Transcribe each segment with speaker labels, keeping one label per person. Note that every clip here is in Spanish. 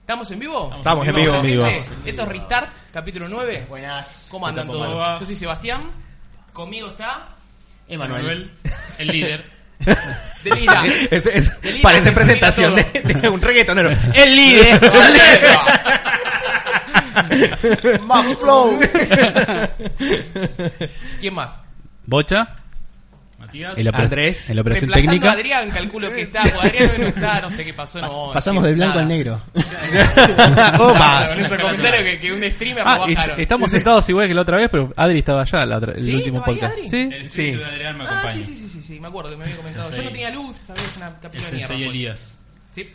Speaker 1: ¿Estamos en vivo?
Speaker 2: Estamos en vivo.
Speaker 1: Gente,
Speaker 2: Estamos en
Speaker 1: este. Esto es Restart, capítulo 9.
Speaker 3: Buenas.
Speaker 1: ¿Cómo andan
Speaker 4: ¿Cómo
Speaker 1: todos?
Speaker 4: va?
Speaker 1: Yo soy Sebastián. Conmigo está.
Speaker 3: Emanuel.
Speaker 4: el líder.
Speaker 1: Delira.
Speaker 2: Es- es-
Speaker 1: Delira,
Speaker 2: parece
Speaker 1: que
Speaker 2: presentación de,
Speaker 1: significa
Speaker 2: de un reggaetonero. El líder.
Speaker 3: Max Flow.
Speaker 1: ¿Quién más?
Speaker 5: Bocha,
Speaker 4: Matías.
Speaker 5: el opera-
Speaker 2: Andrés.
Speaker 5: en la operación
Speaker 1: Reemplazando a
Speaker 5: técnica.
Speaker 1: Adrián, calculo que está. porque Adrián no está, no sé qué pasó. no,
Speaker 3: Pasamos
Speaker 1: sí,
Speaker 3: del blanco
Speaker 1: nada.
Speaker 3: al negro.
Speaker 1: Claro,
Speaker 2: Opa.
Speaker 1: Con ese comentario que, que un streamer
Speaker 5: Ah,
Speaker 1: lo
Speaker 5: y-
Speaker 1: bajaron.
Speaker 5: estamos sentados igual que la otra vez, pero Adri estaba allá la otra- el
Speaker 1: Sí,
Speaker 5: último
Speaker 1: estaba ahí,
Speaker 5: podcast.
Speaker 1: Adri.
Speaker 5: Sí.
Speaker 4: El espíritu
Speaker 2: Sí.
Speaker 4: de Adrián me
Speaker 1: Ah,
Speaker 4: acompaña.
Speaker 1: sí, sí, sí, sí, sí, me acuerdo que me había comentado. Yo no
Speaker 4: Sensei.
Speaker 1: tenía luz, ¿sabes? Una
Speaker 4: El
Speaker 1: capítulo de mierda.
Speaker 4: sensei
Speaker 1: fue.
Speaker 4: Elías.
Speaker 1: Sí.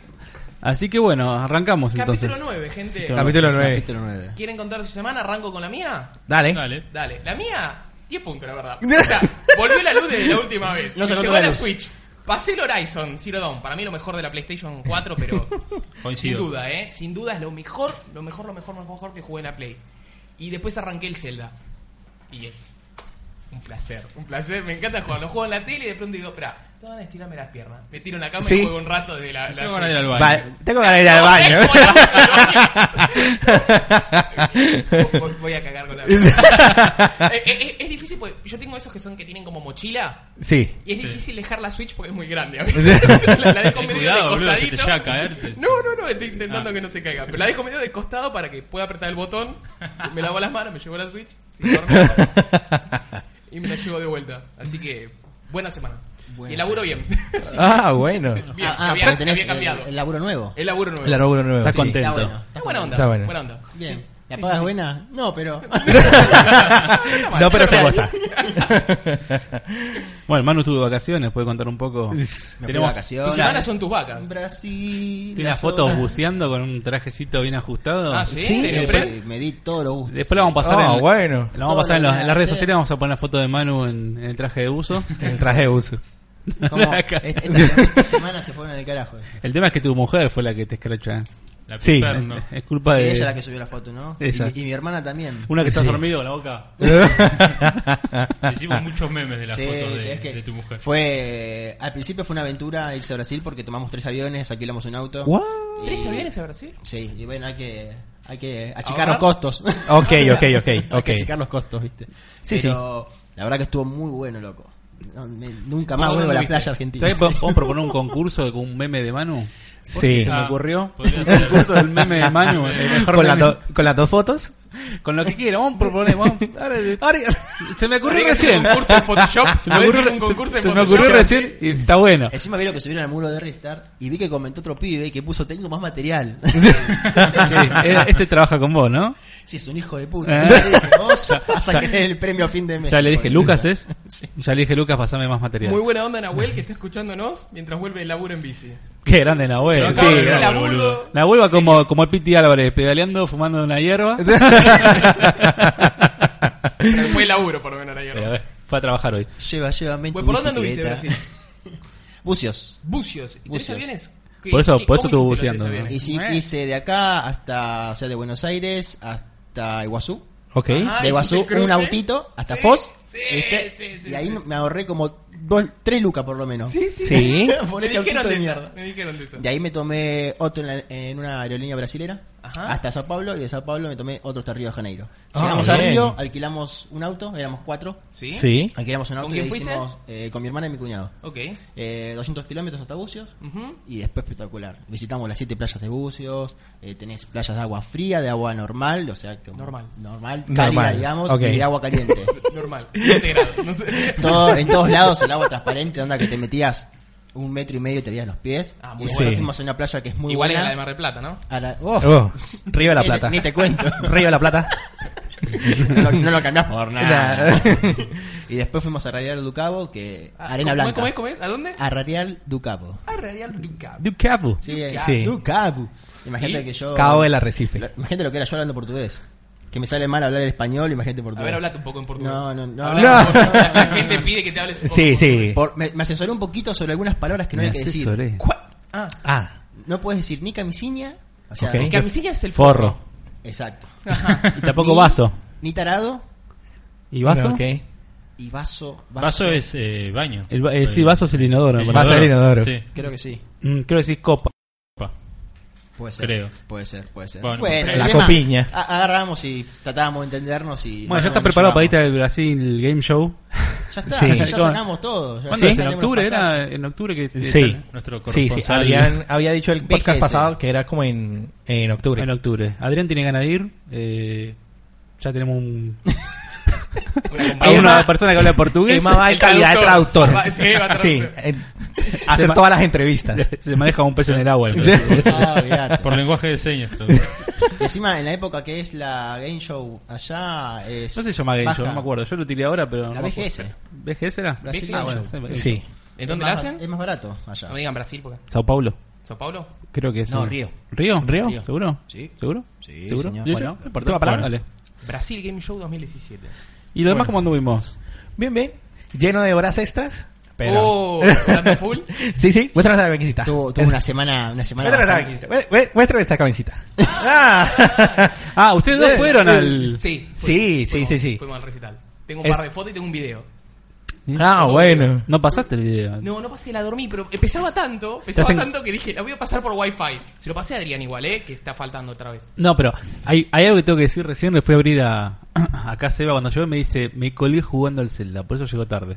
Speaker 5: Así que bueno, arrancamos entonces.
Speaker 1: Capítulo 9, gente.
Speaker 2: Capítulo 9.
Speaker 3: Capítulo 9.
Speaker 1: ¿Quieren contar su semana? ¿Arranco con la mía?
Speaker 5: ¿Eh?
Speaker 2: Dale.
Speaker 4: Dale.
Speaker 1: Dale, la mía, 10 puntos, la verdad. O sea, volvió la luz desde la última vez.
Speaker 3: No
Speaker 1: Me
Speaker 3: sacó
Speaker 1: llegó
Speaker 3: toda la
Speaker 1: la
Speaker 3: luz.
Speaker 1: Switch. Pasé el Horizon Zero Dawn, para mí lo mejor de la PlayStation 4, pero sin
Speaker 4: Coincido.
Speaker 1: duda, ¿eh? Sin duda es lo mejor, lo mejor, lo mejor, lo mejor que jugué en la Play. Y después arranqué el Zelda. Y es un placer, un placer. Me encanta jugar. Lo juego en la tele y de pronto digo, espera, te van a estirarme las piernas. Me tiro en la cama
Speaker 2: Sí.
Speaker 1: y juego un rato de la, la
Speaker 4: Tengo
Speaker 1: Switch.
Speaker 4: ganas de ir al baño.
Speaker 2: Vale, tengo ganas de ir al baño.
Speaker 1: Voy- Voy a cagar con la Eh, eh, eh, Es difícil porque yo tengo esos que son que tienen como mochila.
Speaker 2: Sí.
Speaker 1: Y es
Speaker 4: Sí.
Speaker 1: difícil dejar la Switch porque es muy grande. A veces. la, la dejo
Speaker 4: Ten
Speaker 1: medio
Speaker 4: cuidado,
Speaker 1: de
Speaker 4: boludo, se te
Speaker 1: costadito.
Speaker 4: llega a caer.
Speaker 1: No, no, no, estoy intentando
Speaker 4: Ah.
Speaker 1: que no se caiga. Pero la dejo medio de costado para que pueda apretar el botón. Me lavo las manos, me llevo la Switch. sin dormir, y me la llevo de vuelta. Así que, buena semana.
Speaker 3: Buena
Speaker 1: y el laburo bien. Sí,
Speaker 2: Ah, bueno.
Speaker 1: bien.
Speaker 3: ah,
Speaker 1: había,
Speaker 3: porque tenés
Speaker 1: había cambiado.
Speaker 3: El,
Speaker 1: El,
Speaker 3: el laburo nuevo.
Speaker 1: laburo nuevo.
Speaker 2: La número 9.
Speaker 5: Está
Speaker 2: Sí.
Speaker 5: contento.
Speaker 3: Está bueno.
Speaker 1: Está buena onda.
Speaker 2: Está bueno.
Speaker 1: Buena onda.
Speaker 3: Bien. ¿La paga es buena? No, pero.
Speaker 2: No, pero se goza.
Speaker 5: Bueno, Manu tuvo vacaciones, puede contar un poco.
Speaker 3: Me
Speaker 5: Tenemos-
Speaker 1: Tus
Speaker 3: vacaciones.
Speaker 1: semanas son tus vacas.
Speaker 3: Brasil.
Speaker 5: Tiene las
Speaker 3: la
Speaker 5: fotos
Speaker 3: zona.
Speaker 5: buceando con un trajecito bien ajustado.
Speaker 1: Ah,
Speaker 3: Sí,
Speaker 1: ¿Sí? ¿Te lo
Speaker 3: después
Speaker 1: pre-
Speaker 3: me di todo lo gusto.
Speaker 5: Después la vamos a pasar
Speaker 2: Ah,
Speaker 5: en,
Speaker 2: bueno.
Speaker 5: la vamos a pasar en, los- en las redes
Speaker 3: Sí.
Speaker 5: sociales, vamos a poner la foto de Manu en, en el traje de buzo.
Speaker 2: El traje de uso.
Speaker 3: Como
Speaker 5: Acá.
Speaker 3: esta, esta semana se fueron al carajo.
Speaker 5: El tema es que tu mujer fue la que te escracha.
Speaker 4: La
Speaker 2: Sí.
Speaker 4: Piperno.
Speaker 5: Es culpa
Speaker 3: sí,
Speaker 5: de
Speaker 3: ella la que subió la foto, ¿no? Y,
Speaker 5: Esa.
Speaker 3: mi- y mi hermana también.
Speaker 5: una que está dormido con la boca.
Speaker 4: Hicimos muchos memes de las
Speaker 3: Sí,
Speaker 4: fotos de,
Speaker 3: es que
Speaker 4: de tu mujer.
Speaker 3: Fue, al principio fue una aventura irse a Brasil porque tomamos tres aviones, alquilamos un auto.
Speaker 2: What?
Speaker 3: Y-
Speaker 1: ¿Tres aviones a Brasil?
Speaker 3: Sí, y bueno, hay que, hay que achicar
Speaker 1: Ahorrar.
Speaker 3: los costos.
Speaker 2: Ok, ok, ok,
Speaker 3: Hay
Speaker 2: ok.
Speaker 3: que achicar los costos, ¿viste?
Speaker 2: Sí,
Speaker 3: Pero la verdad que estuvo muy bueno, loco. No, me- nunca más
Speaker 1: ¿Cómo
Speaker 3: vuelvo
Speaker 1: dónde
Speaker 3: a la
Speaker 1: viste?
Speaker 3: playa argentina.
Speaker 5: ¿Sabés? ¿Podemos proponer un concurso con un meme de Manu?
Speaker 2: Sí.
Speaker 1: Ah,
Speaker 5: Se me ocurrió.
Speaker 4: podría
Speaker 5: Un
Speaker 4: ser.
Speaker 5: concurso del meme de Manu. el mejor
Speaker 2: Con, las
Speaker 5: meme.
Speaker 2: do- con las dos fotos.
Speaker 5: Con lo que quiera, vamos a proponer. Vamos. Ahora,
Speaker 2: Ahora-
Speaker 5: se me ocurrió
Speaker 1: Podría ser
Speaker 5: recién.
Speaker 1: un concurso en Photoshop.
Speaker 5: Se me ocurrió,
Speaker 1: un concurso
Speaker 5: se-
Speaker 1: en
Speaker 5: se me
Speaker 1: Photoshop.
Speaker 5: ocurrió recién y está bueno.
Speaker 3: Encima vi lo que subieron al muro de Ristar y vi que comentó otro pibe que puso tengo más material. sí,
Speaker 5: Sí, era- este trabaja con vos, ¿no?
Speaker 3: es un hijo de
Speaker 5: Eh.
Speaker 3: puta. Y le dije, "Vos vas a querer el premio a fin de mes.
Speaker 5: Ya le
Speaker 3: Hijo
Speaker 5: dije,
Speaker 3: de
Speaker 5: Lucas eh".
Speaker 3: puta.
Speaker 5: es. Ya le dije, Lucas, pasame más material.
Speaker 1: Muy buena onda Nahuel que está escuchándonos mientras vuelve el laburo en bici.
Speaker 5: Qué grande
Speaker 1: Lo
Speaker 5: Nahuel.
Speaker 1: acabo de
Speaker 5: Eh, Sí.
Speaker 1: ver
Speaker 4: claro,
Speaker 1: laburo.
Speaker 4: boludo.
Speaker 5: Nahuel va como, como el Piti Álvarez, pedaleando, fumando una hierba.
Speaker 1: Pero fue el laburo por lo menos ayer.
Speaker 5: Pero, a ver, fue a trabajar hoy.
Speaker 3: Lleva, lleva mente.
Speaker 1: Bueno, Pues, ¿Por dónde anduviste Brasil?
Speaker 3: Bucios.
Speaker 1: Bucios. ¿Y ¿Tres
Speaker 3: Bucios.
Speaker 1: aviones? ¿Qué-
Speaker 5: Por eso-
Speaker 1: qué-
Speaker 5: por eso
Speaker 1: cómo
Speaker 5: estuvo
Speaker 1: hiciste los
Speaker 5: buceando,
Speaker 1: tres
Speaker 5: ¿no?
Speaker 1: aviones?
Speaker 3: Y sí,
Speaker 5: Bueno.
Speaker 3: hice de acá hasta, o sea, de Buenos Aires hasta Iguazú.
Speaker 2: Ok.
Speaker 1: Ah,
Speaker 3: de
Speaker 1: hiciste
Speaker 3: Iguazú,
Speaker 1: el cruce.
Speaker 3: un autito hasta
Speaker 1: Sí,
Speaker 3: Foz.
Speaker 1: sí,
Speaker 3: ¿viste?
Speaker 1: sí, sí,
Speaker 3: y ahí
Speaker 1: sí.
Speaker 3: me ahorré como dos, tres lucas por lo menos.
Speaker 2: Sí.
Speaker 3: Por
Speaker 1: Me
Speaker 3: ese autito
Speaker 1: dijeron
Speaker 3: de
Speaker 1: de eso.
Speaker 3: mierda.
Speaker 1: Me dijeron de eso.
Speaker 3: De ahí me tomé otro en, la- en una aerolínea brasilera
Speaker 1: Ajá.
Speaker 3: hasta Sao Paulo y de Sao Paulo me tomé otro hasta Río de Janeiro.
Speaker 2: Ah,
Speaker 3: Llegamos a
Speaker 2: bien.
Speaker 3: Río, alquilamos un auto, éramos cuatro.
Speaker 1: ¿Sí?
Speaker 2: Sí.
Speaker 3: Alquilamos un auto
Speaker 1: ¿Con
Speaker 3: y
Speaker 1: quién fuiste?
Speaker 3: hicimos eh, con mi hermana y mi cuñado.
Speaker 1: Ok.
Speaker 3: Eh, 200 kilómetros hasta Bucios
Speaker 1: Ujú.
Speaker 3: y después espectacular. Visitamos las siete playas de Bucios, eh, tenés playas de agua fría, de agua normal, o sea, como
Speaker 1: Normal.
Speaker 3: normal,
Speaker 2: Normal,
Speaker 3: cálida, digamos,
Speaker 2: ok.
Speaker 3: y de agua caliente.
Speaker 1: Normal. No sé grado, no sé.
Speaker 3: Todo- en todos lados el agua transparente, onda que te metías un metro y medio y te veías los pies.
Speaker 1: Ah,
Speaker 3: y
Speaker 1: muy
Speaker 3: después
Speaker 2: bueno.
Speaker 3: nos fuimos a una playa que es muy
Speaker 1: Igual era
Speaker 3: buena.
Speaker 1: la de Mar del Plata, ¿no?
Speaker 3: Ara- ¡Oh!
Speaker 2: Oh, Río de la
Speaker 3: Ni-
Speaker 2: Plata.
Speaker 3: Ni, te cuento.
Speaker 2: Río de la Plata.
Speaker 3: no, lo, no lo cambiás por
Speaker 2: nada.
Speaker 3: nada. y después fuimos a Radial Ducabo, que
Speaker 1: Ah,
Speaker 3: arena
Speaker 1: ¿cómo es,
Speaker 3: blanca. Ah.
Speaker 1: ¿Cómo es? ¿Cómo es? ¿A dónde?
Speaker 3: A Radial Ducabo.
Speaker 1: A Radial Ducab.
Speaker 5: Ducapu.
Speaker 3: Sí, eh,
Speaker 2: Sí.
Speaker 3: Ducabo. Imagínate
Speaker 1: ¿Y?
Speaker 3: que yo...
Speaker 2: Cabo del Arrecife.
Speaker 3: Imagínate lo que era yo hablando portugués. Que me sale mal hablar el español, imagínate
Speaker 1: A
Speaker 3: portugués.
Speaker 1: ver, hablate un poco en portugués.
Speaker 3: No, no, no.
Speaker 1: Habla
Speaker 2: No.
Speaker 1: un poco. La la gente pide que te hables un poco.
Speaker 2: Sí, sí.
Speaker 3: Por- me, me asesoré un poquito sobre algunas palabras que no
Speaker 5: Me
Speaker 3: hay que decir.
Speaker 5: asesoré.
Speaker 1: ¿Cuál? Ah,
Speaker 2: Ah.
Speaker 3: No puedes decir ni camisinha, o sea,
Speaker 2: Ok.
Speaker 3: ni-
Speaker 1: camisilla es el
Speaker 5: Forro.
Speaker 3: exacto.
Speaker 1: Ajá.
Speaker 5: Y tampoco
Speaker 3: Ni-
Speaker 5: vaso.
Speaker 3: Ni tarado
Speaker 5: ¿Y vaso?
Speaker 2: Ok.
Speaker 3: y vaso. Vaso,
Speaker 4: Vaso es eh, baño.
Speaker 5: El, va- eh, sí, vaso es el inodoro. me
Speaker 4: El
Speaker 5: parece.
Speaker 2: Vaso del inodoro.
Speaker 4: Sí.
Speaker 3: Creo que sí.
Speaker 5: Mm, creo que decís copa.
Speaker 4: Pa.
Speaker 3: Puede ser.
Speaker 4: Creo.
Speaker 3: Puede ser, puede ser.
Speaker 4: Bueno,
Speaker 2: La
Speaker 3: el tema-
Speaker 2: copiña.
Speaker 3: a- Agarramos y tratábamos de entendernos y.
Speaker 5: Bueno,
Speaker 3: más o
Speaker 5: ya está
Speaker 3: menos
Speaker 5: preparado para irte
Speaker 3: llevamos.
Speaker 5: al Brasil Game Show.
Speaker 3: Ya está,
Speaker 2: Sí.
Speaker 3: ya, ya
Speaker 5: Sí.
Speaker 3: sanamos todo. ya
Speaker 5: ¿Cuándo
Speaker 3: ya
Speaker 5: es? ¿En
Speaker 3: tenemos
Speaker 5: octubre?
Speaker 3: pasado.
Speaker 5: ¿Era en octubre que que
Speaker 2: Sí.
Speaker 4: Nuestro
Speaker 2: Sí, sí.
Speaker 4: corresponsal.
Speaker 2: Adrián había dicho el podcast
Speaker 3: VGS.
Speaker 2: pasado que era como en, en octubre.
Speaker 5: En octubre. Adrián tiene ganas de ir. eh, ya tenemos un,
Speaker 1: Una
Speaker 5: a
Speaker 1: compañía.
Speaker 5: una persona que habla portugués.
Speaker 2: Emma va en
Speaker 1: El
Speaker 2: calidad de
Speaker 1: traductor.
Speaker 2: traductor.
Speaker 1: Va- sí, va a
Speaker 2: Sí,
Speaker 1: traducir.
Speaker 2: en- hacer
Speaker 5: ma-
Speaker 2: todas las entrevistas.
Speaker 5: Se maneja un peso en el agua. el
Speaker 2: Sí.
Speaker 3: Ah, olvidate.
Speaker 4: Por lenguaje de señas. creo.
Speaker 3: Y encima, en la época que es la Game Show allá, es.
Speaker 5: No se llama Game
Speaker 3: baja.
Speaker 5: Show, no me acuerdo. Yo lo tiré ahora, pero.
Speaker 3: La
Speaker 5: no me acuerdo.
Speaker 3: BGS.
Speaker 5: ¿BGS era?
Speaker 3: Brasil
Speaker 5: ah,
Speaker 3: Game
Speaker 5: bueno,
Speaker 3: Show.
Speaker 5: sí, bueno.
Speaker 2: Sí.
Speaker 1: ¿En dónde
Speaker 3: Es
Speaker 1: la
Speaker 3: más-
Speaker 1: hacen?
Speaker 3: Es más barato allá.
Speaker 1: No digan Brasil, porque.
Speaker 5: Sao Paulo,
Speaker 1: ¿Sao Paulo?
Speaker 5: creo que es.
Speaker 3: No, Río.
Speaker 5: ¿Río?
Speaker 2: Río.
Speaker 5: ¿Seguro?
Speaker 3: Sí.
Speaker 5: ¿Seguro?
Speaker 3: Sí,
Speaker 5: ¿Seguro?
Speaker 3: señor.
Speaker 5: Yo-
Speaker 3: Bueno,
Speaker 5: yo-
Speaker 2: ¿te va para?
Speaker 5: Dale.
Speaker 1: Brasil Game Show 2017.
Speaker 5: ¿Y lo demás cómo anduvimos?
Speaker 2: Bien, bien. Lleno de horas extras. Pero...
Speaker 1: Oh, ¿dame full?
Speaker 2: Sí, sí. Muéstranos la camisita.
Speaker 3: Tuvo, tuvo una semana. Una semana
Speaker 2: Muéstranos la
Speaker 3: bastante-
Speaker 2: camisita. Mué- mué- Muéstranos esta camisita. Ah.
Speaker 5: Ah, ustedes dos fueron al.
Speaker 1: Sí.
Speaker 2: Sí, sí,
Speaker 1: fuimos-
Speaker 2: sí, sí.
Speaker 1: Fuimos al recital. Tengo un
Speaker 2: Es-
Speaker 1: par de fotos y tengo un video.
Speaker 2: Ah, bueno.
Speaker 5: No pasaste el video.
Speaker 1: No, no pasé, la dormí, pero pesaba tanto, pesaba
Speaker 5: hacen-
Speaker 1: tanto que dije, la voy a pasar por wifi. Se lo pasé a Adrián igual, ¿eh? Que está faltando otra vez.
Speaker 5: No, pero hay, hay algo que tengo que decir recién. Le fui a abrir a, acá Seba cuando llegó y me dice: Me colgué jugando al Zelda, por eso llegó tarde.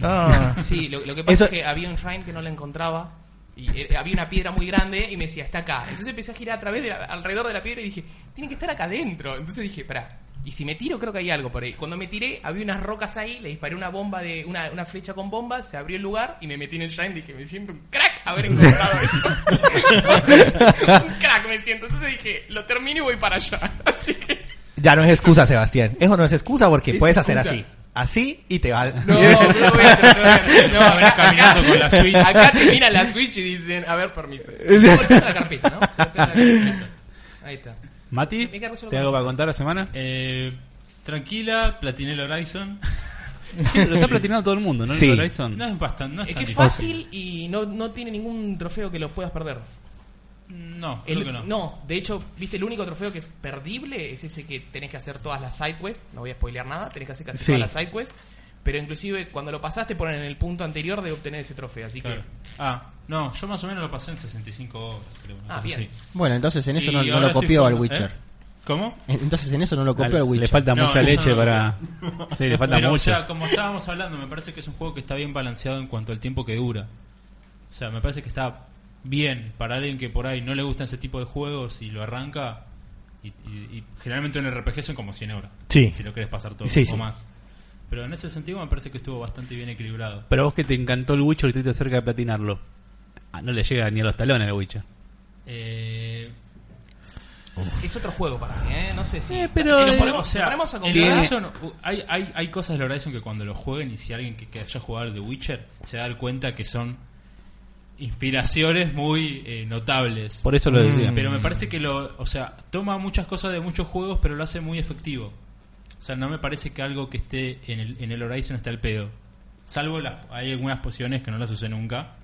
Speaker 2: Ah.
Speaker 1: Sí, lo, lo que pasa
Speaker 2: Eso-
Speaker 1: es que había un shrine que no la encontraba. Y eh, había una piedra muy grande y me decía, está acá. Entonces empecé a girar a través de la- alrededor de la piedra y dije, tiene que estar acá adentro. Entonces dije, pará. Y si me tiro, creo que hay algo por ahí. Cuando me tiré, había unas rocas ahí, le disparé una bomba de una, una flecha con bomba, se abrió el lugar y me metí en el shrine. Dije, me siento un crack haber encontrado esto. un crack me siento. Entonces dije, lo termino y voy para allá. Así que.
Speaker 2: Ya no es excusa, Sebastián. Eso no es excusa porque
Speaker 1: Es
Speaker 2: puedes hacer
Speaker 1: excusa.
Speaker 2: así. Así y te vas.
Speaker 1: No, no, no, no, no,
Speaker 4: Venís caminando con la Switch.
Speaker 1: Acá te miran la Switch y dicen, a ver, permiso. Voltea la carpeta, ¿no? Voltea la carpeta. Ahí está.
Speaker 5: Mati,
Speaker 1: Me cargo solo
Speaker 5: ¿te
Speaker 1: con
Speaker 5: algo para
Speaker 1: las
Speaker 5: contar la semana?
Speaker 4: Eh, tranquila, platiné el Horizon.
Speaker 5: Lo está platinando todo el mundo, ¿no?
Speaker 2: Sí.
Speaker 5: El Horizon.
Speaker 4: No es bastante. No es,
Speaker 1: Es que
Speaker 4: tan
Speaker 1: es
Speaker 4: difícil.
Speaker 1: fácil y no, no tiene ningún trofeo que lo puedas perder.
Speaker 4: No, creo
Speaker 1: El-
Speaker 4: que no.
Speaker 1: no, de hecho, viste, el único trofeo que es perdible es ese que tenés que hacer todas las side quests. No voy a spoilear nada, tenés que hacer casi
Speaker 2: Sí.
Speaker 1: todas las side quests. Pero inclusive cuando lo pasaste ponen en el punto anterior de obtener ese trofeo. Así que...
Speaker 4: Claro. Ah, no, yo más o menos lo pasé en 65 horas, creo. una
Speaker 1: Ah,
Speaker 4: cosa
Speaker 1: bien.
Speaker 4: así.
Speaker 3: Bueno, entonces en eso
Speaker 4: Y
Speaker 3: no, no
Speaker 4: ahora
Speaker 3: lo
Speaker 4: estoy
Speaker 3: copió al
Speaker 4: jugando-
Speaker 3: Witcher.
Speaker 4: ¿eh? ¿Cómo?
Speaker 3: Entonces en eso no lo copió al
Speaker 5: Le
Speaker 3: Witcher.
Speaker 5: falta
Speaker 4: No,
Speaker 5: mucha
Speaker 4: eso
Speaker 5: leche
Speaker 4: no lo
Speaker 5: para. Sí, le falta
Speaker 4: Pero, o
Speaker 5: mucho.
Speaker 4: sea, como estábamos hablando, me parece que es un juego que está bien balanceado en cuanto al tiempo que dura. O sea, me parece que está bien para alguien que por ahí no le gustan ese tipo de juegos y lo arranca. Y, y- y generalmente un RPG son como 100 horas.
Speaker 2: Sí.
Speaker 4: Si lo querés pasar todo
Speaker 2: Sí,
Speaker 4: o
Speaker 2: sí.
Speaker 4: más. Pero en ese sentido me parece que estuvo bastante bien equilibrado.
Speaker 5: Pero vos que te encantó el Witcher y estuviste cerca de platinarlo. Ah, no le llega ni a los talones al Witcher.
Speaker 4: Eh,
Speaker 1: Es otro juego para mí, ¿eh? No sé si.
Speaker 5: Eh, pero,
Speaker 1: si nos
Speaker 5: eh,
Speaker 1: ponemos,
Speaker 4: o sea,
Speaker 1: nos ponemos a
Speaker 4: el
Speaker 1: comparar.
Speaker 4: Horizon, u- hay, hay, hay cosas del Horizon que cuando lo jueguen y si alguien que, que haya jugado el The Witcher se da cuenta que son inspiraciones muy eh, notables. Mm,
Speaker 5: Por eso lo decía.
Speaker 4: Pero me parece que lo, o sea, toma muchas cosas de muchos juegos, pero lo hace muy efectivo. O sea, no me parece que algo que esté en el, en el Horizon esté al pedo. Salvo las, hay algunas posiciones que no las usé nunca.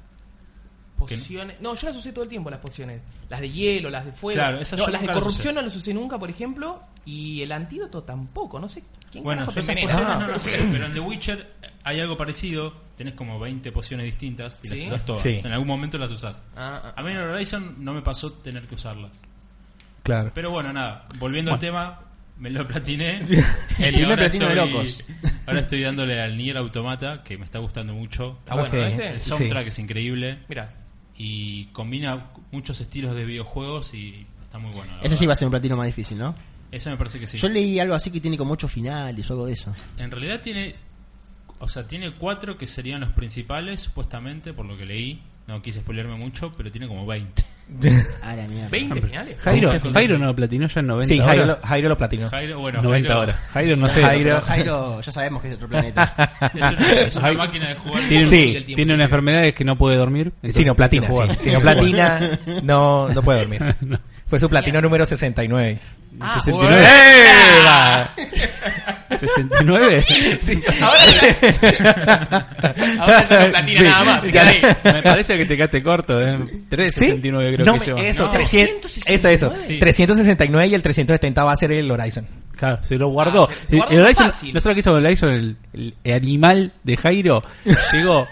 Speaker 1: Pociones. No, yo las usé todo el tiempo, las pociones. Las de hielo, las de fuego.
Speaker 4: Claro, esas
Speaker 1: No,
Speaker 4: yo
Speaker 1: las de
Speaker 4: nunca las
Speaker 1: corrupción no las usé nunca, por ejemplo. Y el antídoto tampoco. No sé quién
Speaker 4: Bueno,
Speaker 1: carajo
Speaker 4: yo
Speaker 1: te
Speaker 4: esas
Speaker 1: envenena.
Speaker 4: pociones no las usé, pero en The Witcher hay algo parecido. Tenés como 20 pociones distintas y
Speaker 1: Sí.
Speaker 4: las usás todas.
Speaker 2: Sí.
Speaker 4: En algún momento las usás.
Speaker 1: Ah, ah,
Speaker 4: A mí en el Horizon no me pasó tener que usarlas.
Speaker 2: Claro.
Speaker 4: Pero bueno, nada, volviendo al tema, me lo platiné.
Speaker 3: El
Speaker 4: Y
Speaker 3: primer
Speaker 4: ahora
Speaker 3: platino de
Speaker 4: estoy-
Speaker 3: locos.
Speaker 4: Ahora estoy dándole al Nier Automata, que me está gustando mucho.
Speaker 1: Está bueno,
Speaker 2: Ok.
Speaker 1: ¿no?
Speaker 4: El
Speaker 1: ese.
Speaker 2: Sí.
Speaker 4: soundtrack es increíble
Speaker 1: Mira,
Speaker 4: y combina muchos estilos de videojuegos y está muy bueno. la
Speaker 3: Ese sí va
Speaker 4: verdad.
Speaker 3: a ser un platino más difícil, ¿no?
Speaker 4: Ese me parece que Ah. sí.
Speaker 3: Yo leí algo así que tiene como ocho finales o algo de eso.
Speaker 4: En realidad tiene, o sea, tiene cuatro que serían los principales, supuestamente, por lo que leí. No quise spoilerme mucho, pero tiene como 20.
Speaker 3: A la mierda.
Speaker 1: 20 finales.
Speaker 5: Jairo,
Speaker 4: Nunca conocí.
Speaker 5: Jairo no lo platinó ya en 90
Speaker 2: Sí, Jairo,
Speaker 5: horas.
Speaker 2: lo- Jairo lo platinó.
Speaker 4: Jairo, bueno,
Speaker 5: 90
Speaker 4: Jairo-
Speaker 5: horas. Jairo, no sé.
Speaker 3: Jairo, Jairo, ya sabemos que es otro planeta.
Speaker 4: Es una, es una
Speaker 5: Jairo-
Speaker 4: máquina de jugar.
Speaker 5: Tiene,
Speaker 2: Sí.
Speaker 5: tiene una enfermedad es que no puede dormir.
Speaker 2: Si no platina,
Speaker 5: entonces,
Speaker 2: sí. Si no platina, no, no puede dormir. Fue su platino número 69.
Speaker 1: Ah,
Speaker 5: 69. juega. 69.
Speaker 1: bueno, Ahora ya no platina
Speaker 2: Sí.
Speaker 1: nada más.
Speaker 2: Ya.
Speaker 1: queda ahí.
Speaker 5: Me parece que te quedaste corto, ¿eh? 369 creo
Speaker 2: no,
Speaker 5: que
Speaker 2: me-
Speaker 5: lleva.
Speaker 2: Eso,
Speaker 4: No.
Speaker 2: 300, eso, eso.
Speaker 4: Sí.
Speaker 2: 369 y el 370 va a ser el Horizon.
Speaker 5: Claro, se lo guardó.
Speaker 1: Ah, se- se guardó
Speaker 5: el Horizon,
Speaker 1: fácil.
Speaker 5: no sé lo que hizo el Horizon, el, el animal de Jairo. llegó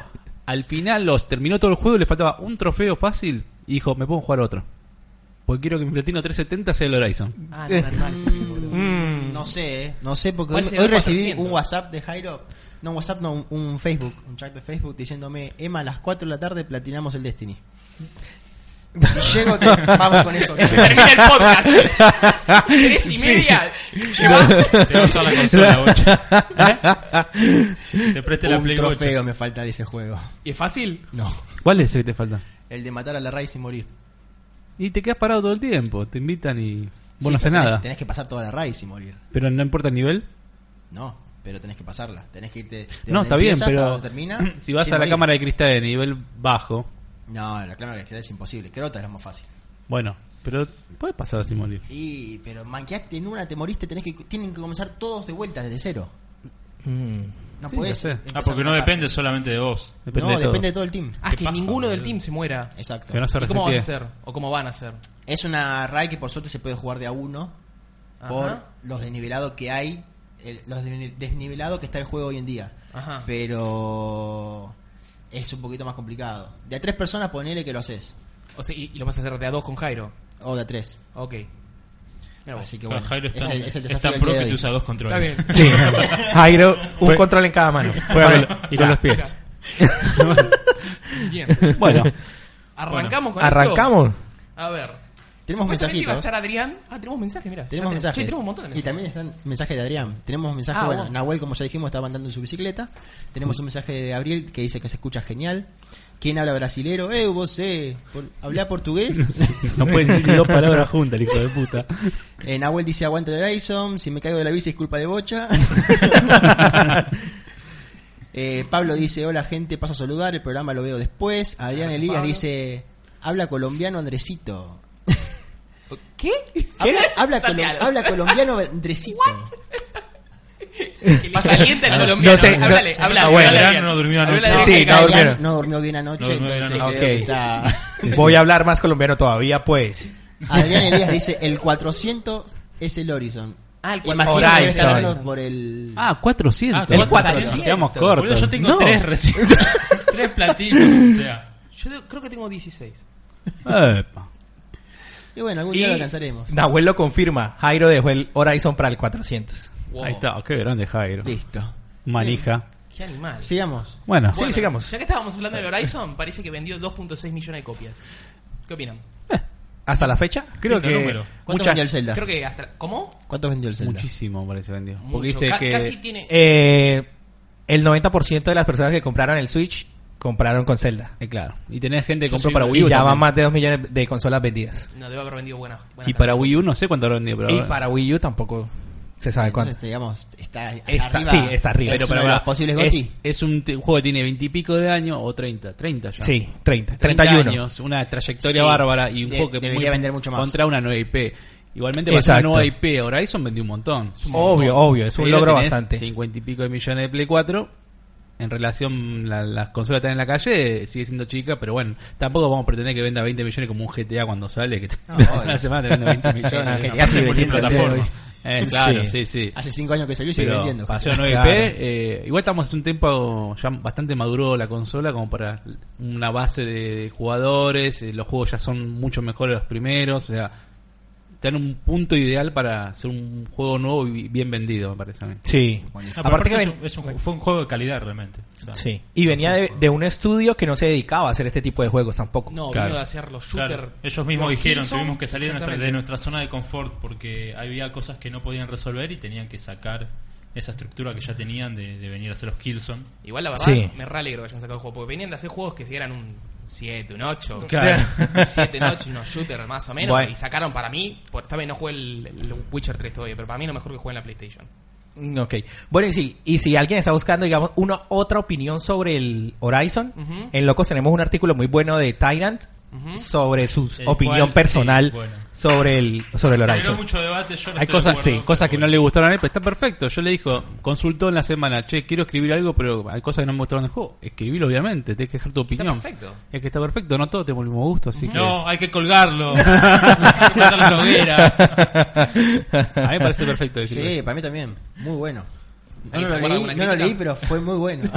Speaker 5: al final, los terminó todo el juego, le faltaba un trofeo fácil y dijo, me puedo jugar otro. Porque quiero que mi platino 370 sea el Horizon.
Speaker 1: Ah, no, normal, ese tipo, boludo.
Speaker 2: Mm.
Speaker 3: No sé, eh. No sé, porque
Speaker 1: ¿Cuál
Speaker 3: hoy,
Speaker 1: será
Speaker 3: hoy
Speaker 1: el
Speaker 3: recibí
Speaker 1: 400?
Speaker 3: un WhatsApp de Jairo. No, un WhatsApp, no, un, un Facebook. Un chat de Facebook diciéndome: Emma, a las 4 de la tarde platinamos el Destiny. Si llego, te- vamos con eso.
Speaker 1: Termina el podcast. Tres y media. ¿Qué va?
Speaker 4: Te vas a la consola, bocha. ¿Eh? Te preste la
Speaker 3: Un
Speaker 4: Play 8.
Speaker 3: trofeo me falta de ese juego.
Speaker 1: ¿Y es fácil?
Speaker 3: No.
Speaker 5: ¿Cuál es el que te falta?
Speaker 3: El de matar a la raíz y morir.
Speaker 5: Y te quedas parado todo el tiempo. Te invitan y vos
Speaker 3: Sí,
Speaker 5: no haces
Speaker 3: pero tenés-
Speaker 5: nada.
Speaker 3: Tenés que pasar toda la raíz y morir.
Speaker 5: Pero no importa el nivel.
Speaker 3: No, pero tenés que pasarla. Tenés que irte. de
Speaker 5: no,
Speaker 3: donde
Speaker 5: está bien,
Speaker 3: empieza hasta
Speaker 5: pero
Speaker 3: donde termina,
Speaker 5: si vas
Speaker 3: sin
Speaker 5: a la
Speaker 3: morir.
Speaker 5: cámara de cristal de nivel bajo,
Speaker 3: No, la cámara de cristal es imposible. Crota es lo más fácil.
Speaker 5: bueno, pero puedes pasar sin morir.
Speaker 3: Y, pero manqueaste en una, te moriste, tenés que, tienen que comenzar todos de vuelta desde cero.
Speaker 2: Mm.
Speaker 3: No
Speaker 5: Sí,
Speaker 3: podés.
Speaker 5: ya sé.
Speaker 3: empezar
Speaker 4: Ah, porque no
Speaker 3: una
Speaker 4: depende
Speaker 3: parte.
Speaker 4: solamente de vos.
Speaker 5: Depende
Speaker 3: no,
Speaker 5: de todo.
Speaker 3: depende de todo el team.
Speaker 1: Ah,
Speaker 4: Qué
Speaker 1: que
Speaker 4: paja,
Speaker 1: ninguno del
Speaker 4: boludo.
Speaker 1: team se muera.
Speaker 3: Exacto.
Speaker 5: Que no se
Speaker 1: ¿Y ¿Cómo vas a
Speaker 5: resetee.
Speaker 1: hacer? ¿O cómo van a hacer?
Speaker 3: Es una raid que por suerte se puede jugar de a uno
Speaker 1: Ajá.
Speaker 3: por los desnivelados que hay, el- los desni- desnivelados que está el juego hoy en día.
Speaker 1: Ajá.
Speaker 3: Pero es un poquito más complicado. De a tres personas ponele que lo haces.
Speaker 1: O sea, y, y lo vas a hacer de a dos con Jairo.
Speaker 3: O de a tres.
Speaker 1: Ok. Mira vos.
Speaker 3: Así que
Speaker 4: Claro,
Speaker 3: bueno,
Speaker 4: Jairo
Speaker 3: es,
Speaker 4: está,
Speaker 3: el, es el
Speaker 4: es
Speaker 3: desafío
Speaker 4: tan
Speaker 3: del
Speaker 4: pro
Speaker 3: día
Speaker 4: que
Speaker 3: de
Speaker 4: te
Speaker 3: hoy.
Speaker 4: usa dos controles.
Speaker 1: Está bien.
Speaker 2: Sí. Jairo, un
Speaker 5: Fue-
Speaker 2: control en cada mano.
Speaker 5: Juega con- y con los pies.
Speaker 1: Bien.
Speaker 5: Bueno,
Speaker 1: ¿Arrancamos con
Speaker 2: Arrancamos.
Speaker 1: esto? A ver.
Speaker 3: Tenemos
Speaker 1: Supuestamente iba a
Speaker 3: mensajitos.
Speaker 1: estar Adrián. Ah, tenemos mensajes, mira.
Speaker 3: Tenemos mensajes.
Speaker 1: tenemos un montón de
Speaker 3: Y
Speaker 1: mensajes.
Speaker 3: también están mensajes de Adrián. Tenemos mensajes,
Speaker 1: Ah,
Speaker 3: bueno,
Speaker 1: bueno.
Speaker 3: Nahuel, como ya dijimos, estaba andando en su bicicleta. Tenemos
Speaker 1: Mm.
Speaker 3: un mensaje de Gabriel que dice que se escucha genial. ¿Quién habla brasilero? Eh, vos, eh. por- ¿Hablá portugués?
Speaker 5: no puedes decir dos palabras juntas, el hijo de puta.
Speaker 3: Eh, Nahuel dice aguante el Horizon, si me caigo de la bici es culpa de Bocha. Eh, Pablo dice, hola gente, paso a saludar, el programa lo veo después. Adrián
Speaker 1: Gracias,
Speaker 3: Elías
Speaker 1: Ah, Pablo.
Speaker 3: dice, habla colombiano Andresito.
Speaker 1: ¿Qué?
Speaker 3: Habla, habla, colo-
Speaker 1: Santiago.
Speaker 3: habla colombiano Andresito.
Speaker 1: Que le calienta el colombiano.
Speaker 2: No sé, no-
Speaker 1: háblale,
Speaker 2: no-
Speaker 1: háblale.
Speaker 2: ah,
Speaker 1: háblale
Speaker 2: bueno,
Speaker 4: Adrián
Speaker 1: bien.
Speaker 4: no durmió
Speaker 1: Háblale
Speaker 4: anoche.
Speaker 1: bien
Speaker 2: Sí,
Speaker 1: que
Speaker 2: no
Speaker 1: caiga.
Speaker 2: durmió.
Speaker 3: Adrián no durmió bien anoche,
Speaker 4: No durmió bien
Speaker 3: entonces
Speaker 5: anoche.
Speaker 3: creo que
Speaker 5: Ok.
Speaker 3: está-
Speaker 2: Voy a hablar más colombiano todavía, pues.
Speaker 3: Adrián Elías dice, el 400 es el Horizon.
Speaker 1: Ah, el
Speaker 3: Imagino
Speaker 1: 400
Speaker 3: que debe
Speaker 2: Horizon.
Speaker 3: estar hablando por el...
Speaker 5: Ah, 400.
Speaker 4: Ah,
Speaker 5: El
Speaker 1: 400.
Speaker 5: Nos quedamos
Speaker 4: Boludo,
Speaker 5: cortos.
Speaker 4: yo tengo
Speaker 5: No.
Speaker 4: tres recién. tres platinos. O sea,
Speaker 1: Yo de- creo que tengo 16.
Speaker 5: Epa.
Speaker 3: Y bueno, algún
Speaker 2: Y
Speaker 3: día lo alcanzaremos.
Speaker 2: Nahuel lo confirma. Jairo dejó el Horizon para el 400.
Speaker 1: Wow.
Speaker 5: Ahí está, qué grande Jairo.
Speaker 3: Listo.
Speaker 5: Manija.
Speaker 1: Qué animal.
Speaker 3: Sigamos.
Speaker 5: Bueno,
Speaker 1: Bueno,
Speaker 2: sigamos.
Speaker 1: Ya que estábamos hablando del Horizon, parece que vendió 2.6 millones de copias. ¿Qué opinan?
Speaker 2: ¿Hasta la fecha?
Speaker 5: creo
Speaker 4: lindo
Speaker 5: que
Speaker 4: número.
Speaker 3: ¿Cuánto vendió el Zelda?
Speaker 1: Creo que hasta. ¿Cómo?
Speaker 3: ¿Cuánto vendió el Zelda?
Speaker 5: muchísimo parece vendió.
Speaker 1: Mucho.
Speaker 5: Porque dice
Speaker 1: Ca-
Speaker 5: que
Speaker 1: Casi tiene.
Speaker 2: Eh, el 90% de las personas que compraron el Switch compraron con Zelda.
Speaker 5: Eh, claro, y tenés gente que
Speaker 4: Yo
Speaker 5: compró
Speaker 4: soy
Speaker 5: para
Speaker 4: una-
Speaker 5: Wii U.
Speaker 2: Y ya van
Speaker 5: también.
Speaker 2: más de 2 millones de consolas vendidas.
Speaker 1: No, debe haber vendido buenas. buenas
Speaker 5: Y para Wii U no sé cuánto habrá vendido, pero
Speaker 2: Y para Wii U tampoco se sabe cuánto.
Speaker 3: Entonces, este, digamos, está,
Speaker 2: Está-
Speaker 3: arriba.
Speaker 2: sí, está arriba.
Speaker 3: Es
Speaker 2: Pero
Speaker 3: uno de
Speaker 5: ahora,
Speaker 3: los posibles
Speaker 5: es-
Speaker 3: GOTY.
Speaker 5: Es, un t- juego que tiene 20 y pico de años o 30, 30 ya.
Speaker 2: Sí, 30,
Speaker 5: 30
Speaker 2: 31.
Speaker 5: años, una trayectoria
Speaker 3: Sí,
Speaker 5: bárbara y un
Speaker 3: de-
Speaker 5: juego que
Speaker 3: debería vender mucho más.
Speaker 5: contra una nueva IP. Igualmente para ser
Speaker 2: Exacto.
Speaker 5: una nueva IP, Horizon vendió un montón.
Speaker 2: Obvio, obvio, es un
Speaker 5: Pero
Speaker 2: logro
Speaker 5: tenés
Speaker 2: bastante.
Speaker 5: 50 y pico de millones de Play 4. En relación, la- las consolas que están en la calle, eh, sigue siendo chica, pero bueno, tampoco vamos a pretender que venda 20 millones como un GTA cuando sale, que
Speaker 3: obvio.
Speaker 5: una semana te vende 20 millones.
Speaker 3: El GTA sigue vendiendo el día de hoy.
Speaker 5: Eh, claro,
Speaker 2: Sí.
Speaker 5: sí, sí.
Speaker 3: Hace 5 años que salió y sigue
Speaker 5: Pero
Speaker 3: vendiendo.
Speaker 5: pasó a 9P,
Speaker 2: Claro.
Speaker 5: eh, igual estamos hace un tiempo ya bastante maduro la consola como para una base de jugadores, eh, los juegos ya son mucho mejores los primeros, o sea, está en un punto ideal para hacer un juego nuevo y bien vendido, me parece a mí.
Speaker 2: Sí.
Speaker 4: no, pero
Speaker 2: Aparte
Speaker 4: aparte
Speaker 2: que
Speaker 4: es
Speaker 2: ven-
Speaker 4: un- es un ju- fue un juego de calidad realmente. O sea,
Speaker 2: sí. Y venía de, de un estudio que no se dedicaba a hacer este tipo de juegos tampoco.
Speaker 1: No,
Speaker 5: Claro.
Speaker 1: vino de hacer los
Speaker 4: claro,
Speaker 1: shooters.
Speaker 4: ellos mismos dijeron, tuvimos que salir de nuestra, de
Speaker 1: nuestra
Speaker 4: nuestra zona de confort porque había cosas que no podían resolver y tenían que sacar esa estructura que ya tenían de, de venir a hacer los Killzone.
Speaker 1: Igual la verdad,
Speaker 2: Sí.
Speaker 1: me re alegro que hayan sacado el juego. Porque venían de hacer juegos que si eran un 7, un 8.
Speaker 4: Claro.
Speaker 1: 7, un 8, unos shooters más o menos.
Speaker 2: Bueno.
Speaker 1: Y sacaron para mí. Por, esta vez no jugué el, el Witcher 3 todavía, pero para mí lo mejor que jugué en la PlayStation.
Speaker 2: Mm, Ok. Bueno, y si, y si alguien está buscando, digamos, una otra opinión sobre el Horizon,
Speaker 1: Ujú.
Speaker 2: en Locos tenemos un artículo muy bueno de Tyrant
Speaker 1: Ujú.
Speaker 2: sobre su
Speaker 4: El
Speaker 2: opinión
Speaker 4: cual,
Speaker 2: personal
Speaker 4: sí, bueno.
Speaker 2: sobre, el, sobre el
Speaker 4: Generó
Speaker 2: Horizon.
Speaker 4: mucho debate, yo no
Speaker 5: Hay
Speaker 4: estoy de
Speaker 5: cosas,
Speaker 4: acuerdo,
Speaker 5: sí, cosas
Speaker 4: pero
Speaker 5: que no
Speaker 4: bueno.
Speaker 5: le gustaron a él, pero está perfecto. Yo le dijo, consultó en la semana, che, quiero escribir algo, pero hay cosas que no me gustaron del juego. Escribilo, obviamente, tenés que dejar tu opinión.
Speaker 1: perfecto.
Speaker 5: Es que está perfecto, no todos tenemos el mismo gusto, así que...
Speaker 4: No, hay que colgarlo. hay que colgar la hoguera.
Speaker 5: A mí me parece perfecto decirlo.
Speaker 3: Sí, para mí también. Muy bueno. No,
Speaker 1: ¿Alguien se
Speaker 3: lo
Speaker 1: acuerda
Speaker 3: leí,
Speaker 1: de
Speaker 3: no
Speaker 1: alguna
Speaker 3: lo
Speaker 1: crítica?
Speaker 3: leí, pero fue muy bueno.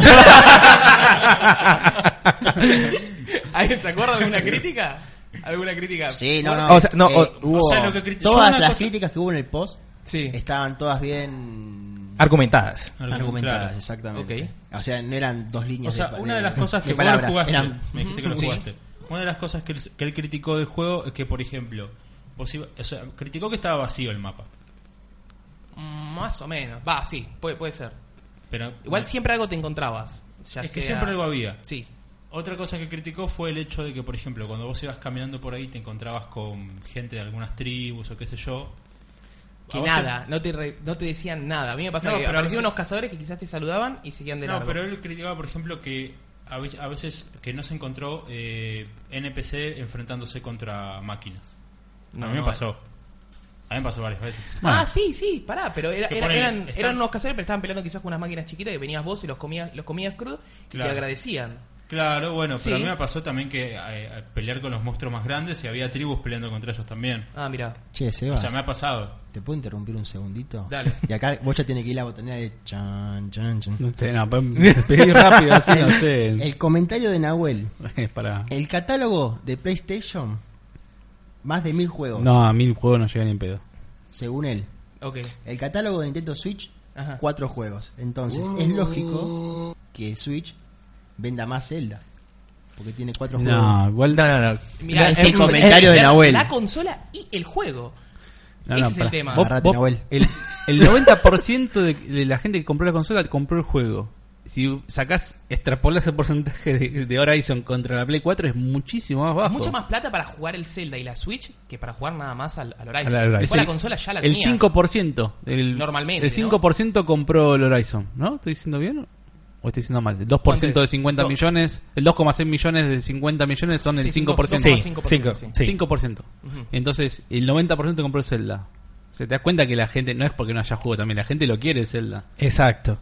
Speaker 1: ¿Alguien se acuerda de una crítica? ¿Alguna crítica?
Speaker 3: Sí, no,
Speaker 1: Bueno,
Speaker 3: no.
Speaker 2: O sea, no,
Speaker 3: eh,
Speaker 2: o-
Speaker 3: hubo-
Speaker 4: o sea, lo que criti- yo
Speaker 3: todas
Speaker 4: una
Speaker 3: las
Speaker 4: cosa-
Speaker 3: críticas que hubo en el post
Speaker 1: Sí.
Speaker 3: estaban todas bien
Speaker 2: Argumentadas.
Speaker 3: argumentadas,
Speaker 4: Claro.
Speaker 3: exactamente.
Speaker 1: Ok.
Speaker 3: O sea, no eran dos
Speaker 4: O
Speaker 3: líneas.
Speaker 4: sea, una de las cosas que
Speaker 3: de
Speaker 4: vos lo
Speaker 3: palabras
Speaker 4: jugaste,
Speaker 3: eran
Speaker 4: me dijiste que lo
Speaker 1: Sí.
Speaker 4: jugaste. Una de las cosas que él, que él criticó del juego es que, por ejemplo, vos iba- o sea, criticó que estaba vacío el mapa.
Speaker 1: Mm, Más o menos. Va, sí, puede, puede ser.
Speaker 4: Pero
Speaker 1: Igual siempre algo te encontrabas. ya
Speaker 4: es que
Speaker 1: sea-
Speaker 4: siempre algo había.
Speaker 1: Sí.
Speaker 4: Otra cosa que criticó fue el hecho de que, por ejemplo, cuando vos ibas caminando por ahí te encontrabas con gente de algunas tribus o qué sé yo.
Speaker 1: Que
Speaker 4: A vos te-
Speaker 1: nada, no, te re- no te decían nada. A mí me pasaba
Speaker 4: No,
Speaker 1: que
Speaker 4: pero a
Speaker 1: aparecían
Speaker 4: veces-
Speaker 1: unos cazadores que quizás te saludaban y seguían de
Speaker 4: No,
Speaker 1: largo.
Speaker 4: pero él criticaba, por ejemplo, que a veces, a veces que no se encontró eh, NPC enfrentándose contra máquinas.
Speaker 1: No,
Speaker 4: a mí me
Speaker 1: no,
Speaker 4: pasó. A mí me pasó varias veces.
Speaker 1: Ah, sí, sí, pará, pero era-
Speaker 4: Que
Speaker 1: era-
Speaker 4: ponen-
Speaker 1: eran,
Speaker 4: están-
Speaker 1: eran unos cazadores, pero estaban peleando quizás con unas máquinas chiquitas que venías vos y los comías, los comías crudos y
Speaker 4: Claro.
Speaker 1: te agradecían.
Speaker 4: Claro, bueno, pero a
Speaker 1: Sí.
Speaker 4: mí me pasó también que eh, eh, pelear con los monstruos más grandes y había tribus peleando contra ellos también.
Speaker 1: Ah, mira.
Speaker 3: Che,
Speaker 4: O
Speaker 3: Sebas,
Speaker 4: sea, me ha pasado.
Speaker 3: ¿te puedo interrumpir un segundito?
Speaker 1: Dale.
Speaker 3: Y acá vos ya tiene que ir la botonera de chan, chan, chan.
Speaker 5: No sé, no, pa- pedí rápido, así, no sé.
Speaker 3: El comentario de Nahuel.
Speaker 5: Para...
Speaker 3: El catálogo de PlayStation, más de mil juegos,
Speaker 5: No, a mí el juego no llega ni en pedo.
Speaker 3: según él.
Speaker 1: Ok.
Speaker 3: El catálogo de Nintendo Switch,
Speaker 1: Ajá.
Speaker 3: cuatro juegos. Entonces, es lógico que Switch venda más Zelda. Porque tiene cuatro
Speaker 5: No,
Speaker 3: juegos.
Speaker 5: igual
Speaker 2: No, no, no.
Speaker 1: Mirá,
Speaker 3: Es el comentario de
Speaker 1: la-
Speaker 3: Nahuel.
Speaker 1: La consola y el juego.
Speaker 5: No,
Speaker 1: Ese
Speaker 5: no,
Speaker 1: es
Speaker 5: pará.
Speaker 1: el tema.
Speaker 5: Vos-
Speaker 3: Agarrate,
Speaker 5: vos-
Speaker 3: Nahuel.
Speaker 5: el, el 90% de, de la gente que compró la consola compró el juego. Si sacás, extrapolás el porcentaje de, de Horizon contra la Play 4 es muchísimo más bajo.
Speaker 1: Mucho más plata para jugar el Zelda y la Switch que para jugar nada más al, al Horizon.
Speaker 5: Al- al Horizon.
Speaker 1: Después la
Speaker 5: Sí.
Speaker 1: consola ya la
Speaker 5: El
Speaker 1: tenías.
Speaker 5: 5%. El,
Speaker 1: Normalmente,
Speaker 5: El 5% compró el Horizon, ¿no? ¿Estoy diciendo bien? ¿O estoy diciendo mal? El 2% de
Speaker 1: ¿Cuánto es?
Speaker 5: 50
Speaker 1: Do-
Speaker 5: millones, el 2,6 millones de 50 millones son
Speaker 1: Sí,
Speaker 5: el
Speaker 1: cinco-
Speaker 5: 5%.
Speaker 1: dos coma
Speaker 2: Sí,
Speaker 1: cinco por
Speaker 2: cinco,
Speaker 1: ciento, sí.
Speaker 2: sí.
Speaker 5: 5%.
Speaker 1: Ujú.
Speaker 5: Entonces, el 90% compró el Zelda. Se te das cuenta que la gente, no es porque no haya juego también, la gente lo quiere el Zelda.
Speaker 2: Exacto.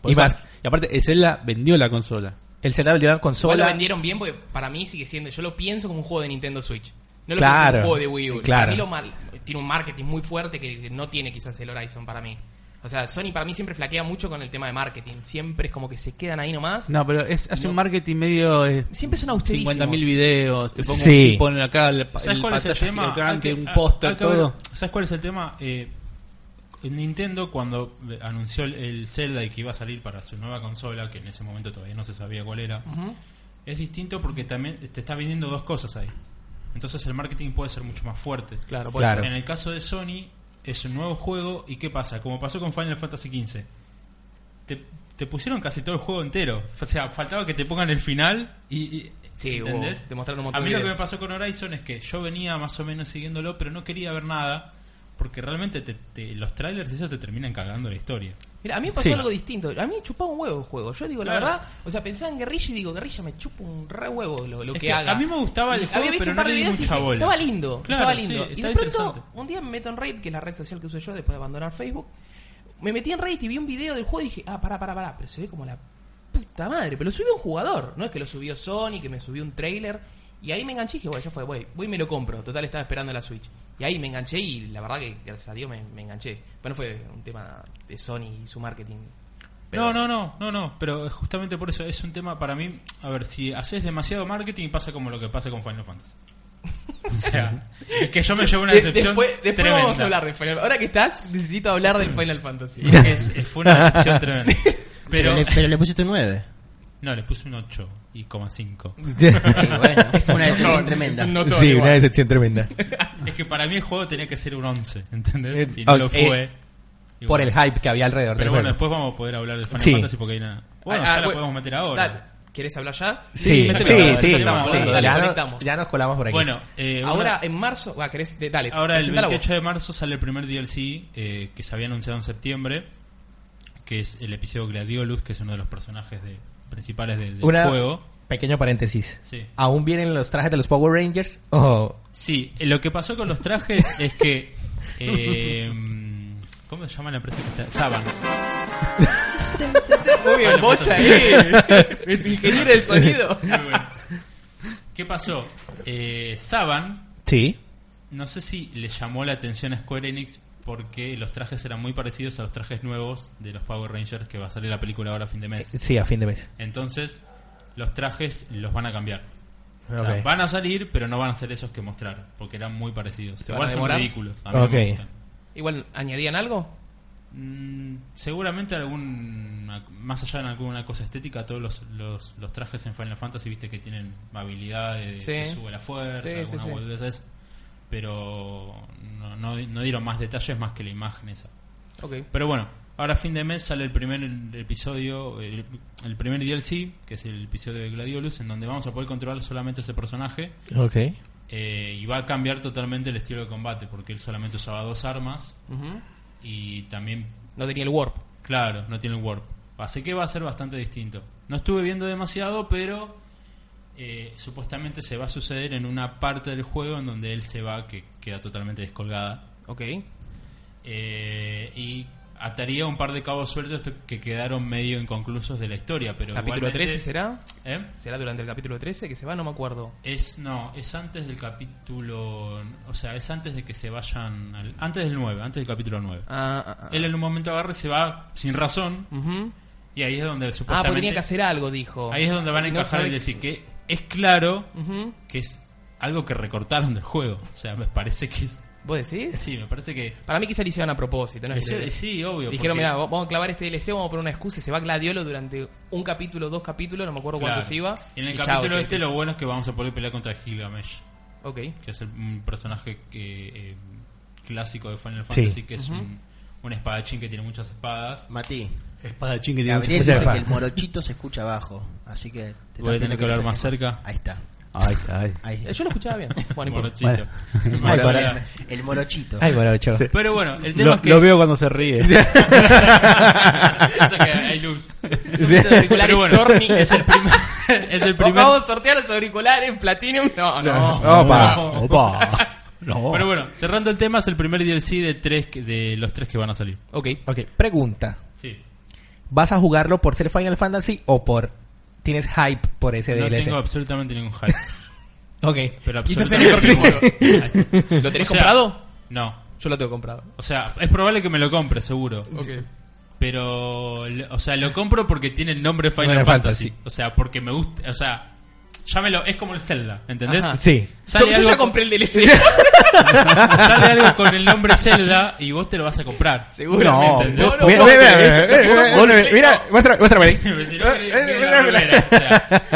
Speaker 5: Por
Speaker 2: y
Speaker 5: eso-
Speaker 2: más,
Speaker 5: y aparte, el Zelda vendió la consola.
Speaker 2: el Zelda vendió la
Speaker 1: Igual lo
Speaker 2: consola.
Speaker 1: vendieron bien porque para mí sigue siendo. Yo lo pienso como un juego de Nintendo Switch. No lo
Speaker 2: Claro,
Speaker 1: pienso como un juego de Wii U. Para
Speaker 2: claro.
Speaker 1: mí lo mal, tiene un marketing muy fuerte que no tiene quizás el Horizon para mí. O sea, Sony para mí siempre flaquea mucho con el tema de marketing. Siempre es como que se quedan ahí nomás.
Speaker 5: No, pero es, hace un marketing medio. eh,
Speaker 1: Siempre son austerísimos.
Speaker 5: 50.000 videos, te pongo
Speaker 2: Sí.
Speaker 5: un tipo en acá, el,
Speaker 4: ¿Sabes
Speaker 5: el
Speaker 4: cuál es el
Speaker 5: pantalla
Speaker 4: tema?
Speaker 5: gigante,
Speaker 4: Hay que-
Speaker 5: un
Speaker 4: hay- hay
Speaker 5: póster,
Speaker 4: que ver-
Speaker 5: todo.
Speaker 4: ¿Sabes cuál es el tema? Eh, Nintendo, cuando eh, anunció el- el Zelda y que iba a salir para su nueva consola, que en ese momento todavía no se sabía cuál era, es distinto porque también te está vendiendo dos cosas ahí. Entonces el marketing puede ser mucho más fuerte.
Speaker 1: Claro,
Speaker 2: puede Claro. ser.
Speaker 4: En el caso de Sony, es un nuevo juego y ¿qué pasa? Como pasó con Final Fantasy XV, te, te pusieron casi todo el juego entero. O sea, faltaba que te pongan el final y... y-
Speaker 1: Sí, hubo-
Speaker 4: ¿entendés?
Speaker 1: te mostraron un
Speaker 4: A
Speaker 1: montón
Speaker 4: mí
Speaker 1: de
Speaker 4: lo que me
Speaker 1: videos.
Speaker 4: pasó con Horizon es que yo venía más o menos siguiéndolo, pero no quería ver nada. Porque realmente te- te- los trailers esos te terminan cagando la historia.
Speaker 1: Mira, a mí me pasó
Speaker 2: Sí.
Speaker 1: algo distinto. A mí me chupaba un huevo el juego. Yo digo, la
Speaker 4: Claro.
Speaker 1: verdad, o sea, pensaba en guerrilla y digo, guerrilla me chupa un re huevo lo, lo
Speaker 4: Es
Speaker 1: que,
Speaker 4: que
Speaker 1: haga.
Speaker 4: a mí me gustaba el
Speaker 1: Y
Speaker 4: juego,
Speaker 1: había visto
Speaker 4: pero
Speaker 1: un par
Speaker 4: no
Speaker 1: de
Speaker 4: le di
Speaker 1: videos y
Speaker 4: mucha
Speaker 1: dije,
Speaker 4: bola.
Speaker 1: estaba lindo,
Speaker 4: Claro,
Speaker 1: estaba lindo.
Speaker 4: sí,
Speaker 1: y
Speaker 4: está
Speaker 1: de pronto,
Speaker 4: interesante.
Speaker 1: un día me meto en Reddit, que es la red social que uso yo después de abandonar Facebook. Me metí en Reddit y vi un video del juego y dije, ah, pará, pará, pará, pero se ve como la puta madre. Pero lo subió un jugador, no es que lo subió Sony, que me subió un trailer. Y ahí me enganché y dije, bueno, ya fue, voy, voy y me lo compro. Total, estaba esperando la Switch. Y ahí me enganché y la verdad que, gracias a Dios, me, me enganché. Pero no fue un tema de Sony y su marketing. Pero-
Speaker 4: No, no, no, no, no, pero justamente por eso es un tema para mí, a ver, si haces demasiado marketing pasa como lo que pasa con Final Fantasy. O sea, es que yo me llevo una
Speaker 1: De-
Speaker 4: decepción
Speaker 1: después después
Speaker 4: tremenda.
Speaker 1: vamos a hablar de Final Ahora que estás, necesito hablar del Final Fantasy.
Speaker 4: Es- es- fue una decepción tremenda. Pero
Speaker 3: Pero, le, pero le pusiste un 9.
Speaker 4: no, le puse un 8,5.
Speaker 3: bueno, es una decisión
Speaker 1: No,
Speaker 3: tremenda.
Speaker 1: es un notón
Speaker 2: sí,
Speaker 1: igual.
Speaker 2: una decepción tremenda.
Speaker 4: Es que para mí el juego tenía que ser un 11, ¿entendés?
Speaker 2: Eh,
Speaker 4: Y no lo
Speaker 2: ok.
Speaker 4: fue. Y
Speaker 2: Por
Speaker 4: bueno.
Speaker 2: el hype que había alrededor
Speaker 4: Pero
Speaker 2: del
Speaker 4: bueno,
Speaker 2: juego.
Speaker 4: después vamos a poder hablar de Final
Speaker 2: Sí.
Speaker 4: Fantasy porque hay nada. Bueno,
Speaker 1: Ah,
Speaker 4: ya
Speaker 1: ah,
Speaker 4: la
Speaker 1: bueno,
Speaker 4: podemos meter ahora.
Speaker 1: Dale. ¿Quieres hablar ya?
Speaker 2: Sí,
Speaker 4: Sí,
Speaker 2: sí,
Speaker 4: sí,
Speaker 2: sí,
Speaker 4: sí,
Speaker 2: sí,
Speaker 4: estamos hablando, dale,
Speaker 2: ya, no-
Speaker 1: conectamos.
Speaker 2: ya nos colamos por aquí.
Speaker 4: Bueno, eh, una-
Speaker 1: Ahora eh, en marzo, va, querés, de- dale.
Speaker 4: Ahora el
Speaker 1: presentala vos.
Speaker 4: 28 de marzo sale el primer DLC eh, que se había anunciado en septiembre, que es el episodio Gladiolus, que es uno de los personajes de- principales de- del
Speaker 2: Una-
Speaker 4: juego.
Speaker 2: Pequeño paréntesis.
Speaker 4: Sí.
Speaker 2: ¿Aún vienen los trajes de los Power Rangers? O
Speaker 4: Sí, eh, lo que pasó con los trajes es que... eh, ¿Cómo se llama la empresa que está? Saban.
Speaker 1: Muy
Speaker 4: Ah,
Speaker 1: bien, bocha ahí. Ingeniero del sonido.
Speaker 4: Muy bueno. ¿Qué pasó? Eh, Saban,
Speaker 2: Sí.
Speaker 4: no sé si le llamó la atención a Square Enix porque los trajes eran muy parecidos a los trajes nuevos de los Power Rangers que va a salir la película ahora a fin de mes.
Speaker 2: Sí, a fin de mes.
Speaker 4: Entonces, los trajes los van a cambiar. O sea,
Speaker 2: Ok.
Speaker 4: van a salir, pero no van a ser esos que mostraron, porque eran muy parecidos.
Speaker 1: ¿Se van
Speaker 4: Igual
Speaker 1: a
Speaker 4: son
Speaker 1: demorar?
Speaker 4: ridículos. A mí no
Speaker 2: Ok.
Speaker 4: me gustan.
Speaker 1: Igual, ¿añadían algo?
Speaker 4: Mm, seguramente algún más allá de alguna cosa estética, todos los, los, los trajes en Final Fantasy, viste que tienen habilidad de,
Speaker 1: Sí.
Speaker 4: que sube la fuerza,
Speaker 1: Sí, sí,
Speaker 4: alguna
Speaker 1: sí.
Speaker 4: boludez esa. pero no, no, no dieron más detalles más que la imagen esa.
Speaker 1: Ok.
Speaker 4: Pero bueno, ahora a fin de mes sale el primer episodio, el, el primer DLC, que es el episodio de Gladiolus, en donde vamos a poder controlar solamente ese personaje
Speaker 2: Ok.
Speaker 4: eh, y va a cambiar totalmente el estilo de combate, porque él solamente usaba dos armas
Speaker 1: Ujú.
Speaker 4: y también
Speaker 1: No tenía el warp.
Speaker 4: Claro, no tiene el warp. Así que va a ser bastante distinto. No estuve viendo demasiado, pero eh, supuestamente se va a suceder en una parte del juego en donde él se va, que queda totalmente descolgada.
Speaker 1: Ok.
Speaker 4: Eh, y ataría un par de cabos sueltos que quedaron medio inconclusos de la historia. Pero
Speaker 1: ¿Capítulo
Speaker 4: igualmente-
Speaker 1: 13 será?
Speaker 4: ¿Eh?
Speaker 1: ¿Será durante el capítulo 13 que se va? No me acuerdo.
Speaker 4: Es, no, es antes del capítulo... O sea, es antes de que se vayan... al- antes del 9, antes del capítulo 9.
Speaker 1: Ah, ah, ah.
Speaker 4: Él en un momento agarra y se va sin razón.
Speaker 1: Ujú.
Speaker 4: Y ahí es donde
Speaker 1: Ah,
Speaker 4: supuestamente...
Speaker 1: porque tenía que hacer algo, dijo.
Speaker 4: Ahí es donde van a
Speaker 1: Y no
Speaker 4: encajar
Speaker 1: sabe-
Speaker 4: el decir que es claro
Speaker 1: Ujú.
Speaker 4: que es algo que recortaron del juego. O sea, me parece que es-
Speaker 1: ¿Vos decís?
Speaker 4: sí, me parece que
Speaker 1: Para mí quizá le hicieron a propósito. No es que
Speaker 4: sí,
Speaker 1: le-
Speaker 4: sí, obvio.
Speaker 1: Dijeron,
Speaker 4: porque-
Speaker 1: mira, vamos a clavar este DLC, vamos a poner una excusa y se va Gladiolo durante un capítulo, dos capítulos, no me acuerdo
Speaker 4: claro.
Speaker 1: cuántos iba.
Speaker 4: En el
Speaker 1: y chao,
Speaker 4: capítulo
Speaker 1: te-
Speaker 4: este lo bueno es que vamos a poder pelear contra Gilgamesh,
Speaker 1: Ok, Eh,
Speaker 4: que es el- un personaje que, eh, clásico de Final Fantasy,
Speaker 2: Sí.
Speaker 4: que es un, un espadachín que tiene muchas espadas.
Speaker 3: Mati,
Speaker 5: Espadachín que tiene
Speaker 6: Gabriel
Speaker 5: mucha
Speaker 6: dice que
Speaker 5: fuerza.
Speaker 6: el morochito se escucha abajo, así que... te
Speaker 4: Voy a
Speaker 6: están
Speaker 4: tener
Speaker 6: pidiendo
Speaker 4: que hablar
Speaker 6: te
Speaker 4: más
Speaker 6: acerques
Speaker 4: cerca.
Speaker 6: Ahí está.
Speaker 5: Ay, ay.
Speaker 6: Ahí.
Speaker 1: Eh, yo lo escuchaba bien. Bueno, no importa.
Speaker 4: Morochito.
Speaker 5: Bueno.
Speaker 4: Bueno,
Speaker 6: Ahí
Speaker 4: bueno.
Speaker 6: está. el morochito.
Speaker 2: Ay, morocho.
Speaker 5: Sí.
Speaker 4: Pero bueno, el tema
Speaker 5: Lo,
Speaker 4: es que...
Speaker 5: lo veo cuando se ríe.
Speaker 4: O sea que hay luz.
Speaker 1: Son los auriculares
Speaker 4: Pero bueno,
Speaker 1: Zorni.
Speaker 4: es el primer... es el primer...
Speaker 1: Vamos a sortear los auriculares Platinum. No, no.
Speaker 5: Opa, opa. No.
Speaker 4: Pero bueno, cerrando el tema, es el primer DLC de tres que- de los tres que van a salir.
Speaker 1: Ok.
Speaker 2: Ok, pregunta.
Speaker 4: Sí.
Speaker 2: ¿Vas a jugarlo por ser Final Fantasy o por... Tienes hype por ese
Speaker 4: No
Speaker 2: DLC?
Speaker 4: tengo absolutamente ningún hype.
Speaker 2: Ok.
Speaker 4: Pero
Speaker 1: Quizás sea
Speaker 4: absolutamente
Speaker 1: mejor que
Speaker 4: ningún hype.
Speaker 1: ¿Lo tenés
Speaker 4: O sea,
Speaker 1: comprado?
Speaker 4: No.
Speaker 1: Yo lo tengo comprado.
Speaker 4: O sea, es probable que me lo compre, seguro.
Speaker 1: Ok.
Speaker 4: Pero, le- o sea, lo compro porque tiene el nombre Final,
Speaker 2: Final
Speaker 4: Fantasy.
Speaker 2: Fantasy.
Speaker 4: O sea, porque me gusta. O sea, llámelo. Es como el Zelda, ¿entendés?
Speaker 1: Ajá.
Speaker 2: Sí.
Speaker 1: Yo,
Speaker 4: Sale,
Speaker 1: yo
Speaker 4: algo
Speaker 1: ya
Speaker 4: con,
Speaker 1: compré el DLC.
Speaker 4: sale algo con el nombre Zelda y vos te lo vas a comprar.
Speaker 1: Seguramente.
Speaker 4: No,
Speaker 1: No, no,
Speaker 2: mira,
Speaker 1: vos tenés-
Speaker 2: mira, mira, mira,
Speaker 1: vos
Speaker 2: mira,
Speaker 1: sos
Speaker 2: mira,
Speaker 1: multiplayer.
Speaker 2: mira, muéstrame, muéstrame.
Speaker 4: Si no, querés-
Speaker 2: Eh,
Speaker 4: querés
Speaker 2: mira,
Speaker 4: la primera,
Speaker 2: mira.
Speaker 4: o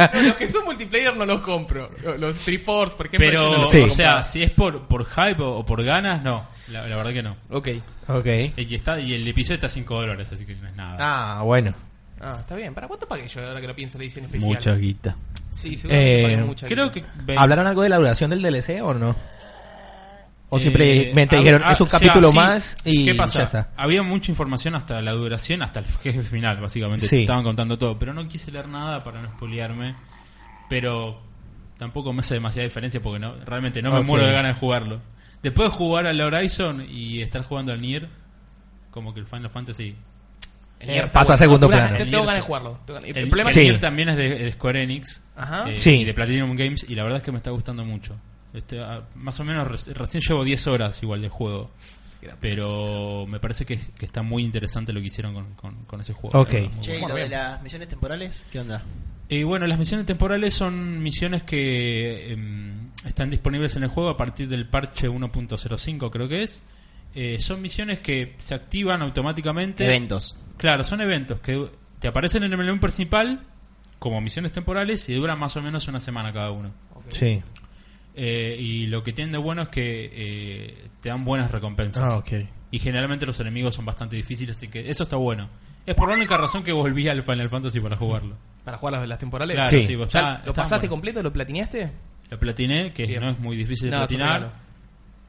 Speaker 4: sea.
Speaker 1: No, los que son multiplayer no los compro. Los, los Triforce, por ejemplo.
Speaker 4: Pero,
Speaker 1: no los
Speaker 2: Sí.
Speaker 1: puedo
Speaker 4: o sea,
Speaker 1: comprar.
Speaker 4: si es por, por hype o, o por ganas, no. La, la verdad que no.
Speaker 1: Ok.
Speaker 2: Ok.
Speaker 4: Y, está, y el episodio está a 5 dólares, así que no es nada.
Speaker 2: Ah, bueno.
Speaker 1: Ah, está bien. ¿Para cuánto pagué yo ahora que lo pienso? Le dicen especial.
Speaker 5: Mucha guita.
Speaker 1: Sí, seguramente
Speaker 2: Eh,
Speaker 1: pagué mucha
Speaker 4: Creo
Speaker 1: guita.
Speaker 4: que.
Speaker 2: ¿Hablaron algo de la duración del DLC o no? ¿O
Speaker 4: eh,
Speaker 2: simplemente
Speaker 4: hab-
Speaker 2: dijeron
Speaker 4: ah,
Speaker 2: es un
Speaker 4: o sea,
Speaker 2: capítulo
Speaker 4: sí.
Speaker 2: más y
Speaker 4: ¿Qué pasa?
Speaker 2: ya está?
Speaker 4: Había mucha información hasta la duración, hasta el jefe final, básicamente.
Speaker 2: Sí.
Speaker 4: Estaban contando todo, pero no quise leer nada para no spoilearme. Pero tampoco me hace demasiada diferencia porque no, realmente no me
Speaker 2: Ok.
Speaker 4: muero de ganas de jugarlo. Después de jugar al Horizon y estar jugando al Nier, como que el Final Fantasy Eh,
Speaker 1: Ayer está
Speaker 2: pasó a
Speaker 1: bueno.
Speaker 2: segundo
Speaker 1: Tengo
Speaker 2: plano.
Speaker 1: ganas- Tengo ganas de jugarlo. Tengo ganas- El,
Speaker 4: El
Speaker 1: problema
Speaker 4: problema
Speaker 1: es
Speaker 2: Sí.
Speaker 4: que también es de, de Square Enix
Speaker 1: Ajá.
Speaker 4: eh,
Speaker 2: Sí.
Speaker 4: y de Platinum Games y la verdad es que me está gustando mucho. Este, ah, más o menos reci- recién llevo 10 horas igual de juego. Pero me parece que, que está muy interesante lo que hicieron con, con- con ese juego.
Speaker 2: Ok.
Speaker 4: la verdad, muy
Speaker 6: Che, ¿y
Speaker 4: bueno.
Speaker 6: lo de las misiones temporales? ¿Qué onda?
Speaker 4: Y bueno, las misiones temporales son misiones que em, están disponibles en el juego a partir del parche 1.05 creo que es. Eh, son misiones que se activan automáticamente.
Speaker 6: Eventos.
Speaker 4: Claro, son eventos que te aparecen en el menú principal como misiones temporales y duran más o menos una semana cada uno.
Speaker 2: Sí.
Speaker 4: Eh, y lo que tienen de bueno es que eh, te dan buenas recompensas.
Speaker 2: Ah, ok.
Speaker 4: Y generalmente los enemigos son bastante difíciles, así que eso está bueno. Es por la única razón que volví al Final Fantasy para jugarlo.
Speaker 1: Para jugar las, las temporales.
Speaker 4: Claro,
Speaker 2: Sí.
Speaker 4: sí, vos
Speaker 1: ¿Ya
Speaker 4: está-
Speaker 1: ¿Lo
Speaker 4: estaban
Speaker 1: pasaste
Speaker 4: buenos.
Speaker 1: completo? ¿Lo platineaste?
Speaker 4: Lo platiné, que
Speaker 1: Bien.
Speaker 4: no es muy difícil de
Speaker 1: No, es un
Speaker 4: platinar.
Speaker 1: regalo.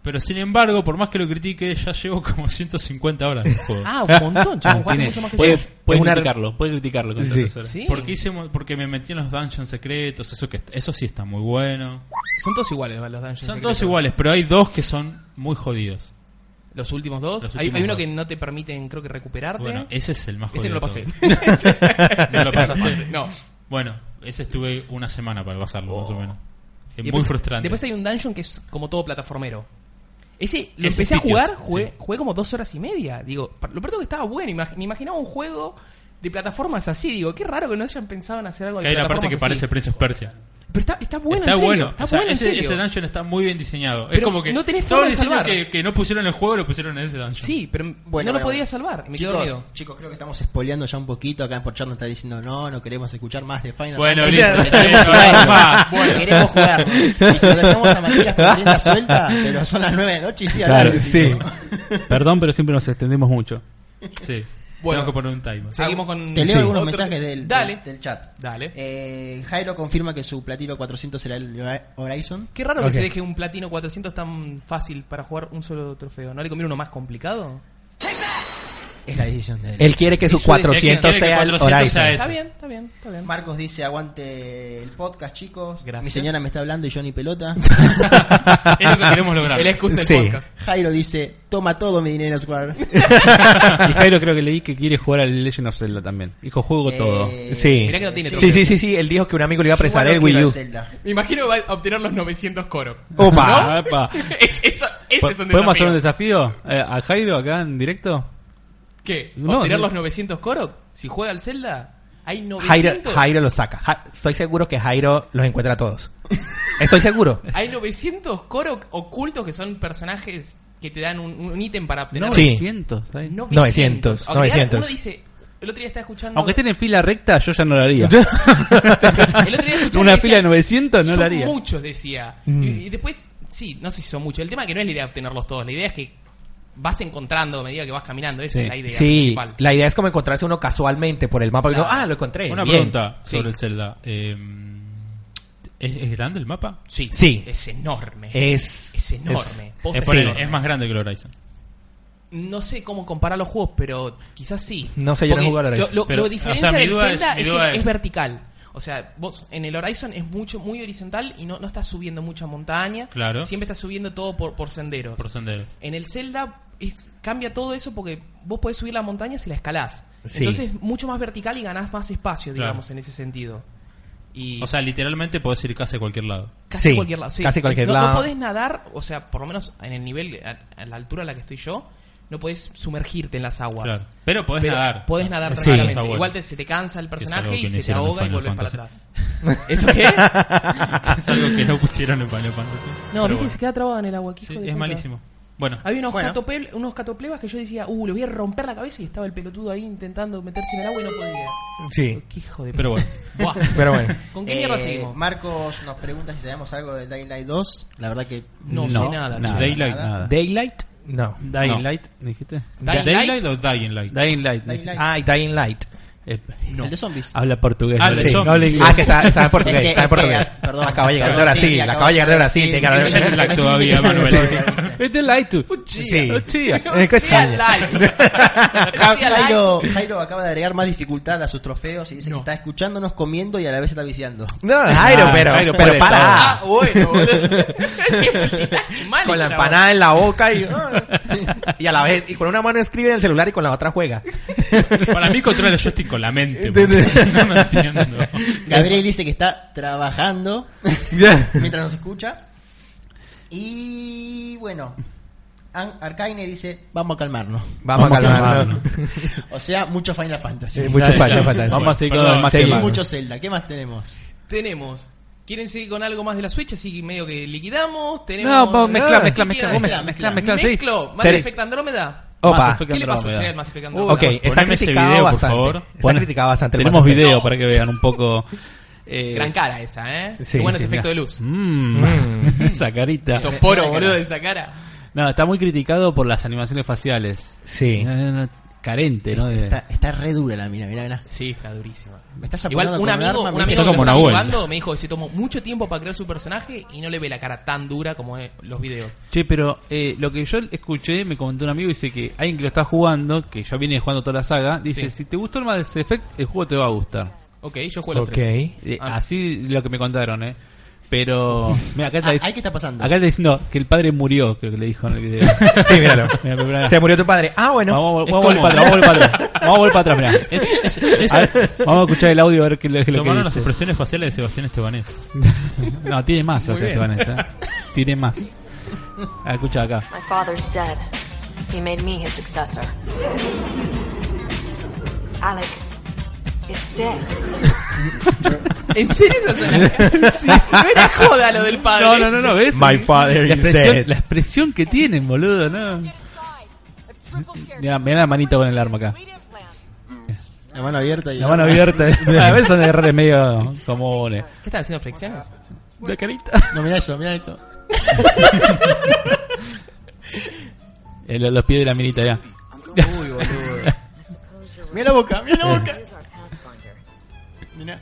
Speaker 4: Pero sin embargo, por más que lo critique, ya llevo como 150 horas de juego.
Speaker 1: Ah, un montón, chaval. Jugaste mucho más que
Speaker 5: Puedes,
Speaker 1: yo.
Speaker 5: puedes
Speaker 2: Es una-
Speaker 5: criticarlo, puedes criticarlo. con
Speaker 2: Sí.
Speaker 5: tantas horas.
Speaker 1: Sí.
Speaker 4: Porque hice mo- porque me metí en los dungeons secretos, eso que eso sí está muy bueno.
Speaker 1: Son todos iguales los Dungeons
Speaker 4: Son
Speaker 1: Secretos.
Speaker 4: todos iguales, pero hay dos que son muy jodidos.
Speaker 1: Los últimos dos.
Speaker 4: Los
Speaker 1: hay,
Speaker 4: últimos
Speaker 1: hay uno
Speaker 4: dos.
Speaker 1: que no te permiten, creo que, recuperarte.
Speaker 4: Bueno, ese es el más jodido.
Speaker 1: Ese no lo
Speaker 4: de
Speaker 1: pasé.
Speaker 4: todos. ¿No lo pasaste?
Speaker 1: no.
Speaker 4: Bueno, ese estuve una semana para pasarlo, más o menos. Es
Speaker 1: Oh. Y
Speaker 4: muy
Speaker 1: después-
Speaker 4: frustrante.
Speaker 1: Después hay un dungeon que es como todo plataformero. Ese lo
Speaker 4: Ese
Speaker 1: empecé a
Speaker 4: es
Speaker 1: jugar,
Speaker 4: Pitios,
Speaker 1: jugué,
Speaker 4: sí.
Speaker 1: jugué como dos horas y media. Digo, pa- lo pronto que estaba bueno. imag- me imaginaba un juego de plataformas así. Digo, qué raro que no hayan pensado en hacer algo
Speaker 4: Que
Speaker 1: de
Speaker 4: hay la parte que
Speaker 1: plataformas
Speaker 4: parece
Speaker 1: así.
Speaker 4: Prince of Persia.
Speaker 1: Pero está, está bueno,
Speaker 4: está
Speaker 1: en serio,
Speaker 4: bueno.
Speaker 1: Está
Speaker 4: O sea,
Speaker 1: bueno, en
Speaker 4: ese,
Speaker 1: serio.
Speaker 4: ese dungeon está muy bien diseñado. es
Speaker 1: Pero
Speaker 4: como que
Speaker 1: no tenés
Speaker 4: todo
Speaker 1: forma
Speaker 4: el
Speaker 1: de
Speaker 4: diseño
Speaker 1: salvar.
Speaker 4: que, que no pusieron en el juego lo pusieron en ese dungeon.
Speaker 1: Sí, pero no
Speaker 6: Bueno,
Speaker 1: lo
Speaker 6: bueno,
Speaker 1: podía
Speaker 6: bueno.
Speaker 1: salvar. y Me quedé
Speaker 6: Chicos,
Speaker 1: dormido.
Speaker 6: chicos, creo que estamos.
Speaker 3: Estamos spoileando ya un poquito. Acá por chat nos está diciendo, no, no queremos escuchar más de Final
Speaker 4: Bueno,
Speaker 3: Fantasy.
Speaker 4: listo. está bien, no hablamos más.
Speaker 6: Bueno,
Speaker 3: Queremos jugar. Y se lo dejamos a Matías con rienda suelta, pero son las 9 de la noche y sí,
Speaker 5: Claro,
Speaker 3: hablar.
Speaker 5: sí. Perdón, pero siempre nos extendemos mucho.
Speaker 4: Sí.
Speaker 1: Bueno.
Speaker 4: Tengo que poner un timer.
Speaker 1: Seguimos con.
Speaker 3: Te leo
Speaker 1: sí.
Speaker 3: algunos
Speaker 1: otro-
Speaker 3: mensajes del,
Speaker 1: Dale.
Speaker 3: del- del chat.
Speaker 1: Dale.
Speaker 3: Eh, Jairo confirma que su platino 400 será el Hora- Horizon.
Speaker 1: Qué raro
Speaker 2: Ok.
Speaker 1: que se deje un platino 400 tan fácil para jugar un solo trofeo. ¿No le conviene uno más complicado?
Speaker 3: Es la decisión de él.
Speaker 2: Él quiere que su
Speaker 1: Eso decía,
Speaker 2: 400
Speaker 4: quiere que
Speaker 2: sea el
Speaker 4: 400 sea
Speaker 2: Horizon.
Speaker 4: Eso.
Speaker 1: Está bien, está bien, está bien.
Speaker 3: Marcos dice, aguante el podcast, chicos.
Speaker 1: Gracias.
Speaker 3: Mi señora me está hablando y yo ni pelota.
Speaker 4: Es lo que queremos lograr.
Speaker 1: El excusa del
Speaker 2: Sí.
Speaker 1: podcast.
Speaker 3: Jairo dice, toma todo mi dinero, Square.
Speaker 5: Y Jairo creo que leí que quiere jugar al Legend of Zelda también. Dijo, juego todo.
Speaker 4: este.
Speaker 2: Sí.
Speaker 1: Mirá que Eh, no tiene
Speaker 2: Sí,
Speaker 1: trofeo.
Speaker 2: sí, sí, sí. Él dijo que un amigo le iba a prestar el Wii U.
Speaker 1: Me imagino que va a obtener los 900 coros.
Speaker 2: Opa.
Speaker 5: Ah, epa.
Speaker 1: Es- eso- ese es un
Speaker 5: ¿Podemos hacer un
Speaker 1: desafío.
Speaker 5: desafío Eh, a Jairo acá en directo?
Speaker 1: ¿Qué?
Speaker 5: No,
Speaker 1: ¿Obtener
Speaker 5: no.
Speaker 1: los 900 coros? Si juega al Zelda, hay
Speaker 2: Jairo,
Speaker 1: 900.
Speaker 2: Jairo los saca. Ja- estoy seguro que Jairo los encuentra a todos. Estoy seguro.
Speaker 1: Hay 900 coros ocultos que son personajes que te dan un, un ítem para obtener.
Speaker 5: No,
Speaker 2: Sí.
Speaker 5: 900, ¿sabes?
Speaker 2: 900,
Speaker 1: Aunque
Speaker 2: 900.
Speaker 1: Uno dice, el otro día estaba escuchando.
Speaker 5: Aunque estén en fila recta, yo ya no lo haría.
Speaker 1: El otro día escuché
Speaker 5: Una
Speaker 1: que
Speaker 5: fila de
Speaker 1: decían,
Speaker 5: 900 no
Speaker 1: son
Speaker 5: lo haría. Mm.
Speaker 1: muchos, decía. Y, y después, sí, no sé si son muchos. El tema es que no es la idea de obtenerlos todos. La idea es que vas encontrando a medida que vas caminando. Esa
Speaker 5: Sí.
Speaker 1: es la idea
Speaker 2: Sí,
Speaker 1: principal.
Speaker 2: la idea es como encontrarse uno casualmente por el mapa. Y
Speaker 1: Claro.
Speaker 2: digo, ah, lo encontré.
Speaker 4: Una
Speaker 2: bien.
Speaker 4: pregunta
Speaker 1: Sí.
Speaker 4: sobre el Zelda. Eh, ¿es, es grande el mapa?
Speaker 1: Sí,
Speaker 2: Sí.
Speaker 1: Es enorme.
Speaker 5: Eh,
Speaker 2: Es,
Speaker 1: es enorme. Posta
Speaker 4: Eh,
Speaker 1: es
Speaker 4: ponele,
Speaker 1: enorme.
Speaker 4: es más grande que el Horizon.
Speaker 1: No sé cómo comparar los juegos, pero quizás sí.
Speaker 2: No sé, yo no
Speaker 1: Porque
Speaker 2: he jugado al Horizon.
Speaker 1: Lo, lo-
Speaker 4: Pero,
Speaker 1: lo diferencia
Speaker 4: o sea, mi
Speaker 1: del
Speaker 4: duda es-
Speaker 1: Zelda
Speaker 4: mi
Speaker 1: es, que
Speaker 4: duda
Speaker 1: es...
Speaker 4: es-
Speaker 1: vertical. O sea, vos en el Horizon es mucho muy horizontal y no, no estás subiendo mucha montaña.
Speaker 4: Claro.
Speaker 1: Siempre estás subiendo todo por, por senderos.
Speaker 4: Por sendero.
Speaker 1: En el Zelda es- cambia todo eso porque vos podés subir la montaña si la escalás.
Speaker 2: Sí.
Speaker 1: Entonces es mucho más vertical y ganás más espacio,
Speaker 4: Claro.
Speaker 1: digamos, en ese sentido. Y
Speaker 4: O sea, literalmente podés ir casi a cualquier lado.
Speaker 1: casi
Speaker 2: Sí,
Speaker 1: cualquier lado. sí.
Speaker 2: casi cualquier
Speaker 1: no,
Speaker 2: lado.
Speaker 1: No podés nadar, o sea, por lo menos en el nivel, a, a la altura a la que estoy yo, no podés sumergirte en las aguas.
Speaker 4: Claro. Pero podés
Speaker 1: Pero
Speaker 4: nadar.
Speaker 1: Podés nadar
Speaker 4: Eso
Speaker 1: tranquilamente.
Speaker 4: está bueno.
Speaker 1: Igual te- se te cansa el
Speaker 4: es algo
Speaker 1: personaje
Speaker 4: que
Speaker 1: y
Speaker 4: no
Speaker 1: se te
Speaker 4: hicieron en
Speaker 1: ahoga y
Speaker 4: Final
Speaker 1: volvés para atrás.
Speaker 4: Fantasy.
Speaker 1: ¿Eso qué?
Speaker 4: Es algo que no pusieron en Final Fantasy.
Speaker 1: No,
Speaker 4: Pero
Speaker 1: viste,
Speaker 4: bueno.
Speaker 1: se queda trabado en el agua. qué
Speaker 4: Sí,
Speaker 1: hijo de
Speaker 4: es
Speaker 1: puta.
Speaker 4: malísimo. Bueno,
Speaker 1: Había unos,
Speaker 6: Bueno.
Speaker 1: catope- unos catoplebas que yo decía, uh, le voy a romper la cabeza y estaba el pelotudo ahí intentando meterse en el agua y no podía.
Speaker 2: Sí.
Speaker 1: Qué hijo de
Speaker 4: pero bueno.
Speaker 1: Buah.
Speaker 2: Pero bueno.
Speaker 1: ¿Con qué mierda
Speaker 3: Eh,
Speaker 1: seguimos?
Speaker 3: Marcos nos pregunta si sabemos algo del Daylight 2. La verdad que
Speaker 1: No, sé nada.
Speaker 5: nada.
Speaker 1: chico.
Speaker 4: Daylight,
Speaker 5: nada.
Speaker 2: Daylight? No.
Speaker 5: Dying Light, dijiste.
Speaker 1: Dying
Speaker 4: ¿Daylight
Speaker 1: Light.
Speaker 4: o Dying Light?
Speaker 5: Dying Light.
Speaker 3: Dying Light.
Speaker 2: Ah, y Dying Light.
Speaker 5: Eh,
Speaker 3: el de zombies.
Speaker 5: Habla portugués.
Speaker 4: Ah,
Speaker 5: no
Speaker 4: el
Speaker 5: le-
Speaker 4: de
Speaker 5: no
Speaker 4: zombies.
Speaker 5: habla inglés.
Speaker 2: Ah, que está, está en portugués.
Speaker 3: Es que-
Speaker 2: Está en
Speaker 3: es que-
Speaker 2: portugués.
Speaker 3: ah, perdón.
Speaker 2: acaba de llegar de
Speaker 3: Perdón,
Speaker 2: Brasil.
Speaker 3: sí, sí,
Speaker 2: acaba de llegar de Brasil. Tiene que
Speaker 4: Tiene
Speaker 2: hablar
Speaker 4: jet lag todavía, Manuel.
Speaker 5: Este Es de Light. tú.
Speaker 1: Uchía.
Speaker 2: Sí.
Speaker 4: Oh,
Speaker 5: Uchía.
Speaker 2: Eh, cochina.
Speaker 3: Ja-
Speaker 1: Decía like.
Speaker 3: Jairo, Jairo acaba de agregar más dificultad a sus trofeos y dice que está escuchándonos, comiendo y a la vez está viciando.
Speaker 2: No, Jairo,
Speaker 5: Ah,
Speaker 2: pero,
Speaker 5: Jairo
Speaker 2: pero
Speaker 5: puede
Speaker 2: para.
Speaker 1: Ah, bueno, boludo. Qué mal,
Speaker 2: Con la
Speaker 1: chabón.
Speaker 2: empanada en la boca y, y a la vez, y con una mano escribe en el celular y con la otra juega.
Speaker 4: Para mí controla el joystick con la
Speaker 1: Eh,
Speaker 4: mente. boludo. No entiendo.
Speaker 3: Gabriel dice que está trabajando mientras nos escucha. Y bueno, An- Arcaine dice, vamos a calmarnos.
Speaker 2: Vamos, a calmarnos.
Speaker 3: O sea, mucho Final Fantasy.
Speaker 2: Sí, mucho
Speaker 5: Dale,
Speaker 2: falta,
Speaker 5: ya.
Speaker 2: falta.
Speaker 5: Vamos a seguir con
Speaker 4: Perdón,
Speaker 5: el
Speaker 3: Y
Speaker 5: más que
Speaker 2: seguimos.
Speaker 5: más.
Speaker 3: mucho Zelda. ¿Qué más tenemos?
Speaker 1: Tenemos. ¿Quieren seguir con algo más de la Switch? Así medio que liquidamos. Tenemos...
Speaker 5: No, vos mezcla,
Speaker 2: Ah,
Speaker 5: mezcla,
Speaker 1: ¿Qué
Speaker 5: mezcla,
Speaker 1: quieren
Speaker 5: vos
Speaker 1: hacer?
Speaker 5: mezcla, mezcla, mezcla, sí.
Speaker 1: Mezclo. Mass
Speaker 2: Seri-
Speaker 1: Effect Andrómeda.
Speaker 2: Opa.
Speaker 5: Effect
Speaker 1: ¿Qué le pasó,
Speaker 5: Andrómeda.
Speaker 1: che, al Mass Effect Andrómeda?
Speaker 2: Ok, está
Speaker 4: Poneme ese
Speaker 2: criticado
Speaker 4: video, por
Speaker 2: bastante.
Speaker 4: favor.
Speaker 2: Está
Speaker 5: Bueno,
Speaker 2: criticado bastante. el
Speaker 5: Tenemos
Speaker 2: Mass Effect.
Speaker 5: video para que vean un poco. eh,
Speaker 1: Gran cara esa, ¿eh?
Speaker 2: Sí,
Speaker 1: Qué bueno
Speaker 2: sí,
Speaker 1: ese efecto de luz.
Speaker 5: Mm, esa carita.
Speaker 1: Esos poros, boludo, de esa cara.
Speaker 5: No, está muy criticado por las animaciones faciales.
Speaker 2: Sí.
Speaker 5: No, no, no, carente, ¿no? De-
Speaker 3: Está, está re dura la mina, mirá, mirá.
Speaker 1: Sí, está durísima.
Speaker 3: Me estás
Speaker 1: Igual
Speaker 3: apuntando
Speaker 1: un
Speaker 3: con
Speaker 1: amigo,
Speaker 3: arma,
Speaker 1: un
Speaker 3: me
Speaker 1: amigo
Speaker 3: estás-
Speaker 1: que
Speaker 5: como
Speaker 1: lo está
Speaker 5: Nahuel.
Speaker 1: jugando me dijo que se tomó mucho tiempo para crear su personaje y no le ve la cara tan dura como en los videos.
Speaker 5: Che, pero eh, lo que yo escuché, me comentó un amigo, dice que alguien que lo está jugando, que ya viene jugando toda la saga,
Speaker 1: Sí.
Speaker 5: dice, si te gustó el Mass Effect, el juego te va a gustar.
Speaker 1: Ok, yo juego a los
Speaker 2: Ok.
Speaker 1: tres.
Speaker 5: Eh,
Speaker 1: Ah.
Speaker 5: Así lo que me contaron, ¿eh? Pero... Mira, acá está,
Speaker 3: Ah, ahí qué está pasando.
Speaker 5: acá está diciendo que el padre murió, creo que le dijo en el video.
Speaker 2: Sí, míralo.
Speaker 5: Mirá, mirá, mirá.
Speaker 2: Se murió tu padre. Ah, bueno.
Speaker 5: Vamos,
Speaker 4: es
Speaker 5: vamos a volver
Speaker 4: como-
Speaker 5: para atrás, vamos a volver para atrás. Vamos a volver para atrás, mirá.
Speaker 4: Es- es- es-
Speaker 5: A ver, vamos a escuchar el audio a ver qué es lo que
Speaker 4: Tomaron las
Speaker 5: dice.
Speaker 4: expresiones faciales de Sebastián Estebanés.
Speaker 5: No, tiene más,
Speaker 1: Muy
Speaker 5: Sebastián
Speaker 1: bien.
Speaker 5: Estebanés, ¿eh? Tiene más. Ah, escucha acá.
Speaker 7: My father's dead. He made me his successor.
Speaker 8: Alec is dead.
Speaker 1: ¿En serio Satanás? Sí, no era joda lo del padre.
Speaker 5: No, no, no, no, ¿ves?
Speaker 2: My father
Speaker 5: la
Speaker 2: is
Speaker 5: expresión,
Speaker 2: dead.
Speaker 5: La expresión que tienen, boludo, ¿no? Mira, mira la manita con el arma acá.
Speaker 3: La mano abierta y
Speaker 5: La mano abierta. A veces son errores medio comunes.
Speaker 1: ¿Qué están haciendo flexiones?
Speaker 5: La carita.
Speaker 3: No, mirá eso, mirá eso.
Speaker 5: Eh, lo- los pies de la minita ya.
Speaker 3: Uy, boludo. Mirá la boca, mirá la boca. Mirá.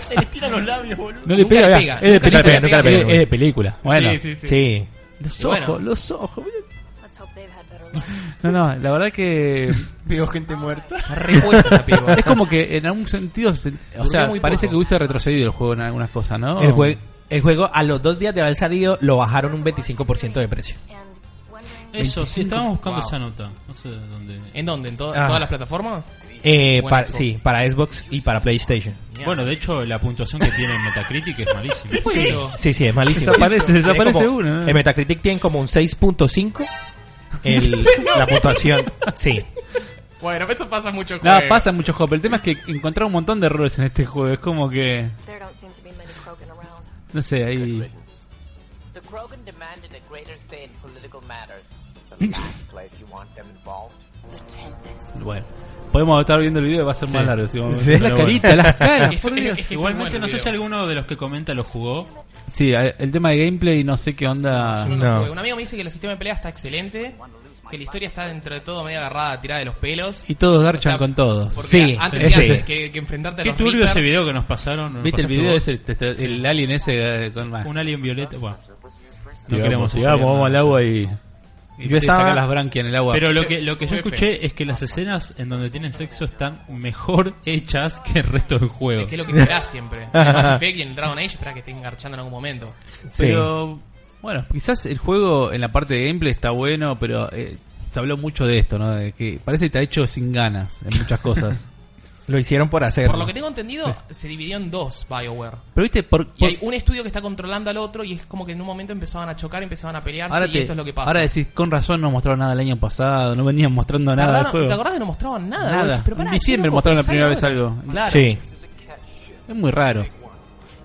Speaker 3: Se le tiran los labios, boludo.
Speaker 5: No le
Speaker 1: Nunca
Speaker 5: pega,
Speaker 1: le
Speaker 5: ya.
Speaker 1: pega,
Speaker 5: Es de
Speaker 1: nunca le
Speaker 5: película.
Speaker 1: pega, nunca le
Speaker 5: es-
Speaker 2: pega.
Speaker 5: es de película. Bueno,
Speaker 1: sí, sí.
Speaker 2: Sí.
Speaker 5: los
Speaker 1: Y
Speaker 5: ojos,
Speaker 1: bueno.
Speaker 5: los ojos. mirá.
Speaker 7: Let's hope they've had better luck.
Speaker 5: No, no, la verdad que
Speaker 3: Veo gente muerta.
Speaker 1: Repuesta la piba.
Speaker 5: es como que en algún sentido, se- o
Speaker 1: Durmió
Speaker 5: sea,
Speaker 1: muy
Speaker 5: parece
Speaker 1: poco.
Speaker 5: que hubiese retrocedido el juego en algunas cosas, ¿no?
Speaker 2: El, jue- el juego a los dos días de haber salido lo bajaron un 25% de precio.
Speaker 7: And wondering
Speaker 4: Eso, sí, estábamos buscando
Speaker 1: Wow.
Speaker 4: esa nota. No sé dónde.
Speaker 1: ¿En dónde? ¿En to-
Speaker 2: Ah.
Speaker 1: todas las plataformas?
Speaker 2: Eh,
Speaker 1: Buena
Speaker 2: para-
Speaker 1: Xbox.
Speaker 2: sí, para Xbox y para PlayStation.
Speaker 4: Bueno, de hecho, la puntuación que tiene en Metacritic es malísima.
Speaker 1: Sí.
Speaker 2: Sí, sí, es malísimo.
Speaker 5: Desaparece,
Speaker 2: Tiene
Speaker 5: desaparece
Speaker 2: como-
Speaker 5: uno, ¿eh?
Speaker 2: El Metacritic tiene como un 6.5. el- La puntuación, sí.
Speaker 1: Bueno, eso pasa mucho con.
Speaker 5: Nada, pasa en muchos juegos. pero El tema es que encontrar un montón de errores en este juego. Es como que,
Speaker 7: there don't seem to be many croaking around.
Speaker 5: no sé, ahí.
Speaker 8: The Krogan demanded a greater say in political matters. The last place you want them involved.
Speaker 5: Bueno, podemos estar viendo el video, va a ser
Speaker 4: Sí.
Speaker 5: más largo. si vamos-
Speaker 2: Sí, es la
Speaker 5: pero bueno.
Speaker 2: carita, las caras.
Speaker 1: Es-
Speaker 5: por
Speaker 1: es-
Speaker 5: Dios.
Speaker 1: es Ah, que
Speaker 4: Igualmente,
Speaker 1: bueno,
Speaker 4: no sé
Speaker 1: el
Speaker 4: si
Speaker 1: video.
Speaker 4: alguno de los que comenta lo jugó.
Speaker 5: Sí, a- el tema de gameplay, no sé qué onda.
Speaker 1: Yo no lo
Speaker 2: No.
Speaker 1: jugué. Un amigo me dice que el sistema de pelea está excelente. Que la historia está dentro de todo medio agarrada, tirada de los pelos.
Speaker 5: Y todos garchan
Speaker 1: marchan
Speaker 5: con todos.
Speaker 2: Sí,
Speaker 1: antes
Speaker 2: sí,
Speaker 1: que
Speaker 2: ese.
Speaker 1: haces que, que enfrentarte a
Speaker 4: Qué
Speaker 1: los
Speaker 4: turbio ese
Speaker 1: Reapers.
Speaker 4: video que nos pasaron. ¿Nos
Speaker 5: ¿Viste el
Speaker 4: pasaste
Speaker 5: video
Speaker 4: vos?
Speaker 5: ese, te- te- el alien ese eh, con más?
Speaker 4: Un alien violeta. Bueno, no
Speaker 5: Digamos,
Speaker 4: queremos
Speaker 5: digamos,
Speaker 4: historia,
Speaker 5: vamos
Speaker 4: ¿no?
Speaker 5: al agua y. y
Speaker 2: Yo
Speaker 5: te saca
Speaker 2: estaba-
Speaker 5: las branquias en el agua.
Speaker 4: Pero lo
Speaker 1: Se-
Speaker 4: que, lo que yo
Speaker 1: se ve
Speaker 4: escuché es que las escenas en donde tienen sexo están mejor hechas que el resto del juego.
Speaker 1: Es que es lo que esperás siempre. En Mass Effect y en Dragon Age esperás que esté engarchando en algún momento.
Speaker 2: Sí.
Speaker 5: Pero bueno, quizás el juego en la parte de gameplay está bueno, pero eh, se habló mucho de esto, ¿no? De que parece que está hecho sin ganas en muchas cosas.
Speaker 2: Lo hicieron por hacer.
Speaker 1: Por lo que tengo entendido, se dividió en dos BioWare.
Speaker 5: pero viste, por,
Speaker 1: Y
Speaker 5: por-
Speaker 1: hay un estudio que está controlando al otro y es como que en un momento empezaban a chocar, empezaban a pelearse
Speaker 5: ahora,
Speaker 1: y
Speaker 5: te-
Speaker 1: esto es lo que pasa.
Speaker 5: ahora decís, con razón no mostraron nada el año pasado, no venían mostrando nada del
Speaker 1: Tardaron-
Speaker 5: juego.
Speaker 1: ¿Te acordás que no mostraban nada?
Speaker 5: Nada.
Speaker 1: Vos decís, pero pará,
Speaker 5: En diciembre
Speaker 1: qué loco,
Speaker 5: mostraron la
Speaker 1: pensá
Speaker 5: primera vez
Speaker 1: ahora.
Speaker 5: algo.
Speaker 1: Claro.
Speaker 2: Sí.
Speaker 5: Es muy raro.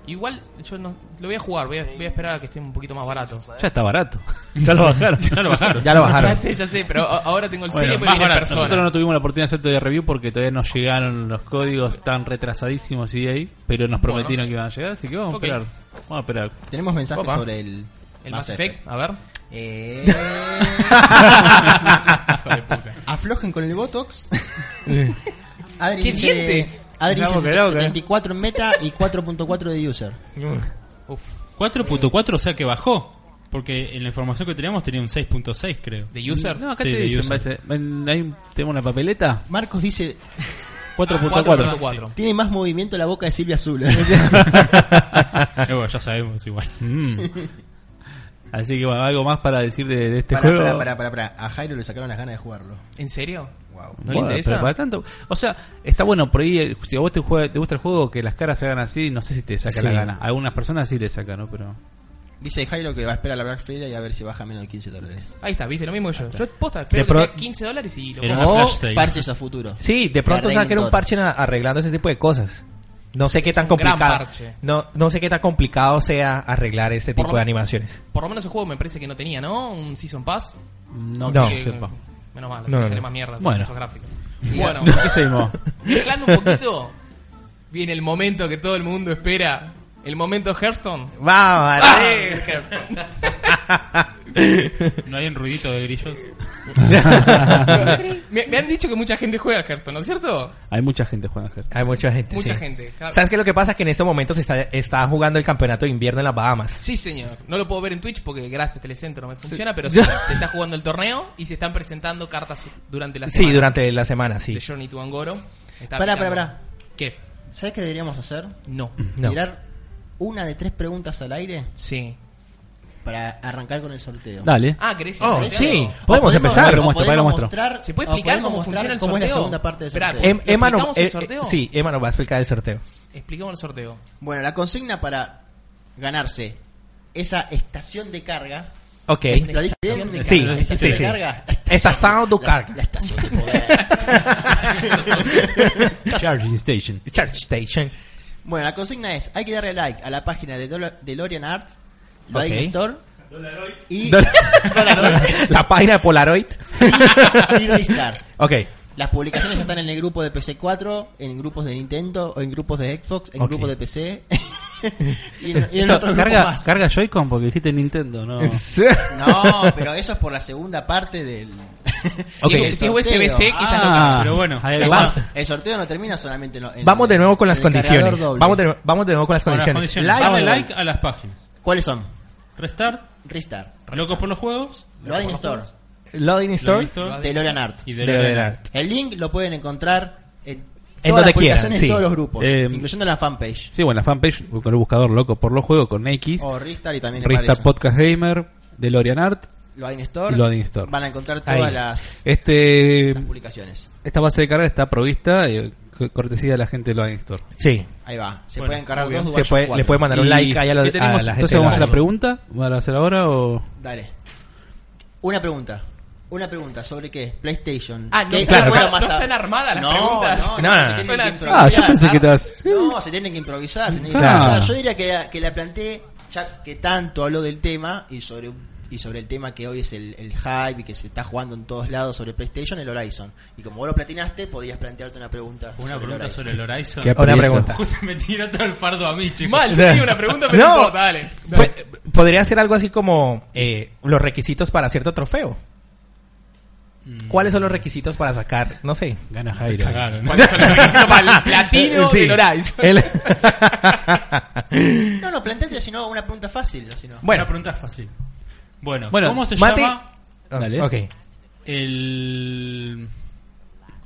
Speaker 1: Igual yo no, lo voy a jugar, voy a, voy a esperar a que esté un poquito más barato.
Speaker 5: Ya está barato. ya lo bajaron.
Speaker 4: Ya lo bajaron.
Speaker 2: Ya lo
Speaker 1: Ya
Speaker 2: bajaron.
Speaker 1: sé, ya sé, pero a- ahora tengo el
Speaker 5: Bueno,
Speaker 1: serie
Speaker 5: más
Speaker 1: porque viene
Speaker 5: barato. Nosotros
Speaker 1: persona.
Speaker 5: no tuvimos la oportunidad de hacer de review porque todavía no llegaron los códigos tan retrasadísimos y ahí, pero nos
Speaker 1: Bueno.
Speaker 5: prometieron que iban a llegar, así que vamos
Speaker 1: Ok.
Speaker 5: a esperar. Vamos a esperar.
Speaker 6: Tenemos mensajes
Speaker 1: Opa.
Speaker 6: sobre el,
Speaker 1: El Mass Effect, a ver.
Speaker 6: Eh,
Speaker 1: Hijo de puta.
Speaker 6: aflojen con el Botox. Adri
Speaker 1: ¿Qué
Speaker 6: dice-
Speaker 1: dientes?
Speaker 6: Adri
Speaker 2: La
Speaker 6: dice
Speaker 2: boca, la boca.
Speaker 6: 74 en meta y 4.4 de user.
Speaker 1: Uf,
Speaker 4: 4.4, o sea que bajó. Porque en la información que teníamos tenía un 6.6, creo.
Speaker 1: de users.
Speaker 5: No, acá
Speaker 4: Sí,
Speaker 5: te
Speaker 4: de
Speaker 5: dicen,
Speaker 4: user.
Speaker 5: parece- ven, ahí tenemos una papeleta.
Speaker 6: Marcos dice,
Speaker 4: Ah,
Speaker 5: 4.4.
Speaker 1: 4.4.
Speaker 6: tiene más movimiento la boca de Silvia Azul.
Speaker 4: Eh, bueno, ya sabemos igual.
Speaker 5: Mm. Así que bueno, algo más para decir de, de este
Speaker 6: Pará,
Speaker 5: juego.
Speaker 6: pará, pará, pará, pará. A Jairo le sacaron las ganas de jugarlo.
Speaker 1: ¿En serio?
Speaker 6: Wow.
Speaker 1: ¿No le
Speaker 5: Bueno,
Speaker 1: interesa?
Speaker 5: pero para tanto, o sea, está bueno por ahí, eh, si a vos te, juega- te gusta el juego, que las caras se hagan así, no sé si te saca
Speaker 2: Sí.
Speaker 5: la gana. A algunas personas sí le sacan, ¿no? Pero
Speaker 6: Dice Jairo que va a esperar a la Black Friday y a ver si baja menos de 15 dólares.
Speaker 1: Ahí está, viste, lo mismo que yo. Yo posta, espero
Speaker 2: De pro-
Speaker 1: que tenga 15 dólares y lo
Speaker 4: Era
Speaker 1: compro.
Speaker 4: una
Speaker 6: O
Speaker 4: flash sale.
Speaker 6: parches a futuro.
Speaker 2: Sí, de pronto
Speaker 6: Arreglen
Speaker 2: saquen un
Speaker 6: todo.
Speaker 2: parche na- arreglando ese tipo de cosas. No sé qué tan
Speaker 1: un gran
Speaker 2: complicado.
Speaker 1: parche.
Speaker 2: No, no sé qué tan complicado sea arreglar este
Speaker 1: Por
Speaker 2: tipo
Speaker 1: lo-
Speaker 2: de animaciones.
Speaker 1: Por lo menos el juego me parece que no tenía, ¿no? Un Season Pass.
Speaker 5: no,
Speaker 2: No.
Speaker 5: que
Speaker 1: Que-
Speaker 5: sepa.
Speaker 1: Menos mal, así
Speaker 2: No,
Speaker 1: me
Speaker 2: no,
Speaker 1: sale
Speaker 2: no.
Speaker 1: más mierda
Speaker 5: Bueno.
Speaker 1: bueno. esos gráficos. Bueno,
Speaker 5: ¿Qué seguimos?
Speaker 1: mezclando un poquito, viene el momento que todo el mundo espera. El momento Hearthstone.
Speaker 2: Vamos,
Speaker 1: ¡Ah! Hearthstone.
Speaker 4: ¿No hay un ruidito de grillos?
Speaker 1: me, me han dicho que mucha gente juega al Hearthstone, ¿no es cierto?
Speaker 5: Hay mucha gente jugando a Hearthstone.
Speaker 2: Hay mucha gente.
Speaker 1: Mucha
Speaker 2: sí.
Speaker 1: gente.
Speaker 2: ¿Sabes qué? Lo que pasa es que en este momento se está, está jugando el campeonato de invierno en las Bahamas.
Speaker 1: Sí, señor. No lo puedo ver en Twitch porque gracias Telecentro no me funciona, pero sí, se está jugando el torneo y se están presentando cartas durante la semana.
Speaker 2: Sí, durante la semana, sí.
Speaker 1: De Johnny to Angoro. Está
Speaker 6: Pará,
Speaker 1: picando.
Speaker 6: pará,
Speaker 1: ¿Qué?
Speaker 6: ¿Sabes qué deberíamos hacer?
Speaker 1: No.
Speaker 2: No.
Speaker 6: Tirar una de tres preguntas al aire
Speaker 1: Sí.
Speaker 6: para arrancar con el sorteo.
Speaker 5: Dale.
Speaker 1: Ah, ¿querés
Speaker 2: Oh,
Speaker 1: ¿Querés-
Speaker 2: sí.
Speaker 6: O
Speaker 2: Podemos empezar.
Speaker 5: Lo
Speaker 6: o
Speaker 5: muestro,
Speaker 6: podemos
Speaker 5: lo muestro.
Speaker 6: mostrar-
Speaker 1: ¿Se puede
Speaker 6: o Ah,
Speaker 1: explicar
Speaker 6: podemos
Speaker 1: cómo funciona el
Speaker 6: mostrar cómo es la
Speaker 1: sorteo?
Speaker 6: segunda parte del
Speaker 1: Esperá,
Speaker 6: sorteo?
Speaker 2: Em-
Speaker 1: ¿Lo
Speaker 2: Emma, no-
Speaker 1: explicamos el
Speaker 2: eh, eh,
Speaker 1: sorteo?
Speaker 2: sí, Emma nos va a explicar el sorteo.
Speaker 1: Expliquemos el sorteo.
Speaker 6: Bueno, la consigna para ganarse esa estación de carga.
Speaker 2: Ok.
Speaker 6: ¿La dije bien?
Speaker 1: Estación de
Speaker 2: Sí,
Speaker 6: Estación de
Speaker 2: Eh. sí, sí.
Speaker 6: carga.
Speaker 2: Estación Ducarga.
Speaker 3: La estación de poder.
Speaker 5: Charging Station.
Speaker 2: Charge Station.
Speaker 3: bueno, la consigna es, hay que darle like a la página de Dolo- DeLorean Art, la
Speaker 2: Ok.
Speaker 3: Store y,
Speaker 2: la página de Polaroid.
Speaker 3: y Ristar.
Speaker 2: Ok.
Speaker 3: Las publicaciones ya están en el grupo de PC4, en grupos de Nintendo, o en grupos de Xbox, en
Speaker 2: Ok.
Speaker 3: grupos de PC. y en, y en
Speaker 5: Esto,
Speaker 3: otros grupos
Speaker 5: carga,
Speaker 3: más.
Speaker 5: carga Joy-Con porque dijiste Nintendo, ¿no?
Speaker 3: No, pero eso es por la segunda parte del.
Speaker 2: Ok.
Speaker 1: Si es- si es USB-C,
Speaker 3: sorteo.
Speaker 1: quizás
Speaker 5: Ah,
Speaker 4: pero bueno,
Speaker 5: ahí
Speaker 3: El,
Speaker 5: va.
Speaker 3: sor- el sorteo no termina solamente en lo- en-
Speaker 2: Vamos de nuevo con las
Speaker 3: en el
Speaker 2: condiciones.
Speaker 3: cargador doble.
Speaker 2: Vamos de, vamos de nuevo con las
Speaker 4: Con las
Speaker 2: condiciones.
Speaker 4: condiciones.
Speaker 2: Like-
Speaker 4: Dale like a las páginas.
Speaker 3: ¿Cuáles son?
Speaker 4: Restart,
Speaker 3: Restart,
Speaker 4: Locos por los Juegos,
Speaker 3: Loading Store,
Speaker 2: Loading Store.
Speaker 4: Store,
Speaker 1: Store.
Speaker 3: DeLorean Art.
Speaker 4: y
Speaker 2: De
Speaker 4: de la-
Speaker 2: verdad.
Speaker 3: El link lo pueden encontrar en,
Speaker 2: En
Speaker 3: todas
Speaker 2: donde
Speaker 3: las publicaciones de
Speaker 2: quieran, sí.
Speaker 3: todos los grupos,
Speaker 5: Eh,
Speaker 3: incluyendo la fanpage.
Speaker 5: Sí, bueno, la fanpage con el buscador loco por los juegos con X.
Speaker 3: O Restart y también
Speaker 5: Rista
Speaker 3: aparece.
Speaker 5: Podcast Gamer, de Lorian Art
Speaker 3: Loading Store.
Speaker 5: y Loading Store.
Speaker 3: Van a encontrar
Speaker 2: Ahí.
Speaker 3: todas las,
Speaker 5: Este,
Speaker 3: las publicaciones.
Speaker 5: esta base de carga está provista, eh, co- cortesía de la gente de Loading Store.
Speaker 2: Sí.
Speaker 3: Ahí va. Se
Speaker 4: Bueno,
Speaker 3: pueden cargar
Speaker 4: muy
Speaker 3: dos
Speaker 4: bien.
Speaker 2: Se
Speaker 3: Dualshock
Speaker 2: puede- le
Speaker 3: 4.
Speaker 2: puede mandar un
Speaker 5: Y,
Speaker 2: like ahí a, la-
Speaker 5: ¿qué tenemos?
Speaker 2: a la gente.
Speaker 5: Entonces
Speaker 2: de
Speaker 5: vamos a la
Speaker 2: Loading.
Speaker 5: pregunta. ¿Van a hacer ahora o...?
Speaker 3: Dale. Una pregunta. Una pregunta sobre qué? PlayStation.
Speaker 1: Ah, no,
Speaker 3: ¿Qué-
Speaker 1: claro,
Speaker 3: qué fue
Speaker 1: no-
Speaker 3: lo más
Speaker 1: no
Speaker 3: a-
Speaker 1: están armadas las
Speaker 3: No,
Speaker 1: preguntas.
Speaker 3: No, no, se
Speaker 2: No, no,
Speaker 1: no.
Speaker 3: tienen que
Speaker 1: Ah,
Speaker 5: Ah, yo
Speaker 3: improvisar.
Speaker 5: pensé que estabas...
Speaker 3: No, se tienen que improvisar. se tienen que
Speaker 5: Claro.
Speaker 3: improvisar. Yo diría que la, que la planteé, ya que tanto habló del tema y sobre un- y sobre el tema que hoy es el, el hype y que se está jugando en todos lados sobre PlayStation, el Horizon. Y como vos lo platinaste, podías plantearte una pregunta. sobre
Speaker 4: Una pregunta
Speaker 3: el Horizon.
Speaker 4: sobre el Horizon.
Speaker 5: Qué
Speaker 2: Una
Speaker 5: aprieto.
Speaker 2: pregunta.
Speaker 4: Justo me tiró todo el fardo a mí, chicos.
Speaker 1: Mal, yo tenía una pregunta, pero no importa, dale.
Speaker 2: Pues, Podría ser algo así como eh, los requisitos para cierto trofeo. ¿Cuáles son los requisitos para sacar? No sé.
Speaker 5: Gana Jairo. eh.
Speaker 4: Cagaron, Eh, ¿no?
Speaker 1: ¿Cuáles son los requisitos para el platino
Speaker 2: Sí.
Speaker 1: del Horizon?
Speaker 2: El-
Speaker 3: No, no, planteate sino una pregunta fácil. o si no.
Speaker 2: bueno,
Speaker 4: Una pregunta fácil. Bueno,
Speaker 5: Bueno,
Speaker 4: ¿cómo se
Speaker 2: Mati-
Speaker 4: llama
Speaker 2: Ah,
Speaker 5: Dale.
Speaker 2: ok.
Speaker 4: el...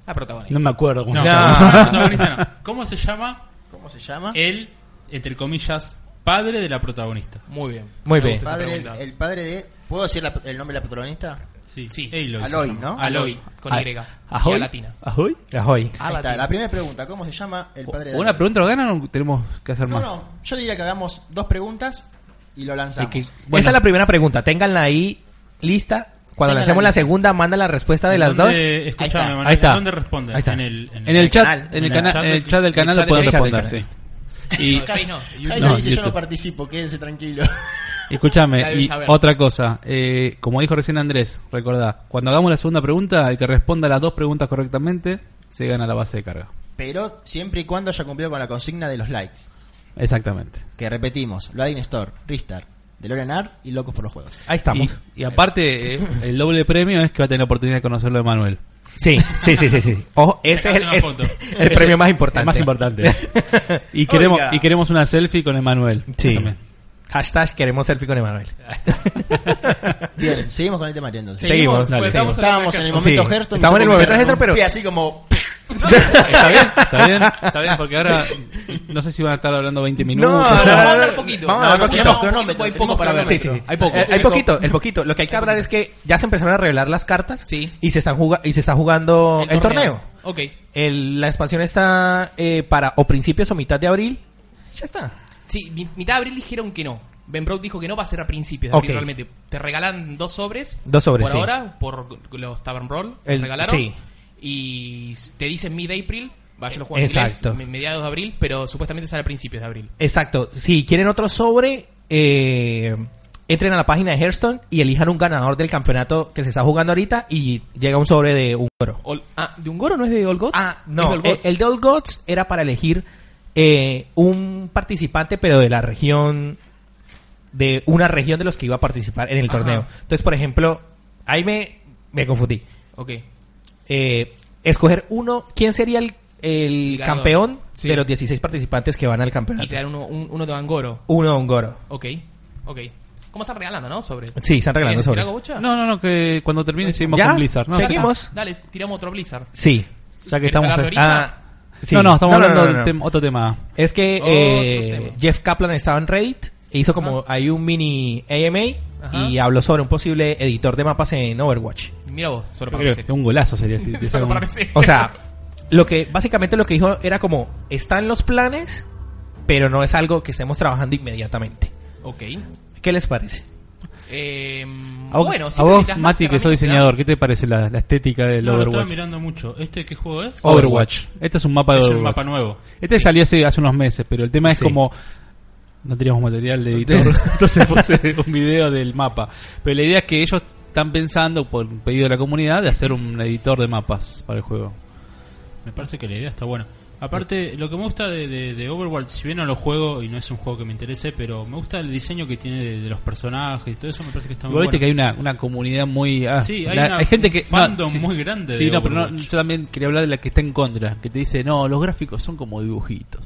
Speaker 1: La protagonista.
Speaker 5: No me acuerdo cómo
Speaker 4: No,
Speaker 5: se
Speaker 2: No.
Speaker 5: llama.
Speaker 4: el protagonista no. ¿Cómo se llama
Speaker 3: ¿Cómo se llama?
Speaker 4: el, entre comillas, padre de la protagonista?
Speaker 1: Muy bien.
Speaker 2: Muy
Speaker 1: Me
Speaker 2: bien.
Speaker 1: gusta esa
Speaker 3: Padre-
Speaker 1: pregunta.
Speaker 3: el padre de... ¿Puedo decir la- el nombre de la protagonista?
Speaker 4: Sí,
Speaker 1: Sí.
Speaker 4: Aloy.
Speaker 3: Aloy, ¿no?
Speaker 1: Aloy, con
Speaker 2: Ah,
Speaker 1: Y. Y a
Speaker 5: ¿Ahoy?
Speaker 1: latina.
Speaker 5: ¿Ahoy?
Speaker 2: Ahoy.
Speaker 1: A
Speaker 3: Ahí está,
Speaker 1: latina.
Speaker 3: la primera pregunta, ¿cómo se llama el padre de
Speaker 5: ¿Una
Speaker 3: Daniel?
Speaker 5: pregunta lo ganan o tenemos que hacer
Speaker 3: No,
Speaker 5: más?
Speaker 3: no, yo diría que hagamos dos preguntas y lo lanzamos.
Speaker 5: Es que- bueno.
Speaker 2: Esa es la primera pregunta. Ténganla ahí lista. Cuando
Speaker 3: Ténganla
Speaker 2: lancemos la
Speaker 3: lista.
Speaker 2: segunda, manda la respuesta de
Speaker 4: ¿En
Speaker 2: las dos.
Speaker 4: dónde- Escuchame,
Speaker 3: está,
Speaker 4: Manuel,
Speaker 5: ahí está.
Speaker 4: ¿Dónde responde?
Speaker 2: Ahí está.
Speaker 4: En el, en
Speaker 5: En
Speaker 1: canal.
Speaker 5: el chat, en el,
Speaker 4: En el
Speaker 5: cana-
Speaker 4: chat
Speaker 5: en el
Speaker 4: del-
Speaker 5: chat del canal
Speaker 2: chat
Speaker 5: lo pueden
Speaker 2: del- chat del
Speaker 5: responder, sí.
Speaker 2: canal.
Speaker 5: Y
Speaker 1: No, de Face no, de YouTube.
Speaker 3: Jairo
Speaker 5: No,
Speaker 3: dice, yo no
Speaker 5: YouTube.
Speaker 3: participo, quédense tranquilo.
Speaker 5: escúchame,
Speaker 1: La debes
Speaker 5: y
Speaker 1: saber.
Speaker 5: otra cosa, eh, como dijo recién Andrés, recordá, cuando hagamos la segunda pregunta, el que responda las dos preguntas correctamente, se gana la base de carga.
Speaker 3: Pero siempre y cuando haya cumplido con la consigna de los likes,
Speaker 5: Exactamente.
Speaker 3: que repetimos, Loading Store, Ristar, DeLorean Art y Locos por los Juegos.
Speaker 2: Ahí estamos.
Speaker 5: Y, y aparte, eh, el doble premio es que va a tener la oportunidad de conocerlo de Manuel.
Speaker 2: Sí, sí, sí, sí, sí. Ojo, ese es el,
Speaker 4: una
Speaker 2: es
Speaker 4: foto.
Speaker 2: el premio más importante.
Speaker 5: El más importante. y queremos y queremos una selfie con Emanuel.
Speaker 2: Sí.
Speaker 5: También.
Speaker 2: Hashtag queremos selfie con Emanuel.
Speaker 3: Bien, seguimos con el tema entonces.
Speaker 2: Seguimos,
Speaker 1: Pues
Speaker 2: dale,
Speaker 1: estamos
Speaker 3: Estábamos en el momento
Speaker 2: Sí,
Speaker 3: Hearthstone.
Speaker 2: estamos en el momento
Speaker 3: Hearthstone,
Speaker 2: Hearthstone, pero-
Speaker 3: fui así como...
Speaker 5: ¿Está bien? ¿Está bien? ¿Está bien? Porque ahora no sé si van a estar hablando 20 minutos.
Speaker 2: No,
Speaker 1: Vamos
Speaker 2: no,
Speaker 1: a
Speaker 2: no,
Speaker 1: hablar
Speaker 2: no,
Speaker 1: poquito.
Speaker 2: vamos a
Speaker 1: No,
Speaker 2: hablar
Speaker 1: no,
Speaker 2: poquito.
Speaker 1: tenemos
Speaker 3: Cronómetro,
Speaker 1: Hay poco
Speaker 3: tenemos
Speaker 1: para hablar.
Speaker 2: Sí, sí, sí.
Speaker 1: Hay poco.
Speaker 2: Eh, hay poquito, el poquito. Lo que hay que hablar es que ya se empezaron a revelar las cartas
Speaker 1: Sí.
Speaker 2: y se están juga- y se está jugando el, torneo.
Speaker 1: Ok.
Speaker 2: El- la expansión está eh, para o principios o mitad de abril. Ya está.
Speaker 1: Sí, mi- mitad de abril dijeron que no. Ben Brown dijo que no va a ser a principios de
Speaker 2: Ok.
Speaker 1: abril realmente. Te regalan dos sobres.
Speaker 2: Dos sobres,
Speaker 1: Por
Speaker 2: sí.
Speaker 1: ahora, por los Tavern Brawl. te
Speaker 2: El-
Speaker 1: regalaron.
Speaker 2: sí.
Speaker 1: Y te dicen mid-April. Va, yo lo juego en
Speaker 2: Exacto.
Speaker 1: inglés, mediados de abril, pero supuestamente sale a principios de abril.
Speaker 2: Exacto. Si quieren otro sobre, eh, entren a la página de Hearthstone y elijan un ganador del campeonato que se está jugando ahorita y llega un sobre de un oro.
Speaker 1: Ol- ah, ¿De un goro no es de All Gods?
Speaker 2: Ah,
Speaker 1: ¿Es
Speaker 2: no.
Speaker 1: de All
Speaker 2: El,
Speaker 1: Gods?
Speaker 2: el de Old Gods era para elegir eh, un participante, pero de la región, de una región de los que iba a participar en el
Speaker 1: Ajá.
Speaker 2: torneo. Entonces, por ejemplo, ahí me, me confundí.
Speaker 1: Ok.
Speaker 2: Eh, escoger uno, ¿quién sería el, el
Speaker 1: El ganador.
Speaker 2: campeón
Speaker 1: Sí.
Speaker 2: de los 16 participantes que van al
Speaker 1: Y te
Speaker 2: campeonato?
Speaker 1: dan uno, un- uno de Angoro.
Speaker 2: Uno, un goro.
Speaker 1: Ok. Ok. ¿Cómo están regalando, no? Sobre.
Speaker 2: Sí, están
Speaker 1: ¿Quieres
Speaker 2: regalando
Speaker 1: decir
Speaker 2: sobre.
Speaker 1: algo, Bocha?
Speaker 5: No, no, no, que cuando termine seguimos
Speaker 2: ¿Ya?
Speaker 5: con Blizzard. No,
Speaker 2: ¿Seguimos?
Speaker 1: Dale, tiramos otro Blizzard.
Speaker 2: Sí.
Speaker 5: Ya, ya que
Speaker 1: ¿Querés
Speaker 5: estamos...
Speaker 1: hablar de
Speaker 5: Ah,
Speaker 1: ahorita?
Speaker 2: sí.
Speaker 5: No, no, estamos
Speaker 2: no,
Speaker 5: hablando
Speaker 2: no,
Speaker 5: de
Speaker 2: no.
Speaker 5: otro tema.
Speaker 2: Es que
Speaker 1: Otro
Speaker 2: eh,
Speaker 1: tema.
Speaker 2: Jeff Kaplan estaba en Reddit e hizo como hay un mini AMA
Speaker 1: Ajá.
Speaker 2: y habló sobre un posible editor de mapas en Overwatch.
Speaker 1: Mira vos, solo
Speaker 5: Yo
Speaker 1: para
Speaker 5: creo
Speaker 1: PC.
Speaker 5: que un golazo sería si te
Speaker 1: Solo
Speaker 5: saca
Speaker 1: para
Speaker 5: un-
Speaker 1: PC.
Speaker 2: O sea, lo que básicamente lo que dijo era como están los planes, pero no es algo que estemos trabajando inmediatamente.
Speaker 1: ok.
Speaker 2: ¿Qué les parece?
Speaker 1: Eh,
Speaker 5: A vos,
Speaker 1: bueno, si
Speaker 5: a
Speaker 1: no
Speaker 5: vos
Speaker 1: necesitas más
Speaker 5: Mati, que sos
Speaker 1: herramientas-
Speaker 5: diseñador, ¿qué te parece la, la estética del
Speaker 4: No, lo estaba
Speaker 5: Overwatch?
Speaker 4: mirando mucho. ¿Este qué juego es?
Speaker 5: Overwatch. Este es un mapa de
Speaker 4: Es un
Speaker 5: Overwatch.
Speaker 4: mapa nuevo.
Speaker 5: Este salió hace, hace unos meses, pero el tema es
Speaker 2: Sí.
Speaker 5: como no teníamos material de editor, entonces puse un video del mapa. Pero la idea es que ellos están pensando, por un pedido de la comunidad, de hacer un editor de mapas para el juego.
Speaker 4: Me parece que la idea está buena. Aparte, lo que me gusta de, de- de Overwatch, si bien no lo juego y no es un juego que me interese, pero me gusta el diseño que tiene de, de los personajes y todo eso, me parece que está muy
Speaker 5: Igual
Speaker 4: bueno.
Speaker 5: viste que hay una, una comunidad muy... ah,
Speaker 4: Sí, hay
Speaker 5: la-
Speaker 4: una-
Speaker 5: gente
Speaker 4: un
Speaker 5: que...
Speaker 4: fandom muy grande
Speaker 5: Sí,
Speaker 4: de
Speaker 5: no, pero no,
Speaker 4: Overwatch.
Speaker 5: yo también quería hablar de la que está en contra, que te dice, no, los gráficos son como dibujitos.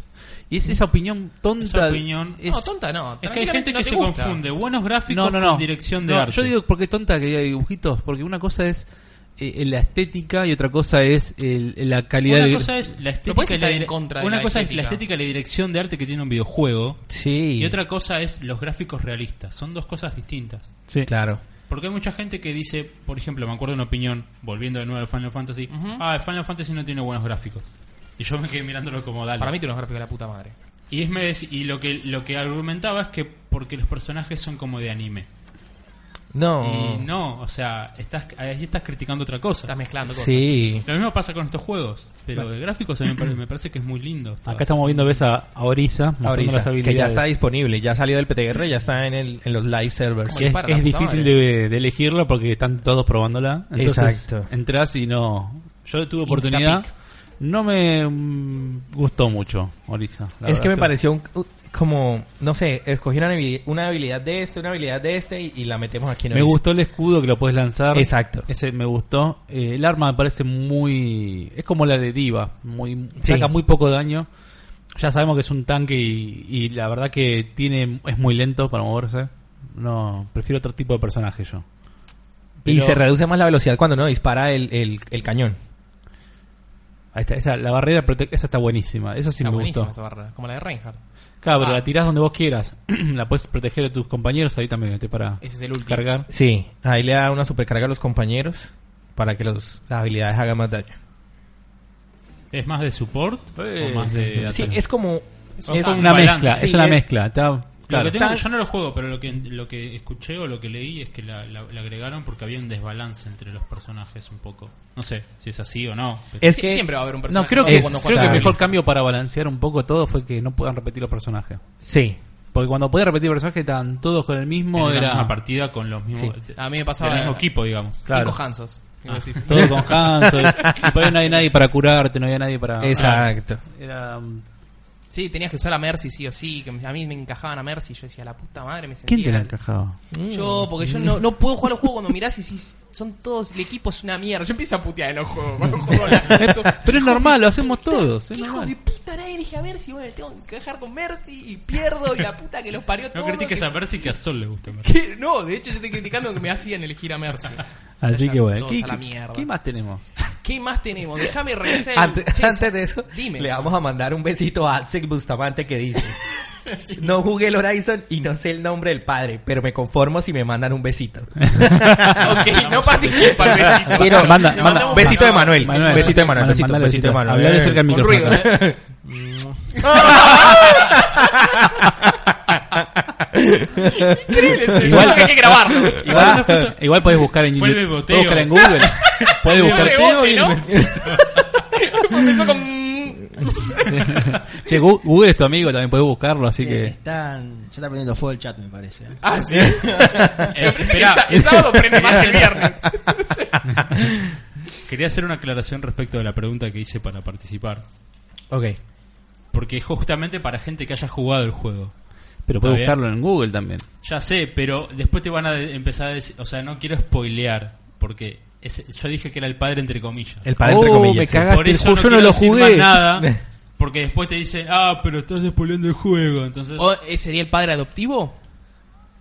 Speaker 5: Y es esa opinión tonta...
Speaker 4: Esa opinión-
Speaker 5: es-
Speaker 1: No, tonta no.
Speaker 4: Es que hay
Speaker 1: tranquilamente
Speaker 4: gente
Speaker 1: no
Speaker 4: que
Speaker 1: te
Speaker 4: se
Speaker 1: gusta.
Speaker 4: confunde buenos gráficos
Speaker 5: no, no, no.
Speaker 4: con dirección de
Speaker 5: No,
Speaker 4: arte.
Speaker 5: Yo digo porque tonta que hay dibujitos, porque una cosa es eh, la estética y otra cosa es el- la calidad
Speaker 4: una
Speaker 5: de...
Speaker 4: cosa es la
Speaker 1: podés
Speaker 4: estética, y la,
Speaker 1: estar en
Speaker 4: dire-
Speaker 1: contra de
Speaker 4: una
Speaker 1: la
Speaker 4: cosa es la
Speaker 1: estética.
Speaker 4: estética y la dirección de arte que tiene un videojuego
Speaker 2: Sí.
Speaker 4: y otra cosa es los gráficos realistas. Son dos cosas distintas.
Speaker 5: Sí.
Speaker 2: Claro.
Speaker 4: Porque hay mucha gente que dice, por ejemplo, me acuerdo una opinión, volviendo de nuevo al Final Fantasy, ah, el Final Fantasy no tiene buenos gráficos. Y yo me quedé mirándolo como dale.
Speaker 1: Para mí tiene unos gráficos de la puta madre.
Speaker 4: y es me dec- y lo que lo que argumentaba es que porque los personajes son como de anime.
Speaker 2: No.
Speaker 4: Y no, o sea, estás ahí estás criticando otra cosa.
Speaker 1: Estás mezclando cosas.
Speaker 2: sí.
Speaker 4: Lo mismo pasa con estos juegos, pero de gráficos a mí me pare- me parece que es muy lindo.
Speaker 5: Acá estamos viendo, ves, a, a Orisa mostrando
Speaker 2: Ahorita,
Speaker 5: las
Speaker 2: que ya
Speaker 5: habilidades.
Speaker 2: está disponible, ya salió del PTR, ya está en, el, en los live servers.
Speaker 5: Que es,
Speaker 1: Para la
Speaker 5: es
Speaker 1: puta
Speaker 5: difícil
Speaker 1: madre.
Speaker 5: de, de elegirla porque están todos probándola. Entonces,
Speaker 2: Exacto.
Speaker 5: entras y no... Yo tuve oportunidad... No me mm, gustó mucho, Orisa. la
Speaker 2: es que me
Speaker 5: verdad.
Speaker 2: pareció un- un- como, no sé, escogieron una habili- una habilidad de este, una habilidad de este y, y la metemos aquí en
Speaker 5: Me
Speaker 2: el-
Speaker 5: gustó el escudo que lo puedes lanzar.
Speaker 2: Exacto.
Speaker 5: Ese me gustó. Eh, el arma me parece muy. Es como la de Diva. Muy,
Speaker 2: Sí.
Speaker 5: Saca muy poco daño. Ya sabemos que es un tanque y, y la verdad que tiene es muy lento para moverse. No, prefiero otro tipo de personaje yo.
Speaker 2: Y
Speaker 5: pero-
Speaker 2: se reduce más la velocidad cuando no dispara el, el, el cañón.
Speaker 5: Ahí está, esa, la barrera, prote- esa está buenísima. Esa sí
Speaker 1: Está
Speaker 5: me
Speaker 1: buenísima esa
Speaker 5: gustó.
Speaker 1: barra. Como la de Reinhardt.
Speaker 5: Claro, pero
Speaker 1: Ah.
Speaker 5: la tirás donde vos quieras. la puedes proteger de tus compañeros ahí también, te para
Speaker 1: Ese es el último.
Speaker 5: cargar.
Speaker 2: Sí, ahí le da una supercarga a los compañeros para que los, las habilidades hagan más daño.
Speaker 4: ¿Es más de support
Speaker 5: Eh,
Speaker 4: o más de
Speaker 2: Sí,
Speaker 4: ataque?
Speaker 2: es como...
Speaker 4: Es
Speaker 5: Es
Speaker 4: un
Speaker 5: una
Speaker 4: balance.
Speaker 5: mezcla, es
Speaker 2: Sí,
Speaker 5: una
Speaker 2: es-
Speaker 5: mezcla. Está, claro.
Speaker 4: Lo que tengo-
Speaker 2: Tan-
Speaker 4: yo no lo juego, pero lo que, lo que escuché o lo que leí es que la, la- la agregaron porque había un desbalance entre los personajes un poco. No sé si es así o no. pero-
Speaker 2: Es
Speaker 1: Sí,
Speaker 2: que...
Speaker 1: Siempre va a haber un
Speaker 5: No,
Speaker 1: personaje
Speaker 5: creo
Speaker 1: nuevo
Speaker 5: que,
Speaker 1: cuando
Speaker 5: creo
Speaker 1: juegas
Speaker 5: que el
Speaker 1: a la
Speaker 5: mejor
Speaker 1: lista.
Speaker 5: cambio para balancear un poco todo fue que no puedan repetir los personajes.
Speaker 2: Sí,
Speaker 5: Porque cuando podías repetir personajes estaban todos con el mismo,
Speaker 4: en
Speaker 5: era
Speaker 4: una partida con los mismos. ah,
Speaker 1: A mí me pasaba-
Speaker 4: Del mismo equipo, digamos.
Speaker 5: claro. Ah.
Speaker 1: Cinco Hansos.
Speaker 5: todo con Hanzo. y por ahí no había nadie para curarte, no había nadie para...
Speaker 2: exacto.
Speaker 5: Era, um,
Speaker 1: Sí, tenías que usar la Mercy sí o sí. Que a mí me encajaban a Mercy. Yo decía, la puta madre, me sentía...
Speaker 5: ¿Quién te la encajaba?
Speaker 1: Yo, porque yo no, no puedo jugar los juegos cuando mirás y decís, son todos, el equipo es una mierda. Yo empiezo a putear en los juegos. Cuando juego a la-
Speaker 5: Pero es normal, lo hacemos todos. es
Speaker 1: Hijo
Speaker 5: normal.
Speaker 1: de puta, nadie dije a Mercy, bueno, me tengo que dejar con Mercy y pierdo y la puta que los parió
Speaker 4: No
Speaker 1: todo.
Speaker 4: critiques a Percy que a Sol le gusta. Mercy.
Speaker 1: que- No, de hecho yo estoy criticando que me hacían elegir a Mercy.
Speaker 5: Así que bueno.
Speaker 1: Todos
Speaker 5: ¿Qué,
Speaker 1: a la
Speaker 5: qué-
Speaker 1: mierda.
Speaker 5: qué más tenemos?
Speaker 1: ¿Qué más tenemos? Déjame regresar. el-
Speaker 2: Antes,
Speaker 1: Che,
Speaker 2: antes de eso,
Speaker 1: Dime.
Speaker 2: le vamos a mandar un besito a Axel Bustamante que dice: No jugué el Horizon y no sé el nombre del padre, pero me conformo si me mandan un besito.
Speaker 1: Ok, no participa el besito.
Speaker 5: Quiero-
Speaker 1: Le
Speaker 5: manda-
Speaker 1: mandamos
Speaker 5: manda-
Speaker 1: un
Speaker 2: besito de
Speaker 1: beso.
Speaker 2: Manuel. Besito de Manuel. besito,
Speaker 5: mandale
Speaker 2: besito de Manuel.
Speaker 5: Hablale cerca del
Speaker 1: Con
Speaker 5: micrófono.
Speaker 1: ruido, ¿eh? Increíble, se-
Speaker 5: Igual-
Speaker 1: solo que hay que grabarlo.
Speaker 4: Ah.
Speaker 5: Igual, Ah. igual podés buscar en,
Speaker 4: Vuelve
Speaker 5: YouTube,
Speaker 4: boteo.
Speaker 5: podés buscar en Google. podés
Speaker 1: Vuelve
Speaker 5: buscar
Speaker 1: bote,
Speaker 5: y-
Speaker 1: ¿no? Empezó con-
Speaker 5: Che, Gu- Google es tu amigo, también podés buscarlo, así
Speaker 3: Che,
Speaker 5: que...
Speaker 6: Están, ya está poniendo fuego el chat, me parece.
Speaker 1: Ah, sí. Me parece que el,
Speaker 4: esperá.
Speaker 1: sa- el sábado prende más que el viernes.
Speaker 4: Quería hacer una aclaración respecto de la pregunta que hice para participar.
Speaker 2: Ok.
Speaker 4: Porque justamente para gente que haya jugado el juego.
Speaker 5: Pero
Speaker 4: Está
Speaker 5: puedes
Speaker 4: bien.
Speaker 5: buscarlo en Google también.
Speaker 4: Ya sé, pero después te van a de- empezar a decir, o sea, no quiero spoilear, porque es- yo dije que era el padre entre comillas.
Speaker 2: El padre, entre
Speaker 5: Oh,
Speaker 2: comillas.
Speaker 5: me
Speaker 2: sí.
Speaker 5: cagaste.
Speaker 4: Por eso
Speaker 5: Yo
Speaker 4: no
Speaker 5: no
Speaker 4: quiero
Speaker 5: lo
Speaker 4: decir
Speaker 5: jugué.
Speaker 4: más nada, porque después te dicen, ah, pero estás spoileando el juego, entonces
Speaker 1: ¿O, eh, ¿Sería el padre adoptivo?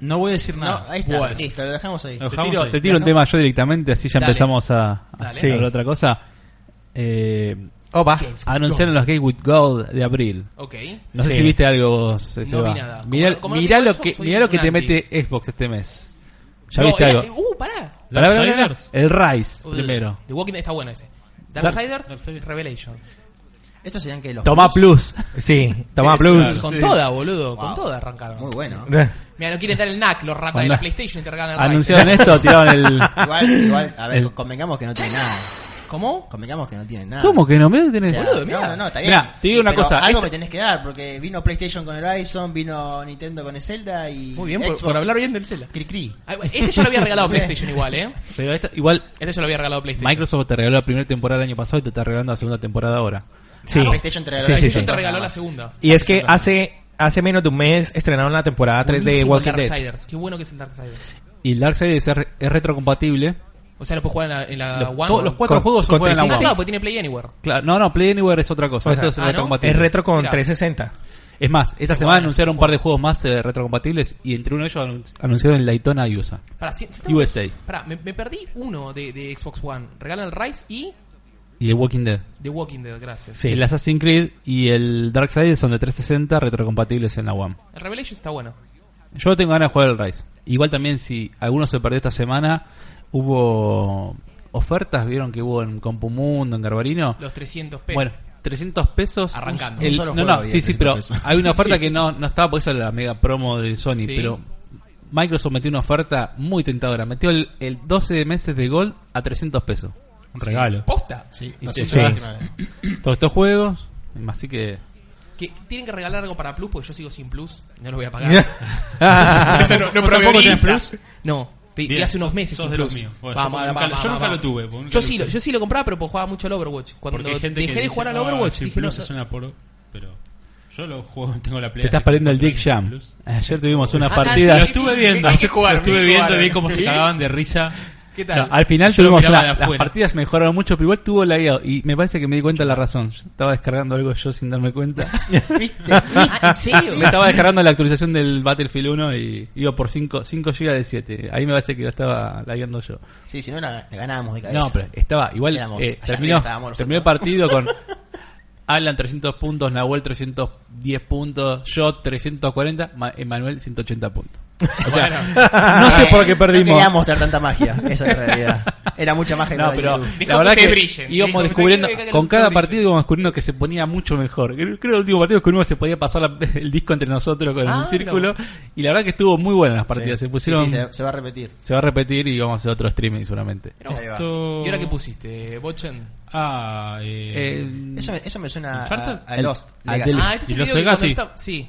Speaker 4: no voy a decir nada.
Speaker 3: ahí está,
Speaker 4: Bueno,
Speaker 3: listo, lo dejamos ahí.
Speaker 4: lo
Speaker 5: Te
Speaker 4: dejamos
Speaker 5: tiro,
Speaker 4: ahí.
Speaker 5: te tiro un tema yo directamente, así ya
Speaker 1: Dale.
Speaker 5: empezamos a, a
Speaker 1: Dale.
Speaker 5: sí. hablar otra cosa. Eh,
Speaker 2: Oh, va.
Speaker 5: anunciaron los Gate with Gold de abril.
Speaker 1: Ok.
Speaker 5: No sé
Speaker 2: Sí.
Speaker 5: si viste algo vos, eh,
Speaker 1: No
Speaker 5: Seba.
Speaker 1: vi nada.
Speaker 5: Mirá,
Speaker 1: Como- como no
Speaker 5: mirá
Speaker 1: tengo
Speaker 5: lo
Speaker 1: eso,
Speaker 5: que,
Speaker 1: soy
Speaker 5: mirá lo que te
Speaker 1: ignorante.
Speaker 5: mete Xbox este mes. ¿Ya
Speaker 1: No,
Speaker 5: viste
Speaker 1: era-
Speaker 5: algo?
Speaker 1: Uh, pará.
Speaker 5: Pará, pará, pará,
Speaker 4: ¿Darksiders?
Speaker 5: El Rise,
Speaker 1: Uh,
Speaker 5: primero.
Speaker 1: The Walking Dead está bueno ese.
Speaker 5: Dark-
Speaker 1: Darksiders,
Speaker 4: Darksiders.
Speaker 1: Revelation.
Speaker 3: Estos serían que los.
Speaker 5: Tomá Plus.
Speaker 2: Sí, toma plus.
Speaker 1: Con toda, boludo. Con toda arrancaron.
Speaker 3: Muy bueno.
Speaker 2: Eh,
Speaker 1: Mira, no quieren dar el NAC, los ratas de
Speaker 5: Cuando
Speaker 1: la PlayStation y te regalan el
Speaker 5: Anunciaron esto, tiraron el.
Speaker 3: Igual, igual, a ver,
Speaker 5: El-
Speaker 3: convengamos que no tiene nada.
Speaker 1: Ryzen. ¿Cómo?
Speaker 3: Convengamos que no tiene nada.
Speaker 5: ¿Cómo que no? Mira que
Speaker 3: O
Speaker 5: tenés-
Speaker 3: sea,
Speaker 1: Boludo,
Speaker 3: no,
Speaker 1: mirá.
Speaker 3: no, está bien.
Speaker 5: Mirá, te digo una
Speaker 3: Pero
Speaker 5: cosa,
Speaker 3: Algo
Speaker 5: esta-
Speaker 3: me tenés que dar, porque vino PlayStation con Horizon, vino Nintendo con el Zelda y.
Speaker 1: Muy bien, por,
Speaker 3: Xbox.
Speaker 1: por hablar bien del Zelda.
Speaker 3: Cri cri.
Speaker 1: Ah, bueno, Este yo lo había regalado a PlayStation igual, ¿eh?
Speaker 5: Pero esta, igual,
Speaker 1: Este yo lo había regalado a PlayStation.
Speaker 5: Microsoft te regaló la primera temporada el año pasado y te está regalando la segunda temporada ahora. este.
Speaker 2: Sí.
Speaker 3: Ah, PlayStation te regaló
Speaker 2: Sí,
Speaker 3: la
Speaker 2: sí,
Speaker 1: PlayStation
Speaker 2: sí.
Speaker 1: te regaló la segunda.
Speaker 2: Y es que hace, hace menos de un mes estrenaron la temporada 3 de
Speaker 1: Buenísimo el
Speaker 2: Walking Dead.
Speaker 1: Darksiders. Qué bueno que es el Darksiders.
Speaker 5: Y el Darksiders es, re- es retrocompatible.
Speaker 1: O sea, lo puedes jugar en la, en la
Speaker 5: Los-
Speaker 1: Ah, One.
Speaker 5: todos los cuatro
Speaker 2: Con-
Speaker 5: juegos se
Speaker 2: con
Speaker 5: juegan en la
Speaker 1: Ah,
Speaker 5: One.
Speaker 2: 360.
Speaker 1: claro, porque tiene Play Anywhere.
Speaker 5: Claro, no, no, Play Anywhere es otra cosa.
Speaker 2: O sea,
Speaker 5: Esto es
Speaker 1: ah, ¿no?
Speaker 5: retrocompatible.
Speaker 2: Es retro con
Speaker 1: Mirá.
Speaker 2: 360.
Speaker 5: Es más, esta semana anunciaron un par de juegos más eh, retrocompatibles y entre uno de ellos anun- anunciaron el Daytona USA.
Speaker 1: Pará, si- si tengo-
Speaker 5: USA.
Speaker 1: pará, me, me perdí uno de, de Xbox One. Regalan el Rise y
Speaker 5: Y el Walking Dead.
Speaker 1: The Walking Dead, gracias.
Speaker 2: Sí.
Speaker 5: El Assassin's Creed y el Darksiders son de 360 retrocompatibles en la One.
Speaker 1: El Revelation está bueno.
Speaker 5: Yo tengo ganas de jugar el Rise. Igual también si alguno se perdió esta semana, hubo ofertas, vieron que hubo en Compumundo, en Garbarino.
Speaker 1: Los 300 p
Speaker 5: Bueno, 300 pesos.
Speaker 1: Arrancando.
Speaker 5: El-
Speaker 3: Un solo
Speaker 5: no,
Speaker 3: juego
Speaker 5: no,
Speaker 3: había
Speaker 5: sí, sí,
Speaker 3: 300
Speaker 5: pero
Speaker 3: pesos.
Speaker 5: hay una oferta que no, no estaba, por eso era la mega promo de Sony,
Speaker 1: Sí.
Speaker 5: pero Microsoft metió una oferta muy tentadora. Metió el, el 12 de meses de Gold a 300 pesos. Un regalo.
Speaker 1: ¿Posta?
Speaker 3: Sí,
Speaker 5: Y
Speaker 3: no
Speaker 5: te
Speaker 3: sé, la
Speaker 5: llevas-
Speaker 3: última vez.
Speaker 5: Todos estos juegos, así que...
Speaker 1: Que tienen que regalar algo para Plus porque yo sigo sin Plus. No lo voy a pagar. Eso no, no prioriza. No. Te, te
Speaker 4: Bien,
Speaker 1: hace unos
Speaker 4: sos-
Speaker 1: meses
Speaker 4: sos
Speaker 1: un
Speaker 4: de los
Speaker 1: Plus.
Speaker 4: míos. Bueno, yo
Speaker 1: Vamos,
Speaker 4: nunca-
Speaker 1: vamos,
Speaker 4: yo nunca
Speaker 1: vamos.
Speaker 4: lo tuve, porque nunca
Speaker 1: Yo
Speaker 4: lo
Speaker 1: sí, lo,
Speaker 4: tuve.
Speaker 1: yo sí lo compraba, pero porque jugaba mucho al Overwatch. Cuando
Speaker 4: Porque hay
Speaker 1: dejé
Speaker 4: gente que
Speaker 1: de
Speaker 4: dice,
Speaker 1: jugar al
Speaker 4: "No,
Speaker 1: Overwatch,
Speaker 4: si
Speaker 1: dije,
Speaker 4: Plus
Speaker 1: no,
Speaker 4: es una poro, pero yo lo juego, tengo la play.
Speaker 5: Te estás
Speaker 4: de
Speaker 5: perdiendo el
Speaker 4: cuatro
Speaker 5: Dick
Speaker 4: años
Speaker 5: Jam.
Speaker 4: Plus.
Speaker 5: Ayer tuvimos una
Speaker 3: Ah,
Speaker 5: partida...
Speaker 3: sí,
Speaker 4: Lo estuve viendo,
Speaker 1: Hay que jugar,
Speaker 4: lo estuve
Speaker 1: hay que
Speaker 4: viendo,
Speaker 1: jugar.
Speaker 4: vi cómo se
Speaker 1: ¿Sí?
Speaker 4: cagaban de risa.
Speaker 1: ¿Qué tal?
Speaker 5: No, al final
Speaker 4: Yo lo
Speaker 5: tuvimos
Speaker 4: miraba
Speaker 5: la-
Speaker 4: de
Speaker 5: las
Speaker 4: afuera.
Speaker 5: partidas mejoraron mucho, pero igual tuvo lagueado. Y me parece que me di cuenta de la razón. Yo estaba descargando algo yo sin darme cuenta.
Speaker 1: Ah, ¿En serio?
Speaker 5: me estaba descargando la actualización del Battlefield 1 y iba por 5, 5 GB de 7. Ahí me parece que lo estaba lagueando yo.
Speaker 3: Sí, si no la la ganábamos de cabeza.
Speaker 5: No, pero estaba igual.
Speaker 3: Éramos-
Speaker 5: eh,
Speaker 3: allá arriba
Speaker 5: terminó,
Speaker 3: estábamos
Speaker 5: terminó el partido con Alan 300 puntos, Nahuel 310 puntos, yo 340, Ma- Emanuel 180 puntos. O sea, no sé por qué
Speaker 3: No
Speaker 5: perdimos.
Speaker 3: quería mostrar tanta magia, esa es la realidad. Era mucha magia.
Speaker 5: No,
Speaker 3: para
Speaker 5: pero
Speaker 3: YouTube.
Speaker 1: Dijo
Speaker 5: la verdad
Speaker 1: que
Speaker 5: que
Speaker 1: brillen. Dijo
Speaker 5: íbamos
Speaker 1: que
Speaker 5: descubriendo,
Speaker 1: que- que- que
Speaker 5: con
Speaker 1: los
Speaker 5: cada
Speaker 1: brillen.
Speaker 5: partido íbamos descubriendo que se ponía mucho mejor. Creo creo que el último partido descubrimos que se podía pasar la- el disco entre nosotros con
Speaker 1: Ah,
Speaker 5: un
Speaker 1: no.
Speaker 5: círculo. Y la verdad que estuvo muy buena las partidas.
Speaker 3: Sí.
Speaker 5: Se pusieron,
Speaker 3: Sí, sí, se, se va a repetir.
Speaker 5: se va a repetir y vamos a hacer otro streaming seguramente.
Speaker 1: Pero,
Speaker 3: Ahí va.
Speaker 4: Esto-
Speaker 1: ¿Y ahora qué pusiste, Bochen?
Speaker 4: Ah, eh,
Speaker 5: Eh,
Speaker 3: Eso, me- eso me suena a,
Speaker 4: ¿Uncharted?
Speaker 3: a
Speaker 5: El-
Speaker 3: Lost.
Speaker 5: al
Speaker 3: Legacy.
Speaker 5: del-
Speaker 1: Ah, este es
Speaker 4: ¿Y
Speaker 1: el
Speaker 4: los
Speaker 1: video que cuando
Speaker 4: Legacy?
Speaker 1: está- Sí.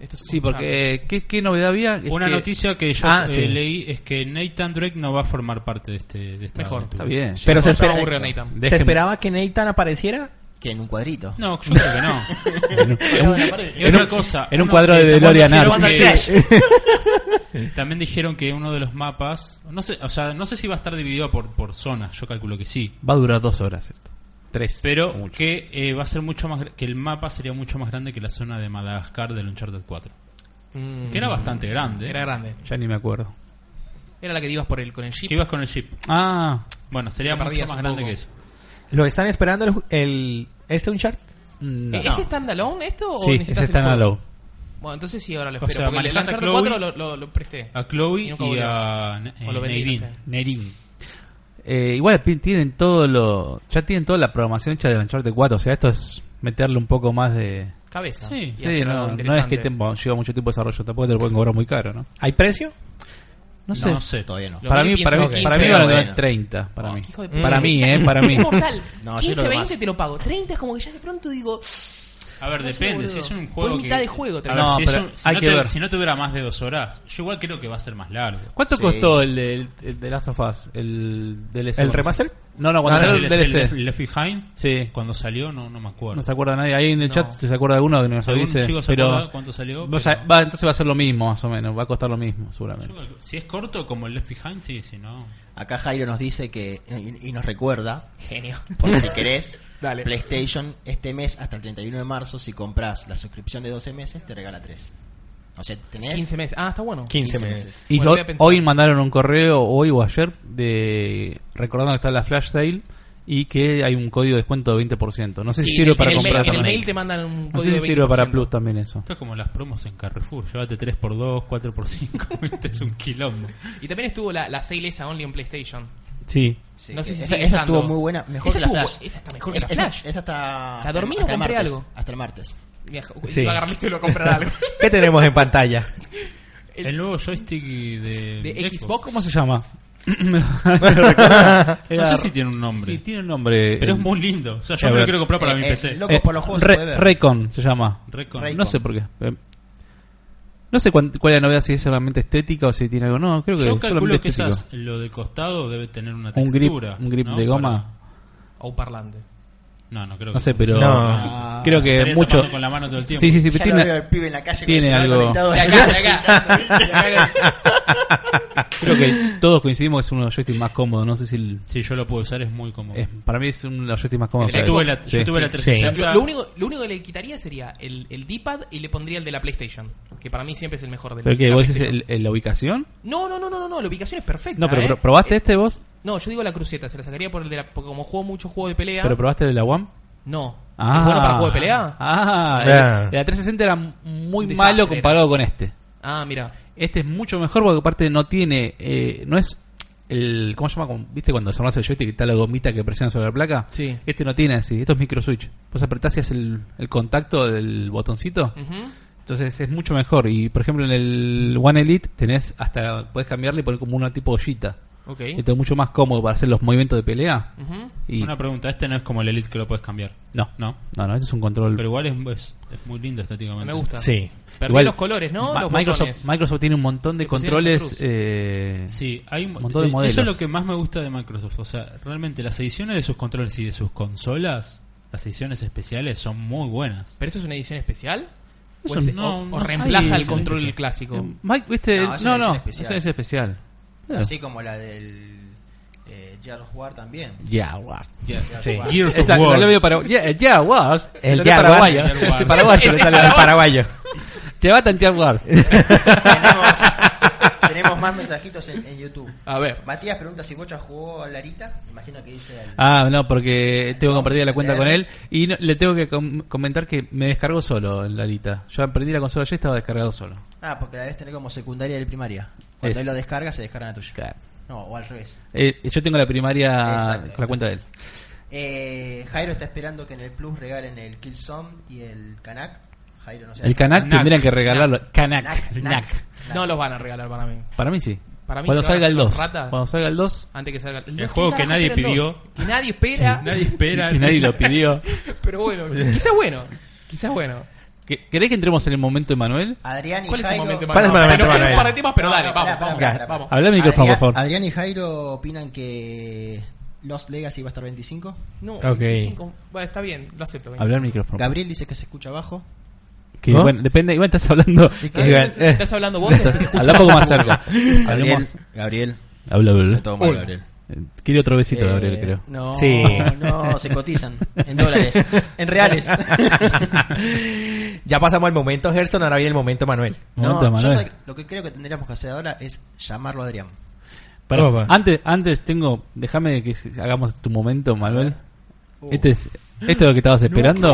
Speaker 1: Esto es un
Speaker 5: sí, porque eh, ¿qué, qué novedad había? Es
Speaker 4: Una
Speaker 5: que-
Speaker 4: noticia que yo
Speaker 5: Ah,
Speaker 4: eh,
Speaker 5: sí.
Speaker 4: leí es que Nathan Drake no va a formar parte de este de esta
Speaker 1: Mejor.
Speaker 4: aventura.
Speaker 5: Está bien.
Speaker 2: Pero
Speaker 1: Ya
Speaker 2: se,
Speaker 1: me
Speaker 2: espera-
Speaker 1: aburrió Nathan.
Speaker 2: se
Speaker 5: Déjenme-
Speaker 2: esperaba que Nathan apareciera.
Speaker 3: Que en un cuadrito.
Speaker 4: No, yo creo que no.
Speaker 5: En un- en un-
Speaker 4: Y otra cosa,
Speaker 5: en un
Speaker 4: uno
Speaker 5: cuadro
Speaker 4: que
Speaker 5: de eh,
Speaker 4: también
Speaker 5: DeLorean
Speaker 4: dijeron
Speaker 5: Art.
Speaker 4: que- También dijeron que uno de los mapas, no sé, o sea, no sé si va a estar dividido por por zonas, yo calculo que sí,
Speaker 5: Va a durar dos horas esto. Tres.
Speaker 4: pero
Speaker 5: Mucho.
Speaker 4: que eh, va a ser mucho más gra- que el mapa sería mucho más grande que la zona de Madagascar del Uncharted 4,
Speaker 1: Mm,
Speaker 4: que era bastante grande.
Speaker 1: Era grande.
Speaker 5: Ya ni me acuerdo.
Speaker 1: Era la que ibas por el, con el jeep.
Speaker 4: Que ibas con el ship.
Speaker 5: Ah,
Speaker 4: Bueno, sería
Speaker 1: Te
Speaker 4: mucho
Speaker 1: perdías
Speaker 4: más
Speaker 1: un
Speaker 4: grande
Speaker 1: poco.
Speaker 4: que eso.
Speaker 2: ¿Lo están esperando el, ju- el- este Uncharted?
Speaker 5: no.
Speaker 1: ¿Es standalone esto o
Speaker 5: sí,
Speaker 1: necesitas el
Speaker 5: ese está en
Speaker 1: juego?
Speaker 5: Allow.
Speaker 1: Bueno, entonces sí, ahora lo
Speaker 4: O
Speaker 1: espero.
Speaker 4: sea,
Speaker 1: porque el
Speaker 4: manejás a
Speaker 1: Uncharted
Speaker 4: Chloe.
Speaker 1: 4 lo, lo, lo presté.
Speaker 4: A Chloe y,
Speaker 1: Y nunca volvió.
Speaker 4: a eh,
Speaker 1: O lo vendí,
Speaker 4: Nadine.
Speaker 1: no sé.
Speaker 4: Nadine.
Speaker 5: Eh, igual pi- tienen todo lo. Ya tienen toda la programación hecha de Uncharted 4. O sea, esto es meterle un poco más de.
Speaker 1: Cabeza.
Speaker 4: Sí,
Speaker 1: Y
Speaker 5: Sí,
Speaker 1: hacer algo
Speaker 5: no, no es
Speaker 1: interesante.
Speaker 5: que tiempo, lleva mucho tiempo de desarrollo. Tampoco te lo pueden cobrar muy caro, ¿no?
Speaker 2: ¿Hay precio?
Speaker 4: No
Speaker 5: sé.
Speaker 4: No sé.
Speaker 3: Todavía no.
Speaker 1: Lo
Speaker 5: para
Speaker 1: que
Speaker 5: mí,
Speaker 1: pienso
Speaker 5: para mí,
Speaker 1: es que
Speaker 5: para
Speaker 1: 15,
Speaker 5: mí van a
Speaker 3: bueno.
Speaker 5: tener 30. Para
Speaker 1: Oh,
Speaker 5: mí.
Speaker 1: qué hijo de puta.
Speaker 5: Para mí,
Speaker 1: Ya-
Speaker 5: ¿eh? Para mí.
Speaker 1: Es mortal.
Speaker 3: No, yo
Speaker 1: 15,
Speaker 3: creo que
Speaker 1: 20
Speaker 3: más.
Speaker 1: te lo pago. 30 es como que ya de pronto digo.
Speaker 4: A ver,
Speaker 1: No sé,
Speaker 4: depende.
Speaker 1: boludo.
Speaker 4: si es un
Speaker 1: Voy
Speaker 4: juego.
Speaker 1: mitad
Speaker 4: que-
Speaker 1: de juego, te
Speaker 4: A ver,
Speaker 5: digo.
Speaker 4: si,
Speaker 5: No,
Speaker 4: es
Speaker 5: pero
Speaker 4: un- si
Speaker 5: hay
Speaker 4: no
Speaker 5: que
Speaker 4: te-
Speaker 5: ver. Ah,
Speaker 4: si no tuviera más de dos horas, yo igual creo que va a ser más largo.
Speaker 5: ¿Cuánto
Speaker 3: Sí.
Speaker 5: costó el, del- el de Last of Us? ¿El
Speaker 1: Este
Speaker 5: DLC?
Speaker 2: ¿El remaster?
Speaker 5: No, no, cuando
Speaker 4: ¿Cuánto
Speaker 5: salió
Speaker 4: salió
Speaker 5: el
Speaker 4: DLC?
Speaker 5: DLC.
Speaker 4: Left, Left Behind?
Speaker 5: Sí.
Speaker 4: Cuando salió, no, no me acuerdo.
Speaker 5: No se acuerda nadie. Ahí en el
Speaker 1: No.
Speaker 5: chat, si se acuerda alguno que nos
Speaker 4: ¿Algún
Speaker 5: avise.
Speaker 4: chico se acuerda
Speaker 5: Pero.
Speaker 4: cuánto salió?
Speaker 5: o sea,
Speaker 4: Pero-
Speaker 5: va- entonces va a ser lo mismo, más o menos. Va a costar lo mismo,
Speaker 4: Yo
Speaker 5: seguramente.
Speaker 4: creo que- Si es corto como el Left Behind, sí, si no.
Speaker 3: Acá Jairo nos dice que. Y, y nos recuerda.
Speaker 1: Genio.
Speaker 3: Por si querés.
Speaker 1: Dale.
Speaker 3: PlayStation este mes hasta el 31 de marzo. Si compras la suscripción de 12 meses, te regala 3. O sea, tenés
Speaker 1: 15 meses. Ah, está bueno.
Speaker 2: 15, meses.
Speaker 5: Y
Speaker 1: Bueno,
Speaker 5: yo-
Speaker 1: voy a pensar.
Speaker 5: hoy mandaron un correo, hoy o ayer, de recordando que está la flash sale y que hay un código de descuento de 20%. No sé
Speaker 1: Sí,
Speaker 5: si
Speaker 1: en
Speaker 5: sirve
Speaker 1: el-
Speaker 5: para
Speaker 1: en el
Speaker 5: comprar
Speaker 1: mail- En el
Speaker 5: también.
Speaker 1: mail te mandan un
Speaker 5: no
Speaker 1: código.
Speaker 5: sé si
Speaker 1: de
Speaker 5: sirve para
Speaker 1: 20%.
Speaker 5: Plus también eso.
Speaker 4: Esto es como las promos en Carrefour. Llévate 3x2, 4x5. Este es un quilombo.
Speaker 1: Y también estuvo la, la sale esa only en PlayStation.
Speaker 5: Sí.
Speaker 3: Sí,
Speaker 1: No
Speaker 3: que
Speaker 1: sé si
Speaker 3: esa,
Speaker 1: sigue
Speaker 3: esa
Speaker 1: estando.
Speaker 3: estuvo muy buena, mejor
Speaker 1: Esa
Speaker 3: que la
Speaker 1: estuvo
Speaker 3: Flash.
Speaker 1: bu- esa está mejor que
Speaker 3: Esa-
Speaker 1: la
Speaker 3: esa-
Speaker 1: Flash.
Speaker 3: Esa está.
Speaker 1: ¿La dormí o
Speaker 3: hasta el
Speaker 1: compré
Speaker 3: martes,
Speaker 1: algo?
Speaker 3: Hasta el martes.
Speaker 1: Mira,
Speaker 2: Sí.
Speaker 1: Iba a agarrar y se iba a comprar algo.
Speaker 2: ¿Qué tenemos en pantalla?
Speaker 1: El-
Speaker 4: El nuevo joystick de,
Speaker 1: ¿De Xbox?
Speaker 5: ¿Cómo se llama? Era-
Speaker 4: No sé si tiene un nombre.
Speaker 5: Sí, tiene un nombre.
Speaker 4: pero es
Speaker 5: el-
Speaker 4: muy lindo. O sea, yo
Speaker 5: A
Speaker 4: me lo
Speaker 5: ver.
Speaker 4: quiero comprar para
Speaker 3: Eh,
Speaker 4: mi
Speaker 3: eh,
Speaker 4: PC.
Speaker 3: loco, por los juegos
Speaker 5: Re-
Speaker 3: se puede ver.
Speaker 5: Recon se llama.
Speaker 4: Recon.
Speaker 3: Raycon.
Speaker 5: No sé por qué. Eh, No sé cuán- cuál es la novedad, si es solamente estética o si tiene algo. No, creo que
Speaker 4: Yo calculo
Speaker 5: solamente
Speaker 4: que
Speaker 5: estético.
Speaker 4: esas- lo de costado debe tener una
Speaker 5: Un grip,
Speaker 4: textura.
Speaker 5: un grip
Speaker 4: ¿no?
Speaker 5: de goma.
Speaker 1: O parlante.
Speaker 4: Para- No, no creo
Speaker 5: No
Speaker 4: que-
Speaker 5: sé, pero
Speaker 2: No.
Speaker 5: creo que
Speaker 4: Estaría
Speaker 5: mucho.
Speaker 4: tapando con la mano todo el
Speaker 5: Sí,
Speaker 4: tiempo.
Speaker 5: sí, sí,
Speaker 3: Ya
Speaker 5: pero
Speaker 3: lo veo
Speaker 5: tiene,
Speaker 3: al pibe en la calle con
Speaker 5: tiene
Speaker 3: el celular
Speaker 5: algo-
Speaker 3: conectado.
Speaker 1: De acá, de acá. De acá.
Speaker 5: creo que todos coincidimos que es uno de los joysticks más cómodos. No sé si el-
Speaker 4: Si yo lo puedo usar es muy cómodo.
Speaker 5: es- para mí es uno de los joysticks más cómodos.
Speaker 4: Yo
Speaker 5: para-
Speaker 4: tuve la, yo
Speaker 5: Sí.
Speaker 4: tuve la
Speaker 5: Sí.
Speaker 4: 360.
Speaker 1: Lo, lo único, lo único que le quitaría sería el, el D-pad y le pondría el de la PlayStation. Que para mí siempre es el mejor de la,
Speaker 5: ¿Pero qué?
Speaker 1: la
Speaker 5: ¿Vos decís
Speaker 1: PlayStation.
Speaker 5: el- el- la ubicación?
Speaker 1: No, no, no, no, no, no, la ubicación es perfecta.
Speaker 5: No, pero
Speaker 1: ¿eh?
Speaker 5: pro- ¿probaste este vos?
Speaker 1: No, yo digo la cruceta, se la sacaría por el de la. Porque como juego mucho juego de pelea.
Speaker 5: ¿Pero probaste el de la One?
Speaker 1: no.
Speaker 5: Ah.
Speaker 1: ¿Es bueno para juego de pelea? Ah,
Speaker 5: Ah, el-
Speaker 2: Ah.
Speaker 5: el de la 360 era muy
Speaker 1: Un desastre,
Speaker 5: malo comparado con este.
Speaker 1: Ah, mira.
Speaker 5: Este es mucho mejor porque aparte no tiene, eh, no es el, ¿cómo se llama? Como- ¿Viste cuando desarmas el joystick y está la gomita que presiona sobre la placa?
Speaker 1: Sí.
Speaker 5: Este no tiene así, esto es micro switch. Vos apretás y haces el, el contacto del botoncito,
Speaker 1: Ujú.
Speaker 5: entonces es mucho mejor. Y por ejemplo en el One Elite tenés hasta, podés cambiarle y poner como una tipo ollita.
Speaker 1: Ok.
Speaker 5: Esto es mucho más cómodo para hacer los movimientos de pelea.
Speaker 1: Ujú.
Speaker 5: Y
Speaker 4: Una pregunta, este no es como el Elite que lo puedes cambiar.
Speaker 5: no,
Speaker 4: No.
Speaker 5: no, no, este es un control.
Speaker 4: Pero igual es, es, es muy lindo estéticamente.
Speaker 1: Me gusta.
Speaker 2: Sí.
Speaker 1: Perdí
Speaker 5: Igual,
Speaker 1: los colores, ¿no?
Speaker 5: Ma-
Speaker 1: los
Speaker 5: Microsoft,
Speaker 1: botones.
Speaker 5: Microsoft tiene un montón de
Speaker 1: Le pusieron esa
Speaker 5: controles
Speaker 1: cruz.
Speaker 5: eh,
Speaker 4: Sí, hay un
Speaker 5: Un montón de modelos.
Speaker 4: Eso es lo que más me gusta de Microsoft. O sea, realmente las ediciones de sus controles y de sus consolas, las ediciones especiales son muy buenas.
Speaker 1: ¿Pero esto es una edición especial? ¿O,
Speaker 5: Eso
Speaker 1: es-
Speaker 4: no,
Speaker 1: o- o
Speaker 4: no sé.
Speaker 1: reemplaza
Speaker 4: Sí,
Speaker 1: el
Speaker 4: sí,
Speaker 1: control
Speaker 4: sí.
Speaker 1: clásico?
Speaker 5: Mike, viste,
Speaker 3: No,
Speaker 5: no,
Speaker 3: es
Speaker 5: no,
Speaker 3: una
Speaker 5: no
Speaker 3: edición
Speaker 5: esa es especial.
Speaker 3: Así como la del eh, Gears of War también.
Speaker 5: Ya, War.
Speaker 3: Gears
Speaker 2: Sí.
Speaker 3: of War.
Speaker 4: Gears of
Speaker 5: Esa-
Speaker 4: War.
Speaker 5: salió medio para ya, ya, Wars.
Speaker 2: El
Speaker 5: Salió
Speaker 2: Ya, Wars.
Speaker 5: paraguayo,
Speaker 4: Ya, Wars.
Speaker 5: El paraguayo le sale
Speaker 2: El
Speaker 5: al paraguayo.
Speaker 2: paraguayo.
Speaker 5: Llevatan ya Wars.
Speaker 3: tenemos, tenemos más mensajitos en, en YouTube.
Speaker 1: A ver.
Speaker 3: Matías pregunta si Bocha jugó a Larita. Imagino que dice el-
Speaker 5: Ah, no, porque tengo compartida la cuenta con él y no- le tengo que com- comentar que me descargó solo el Larita. Yo aprendí la consola ya estaba descargado solo.
Speaker 3: Ah, porque la debes tener como secundaria del primaria. Cuando él
Speaker 5: Es.
Speaker 3: lo descarga, se descarga la tuya. No, o al revés.
Speaker 5: Eh, yo tengo la primaria
Speaker 3: Exacto.
Speaker 5: con la cuenta de él.
Speaker 3: Eh, Jairo está esperando que en el Plus regalen el Killzone y el Kanak. Jairo no sé.
Speaker 5: El Canac
Speaker 1: Knack.
Speaker 5: tendrían que regalarlo. Canac,
Speaker 3: Knack, Knack.
Speaker 1: No los van a regalar para mí.
Speaker 5: Para mí sí.
Speaker 1: Para mí
Speaker 5: cuando
Speaker 1: se van a
Speaker 5: salga el
Speaker 1: hacer
Speaker 5: 2.
Speaker 1: ratas.
Speaker 5: Cuando salga el 2.
Speaker 1: Antes que salga
Speaker 4: El juego que nadie pidió.
Speaker 1: Que nadie espera.
Speaker 4: Nadie espera.
Speaker 5: Y nadie lo pidió.
Speaker 1: Pero bueno, quizás bueno. Quizás bueno.
Speaker 5: ¿Que- ¿Querés que entremos en el momento de Manuel?
Speaker 3: Adrián y
Speaker 1: ¿Cuál es el
Speaker 3: Jairo.
Speaker 1: momento
Speaker 2: ¿Cuál es el
Speaker 1: Manuel?
Speaker 2: momento,
Speaker 1: Nos quedan un
Speaker 2: Manuel?
Speaker 1: par de temas, pero
Speaker 3: No,
Speaker 1: dale,
Speaker 3: no,
Speaker 1: vamos,
Speaker 3: pará,
Speaker 1: vamos,
Speaker 3: pará, pará,
Speaker 1: vamos.
Speaker 5: Habla al micrófono,
Speaker 3: Adrián-
Speaker 5: por favor.
Speaker 3: Adrián y Jairo opinan que Lost Legacy va a estar 25.
Speaker 1: No,
Speaker 2: Ok.
Speaker 1: 25. Bueno, está bien, lo acepto.
Speaker 5: Habla al micrófono.
Speaker 3: Gabriel dice que se escucha abajo.
Speaker 5: Que,
Speaker 2: ¿No?
Speaker 5: Bueno, depende. Igual estás hablando.
Speaker 3: Así que.
Speaker 2: Igual,
Speaker 1: Si
Speaker 2: eh,
Speaker 1: estás hablando vos, te escucho.
Speaker 5: Habla un poco más cerca. Hablemos.
Speaker 6: Gabriel.
Speaker 5: Habla, habla.
Speaker 6: Todo
Speaker 1: Hola.
Speaker 6: mal, Gabriel.
Speaker 5: Eh, Quiere otro besito,
Speaker 3: eh,
Speaker 5: Gabriel, creo.
Speaker 3: No,
Speaker 2: Sí.
Speaker 3: no, se cotizan en dólares, en reales.
Speaker 2: ya pasamos al momento Gerson, ahora viene el momento Manuel.
Speaker 5: Momento,
Speaker 3: No, yo
Speaker 5: Manuel.
Speaker 3: creo- lo que creo que tendríamos que hacer ahora es llamarlo a Adrián.
Speaker 5: Pará,
Speaker 2: Opa.
Speaker 5: antes, antes tengo. Déjame que s- hagamos tu momento, Manuel.
Speaker 4: Uh.
Speaker 5: Este es, ¿Esto es lo que estabas esperando?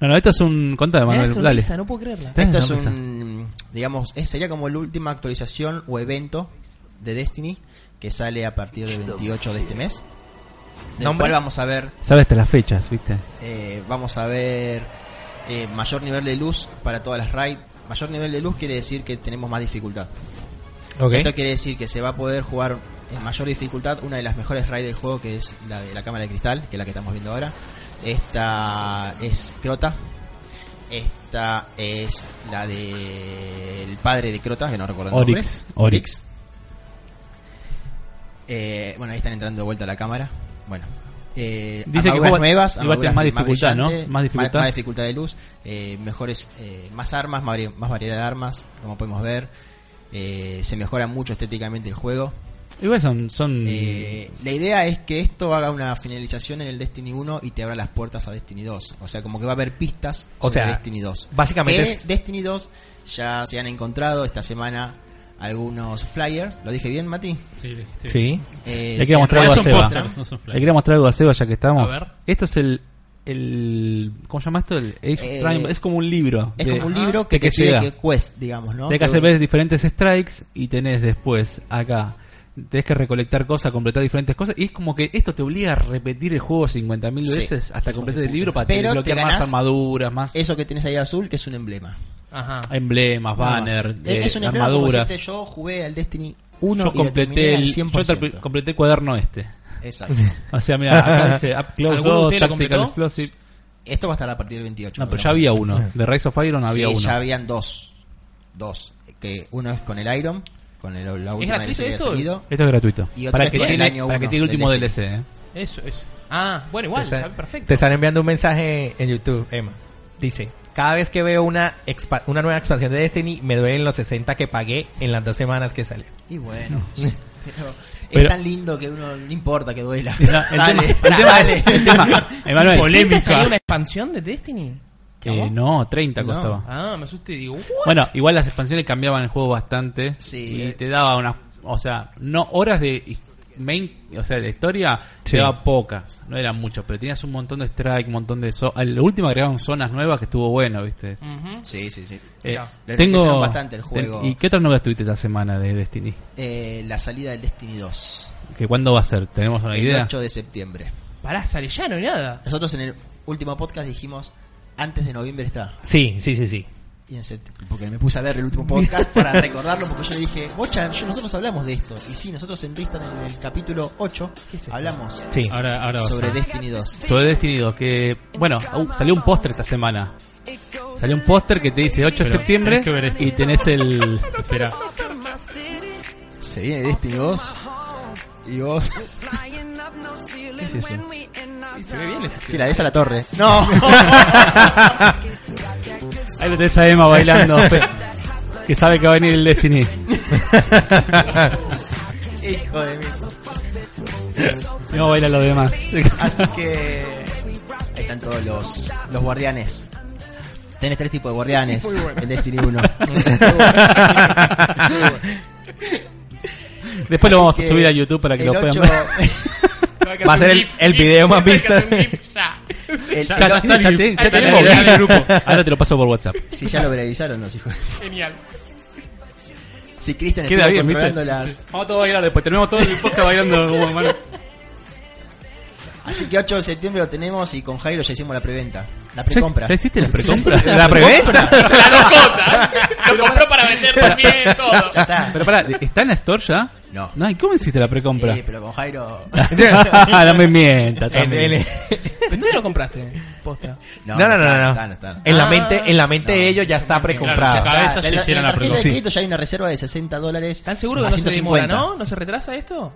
Speaker 5: No, no, esto es un. Contame,
Speaker 1: Me da
Speaker 5: Manuel. Dale.
Speaker 1: sonrisa, no puedo creerla.
Speaker 5: Tenés
Speaker 3: Esto es
Speaker 5: sonrisa.
Speaker 3: un, digamos, es- sería como la última actualización o evento de Destiny que sale a partir del 28 de este mes. Del
Speaker 2: ¿Nombre?
Speaker 3: cual vamos a ver,
Speaker 5: Sabes hasta las fechas, ¿viste?
Speaker 3: eh, vamos a ver eh, mayor nivel de luz para todas las raids. Mayor nivel de luz quiere decir que tenemos más dificultad.
Speaker 2: Ok.
Speaker 3: Esto quiere decir que se va a poder jugar en mayor dificultad una de las mejores raids del juego, que es la de la cámara de cristal, que es la que estamos viendo ahora. Esta es Crota. Esta es la de el padre de Crota, que no recuerdo el nombre.
Speaker 5: Oryx. Oryx.
Speaker 3: Eh, bueno, ahí están entrando de vuelta a la cámara. Bueno. Eh,
Speaker 5: Dice que
Speaker 3: armaduras
Speaker 5: juega-
Speaker 3: nuevas,
Speaker 5: igual tenés
Speaker 3: armaduras
Speaker 5: más dificultad, ¿no?
Speaker 3: brillantes,
Speaker 5: Más dificultad.
Speaker 3: Más, dificultad de luz, eh, mejores, eh, más armas, más, vari- más variedad de armas, como podemos ver. Eh, se mejora mucho estéticamente el juego.
Speaker 5: Igual son. son
Speaker 3: Eh,
Speaker 5: Mm.
Speaker 3: la idea es que esto haga una finalización en el Destiny 1 y te abra las puertas a Destiny 2. O sea, como que va a haber pistas
Speaker 2: O
Speaker 3: sobre
Speaker 2: sea,
Speaker 3: Destiny 2.
Speaker 2: básicamente
Speaker 3: Que
Speaker 2: es-
Speaker 3: Destiny 2 ya se han encontrado esta semana algunos flyers. ¿Lo dije bien, Mati?
Speaker 4: Sí, sí.
Speaker 2: Sí.
Speaker 3: Eh,
Speaker 5: Le quería
Speaker 3: en
Speaker 5: mostrar algo
Speaker 4: No
Speaker 5: a
Speaker 4: son
Speaker 5: Seba.
Speaker 4: pósters, no son
Speaker 5: Le
Speaker 4: flyers.
Speaker 5: quería mostrar algo a Seba ya que estamos.
Speaker 1: A ver.
Speaker 5: Esto es el, el ¿cómo se llama esto? El Age
Speaker 3: Eh,
Speaker 5: of Triumph. es como un libro.
Speaker 3: Es
Speaker 5: de- Ah.
Speaker 3: como un libro que,
Speaker 5: de que
Speaker 3: te pide
Speaker 5: llega.
Speaker 3: que quest, digamos, ¿no?
Speaker 5: Tenés que
Speaker 3: Que-
Speaker 5: hacer ves diferentes strikes y tenés después acá tenés que recolectar cosas, completar diferentes cosas y es como que esto te obliga a repetir el juego 50.000
Speaker 3: Sí.
Speaker 5: veces hasta completar el libro para
Speaker 3: Pero te
Speaker 5: desbloquear más
Speaker 3: ganás
Speaker 5: armaduras, más
Speaker 3: Eso que tienes ahí azul, que es un emblema.
Speaker 1: Ajá.
Speaker 5: Emblemas,
Speaker 3: Nada más.
Speaker 5: banner, eh,
Speaker 3: Es- es un emblema, como
Speaker 5: armaduras.
Speaker 3: decirte, yo jugué al Destiny 1 y
Speaker 5: Yo
Speaker 3: lo terminé
Speaker 5: completé
Speaker 3: al
Speaker 5: el, yo
Speaker 3: 100%.
Speaker 5: terp- completé el cuaderno este.
Speaker 3: Exacto.
Speaker 5: O sea, mira, acá dice Up Close
Speaker 1: ¿Alguno de
Speaker 5: 2,
Speaker 1: ustedes lo
Speaker 5: Tactical
Speaker 1: completó?
Speaker 5: Explosive.
Speaker 3: Esto va a estar a partir del 28.
Speaker 5: No, pero ya había uno. De Rise of Iron había
Speaker 3: Sí,
Speaker 5: uno.
Speaker 3: ya habían dos. Dos. Que uno es con el Iron, con el, la última
Speaker 1: gratis
Speaker 3: que había
Speaker 1: esto?
Speaker 3: salido.
Speaker 5: Esto es gratuito.
Speaker 3: Y otro
Speaker 5: Para
Speaker 3: es
Speaker 5: que,
Speaker 3: con el
Speaker 5: tiene,
Speaker 3: año
Speaker 5: para
Speaker 3: uno
Speaker 5: que tiene el
Speaker 3: del
Speaker 5: último DLC,
Speaker 3: Destiny.
Speaker 5: eh.
Speaker 1: Eso, eso. Ah, bueno, igual,
Speaker 2: Te está-
Speaker 1: sabe perfecto.
Speaker 2: Te están enviando un mensaje en YouTube, Emma. Dice, cada vez que veo una, expa- una nueva expansión de Destiny, me duelen los 60 que pagué en las dos semanas que salió.
Speaker 3: Y bueno. pero es
Speaker 5: Pero-
Speaker 3: tan lindo que uno no importa que duela.
Speaker 5: No, el tema, el tema, el tema, Emanuel,
Speaker 1: ¿Polémica salió una expansión de Destiny?
Speaker 5: eh, no, 30
Speaker 1: No.
Speaker 5: costaba.
Speaker 1: Ah, me asusté y digo, "What?".
Speaker 5: Bueno, igual las expansiones cambiaban el juego bastante.
Speaker 3: Sí.
Speaker 5: Y te daba unas. O sea, no horas de main. O sea, de historia.
Speaker 2: Sí.
Speaker 5: Te daba pocas. No eran muchas. Pero tenías un montón de strike, un montón de. zo- Al último agregaron zonas nuevas que estuvo bueno, ¿viste?
Speaker 1: Ujú.
Speaker 3: Sí, sí, sí.
Speaker 5: Eh,
Speaker 1: Mirá.
Speaker 3: Mm, Le
Speaker 5: tengo.
Speaker 3: enriquecieron bastante el juego.
Speaker 5: ten- ¿Y qué otras novedades tuviste esta semana de Destiny?
Speaker 3: Eh, la salida del Destiny 2.
Speaker 5: ¿Que ¿Cuándo va a ser? ¿Tenemos una
Speaker 3: El
Speaker 5: idea?
Speaker 3: 8 de septiembre.
Speaker 1: Pará, sale ya, no hay nada.
Speaker 3: Nosotros en el último podcast dijimos, antes de noviembre está.
Speaker 2: Sí, sí, sí, sí.
Speaker 3: Y en septiembre, porque me puse a ver el último podcast para recordarlo, porque yo le dije, Bocha, yo- nosotros hablamos de esto. Y sí, nosotros en Bristol, en el capítulo 8, hablamos
Speaker 2: Sí.
Speaker 5: Ahora, ahora va a ser.
Speaker 3: sobre Destiny 2.
Speaker 5: Sobre Destiny 2, que bueno, uh, salió un póster esta semana. Salió un póster que te dice 8 de
Speaker 4: Pero
Speaker 5: septiembre
Speaker 4: tenés que ver esto.
Speaker 5: y tenés el. Espera,
Speaker 3: Se viene Destiny 2. Y vos.
Speaker 5: ¿qué es eso?
Speaker 1: Se ve bien
Speaker 3: Sí, la des a la torre. No.
Speaker 5: Ahí lo tenés a Emma bailando. pe- que sabe que va a venir el Destiny.
Speaker 3: Hijo de mí.
Speaker 5: Y No baila lo demás.
Speaker 3: Así que. Ahí están todos los, los guardianes. Tenés tres tipos de guardianes en Destiny 1.
Speaker 5: Después lo vamos a
Speaker 3: Así
Speaker 5: subir a YouTube para que
Speaker 3: el
Speaker 5: lo puedan
Speaker 3: ocho-
Speaker 5: ver.
Speaker 2: Va a ser el- el video más visto.
Speaker 3: el-
Speaker 5: Ya, ya está, ya te- ya
Speaker 1: está en el-
Speaker 5: tenemos
Speaker 1: está en el
Speaker 5: grupo. Ahora te lo paso por WhatsApp.
Speaker 3: Si ya lo viralizaron los hijos.
Speaker 1: Genial.
Speaker 3: Si Cristian
Speaker 5: Queda
Speaker 3: está
Speaker 5: bien, ¿viste?
Speaker 3: controlando las.
Speaker 5: Sí. Vamos todos a bailar después. Terminamos todo el podcast bailando como hermano.
Speaker 3: Así que 8 de septiembre lo tenemos y con Jairo ya hicimos la preventa. La
Speaker 5: ¿Ya,
Speaker 3: precompra.
Speaker 5: ya hiciste la precompra?
Speaker 2: ¿La preventa?
Speaker 1: Las dos cosas. Lo compró para vender también todo.
Speaker 3: Ya está.
Speaker 5: Pero pará, ¿está en la store ya?
Speaker 3: No.
Speaker 5: Ah, No, ¿y cómo hiciste la precompra?
Speaker 3: Sí, pero con Jairo.
Speaker 5: no me mientas,
Speaker 2: En-
Speaker 5: también.
Speaker 2: en-
Speaker 1: ¿Pero dónde lo compraste? Posta.
Speaker 2: no, no, no,
Speaker 3: está,
Speaker 2: no.
Speaker 3: está, no está.
Speaker 2: En la
Speaker 1: Ah,
Speaker 2: mente, en la mente de ellos ya está
Speaker 4: Claro,
Speaker 2: precomprado.
Speaker 4: ya cabeza
Speaker 3: Está,
Speaker 4: se
Speaker 3: en la-
Speaker 4: hicieron
Speaker 3: en la
Speaker 4: la
Speaker 3: tarjeta de
Speaker 4: pregunta.
Speaker 3: crédito ya hay una reserva de 60 dólares.
Speaker 1: ¿Están seguros que
Speaker 3: más
Speaker 1: no se demora,
Speaker 3: 150.
Speaker 1: no? ¿No se retrasa esto?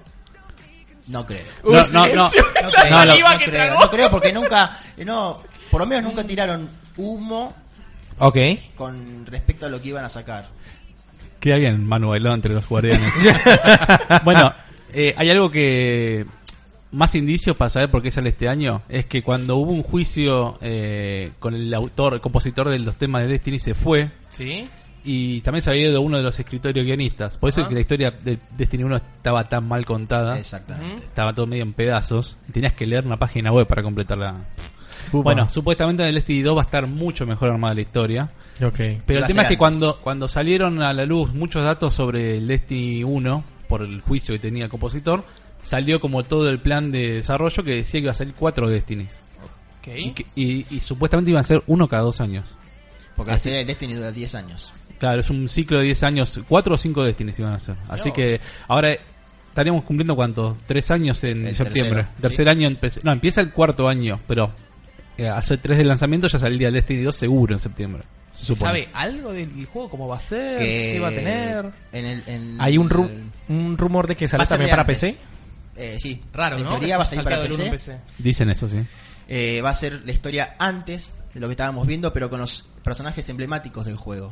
Speaker 3: No creo.
Speaker 5: No, no, no.
Speaker 1: Uh, La
Speaker 5: No, lo-
Speaker 1: saliva
Speaker 3: no
Speaker 1: que
Speaker 3: creo,
Speaker 1: tragó.
Speaker 3: no creo porque nunca, eh, no, por lo menos nunca tiraron humo
Speaker 2: Ok.
Speaker 3: con respecto a lo que iban a sacar.
Speaker 5: Queda bien Manu bailó entre los guardianes. bueno, eh, hay algo que... Más indicios para saber por qué sale este año es que cuando hubo un juicio eh, con el autor, el compositor de los temas de Destiny se fue
Speaker 1: Sí.
Speaker 5: y también se había ido uno de los escritores guionistas. Por eso es que la historia de Destiny 1 estaba tan mal contada.
Speaker 3: Exactamente.
Speaker 1: Mm,
Speaker 5: Estaba todo medio en pedazos. Y tenías que leer una página web para completarla. Bueno, supuestamente en el Destiny 2 va a estar mucho mejor armada la historia.
Speaker 2: Ok.
Speaker 5: Pero
Speaker 3: Iba
Speaker 5: el
Speaker 3: a
Speaker 5: tema
Speaker 3: ser
Speaker 5: es que
Speaker 3: antes.
Speaker 5: cuando, cuando salieron a la luz muchos datos sobre el Destiny 1, por el juicio que tenía el compositor, salió como todo el plan de desarrollo que decía que iba a salir cuatro Destinies.
Speaker 1: Ok.
Speaker 5: Y, que- y- y supuestamente iban a ser uno cada dos años. Ah,
Speaker 3: Porque la serie de Destiny dura 10 años.
Speaker 5: Claro, es un ciclo de 10 años, cuatro o cinco Destinies iban a ser. Así que ahora estaríamos cumpliendo cuántos? Tres años en
Speaker 3: El
Speaker 5: septiembre.
Speaker 3: tercero,
Speaker 5: Tercer año, empe- no, empieza el cuarto año, pero eh, hace tres del lanzamiento ya saldría el Destiny 2 seguro en septiembre. Se supone.
Speaker 1: ¿Sabe algo del juego? ¿Cómo va a ser?
Speaker 3: Que
Speaker 1: ¿Qué va Eh, a tener?
Speaker 3: En el, en-
Speaker 2: Hay un, ru-
Speaker 3: el-
Speaker 2: un rumor de
Speaker 3: Mm.
Speaker 2: que
Speaker 3: va
Speaker 2: sale
Speaker 3: a ser
Speaker 2: también
Speaker 3: de
Speaker 2: para
Speaker 3: antes.
Speaker 2: PC.
Speaker 3: Eh, sí,
Speaker 1: Raro,
Speaker 3: En
Speaker 1: ¿no?
Speaker 3: teoría va a salir para
Speaker 1: Salteado del uno
Speaker 3: PC.
Speaker 1: a PC.
Speaker 5: Dicen eso, sí.
Speaker 3: Eh, va a ser la historia antes de lo que estábamos viendo, pero con los personajes emblemáticos del juego.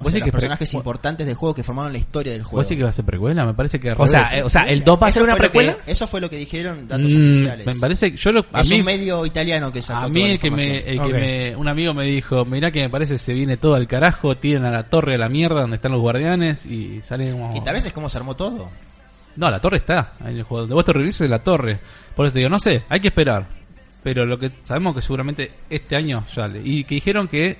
Speaker 3: O
Speaker 5: Vos
Speaker 3: sea,
Speaker 5: decís
Speaker 3: los
Speaker 5: que-
Speaker 3: personajes importantes del juego que formaron la historia del juego.
Speaker 5: ¿Vos decís que va a ser precuela? Me parece que al
Speaker 2: O sea,
Speaker 5: revés, ¿eh?
Speaker 2: eh, o sea, el 2 va a
Speaker 3: Eso
Speaker 2: ser una
Speaker 3: fue lo
Speaker 2: precuela.
Speaker 3: que- eso fue lo que dijeron datos
Speaker 5: Mm,
Speaker 3: oficiales.
Speaker 5: me parece que yo lo, a
Speaker 3: es
Speaker 5: mí,
Speaker 3: un medio italiano que sacó
Speaker 5: a mí
Speaker 3: toda la
Speaker 5: el que, me,
Speaker 3: información.
Speaker 5: el que
Speaker 2: Ok.
Speaker 5: me- un amigo me dijo, mirá que me parece se viene todo al carajo, tiran a la torre a la mierda donde están los guardianes y salen como-
Speaker 3: Y tal vez es como se armó todo.
Speaker 5: No, la torre está en el juego. Donde vos te revisas es la torre. Por eso te digo, no sé, hay que esperar. Pero lo que sabemos que seguramente este año sale. Y que dijeron que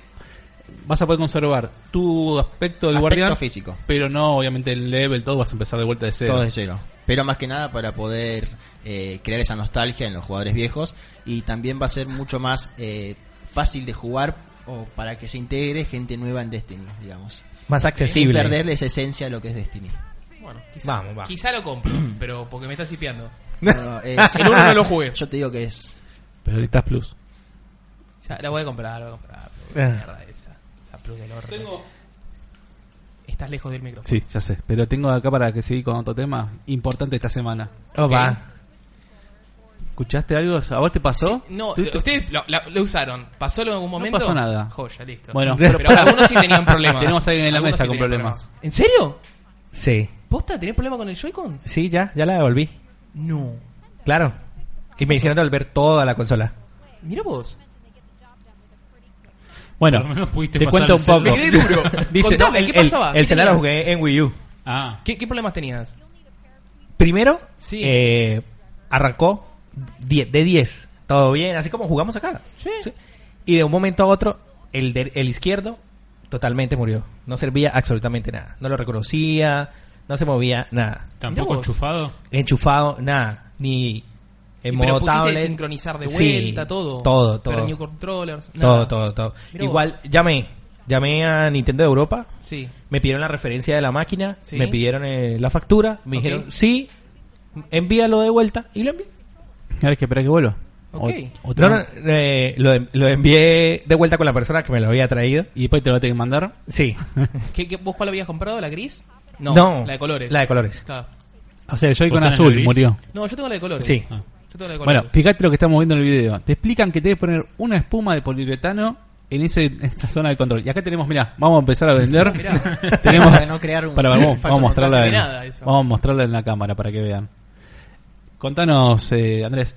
Speaker 5: vas a poder conservar tu aspecto del
Speaker 3: Aspecto
Speaker 5: guardián
Speaker 3: físico.
Speaker 5: pero no obviamente el level todo vas a empezar de vuelta de cero
Speaker 3: Todo de cero. Pero más que nada para poder eh, crear esa nostalgia en los jugadores viejos. Y también va a ser mucho más eh, fácil de jugar o para que se integre gente nueva en Destiny, digamos.
Speaker 2: Más
Speaker 3: Sin
Speaker 2: accesible.
Speaker 3: perderle esa esencia de lo que es Destiny.
Speaker 1: Bueno, quizá,
Speaker 2: Vamos, vamos.
Speaker 1: quizá lo compro, pero porque me estás hipeando.
Speaker 3: No, no, Eh, es-
Speaker 1: El uno no lo jugué.
Speaker 3: Yo te digo que es
Speaker 5: Pero ahorita es plus.
Speaker 1: O sea, la voy a comprar, la voy a comprar. pero
Speaker 5: Eh.
Speaker 2: Ah.
Speaker 1: Mierda esa. Esa plus del orto. Estás lejos del micrófono.
Speaker 5: Sí, ya sé. Pero tengo acá para que seguir con otro tema importante esta semana.
Speaker 2: Oh, va.
Speaker 5: ¿Escuchaste algo? ¿A vos te pasó?
Speaker 1: No,
Speaker 5: ¿Tú- tú-
Speaker 1: ustedes lo, la- lo usaron. ¿Pasó en algún momento?
Speaker 5: pasó nada.
Speaker 1: Joya, listo.
Speaker 5: Bueno,
Speaker 1: pero,
Speaker 5: pero-
Speaker 1: algunos sí tenían problemas.
Speaker 5: Tenemos a alguien en la
Speaker 1: Algunos
Speaker 5: mesa
Speaker 1: sí
Speaker 5: con
Speaker 1: tenían
Speaker 5: problemas.
Speaker 1: ¿En serio?
Speaker 2: Sí.
Speaker 1: ¿Posta? ¿Tenés problema con el Joy-Con?
Speaker 2: Sí, ya, ya la devolví.
Speaker 1: No.
Speaker 2: Claro. Y me hicieron devolver toda la consola.
Speaker 1: Mira vos.
Speaker 5: Bueno,
Speaker 4: Por lo menos pudiste
Speaker 5: te
Speaker 4: pasar
Speaker 5: cuento
Speaker 4: el
Speaker 5: un
Speaker 1: Me
Speaker 5: poco.
Speaker 1: quedé duro. Contame, ¿qué
Speaker 2: el-
Speaker 1: pasaba?
Speaker 2: El,
Speaker 1: ¿Qué
Speaker 2: celular lo
Speaker 1: tenías?
Speaker 2: jugué en Wii U.
Speaker 5: Ah,
Speaker 1: ¿Qué, qué problemas tenías?
Speaker 2: Primero,
Speaker 1: Sí.
Speaker 2: eh, arrancó die- de 10. Todo bien, así como jugamos acá.
Speaker 1: Sí.
Speaker 2: Y de un momento a otro, el, de- el izquierdo totalmente murió. No servía absolutamente nada. No lo reconocía, no se movía, nada.
Speaker 4: tampoco
Speaker 1: Mirá vos.
Speaker 4: enchufado.
Speaker 2: Enchufado, nada. Ni en
Speaker 1: Pero
Speaker 2: modo
Speaker 1: pusiste
Speaker 2: tablet.
Speaker 1: sincronizar de
Speaker 2: Sí,
Speaker 1: vuelta, todo.
Speaker 2: Todo, todo.
Speaker 1: Perdió controllers.
Speaker 2: Todo,
Speaker 1: nada.
Speaker 2: todo, todo.
Speaker 1: Mirá
Speaker 2: Igual, llamé. Llamé a Nintendo de Europa.
Speaker 1: Sí.
Speaker 2: Me pidieron la referencia de la máquina.
Speaker 1: Sí.
Speaker 2: Me pidieron eh, la factura. Me
Speaker 1: Ok.
Speaker 2: dijeron, sí, envíalo de vuelta. Y lo envié.
Speaker 5: ahora hay que esperar que vuelva.
Speaker 1: Ok.
Speaker 5: O- otra-
Speaker 2: No, no, eh, lo, en- lo envié de vuelta con la persona que me lo había traído.
Speaker 5: Y después te lo tengo que mandar.
Speaker 2: Sí.
Speaker 1: ¿Qué, qué- vos cuál habías comprado? ¿La gris?
Speaker 2: No,
Speaker 1: La de colores.
Speaker 2: la de colores.
Speaker 1: Claro.
Speaker 5: O sea, el Joy-Con
Speaker 4: ¿Botones
Speaker 5: azul
Speaker 4: gris?
Speaker 5: murió.
Speaker 1: No, yo tengo la de colores.
Speaker 2: Sí.
Speaker 1: Yo tengo la de colores.
Speaker 5: Bueno, fíjate lo que estamos viendo en el video. Te explican que debes poner una espuma de poliuretano en, ese, en esta zona de control. Y acá tenemos, mira, vamos a empezar a vender.
Speaker 1: Mirá.
Speaker 5: tenemos
Speaker 3: Para no crear un-
Speaker 5: Para,
Speaker 3: un
Speaker 5: vamos,
Speaker 3: falso
Speaker 5: vamos a mostrarla
Speaker 1: montaje.
Speaker 5: en,
Speaker 1: Nada, eso.
Speaker 5: vamos a mostrarla en la cámara para que vean. Contanos, eh, Andrés.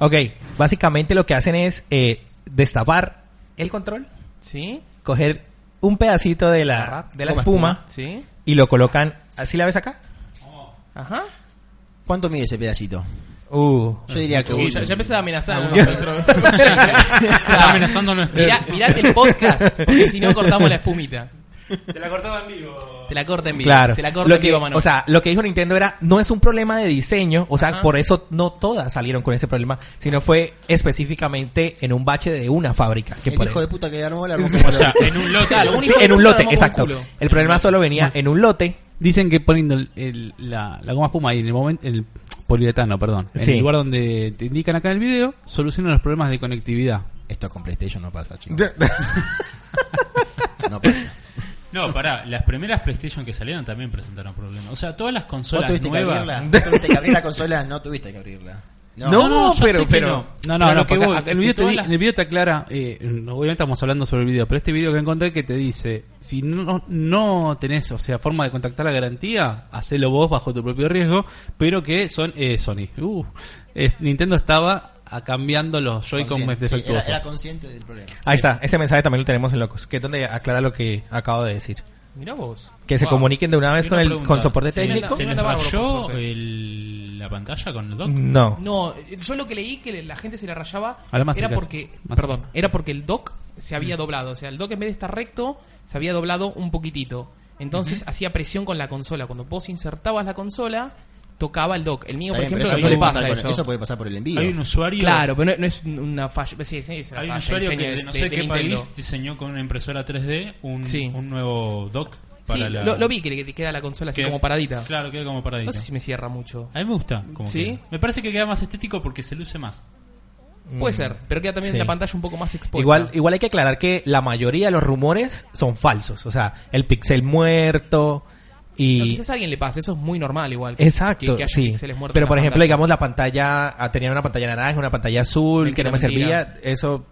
Speaker 2: Ok, básicamente lo que hacen es eh, destapar el control,
Speaker 1: ¿Sí?
Speaker 2: coger un pedacito de la,
Speaker 1: Agarrar
Speaker 2: Ah, de la
Speaker 1: como
Speaker 2: espuma,
Speaker 1: Sí.
Speaker 2: y lo colocan. ¿Así la ves acá?
Speaker 1: Ajá.
Speaker 3: ¿Cuánto mide ese pedacito?
Speaker 2: Uh,
Speaker 5: Ah,
Speaker 3: Yo diría que
Speaker 1: Sí,
Speaker 3: un-
Speaker 1: ya, ya empezaba a amenazar. ¿no?
Speaker 4: Está amenazando a nuestro.
Speaker 1: Mirá, mirate el podcast, porque si no cortamos la espumita.
Speaker 4: Te la cortaba en vivo.
Speaker 1: Te la corta en vivo.
Speaker 2: claro.
Speaker 1: Se la corta
Speaker 2: lo
Speaker 1: en
Speaker 2: que,
Speaker 1: vivo, Manu.
Speaker 2: o sea, lo que dijo Nintendo era, no es un problema de diseño, o sea,
Speaker 1: Ajá.
Speaker 2: por eso no todas salieron con ese problema, sino fue específicamente en un bache de una fábrica. Que
Speaker 3: el
Speaker 2: por
Speaker 3: hijo
Speaker 2: eso-
Speaker 3: de puta que armó la
Speaker 4: O sea, en un lote.
Speaker 1: Claro, un
Speaker 2: Sí,
Speaker 1: hijo de
Speaker 2: en un
Speaker 1: puta
Speaker 2: lote,
Speaker 1: armó
Speaker 2: exacto.
Speaker 1: un culo.
Speaker 2: El problema solo venía en un lote.
Speaker 5: Dicen que poniendo el- el- la, la goma espuma ahí en el momento, el poliuretano, perdón, en
Speaker 2: Sí.
Speaker 5: el lugar donde te indican acá en el video, solucionan los problemas de conectividad.
Speaker 3: Esto con PlayStation no pasa, chicos. No pasa.
Speaker 4: No, pará, las primeras PlayStation que salieron también presentaron problemas. O sea, todas las
Speaker 3: Vos
Speaker 4: consolas
Speaker 3: tuviste que abrirla.
Speaker 4: nuevas.
Speaker 3: Vos tuviste que abrir la consola, no tuviste que abrirla. No,
Speaker 4: ya sé que
Speaker 5: No, no,
Speaker 4: Pero
Speaker 5: no,
Speaker 4: lo que
Speaker 5: porque
Speaker 4: voy,
Speaker 5: acá
Speaker 4: es
Speaker 5: el,
Speaker 4: que
Speaker 5: video te,
Speaker 4: todas
Speaker 5: di-
Speaker 4: las-
Speaker 5: en el video te aclara, eh, obviamente estamos hablando sobre el video, pero este video que encontré que te dice, si no, no tenés, o sea, forma de contactar la garantía, hacelo vos bajo tu propio riesgo, pero que son eh, Sony. Uh, es- Nintendo estaba ah, cambiando los Joy-Con
Speaker 3: Consciente, sí, era,
Speaker 5: defectuosos.
Speaker 3: era consciente del problema.
Speaker 2: Ahí está, ese mensaje también lo tenemos en Locos, que es donde aclara lo que acabo de decir.
Speaker 1: Mirá vos.
Speaker 2: Que se
Speaker 4: Wow.
Speaker 2: comuniquen de una vez
Speaker 4: Y
Speaker 2: con
Speaker 4: una
Speaker 2: el
Speaker 4: pregunta,
Speaker 2: con soporte
Speaker 4: ¿se les-
Speaker 2: técnico.
Speaker 4: ¿Se
Speaker 1: No
Speaker 4: les
Speaker 1: era bárbaro, por
Speaker 4: rayó
Speaker 1: suerte.
Speaker 4: el- la pantalla con el dock?
Speaker 2: No.
Speaker 1: No, yo lo que leí que la gente se le rayaba
Speaker 5: Ahora más
Speaker 1: era
Speaker 5: cerca.
Speaker 1: porque,
Speaker 5: Más
Speaker 1: perdón,
Speaker 5: cerca.
Speaker 1: era porque el dock se había doblado, o sea, el dock en vez de estar recto se había doblado un poquitito. Entonces hacía presión con la consola cuando vos insertabas la consola tocaba el dock. El mío,
Speaker 3: Está bien,
Speaker 1: por ejemplo,
Speaker 3: pero
Speaker 4: eso
Speaker 1: no le
Speaker 3: puede
Speaker 1: pasa
Speaker 3: pasar con-
Speaker 1: eso.
Speaker 3: eso puede pasar por el envío.
Speaker 4: Hay un usuario.
Speaker 1: Claro, pero no, no es una falla. Sí, sí, es una
Speaker 4: Hay un
Speaker 1: falla,
Speaker 4: usuario
Speaker 1: diseño
Speaker 4: que de
Speaker 1: de-
Speaker 4: no
Speaker 1: de-
Speaker 4: sé
Speaker 1: de
Speaker 4: qué
Speaker 1: Nintendo.
Speaker 4: país diseñó con una impresora 3D un,
Speaker 1: Sí.
Speaker 4: un nuevo dock
Speaker 1: Sí,
Speaker 4: para la.
Speaker 1: lo, lo vi que le queda la consola así
Speaker 4: que-
Speaker 1: como paradita.
Speaker 4: Claro, queda como paradita.
Speaker 1: No sé si me cierra mucho.
Speaker 4: A mí me gusta. Como
Speaker 1: ¿Sí?
Speaker 4: queda. Me parece que queda más estético porque se luce más. Mm.
Speaker 2: Mm.
Speaker 1: Puede ser, pero queda también
Speaker 2: Sí.
Speaker 1: la pantalla un poco más expuesta.
Speaker 2: Igual, igual hay que aclarar que la mayoría de los rumores son falsos. O sea, el pixel muerto
Speaker 1: No,
Speaker 2: y...
Speaker 1: quizás a alguien le pase, eso es muy normal igual. que-
Speaker 2: Exacto,
Speaker 1: que- que haya
Speaker 2: sí.
Speaker 1: píxeles muertos en
Speaker 2: Pero
Speaker 1: la
Speaker 2: por ejemplo,
Speaker 1: pantalla.
Speaker 2: digamos la pantalla, ah, tenía una pantalla naranja, una pantalla azul,
Speaker 1: Es que
Speaker 2: que no
Speaker 1: era
Speaker 2: me
Speaker 1: mentira.
Speaker 2: servía, eso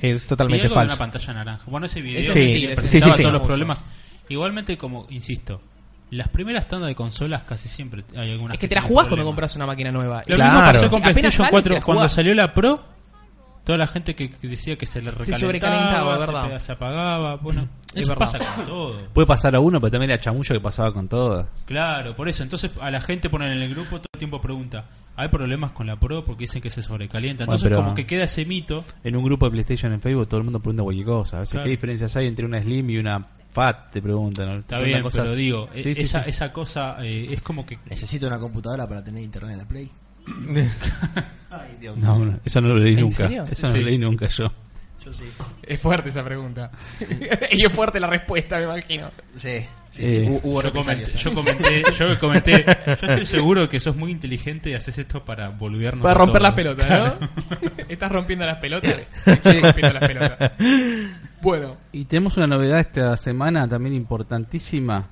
Speaker 2: es
Speaker 4: Y
Speaker 2: totalmente
Speaker 4: algo de una
Speaker 2: falso.
Speaker 4: pantalla naranja. Bueno, ese video
Speaker 1: Eso
Speaker 4: que
Speaker 2: sí,
Speaker 4: te
Speaker 2: sí,
Speaker 4: presentaba
Speaker 2: sí, sí.
Speaker 4: todos los
Speaker 1: Mucho.
Speaker 4: problemas. Igualmente, como insisto, las primeras tandas de consolas casi siempre hay algunas.
Speaker 1: Es que te la
Speaker 4: tienen
Speaker 1: jugás cuando
Speaker 4: problemas.
Speaker 1: compras una máquina nueva.
Speaker 4: Lo
Speaker 2: Claro.
Speaker 4: mismo pasó con
Speaker 1: Apenas
Speaker 4: PlayStation
Speaker 1: sale, te
Speaker 4: 4
Speaker 1: la
Speaker 4: cuando
Speaker 1: jugás.
Speaker 4: salió la Pro. Toda la gente que que decía que se
Speaker 1: Se
Speaker 4: le recalentaba,
Speaker 1: sobrecalentaba,
Speaker 4: se
Speaker 1: verdad.
Speaker 4: pega- Se, apagaba, bueno,
Speaker 1: Es
Speaker 4: eso
Speaker 1: verdad.
Speaker 4: pasa con todo.
Speaker 5: Puede pasar a uno, pero también era chamullo que pasaba con todas.
Speaker 4: Claro, por eso, entonces a la gente ponen en el grupo todo el tiempo pregunta, ¿hay problemas con la Pro porque dicen que se sobrecalienta?
Speaker 5: Bueno,
Speaker 4: Entonces
Speaker 5: pero-
Speaker 4: como que queda ese mito.
Speaker 5: En un grupo de PlayStation en Facebook todo el mundo pregunta cualquier cosa. A veces,
Speaker 4: Claro.
Speaker 5: ¿Qué diferencias hay entre una Slim y una Fat? Te preguntan. ¿no?
Speaker 4: Está
Speaker 5: Preguntan
Speaker 4: bien,
Speaker 5: cosas-
Speaker 4: pero digo,
Speaker 5: Sí,
Speaker 4: e-
Speaker 5: sí,
Speaker 4: esa,
Speaker 5: sí.
Speaker 4: esa cosa eh, es como que...
Speaker 3: Necesito una computadora para tener internet en la Play. Ay, Dios mío.
Speaker 5: No, no, eso no lo leí
Speaker 1: ¿En
Speaker 5: nunca.
Speaker 1: serio?
Speaker 5: Eso no lo leí nunca yo.
Speaker 3: Yo sí.
Speaker 1: Es fuerte esa pregunta. y es fuerte la respuesta, me imagino.
Speaker 3: Sí, sí,
Speaker 5: Eh,
Speaker 3: sí. Hu- Hubo
Speaker 4: yo, comenté,
Speaker 3: represalias,
Speaker 4: yo
Speaker 3: ¿eh?
Speaker 4: comenté, yo comenté, yo estoy seguro que sos muy inteligente y haces esto para volvernos.
Speaker 1: Para romper las pelotas, ¿no? Estás rompiendo las pelotas. Estás rompiendo las pelotas. Bueno,
Speaker 5: Y tenemos una novedad esta semana también importantísima.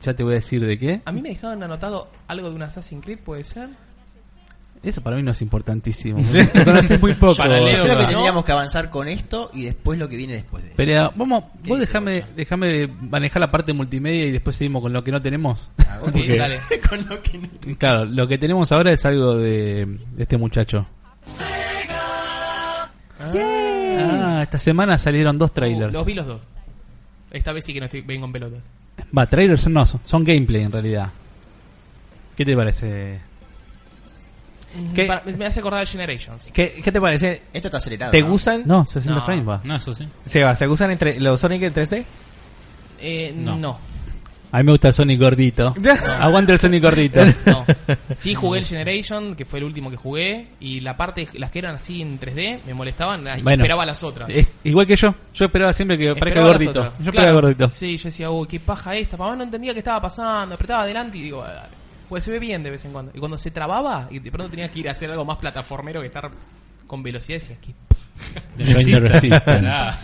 Speaker 5: Ya te voy a decir de qué.
Speaker 1: a mí me dejaban anotado algo de un Assassin's Creed, ¿puede ser?
Speaker 5: Eso para mí no es importantísimo. Lo conoces muy poco.
Speaker 4: Para Leo,
Speaker 3: Yo creo que
Speaker 4: ¿no?
Speaker 3: tendríamos que avanzar con esto y después lo que viene después de eso.
Speaker 5: Pero vamos,
Speaker 3: ¿Qué
Speaker 5: vos
Speaker 3: dice
Speaker 5: dejame,
Speaker 3: Bocha?
Speaker 5: dejame manejar la parte multimedia y después seguimos con lo que no tenemos.
Speaker 2: Ah,
Speaker 1: Ok, dale.
Speaker 3: con lo que no-
Speaker 5: Claro, lo que tenemos ahora es algo de, de este muchacho. Ah, esta semana salieron dos trailers.
Speaker 1: Uh, Los vi los dos. Esta vez sí que no estoy, vengo en pelotas.
Speaker 5: Va, trailers no, son, son gameplay en realidad. ¿Qué te parece?
Speaker 2: ¿Qué?
Speaker 1: Para- me me hace acordar al Generations.
Speaker 2: ¿Qué, qué te parece?
Speaker 3: Esto está acelerado.
Speaker 2: ¿Te
Speaker 3: ¿no?
Speaker 2: gustan?
Speaker 5: No, 60
Speaker 1: No.
Speaker 5: frames va.
Speaker 4: No, eso sí.
Speaker 2: Seba, ¿se gustan entre los Sonic en 3D?
Speaker 1: Eh, no.
Speaker 4: No.
Speaker 1: no.
Speaker 5: A mí me gusta el Sonic gordito. Aguanta el Sonic gordito.
Speaker 1: Sí jugué el Generation, que fue el último que jugué, y la parte, las que eran así en 3D, me molestaban, ah, y
Speaker 5: Bueno.
Speaker 1: esperaba las otras.
Speaker 5: Es igual que yo. Yo esperaba siempre que parezca
Speaker 1: Esperaba las
Speaker 5: gordito.
Speaker 1: otras.
Speaker 5: Yo
Speaker 1: Claro.
Speaker 5: esperaba gordito.
Speaker 1: Sí, yo decía, uy, qué paja esta. Papá no entendía qué estaba pasando. Apretaba adelante y digo, "Ah, dale". Pues se ve bien de vez en cuando. Y cuando se trababa, y de pronto tenía que ir a hacer algo más plataformero que estar con velocidad, decía, ¿qué?
Speaker 5: Join the Resistance.
Speaker 4: Pará.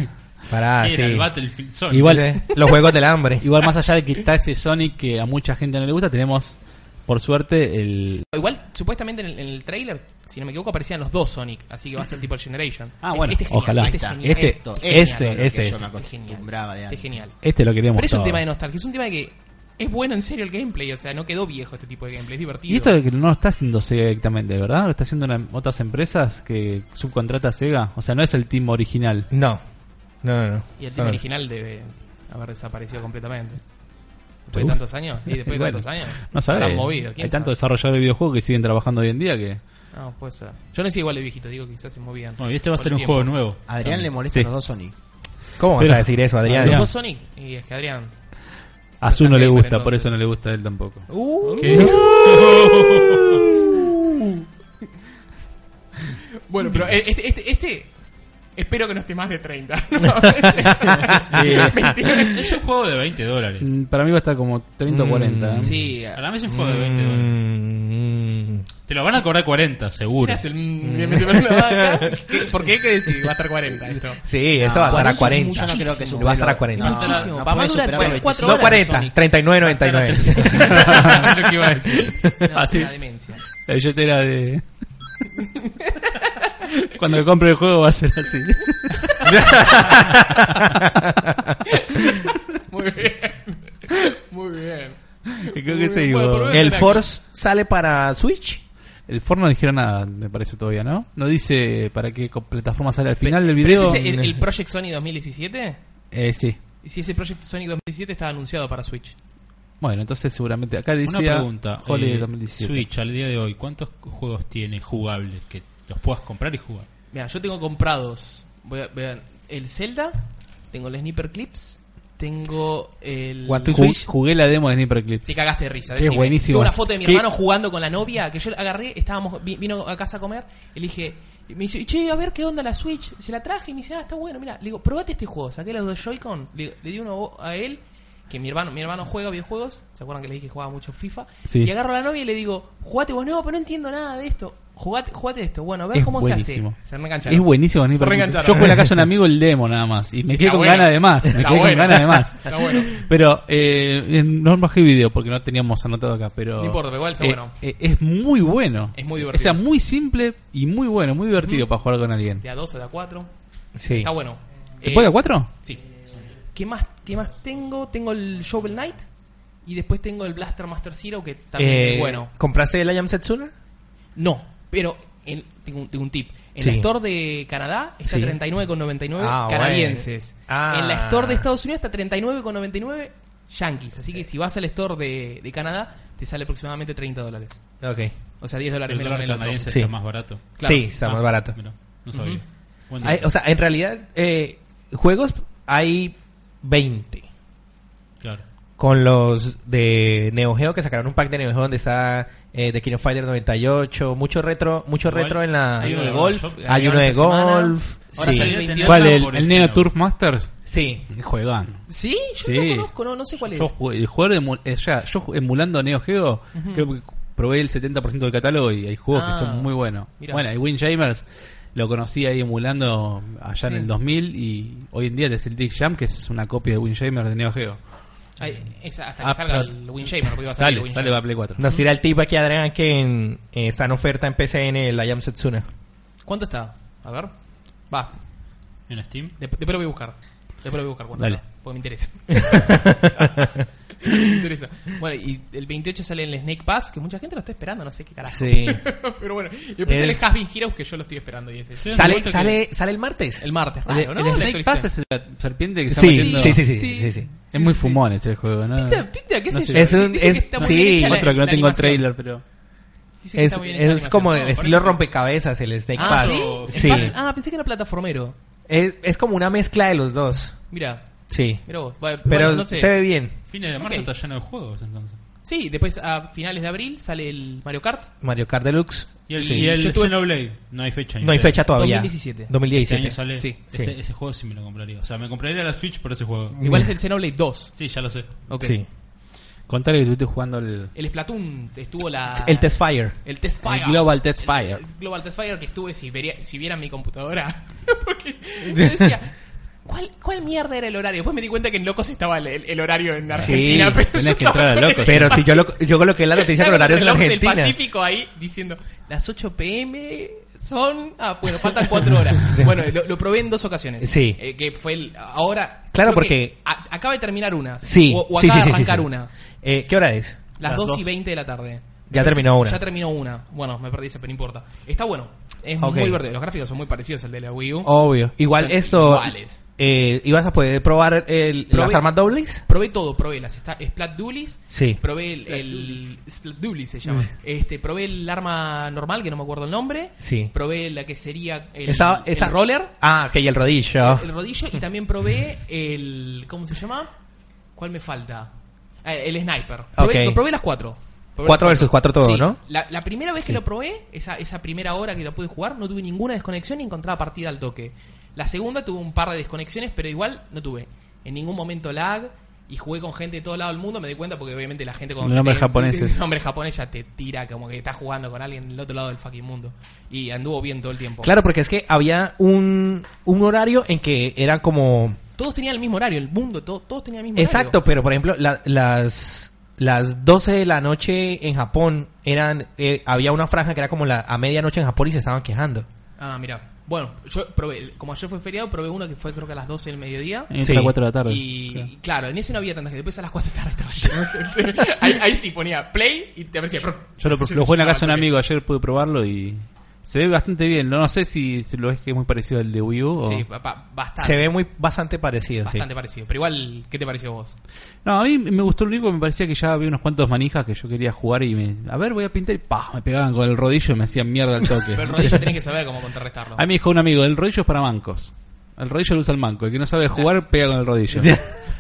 Speaker 2: Pará,
Speaker 4: Era el
Speaker 2: Ah, sí.
Speaker 4: Battlefield Sonic.
Speaker 5: Igual,
Speaker 2: Los juegos del hambre.
Speaker 5: igual más allá de que está ese Sonic que a mucha gente no le gusta, tenemos, por suerte, el...
Speaker 1: Igual, supuestamente en el, en el trailer, si no me equivoco, aparecían los dos Sonic. Así que va a ser tipo el Generation.
Speaker 5: Ah,
Speaker 1: Este-
Speaker 5: bueno,
Speaker 1: este es genial,
Speaker 5: ojalá.
Speaker 1: Este es
Speaker 5: Ahí
Speaker 1: genial.
Speaker 5: Este,
Speaker 1: Esto es
Speaker 2: este,
Speaker 1: genial.
Speaker 2: este.
Speaker 1: Este
Speaker 3: Yo me
Speaker 1: es genial.
Speaker 3: acostumbraba de
Speaker 1: Este es
Speaker 3: antes.
Speaker 1: genial.
Speaker 5: Este lo queremos
Speaker 1: Pero es un
Speaker 5: todo.
Speaker 1: tema de nostalgia. Es un tema de que es bueno en serio el gameplay. O sea, no quedó viejo este tipo de gameplay. Es divertido.
Speaker 5: Y esto de que no lo está haciendo Sega directamente, ¿verdad? Lo está haciendo una- otras empresas que subcontrata a Sega. O sea, no es el team original.
Speaker 2: No. No, no, no.
Speaker 1: Y el
Speaker 2: No,
Speaker 1: tema
Speaker 2: no.
Speaker 1: original debe haber desaparecido completamente. Después
Speaker 5: Uf.
Speaker 1: de tantos años. Y después
Speaker 5: Bueno,
Speaker 1: de tantos años.
Speaker 5: No
Speaker 1: habrán
Speaker 5: sabes.
Speaker 1: movido. ¿Quién
Speaker 5: Hay tanto
Speaker 1: sabe?
Speaker 5: desarrollador de videojuegos que siguen trabajando hoy en día que...
Speaker 1: No, puede ser. Yo no soy igual de viejito. Digo, quizás se movían.
Speaker 4: Bueno, y este va a
Speaker 1: Con
Speaker 4: ser
Speaker 1: el
Speaker 4: un
Speaker 1: tiempo.
Speaker 4: juego nuevo.
Speaker 3: Adrián le molesta
Speaker 5: Sí.
Speaker 3: los dos Sonic.
Speaker 2: ¿Cómo vas
Speaker 5: Pero-
Speaker 2: a decir eso, Adrián?
Speaker 1: ¿Los
Speaker 5: Adrián.
Speaker 1: dos Sonic? Y es que Adrián.
Speaker 5: A Zu no le
Speaker 1: Gamer,
Speaker 5: gusta, por
Speaker 1: entonces.
Speaker 5: eso no le gusta a él tampoco.
Speaker 1: Bueno, pero este, este, este- Espero que no esté más de 30. Mentira.
Speaker 4: Es un juego de 20 dólares.
Speaker 5: Mm, Para mí va a estar como 30 o
Speaker 2: Mm,
Speaker 5: 40. ¿eh?
Speaker 1: sí.
Speaker 4: Para mí es un juego de 20 dólares.
Speaker 2: Mm,
Speaker 4: Te lo van a cobrar 40, seguro.
Speaker 1: Mirá, es el- me metí por la vaca. ¿Qué- ¿Por qué hay que decir? Va a estar 40 esto.
Speaker 2: Sí, eso va a estar a
Speaker 3: Yo
Speaker 2: 40.
Speaker 3: no creo que supere
Speaker 2: Va a estar a
Speaker 3: los-
Speaker 2: 40.
Speaker 3: no,
Speaker 1: Muchísimo.
Speaker 3: no
Speaker 1: Papá
Speaker 3: puede
Speaker 1: dura
Speaker 3: superar los
Speaker 1: 44
Speaker 2: No
Speaker 1: horas.
Speaker 2: 40, 39.99.
Speaker 4: Lo que iba a decir.
Speaker 1: No, es
Speaker 5: Así.
Speaker 1: una demencia.
Speaker 5: La billetera de... Cuando compre el juego va a ser así.
Speaker 1: Muy bien. Muy bien.
Speaker 5: ¿Qué-
Speaker 1: Muy
Speaker 5: qué
Speaker 1: bien.
Speaker 5: se
Speaker 1: Bueno, por lo
Speaker 5: digo?
Speaker 1: menos
Speaker 2: ¿El
Speaker 1: era
Speaker 2: Force sale para Switch?
Speaker 5: El Ford no dijeron nada, me parece todavía, ¿no? No dice para qué co- plataforma sale al
Speaker 1: que-
Speaker 5: final del
Speaker 1: Pero
Speaker 5: video.
Speaker 1: este es el, el Project Sony 2017?
Speaker 5: Eh, sí.
Speaker 1: Y si ese Project Sony 2017 estaba anunciado para Switch.
Speaker 5: Bueno, entonces seguramente acá dice
Speaker 4: Una pregunta.
Speaker 5: Holiday
Speaker 4: eh,
Speaker 5: 2017.
Speaker 4: Switch al día de hoy, ¿cuántos juegos tiene jugables que los puedas comprar y jugar?
Speaker 1: Mira, yo tengo comprados. Voy a, voy a- el Zelda. Tengo el Sniper Clips. Tengo el.
Speaker 2: What to-
Speaker 5: Ju-
Speaker 2: Switch.
Speaker 5: Jugué la demo de Sniper Clip.
Speaker 1: Te cagaste de risa.
Speaker 5: Qué
Speaker 1: decime.
Speaker 5: buenísimo.
Speaker 1: Tuve una foto de mi
Speaker 5: Qué-
Speaker 1: hermano jugando con la novia que yo agarré. Estábamos, vi- vino a casa a comer. Y le dije, y me dice, che, a ver qué onda la Switch. Se la traje y me dice, ah, está bueno. Mira, le digo, probate este juego. Saqué los dos Joy-Con. Le, le di uno a él. Que mi hermano, mi hermano juega videojuegos. ¿Se acuerdan que le dije que jugaba mucho FIFA?
Speaker 5: Sí.
Speaker 1: Y agarro a la novia y le digo, jugate vos, no, pero no entiendo nada de esto. Jugate, jugate esto. Bueno, a ver
Speaker 5: Es
Speaker 1: cómo
Speaker 5: buenísimo.
Speaker 1: se hace. Se reengancharon.
Speaker 5: Es buenísimo Sniper
Speaker 1: Se
Speaker 5: Clip.
Speaker 1: reengancharon.
Speaker 5: Yo jugué en la casa de un amigo el demo nada más. Y me quedé
Speaker 1: Está
Speaker 5: con
Speaker 1: bueno.
Speaker 5: ganas de más. Me
Speaker 1: Está
Speaker 5: quedé con
Speaker 1: bueno.
Speaker 5: ganas de más.
Speaker 1: Está bueno.
Speaker 5: Pero eh, no bajé video porque no teníamos anotado acá. Pero,
Speaker 1: No importa, pero igual está
Speaker 5: eh,
Speaker 1: bueno.
Speaker 5: eh, es muy bueno.
Speaker 1: Es muy divertido.
Speaker 5: O sea, muy simple y muy bueno. Muy divertido para jugar con alguien.
Speaker 1: De a dos o de a cuatro.
Speaker 2: Sí.
Speaker 1: Está bueno.
Speaker 5: ¿Se
Speaker 1: Eh,
Speaker 5: puede a cuatro?
Speaker 1: Sí. ¿Qué más, ¿Qué más tengo? Tengo el Shovel Knight y después tengo el Blaster Master Zero que también es
Speaker 2: Eh,
Speaker 1: bueno.
Speaker 2: ¿Compraste el Ayam Setsuna?
Speaker 1: No, pero en- tengo, un, tengo un tip. En
Speaker 2: Sí.
Speaker 1: la Store de Canadá está
Speaker 2: Sí.
Speaker 1: 39,99
Speaker 2: Ah,
Speaker 1: canadienses.
Speaker 2: bueno. Ah.
Speaker 1: En la Store de Estados Unidos está 39,99 yankees. Así que si vas al Store de, de Canadá te sale aproximadamente 30 dólares.
Speaker 2: Ok.
Speaker 1: O sea, 10 dólares
Speaker 4: El
Speaker 1: menos
Speaker 4: dólar
Speaker 1: que el otro.
Speaker 4: canadiense
Speaker 2: Sí.
Speaker 4: está más barato.
Speaker 2: Sí, está más
Speaker 4: Ah,
Speaker 2: barato.
Speaker 4: mira, no sabía.
Speaker 1: Ujú.
Speaker 4: Buen
Speaker 2: Hay-
Speaker 4: dato.
Speaker 2: o sea, en realidad, eh, juegos hay 20.
Speaker 4: Claro.
Speaker 2: con los de Neo Geo que sacaron un pack de Neo Geo donde está eh, The King of Fighter 98, mucho retro, mucho
Speaker 4: Igual,
Speaker 2: retro en la
Speaker 1: hay uno de
Speaker 2: en
Speaker 1: golf,
Speaker 2: la shop.
Speaker 1: que
Speaker 2: hay uno de
Speaker 1: esta semana.
Speaker 2: golf.
Speaker 1: Ahora
Speaker 2: sí.
Speaker 1: salió el 28
Speaker 5: ¿Cuál? ¿El,
Speaker 4: por
Speaker 5: el
Speaker 4: el
Speaker 5: Neo
Speaker 4: Xenoblade.
Speaker 5: Turf Masters?
Speaker 2: sí.
Speaker 5: Juegan.
Speaker 1: Sí, yo
Speaker 5: Sí.
Speaker 1: no conozco, no, no sé cuál es.
Speaker 5: Yo jugué- el jugador emu- eh, ya, yo ju- emulando Neo Geo, creo que probé el 70% del catálogo y hay juegos
Speaker 1: Ah,
Speaker 5: que son muy buenos.
Speaker 1: mirá.
Speaker 5: Bueno, y Windjamers lo conocí ahí emulando allá en
Speaker 1: Sí.
Speaker 5: el 2000 y hoy en día es el Dick Jam, que es una copia de Windjamers de Neo Geo.
Speaker 1: Ay, esa- hasta que
Speaker 5: Ah,
Speaker 1: salga
Speaker 5: pero-
Speaker 1: el Windjammer, porque iba a salir el
Speaker 5: Sale, sale
Speaker 1: Windjammer.
Speaker 5: para Play 4.
Speaker 2: Nos tira el tip aquí Adrián que en- eh, está en oferta en PCN el I Am Setsuna.
Speaker 1: ¿Cuánto está? A ver. Va,
Speaker 4: En Steam.
Speaker 1: después después lo voy a buscar. Después lo voy a buscar, cuánto
Speaker 5: Dale.
Speaker 1: está, porque me interesa. me interesa. Bueno, y el 28 sale el Snake Pass, que mucha gente lo está esperando, no sé qué carajo.
Speaker 2: Sí.
Speaker 1: Pero bueno, y después
Speaker 2: El-
Speaker 1: sale Hasbin Heroes, que yo lo estoy esperando, y ese es
Speaker 2: sale sale sale el martes. Ah,
Speaker 1: el martes,
Speaker 5: El,
Speaker 1: raro, ¿no?
Speaker 5: el
Speaker 1: La
Speaker 5: Snake
Speaker 1: actualización.
Speaker 5: Pass es la serpiente que está
Speaker 2: Sí,
Speaker 5: metiendo-
Speaker 2: sí, sí, sí,
Speaker 1: Sí.
Speaker 2: sí, sí.
Speaker 5: Es muy fumón ese juego, ¿no?
Speaker 1: Pinta, pinta, qué
Speaker 5: No
Speaker 1: sé
Speaker 5: sé.
Speaker 1: yo.
Speaker 2: Es
Speaker 1: Dicen
Speaker 2: un-
Speaker 1: que
Speaker 2: es-
Speaker 1: está muy
Speaker 2: sí.
Speaker 1: bien hecha la-
Speaker 5: Otro que no
Speaker 1: la
Speaker 5: tengo el
Speaker 1: animación.
Speaker 5: trailer, pero...
Speaker 1: Dicen que
Speaker 2: Es,
Speaker 1: está muy bien hecha la
Speaker 2: es como el
Speaker 1: animación.
Speaker 2: estilo rompecabezas el Snake
Speaker 1: Ah,
Speaker 2: Pass.
Speaker 1: ¿sí?
Speaker 2: Sí.
Speaker 1: ¿El Pass? Ah, pensé que era plataformero.
Speaker 2: Es, es como una mezcla de los dos.
Speaker 1: Mira,
Speaker 2: Sí.
Speaker 1: mira vos. Bueno,
Speaker 2: Pero
Speaker 1: no sé.
Speaker 2: se ve bien.
Speaker 4: Fines de marzo
Speaker 1: Ok.
Speaker 4: está lleno de juegos, entonces.
Speaker 1: Sí, después a finales de abril sale el Mario Kart.
Speaker 2: Mario Kart Deluxe.
Speaker 4: Y el,
Speaker 2: Sí.
Speaker 4: y el
Speaker 1: Yo tuve-
Speaker 4: Xenoblade. No hay fecha.
Speaker 2: No hay fecha todavía.
Speaker 1: 2017.
Speaker 4: Este año
Speaker 2: 2017.
Speaker 4: sale.
Speaker 1: Sí,
Speaker 4: ese,
Speaker 2: sí.
Speaker 4: ese juego sí me lo compraría. O sea, me compraría la Switch por ese juego.
Speaker 1: Igual es el Xenoblade 2.
Speaker 4: Sí, ya lo sé.
Speaker 1: Ok.
Speaker 2: Sí.
Speaker 5: Contale que estuviste jugando el,
Speaker 1: El Splatoon estuvo la...
Speaker 2: El Test Fire.
Speaker 1: El Test
Speaker 5: el
Speaker 1: Fire.
Speaker 5: Global Test Fire.
Speaker 1: El Global Test Fire que estuve si, vería- si vieran mi computadora. Porque yo decía... ¿Cuál, ¿Cuál mierda era el horario? Después me di cuenta que en Locos estaba el, el- el horario en Argentina. pero
Speaker 5: tenés
Speaker 1: yo
Speaker 5: que entrar
Speaker 1: estaba
Speaker 5: a
Speaker 1: con
Speaker 5: Locos.
Speaker 1: el-
Speaker 2: Pero si yo, lo, yo coloqué la noticia con
Speaker 1: Claro,
Speaker 2: horarios en
Speaker 1: reloj
Speaker 2: Argentina.
Speaker 1: del Pacífico ahí diciendo, las 8 pm son... Ah, bueno, faltan 4 horas. Bueno, lo, lo probé en dos ocasiones.
Speaker 2: Sí.
Speaker 1: Eh, que fue el... Ahora...
Speaker 2: Claro,
Speaker 1: creo que
Speaker 2: porque-
Speaker 1: a- acaba de terminar una.
Speaker 2: Sí,
Speaker 1: O, o acaba
Speaker 2: sí, sí, sí,
Speaker 1: de
Speaker 2: sí,
Speaker 1: arrancar
Speaker 2: sí.
Speaker 1: una.
Speaker 2: Eh, ¿Qué hora es?
Speaker 1: Las,
Speaker 4: Las
Speaker 1: 2
Speaker 4: dos.
Speaker 1: y 20 de la tarde.
Speaker 2: Ya terminó una.
Speaker 1: Ya terminó una. Bueno, me perdí ese pelín importa. Está bueno. Es
Speaker 2: Ok.
Speaker 1: muy divertido. Los gráficos son muy parecidos al de la Wii U.
Speaker 2: Obvio. Igual
Speaker 1: Son
Speaker 2: esto...
Speaker 1: iguales.
Speaker 2: Eh, ¿Ibas a poder probar el,
Speaker 1: Probé-
Speaker 2: las armas dobles?
Speaker 1: Probé todo, probé las está Splat Duelis.
Speaker 2: Sí.
Speaker 1: Probé el, el Splat Duelis se llama. Este, probé el arma normal que no me acuerdo el nombre.
Speaker 2: Sí.
Speaker 1: Probé la que sería el,
Speaker 2: Esa-
Speaker 1: el
Speaker 2: esa-
Speaker 1: roller,
Speaker 2: Ah, ok, y el rodillo.
Speaker 1: el rodillo y también probé el ¿cómo se llama? ¿Cuál me falta? Ah, el sniper. Probé,
Speaker 2: Ok.
Speaker 1: probé las cuatro. Probé
Speaker 2: Cuatro
Speaker 1: las
Speaker 2: versus cuatro todo,
Speaker 1: Sí.
Speaker 2: ¿no?
Speaker 1: La, la primera vez que lo probé, esa, esa primera hora que lo pude jugar, no tuve ninguna desconexión y encontraba partida al toque. La segunda tuve un par de desconexiones, pero igual no tuve en ningún momento lag y jugué con gente de todo lado del mundo. Me di cuenta porque obviamente la gente cuando
Speaker 5: De
Speaker 1: se
Speaker 5: nombres
Speaker 1: te-
Speaker 5: japoneses.
Speaker 1: de nombres japoneses ya te tira como que estás jugando con alguien del otro lado del fucking mundo. Y anduvo bien todo el tiempo.
Speaker 2: Claro, porque es que había un, un horario en que era como...
Speaker 1: Todos tenían el mismo horario, el mundo, todo- todos tenían el mismo
Speaker 2: Exacto,
Speaker 1: horario.
Speaker 2: pero por ejemplo, la- las las 12 de la noche en Japón eran eh, había una franja que era como la a medianoche en Japón y se estaban quejando.
Speaker 1: Ah, mira. Bueno, yo probé, como ayer fue feriado, probé uno que fue creo que a las 12 del mediodía.
Speaker 5: Entra
Speaker 2: Sí.
Speaker 5: a las 4 de la tarde.
Speaker 1: Y y claro, en ese no había tanta gente. Después a las 4 de la tarde estaba lleno. ahí, ahí sí ponía play y te aparecía.
Speaker 5: Yo lo, lo jugué en la casa de un amigo, ayer pude probarlo y se ve bastante bien. No, no sé si, si lo ves que es muy parecido al de Wii U. o-
Speaker 1: Sí, pues. pa- pa- bastante.
Speaker 2: Se ve muy bastante parecido, sí.
Speaker 1: bastante parecido. Pero igual, ¿qué te pareció a vos?
Speaker 5: No, a mí me gustó lo único que me parecía que ya había unos cuantos manijas que yo quería jugar y me... A ver, voy a pintar y ¡pah! Me pegaban con el rodillo y me hacían mierda al toque.
Speaker 1: Pero el rodillo tenés que saber cómo contrarrestarlo.
Speaker 5: A mí me dijo un amigo, el rodillo es para mancos. El rodillo lo usa el manco. El que no sabe jugar, pega con el rodillo.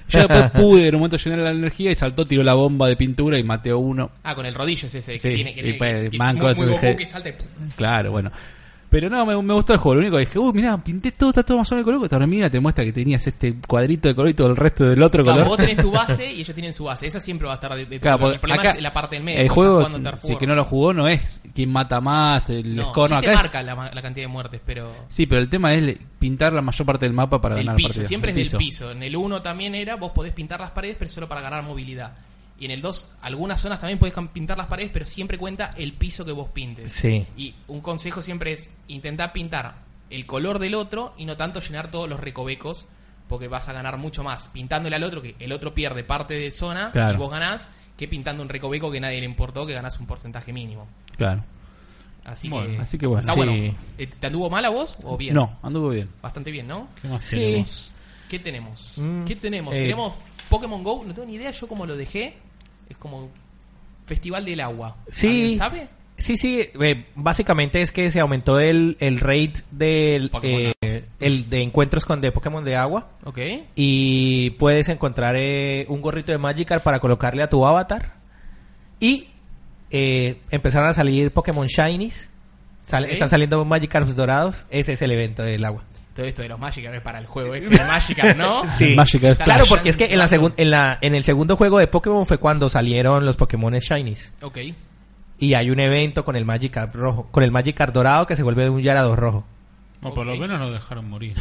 Speaker 5: Yo después pude en un momento llenar la energía y saltó, tiró la bomba de pintura y maté a uno.
Speaker 1: Ah, con el rodillo es ese que
Speaker 5: Sí,
Speaker 1: tiene que,
Speaker 5: y
Speaker 1: que-
Speaker 5: pues,
Speaker 1: que- que-
Speaker 5: manco,
Speaker 1: muy, muy
Speaker 5: te
Speaker 1: Goku
Speaker 5: dejé-
Speaker 1: que salta y-
Speaker 5: Claro, bueno. Pero no, me, me gustó el juego. Lo único que dije, uy, mirá, pinté todo, está todo más o menos de color. Esta hormiga te muestra que tenías este cuadrito de color y todo el resto del otro
Speaker 1: Claro,
Speaker 5: color.
Speaker 1: vos tenés tu base y ellos tienen su base. Esa siempre va a estar de, de tu
Speaker 5: Claro,
Speaker 1: lado.
Speaker 5: porque
Speaker 1: El problema
Speaker 5: acá
Speaker 1: es la parte del medio.
Speaker 5: El
Speaker 1: cuando
Speaker 5: juego,
Speaker 1: estás jugando
Speaker 5: si
Speaker 1: en
Speaker 5: si el
Speaker 1: Dark
Speaker 5: que no
Speaker 1: World.
Speaker 5: lo jugó, no es quién mata más, el
Speaker 1: No,
Speaker 5: score, no,
Speaker 1: sí te
Speaker 5: acá es-
Speaker 1: marca la, ma- la cantidad de muertes, pero...
Speaker 5: Sí, pero el tema es le- pintar la mayor parte del mapa para
Speaker 1: El
Speaker 5: ganar
Speaker 1: piso,
Speaker 5: partidas.
Speaker 1: siempre
Speaker 5: El
Speaker 1: es del piso. En el 1 también era, vos podés pintar las paredes, pero solo para ganar movilidad. Y en el 2, algunas zonas también podés cam- pintar las paredes, pero siempre cuenta el piso que vos pintes.
Speaker 2: Sí.
Speaker 1: Y un consejo siempre es intentar pintar el color del otro y no tanto llenar todos los recovecos, porque vas a ganar mucho más pintándole al otro, que el otro pierde parte de zona y
Speaker 5: Claro.
Speaker 1: vos ganás, que pintando un recoveco que nadie le importó, que ganás un porcentaje mínimo.
Speaker 5: Claro.
Speaker 1: Así,
Speaker 4: Bueno,
Speaker 1: que,
Speaker 5: así que bueno.
Speaker 1: Está
Speaker 2: Sí.
Speaker 1: bueno. Eh, ¿Te anduvo mal a vos o bien?
Speaker 5: No, anduvo bien.
Speaker 1: Bastante bien, ¿no?
Speaker 5: ¿Qué más tenemos?
Speaker 1: ¿Qué tenemos?
Speaker 2: Mm.
Speaker 1: ¿Qué tenemos?
Speaker 2: Eh.
Speaker 1: ¿Tenemos Pokémon Go? No tengo ni idea, yo como lo dejé. Es como Festival del Agua.
Speaker 2: Sí.
Speaker 1: ¿Alguien sabe?
Speaker 2: Sí, sí, eh, básicamente es que se aumentó el, el rate del
Speaker 1: Pokémon
Speaker 2: eh, el de encuentros con de Pokémon de agua.
Speaker 1: Ok.
Speaker 2: Y puedes encontrar eh, un gorrito de Magikarp para colocarle a tu avatar. Y eh, empezaron a salir Pokémon Shinies. Sal-
Speaker 1: Ok.
Speaker 2: Están saliendo Magikarps dorados. Ese es el evento del agua.
Speaker 1: Todo esto de los Magikarp es para el juego ese de Magikarp, ¿no?
Speaker 5: El Magikarp
Speaker 1: Está
Speaker 2: Claro,
Speaker 1: la
Speaker 2: porque es que en, la
Speaker 1: chance-
Speaker 2: segun- en, la, en el segundo juego de Pokémon fue cuando salieron los Pokémon Shinies.
Speaker 1: Ok.
Speaker 2: Y hay un evento con el Magikarp rojo, con el Magikarp dorado que se vuelve un Gyarados rojo.
Speaker 4: Bueno, por
Speaker 1: Ok.
Speaker 4: lo menos nos dejaron morir.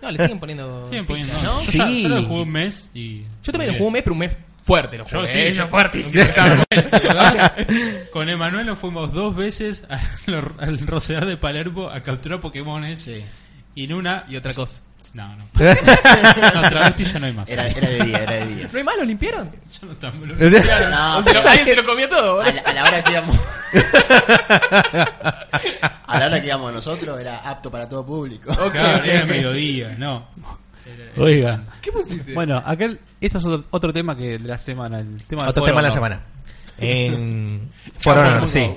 Speaker 1: No, le siguen poniendo.
Speaker 4: Siguen poniendo.
Speaker 1: ficha, ¿no?
Speaker 4: Yo ya-
Speaker 2: Sí.
Speaker 4: Yo, lo jugué un mes y.
Speaker 1: Yo también lo jugué un mes, pero un mes fuerte lo
Speaker 4: Yo
Speaker 1: jugué.
Speaker 4: sí,
Speaker 1: ¿eh?
Speaker 4: yo fuerte.
Speaker 1: Claro,
Speaker 4: Con Emanuel nos fuimos dos veces a lo- al Rosedal de Palermo a capturar Pokémones. Y en una.
Speaker 1: y otra cosa.
Speaker 4: No, no. no travesti ya no hay más.
Speaker 3: Era, era de día, era de día.
Speaker 1: ¿No hay más? ¿Lo limpiaron?
Speaker 4: Yo no tan-
Speaker 3: No,
Speaker 4: Ah.
Speaker 1: O sea,
Speaker 3: pero
Speaker 1: alguien se lo comió todo.
Speaker 4: ¿eh?
Speaker 3: a, la, a la hora que íbamos. a la hora que íbamos nosotros era apto para todo público.
Speaker 4: Claro, era mediodía, no.
Speaker 5: Oiga.
Speaker 1: ¿Qué pusiste?
Speaker 5: Bueno, aquel, esto es otro, otro tema que de la semana. El tema del Ah,
Speaker 2: Otro
Speaker 5: Foro
Speaker 2: tema de la
Speaker 5: Honor.
Speaker 2: semana. En For Honor, sí.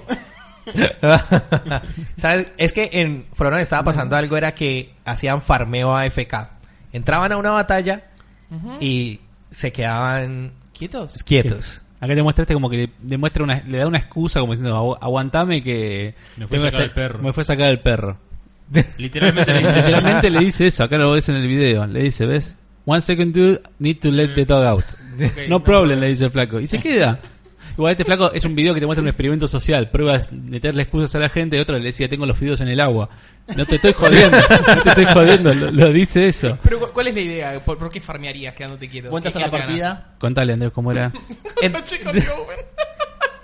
Speaker 2: ¿Sabes? Es que en For Honor estaba pasando algo, era que hacían farmeo AFK. Entraban a una batalla y se quedaban
Speaker 1: ¿Quietos?
Speaker 2: quietos.
Speaker 5: Acá te muestra este como que le, le muestra una, le da una excusa como diciendo, "Agu- aguantame que...
Speaker 4: Me fue
Speaker 5: tengo
Speaker 4: a
Speaker 5: que
Speaker 4: sacar
Speaker 5: hacer-
Speaker 4: el perro".
Speaker 5: Me fue a sacar el perro.
Speaker 4: Literalmente le dice,
Speaker 5: Literalmente le dice eso, acá lo ves en el video. Le dice, ¿ves? One second dude, need to let the dog out. no problem, le dice el flaco. Y se queda. Igual este flaco es un video que te muestra un experimento social. Pruebas meterle excusas a la gente. Y otro le decía, tengo los fideos en el agua. No te estoy jodiendo. no te estoy jodiendo. Lo, lo dice eso.
Speaker 1: Pero cu- ¿cuál es la idea? ¿Por, por qué farmearías quedándote quieto?
Speaker 3: ¿Cuántas a
Speaker 1: ¿Qué
Speaker 3: la
Speaker 1: ganas?
Speaker 3: partida?
Speaker 5: Contale, Andrés, cómo era.
Speaker 2: En-
Speaker 1: Los chicos de Owen.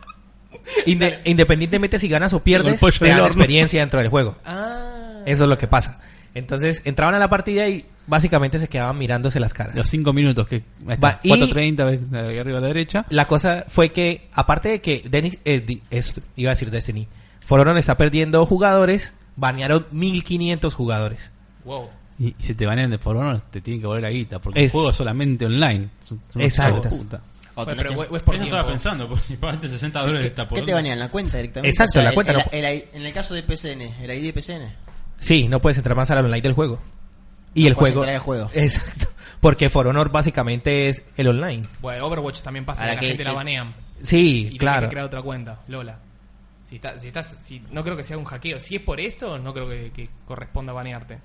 Speaker 2: inde- independientemente si ganas o pierdes,
Speaker 5: pollo
Speaker 2: te
Speaker 5: del
Speaker 2: dan
Speaker 5: horno.
Speaker 2: experiencia dentro del juego.
Speaker 1: Ah.
Speaker 3: Eh,
Speaker 2: Eso es lo que pasa. Entonces entraban a la partida y básicamente se quedaban mirándose las caras.
Speaker 5: Los 5 minutos que... ahí está,
Speaker 2: Va, y-
Speaker 5: 4.30, ves, ahí arriba a la derecha.
Speaker 2: La cosa fue que, aparte de que Dennis, eh, di- es- iba a decir Destiny, For Honor está perdiendo jugadores, banearon 1500 jugadores.
Speaker 1: Wow.
Speaker 5: Y, y si te banean de por honor, te tienen que volver la guita. Porque el
Speaker 2: Es-
Speaker 5: juego es solamente online. Son- son unos
Speaker 2: Exacto.
Speaker 5: hijos de puta.
Speaker 1: Bueno,
Speaker 3: tenés
Speaker 1: pero
Speaker 3: que-
Speaker 1: o- o es por
Speaker 4: Por eso
Speaker 1: tiempo.
Speaker 4: estaba pensando, porque si pagaste 60 dólares está por
Speaker 3: ¿Qué te banean? ¿La cuenta directamente?
Speaker 2: Exacto, la
Speaker 3: el-
Speaker 2: cuenta,
Speaker 3: el-
Speaker 2: no-
Speaker 3: el I- en el caso de PCN, el ID de PCN.
Speaker 2: Sí, no puedes entrar más al online del juego. Y
Speaker 3: No
Speaker 2: el
Speaker 3: puedes
Speaker 2: juego,
Speaker 3: entrar al juego.
Speaker 2: Exacto. Porque For Honor básicamente es el online.
Speaker 1: Bueno, Overwatch también pasa, que
Speaker 3: Ahora
Speaker 1: la
Speaker 3: que-
Speaker 1: gente la
Speaker 3: que-
Speaker 1: banean.
Speaker 2: Sí,
Speaker 1: Y claro.
Speaker 2: claro.
Speaker 1: que crear otra cuenta, Lola. Si estás, si estás, si, no creo que sea un hackeo. Si es por esto, no creo que, que corresponda banearte.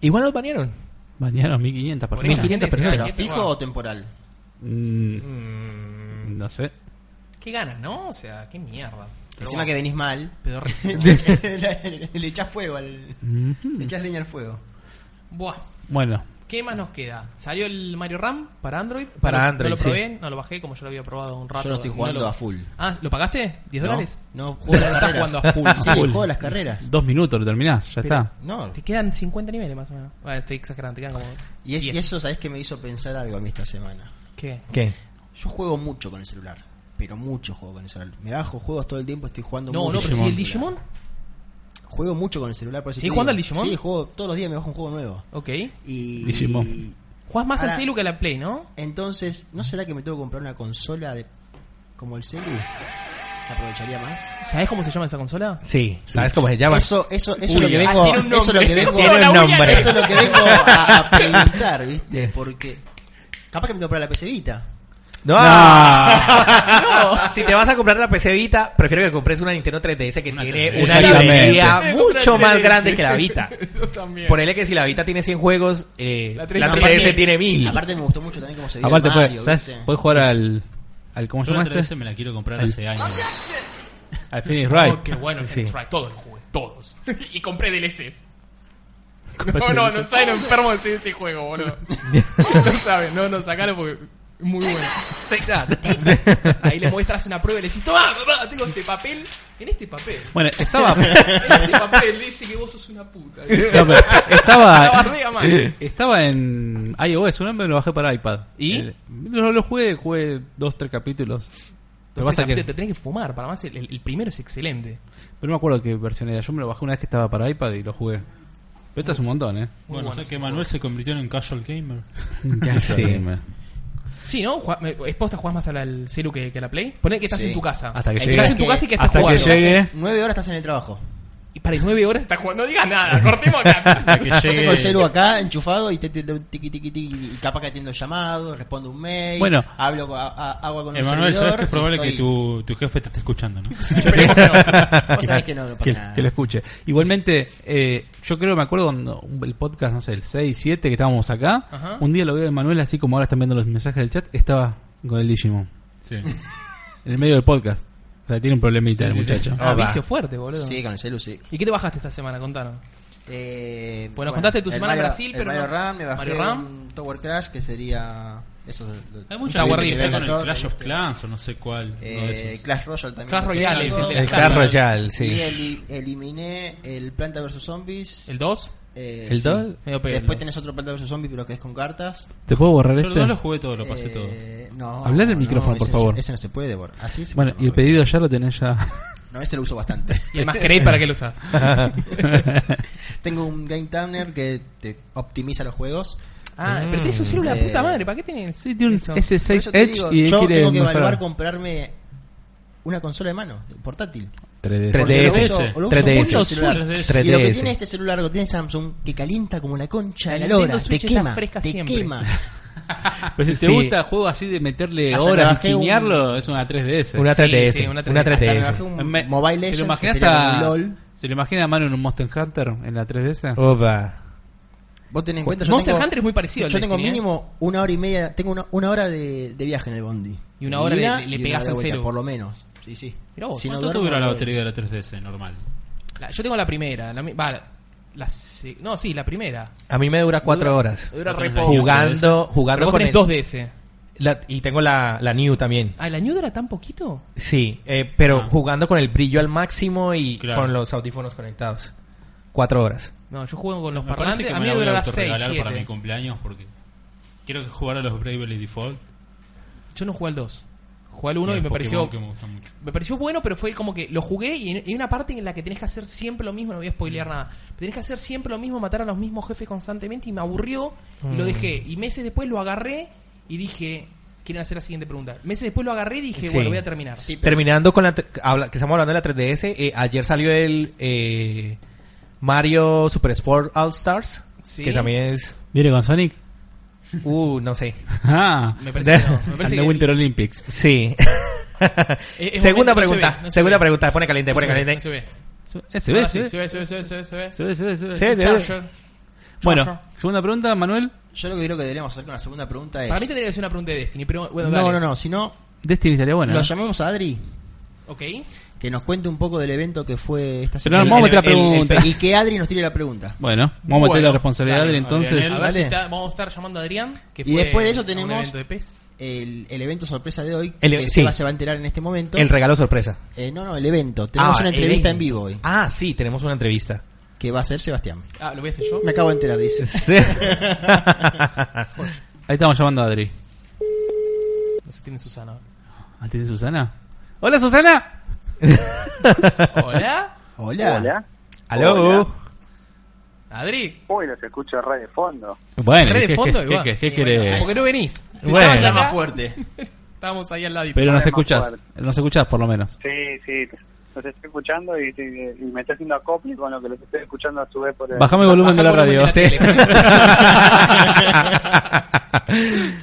Speaker 2: Igual los banearon.
Speaker 5: Banearon 1500
Speaker 1: Por
Speaker 5: personas.
Speaker 1: eso,
Speaker 2: 1500
Speaker 1: ¿qué te-
Speaker 2: personas.
Speaker 1: qué
Speaker 3: ¿Pero
Speaker 1: te-
Speaker 3: fijo o temporal?
Speaker 5: Mm, no sé.
Speaker 1: ¿Qué ganas, no? O sea, qué mierda. Pero
Speaker 3: Encima que
Speaker 1: bueno,
Speaker 3: venís mal.
Speaker 1: pedorrísimo.
Speaker 3: le, le echás fuego al. Le echás leña al fuego.
Speaker 1: Buah.
Speaker 5: Bueno,
Speaker 1: ¿Qué más nos queda? ¿Salió el Mario Ram para Android?
Speaker 2: Para
Speaker 1: No lo-
Speaker 2: Android,
Speaker 1: No lo
Speaker 2: sí.
Speaker 1: probé, no lo bajé como yo lo había probado un rato.
Speaker 3: Yo lo estoy
Speaker 1: No
Speaker 3: jugando a full.
Speaker 1: Ah, ¿lo pagaste? ¿10
Speaker 3: ¿No?
Speaker 1: dólares?
Speaker 3: No, juego las
Speaker 1: Estás
Speaker 3: carreras.
Speaker 1: jugando a full.
Speaker 3: Sí, el juego de las carreras.
Speaker 5: dos minutos lo terminás, ya está.
Speaker 3: No.
Speaker 1: Te quedan 50 niveles más o menos. Ah, estoy exagerando, te quedan como.
Speaker 3: Y, es- y
Speaker 1: 10.
Speaker 3: eso, ¿sabes que me hizo pensar algo a mí esta semana?
Speaker 1: ¿Qué?
Speaker 2: ¿Qué?
Speaker 3: Yo juego mucho con el celular. Pero mucho juego con el celular. Me bajo juegos todo el tiempo, estoy jugando
Speaker 1: No,
Speaker 3: mucho
Speaker 1: no, pero
Speaker 3: con
Speaker 1: si el
Speaker 3: celular.
Speaker 1: Digimon.
Speaker 3: Juego mucho con el celular. por eso
Speaker 1: ¿Seguís
Speaker 3: te
Speaker 1: jugando
Speaker 3: digo.
Speaker 1: al Digimon?
Speaker 3: Sí, juego todos los días, me bajo un juego nuevo.
Speaker 1: Ok.
Speaker 3: Y.
Speaker 5: Digimon.
Speaker 1: Jugás más al
Speaker 3: Ahora-
Speaker 1: celu que a la Play, ¿no?
Speaker 3: Entonces, ¿no será que me tengo que comprar una consola de como el celu? ¿La aprovecharía más?
Speaker 1: ¿Sabés cómo se llama esa consola?
Speaker 2: Sí, ¿sabes cómo se llama?
Speaker 3: Eso, eso, eso es
Speaker 1: Uy,
Speaker 3: lo que
Speaker 1: ah,
Speaker 3: vengo,
Speaker 1: tiene un
Speaker 3: eso es lo que vengo,
Speaker 2: Tiene un
Speaker 1: Hola,
Speaker 2: nombre.
Speaker 1: William.
Speaker 3: eso es lo que vengo a, a preguntar, ¿viste? Porque capaz que me tengo que comprar la PC Vita.
Speaker 2: No. No. Si te vas a comprar la PC Vita, prefiero que compres una Nintendo 3DS que
Speaker 4: Una
Speaker 2: tiene
Speaker 4: 3DS.
Speaker 2: una
Speaker 5: Exactamente.
Speaker 2: librería
Speaker 1: Nintendo
Speaker 2: mucho
Speaker 1: 3DS.
Speaker 2: más grande que la Vita.
Speaker 1: Yo también.
Speaker 2: Ponele que si la Vita tiene 100 juegos, eh,
Speaker 1: La
Speaker 2: la
Speaker 1: 3DS
Speaker 2: 3DS, tiene 1000.
Speaker 3: Aparte me gustó mucho también cómo se veía
Speaker 5: Aparte,
Speaker 3: el
Speaker 5: puede-
Speaker 3: Mario,
Speaker 5: ¿sabes?
Speaker 3: ¿viste?
Speaker 5: Puedes jugar al. al ¿Cómo se
Speaker 4: Yo la
Speaker 5: llama
Speaker 4: otra vez
Speaker 5: este?
Speaker 4: me la quiero comprar
Speaker 5: El-
Speaker 4: hace años.
Speaker 5: Al Phoenix Wright.
Speaker 1: Oh, qué bueno el Phoenix Wright. Todos los jugué, todos. y compré DLCs. No,
Speaker 5: Compré
Speaker 1: no,
Speaker 5: DLCs.
Speaker 1: no saben lo enfermo de ese- ese juego, boludo. no saben, no, no, sacalo porque es muy bueno. Take that, take that. Ahí le muestras una prueba y le decís, toma, mamá, tengo este papel. En este papel.
Speaker 5: Bueno, estaba.
Speaker 1: En este papel dice que vos sos una puta.
Speaker 5: no, pero
Speaker 1: La
Speaker 5: estaba.
Speaker 1: bardea mal.
Speaker 5: Estaba en iOS, una vez me lo bajé para iPad.
Speaker 1: ¿Y?
Speaker 5: Eh, no lo jugué, jugué dos, tres capítulos. Lo que
Speaker 1: Entonces,
Speaker 5: pasa que-
Speaker 1: Te te tenés que fumar, para más el, el- el primero es excelente.
Speaker 5: Pero no me acuerdo qué versión era. Yo me lo bajé una vez que estaba para iPad y lo jugué. Pero esto es un montón, ¿eh?
Speaker 4: Bueno, o sea que Manuel se convirtió en un casual gamer.
Speaker 3: Ah,
Speaker 5: Sí.
Speaker 1: Sí, ¿no? Jugá- me- ¿Vos te jugás más al, al celu que, que a la Play? Poné que estás
Speaker 3: Sí.
Speaker 1: en tu casa.
Speaker 5: Hasta que
Speaker 1: Ahí
Speaker 5: llegue.
Speaker 1: Estás en tu casa y que estás
Speaker 5: Hasta que
Speaker 1: jugando.
Speaker 5: llegue.
Speaker 3: Nueve horas estás en el trabajo.
Speaker 1: Y para 9 horas está jugando. No digas nada, cortemos acá.
Speaker 4: Que
Speaker 3: Yo tengo
Speaker 4: llegue-
Speaker 3: el celu acá enchufado y te, te- te- tiqui, tiqui, tiqui, y capaz que atiendo llamados, respondo un mail,
Speaker 5: Bueno.
Speaker 3: hablo con, a- a- hago con un
Speaker 4: Emanuel, sabes
Speaker 3: servidor,
Speaker 4: que es probable
Speaker 3: estoy-
Speaker 4: que tu, tu jefe te esté escuchando, ¿no?
Speaker 1: Esperemos que no.
Speaker 3: Vos sabés que no, no pasa
Speaker 5: que,
Speaker 3: nada.
Speaker 5: que lo escuche. Igualmente, eh, yo creo, me acuerdo cuando un- el podcast, no sé, el 6, 7 que estábamos acá,
Speaker 1: Ajá.
Speaker 5: un día lo veo de Manuel, así como ahora están viendo los mensajes del chat, estaba con el Digimon,
Speaker 4: Sí.
Speaker 5: en el medio del podcast. O sea, tiene un problemita el
Speaker 4: Sí, sí, sí.
Speaker 5: muchacho.
Speaker 1: Ah, vicio fuerte, boludo.
Speaker 3: Sí, con el celu, sí.
Speaker 1: ¿Y qué te bajaste esta semana? Contanos.
Speaker 3: Eh,
Speaker 1: Bueno, Pues contaste tu
Speaker 3: el
Speaker 1: semana en
Speaker 3: Mario-
Speaker 1: Brasil,
Speaker 3: el
Speaker 1: pero
Speaker 3: Mario
Speaker 1: no-
Speaker 3: Ram, me bajé
Speaker 1: Mario Ram.
Speaker 3: un Tower Crash que sería... Eso,
Speaker 4: Hay
Speaker 1: mucho
Speaker 4: mucha
Speaker 1: Está
Speaker 4: gente
Speaker 1: guardia,
Speaker 4: que está con
Speaker 1: guarrito,
Speaker 4: el Clash of Clans o no sé cuál. uno de
Speaker 3: Eh,
Speaker 4: esos.
Speaker 3: Clash Royale también.
Speaker 1: Clash Royale es el de
Speaker 2: El Clash Royale,
Speaker 3: Y
Speaker 2: sí.
Speaker 3: eli- eliminé el Planta vs Zombies.
Speaker 1: ¿El 2?
Speaker 3: eh,
Speaker 2: ¿El
Speaker 3: sí.
Speaker 2: 2?
Speaker 1: Medio pelo.
Speaker 3: Después tenés otro Planta vs Zombies, pero que es con cartas.
Speaker 5: ¿Te puedo borrar
Speaker 4: Yo no
Speaker 5: este?
Speaker 4: lo jugué todo, lo pasé todo.
Speaker 3: Eh, No,
Speaker 5: Habla del
Speaker 3: no,
Speaker 5: micrófono, por
Speaker 3: ese no se-
Speaker 5: favor.
Speaker 3: ese no se puede, Bor. Así se
Speaker 5: Bueno,
Speaker 3: escucha
Speaker 5: y el
Speaker 3: mejor.
Speaker 5: pedido ya lo tenés ya.
Speaker 3: No, ese lo uso bastante.
Speaker 1: ¿Y el Masquerade para qué lo usas?
Speaker 3: Tengo un Game Turner que te optimiza los juegos.
Speaker 1: Ah, pero tenés un celular de
Speaker 3: Eh,
Speaker 1: puta madre. ¿Para qué tenés?
Speaker 5: Sí, tiene un
Speaker 1: eso?
Speaker 3: Por
Speaker 5: S6
Speaker 3: eso te
Speaker 5: Edge
Speaker 3: digo,
Speaker 5: y él
Speaker 3: yo
Speaker 5: quiere
Speaker 3: tengo que
Speaker 5: mejorar.
Speaker 3: evaluar comprarme una consola de mano, portátil.
Speaker 5: 3DS.
Speaker 3: Porque lo
Speaker 2: 3DS.
Speaker 3: uso- lo uso mucho el
Speaker 2: 3DS.
Speaker 3: celular.
Speaker 4: 3DS.
Speaker 3: Y lo que
Speaker 2: 3DS.
Speaker 3: tiene este celular, lo que tiene Samsung, que calienta como la concha de la
Speaker 1: Nintendo
Speaker 3: lora. Te
Speaker 1: Switch está
Speaker 3: quema,
Speaker 1: fresca
Speaker 3: te
Speaker 1: siempre.
Speaker 3: quema.
Speaker 5: Ah, Pero si te
Speaker 2: Sí.
Speaker 5: gusta juego así de meterle
Speaker 3: Hasta
Speaker 5: horas y
Speaker 3: trabajé un-
Speaker 5: chinearlo, es una 3DS.
Speaker 2: Una
Speaker 1: Sí,
Speaker 2: 3DS.
Speaker 1: sí, una
Speaker 2: una
Speaker 1: 3DS.
Speaker 3: Hasta me bajé
Speaker 2: 3DS.
Speaker 3: un Mobile
Speaker 5: Me- ¿Te lo
Speaker 3: Legends, que
Speaker 5: imaginas
Speaker 3: sería como
Speaker 5: a...
Speaker 3: un LOL.
Speaker 5: ¿Se lo imagina a mano en un Monster Hunter en la
Speaker 2: Oh,
Speaker 5: 3DS?
Speaker 2: Opa.
Speaker 3: Vos tenés en cuenta, yo
Speaker 1: Monster
Speaker 3: tengo-
Speaker 1: Hunter es muy parecido al
Speaker 3: Yo tengo
Speaker 1: Destiny, ¿eh?
Speaker 3: mínimo una hora y media, tengo una, una hora de, de viaje en el bondi.
Speaker 1: Y una hora de-
Speaker 3: ida
Speaker 1: le- le
Speaker 3: y una
Speaker 1: pegás
Speaker 3: hora de
Speaker 1: al
Speaker 3: vuelta,
Speaker 1: celu.
Speaker 3: Por lo menos. Sí, sí.
Speaker 1: Mirá vos,
Speaker 4: ¿Cuánto
Speaker 3: duermo, eh,
Speaker 4: dura la
Speaker 3: no-
Speaker 4: batería de la 3DS normal?
Speaker 1: La- yo tengo la primera. La, mi- va, la- la se- no, sí, la primera.
Speaker 2: A mí me dura 4 horas.
Speaker 1: Dura
Speaker 4: re poco.
Speaker 2: Jugando,
Speaker 1: Pero
Speaker 2: jugando
Speaker 1: vos
Speaker 2: con
Speaker 1: tenés
Speaker 2: el...
Speaker 1: 2DS.
Speaker 2: la- y tengo la, la New también.
Speaker 1: Ah, ¿la New era tan poquito?
Speaker 2: Sí, eh, pero
Speaker 4: Ah.
Speaker 2: jugando con el brillo al máximo y
Speaker 4: Claro.
Speaker 2: con los audífonos conectados. 4 horas.
Speaker 1: No, yo juego con los
Speaker 4: Me parece
Speaker 1: parlantes.
Speaker 4: que
Speaker 1: A
Speaker 4: me
Speaker 1: mí
Speaker 4: la
Speaker 1: me
Speaker 4: voy
Speaker 1: dura
Speaker 4: a
Speaker 1: las 6,
Speaker 4: autorregalar para mi
Speaker 1: 7.
Speaker 4: cumpleaños porque quiero que jugar a los Bravely Default.
Speaker 1: Yo no jugué al 2. Jugué al 1 y
Speaker 4: el
Speaker 1: me
Speaker 4: Pokémon
Speaker 1: pareció...
Speaker 4: que me gusta mucho.
Speaker 1: Me pareció bueno, pero fue como que lo jugué y en- y una parte en la que tenés que hacer siempre lo mismo, no voy a spoilear nada, pero tenés que hacer siempre lo mismo, matar a los mismos jefes constantemente y me aburrió y lo dejé. Y meses después lo agarré y dije, quieren hacer la siguiente pregunta. Meses después lo agarré y dije,
Speaker 2: Sí.
Speaker 1: bueno, voy a terminar.
Speaker 3: Sí, pero-
Speaker 2: Terminando con la... tre- habla- que estamos hablando de la 3DS, eh, ayer salió el eh, Mario Super Sport All Stars,
Speaker 1: Sí.
Speaker 2: que también es...
Speaker 5: ¿Viene con Sonic?
Speaker 2: Uh, no sé.
Speaker 5: Ah,
Speaker 1: Me parece que no, me
Speaker 5: and
Speaker 1: parece
Speaker 5: the
Speaker 1: que-
Speaker 5: Winter Olympics.
Speaker 2: Sí.
Speaker 1: Eh, es
Speaker 2: segunda
Speaker 1: momento, no se
Speaker 2: pregunta,
Speaker 1: ve, no se
Speaker 2: segunda
Speaker 1: ve.
Speaker 2: pregunta, pone caliente,
Speaker 1: No
Speaker 2: pone
Speaker 1: se ve,
Speaker 2: caliente.
Speaker 1: no se ve.
Speaker 5: Eh, Se ve,
Speaker 1: Ahora
Speaker 5: se
Speaker 1: sí, se ve,
Speaker 5: ve.
Speaker 1: se ve, se ve, se ve, se ve.
Speaker 5: Se ve, se ve, se ve.
Speaker 2: Sí, sí.
Speaker 1: Charger.
Speaker 5: Bueno,
Speaker 1: Charger.
Speaker 5: segunda pregunta, Manuel.
Speaker 3: Yo lo que creo que deberíamos hacer con la segunda pregunta es...
Speaker 1: Para mí tendría que ser una pregunta de Destiny, pero bueno,
Speaker 3: no,
Speaker 1: dale.
Speaker 3: no, no, si no,
Speaker 5: Destiny estaría bueno.
Speaker 3: lo
Speaker 5: ¿eh?
Speaker 3: llamemos a Adri,
Speaker 1: Ok.
Speaker 3: que nos cuente un poco del evento que fue esta
Speaker 5: Pero no, vamos a
Speaker 3: semana.
Speaker 5: meter la
Speaker 2: el- el-
Speaker 5: pregunta.
Speaker 3: y que Adri nos tire la pregunta.
Speaker 5: Bueno, vamos a meter
Speaker 1: Bueno,
Speaker 5: la responsabilidad
Speaker 1: dale,
Speaker 5: de él, entonces.
Speaker 1: A ver
Speaker 3: Dale.
Speaker 1: si está- vamos a estar llamando a Adrián, que
Speaker 3: Y
Speaker 1: fue
Speaker 3: después de eso
Speaker 1: a un
Speaker 3: tenemos-
Speaker 1: evento de PES.
Speaker 3: El, el evento sorpresa de hoy,
Speaker 2: El-
Speaker 3: que
Speaker 2: sí.
Speaker 3: Seba se va a enterar en este momento.
Speaker 2: El regalo sorpresa.
Speaker 3: Eh, no, no, el evento. Tenemos
Speaker 2: Ah,
Speaker 3: una entrevista
Speaker 2: el-
Speaker 3: en vivo hoy,
Speaker 2: Ah, sí, tenemos una entrevista.
Speaker 3: que va a ser Sebastián.
Speaker 1: Ah, lo voy a hacer yo.
Speaker 3: Me acabo de enterar, dice.
Speaker 2: Sí.
Speaker 5: Ahí estamos llamando a Adri.
Speaker 1: No se tiene Susana.
Speaker 5: Ah, ¿Tiene Susana? ¡Hola, Susana!
Speaker 1: Hola,
Speaker 3: Hola.
Speaker 2: Aló.
Speaker 1: Adri.
Speaker 9: Uy, los escucho re de fondo.
Speaker 5: Bueno,
Speaker 1: Re de
Speaker 5: ¿qué,
Speaker 1: fondo
Speaker 5: qué-
Speaker 1: y va.
Speaker 5: qué- qué
Speaker 1: Y
Speaker 5: querés?
Speaker 1: bueno, Porque no venís. Si
Speaker 5: Bueno.
Speaker 1: estabas acá,
Speaker 5: Más
Speaker 3: fuerte.
Speaker 1: estábamos ahí al ladito.
Speaker 5: Pero nos
Speaker 9: Más
Speaker 5: escuchás.
Speaker 9: fuerte.
Speaker 5: Nos escuchás, por lo menos.
Speaker 9: Sí, sí, los estoy escuchando y, y- y me está haciendo acople con lo que los estoy escuchando a su vez por el...
Speaker 5: Bajame el volumen de la
Speaker 1: Baja el
Speaker 5: radio.
Speaker 1: volumen de la tele.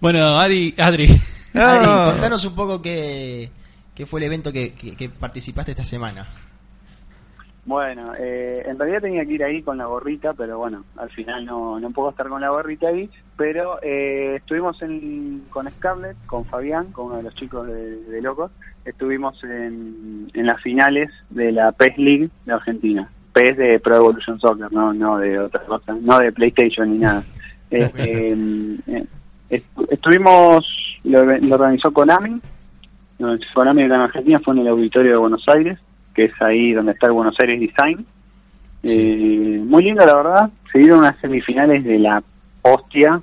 Speaker 5: Bueno, Adri, Adri.
Speaker 3: Adri,
Speaker 2: Ah.
Speaker 3: contanos un poco qué, qué fue el evento que, que- que participaste esta semana.
Speaker 9: Bueno, eh, en realidad tenía que ir ahí con la gorrita, pero bueno, al final no, no puedo estar con la gorrita ahí. Pero eh, estuvimos en, con Scarlett, con Fabián, con uno de los chicos de, de Locos. Estuvimos en, en las finales de la PES League de Argentina. PES de Pro Evolution Soccer, no, no de otra cosa, no de PlayStation ni nada. Este, eh, estu- estuvimos, lo, lo organizó Konami, no, el Konami acá en Argentina fue en el auditorio de Buenos Aires, que es ahí donde está el Buenos Aires Design. Eh, muy lindo, la verdad. Se dieron unas semifinales de la hostia,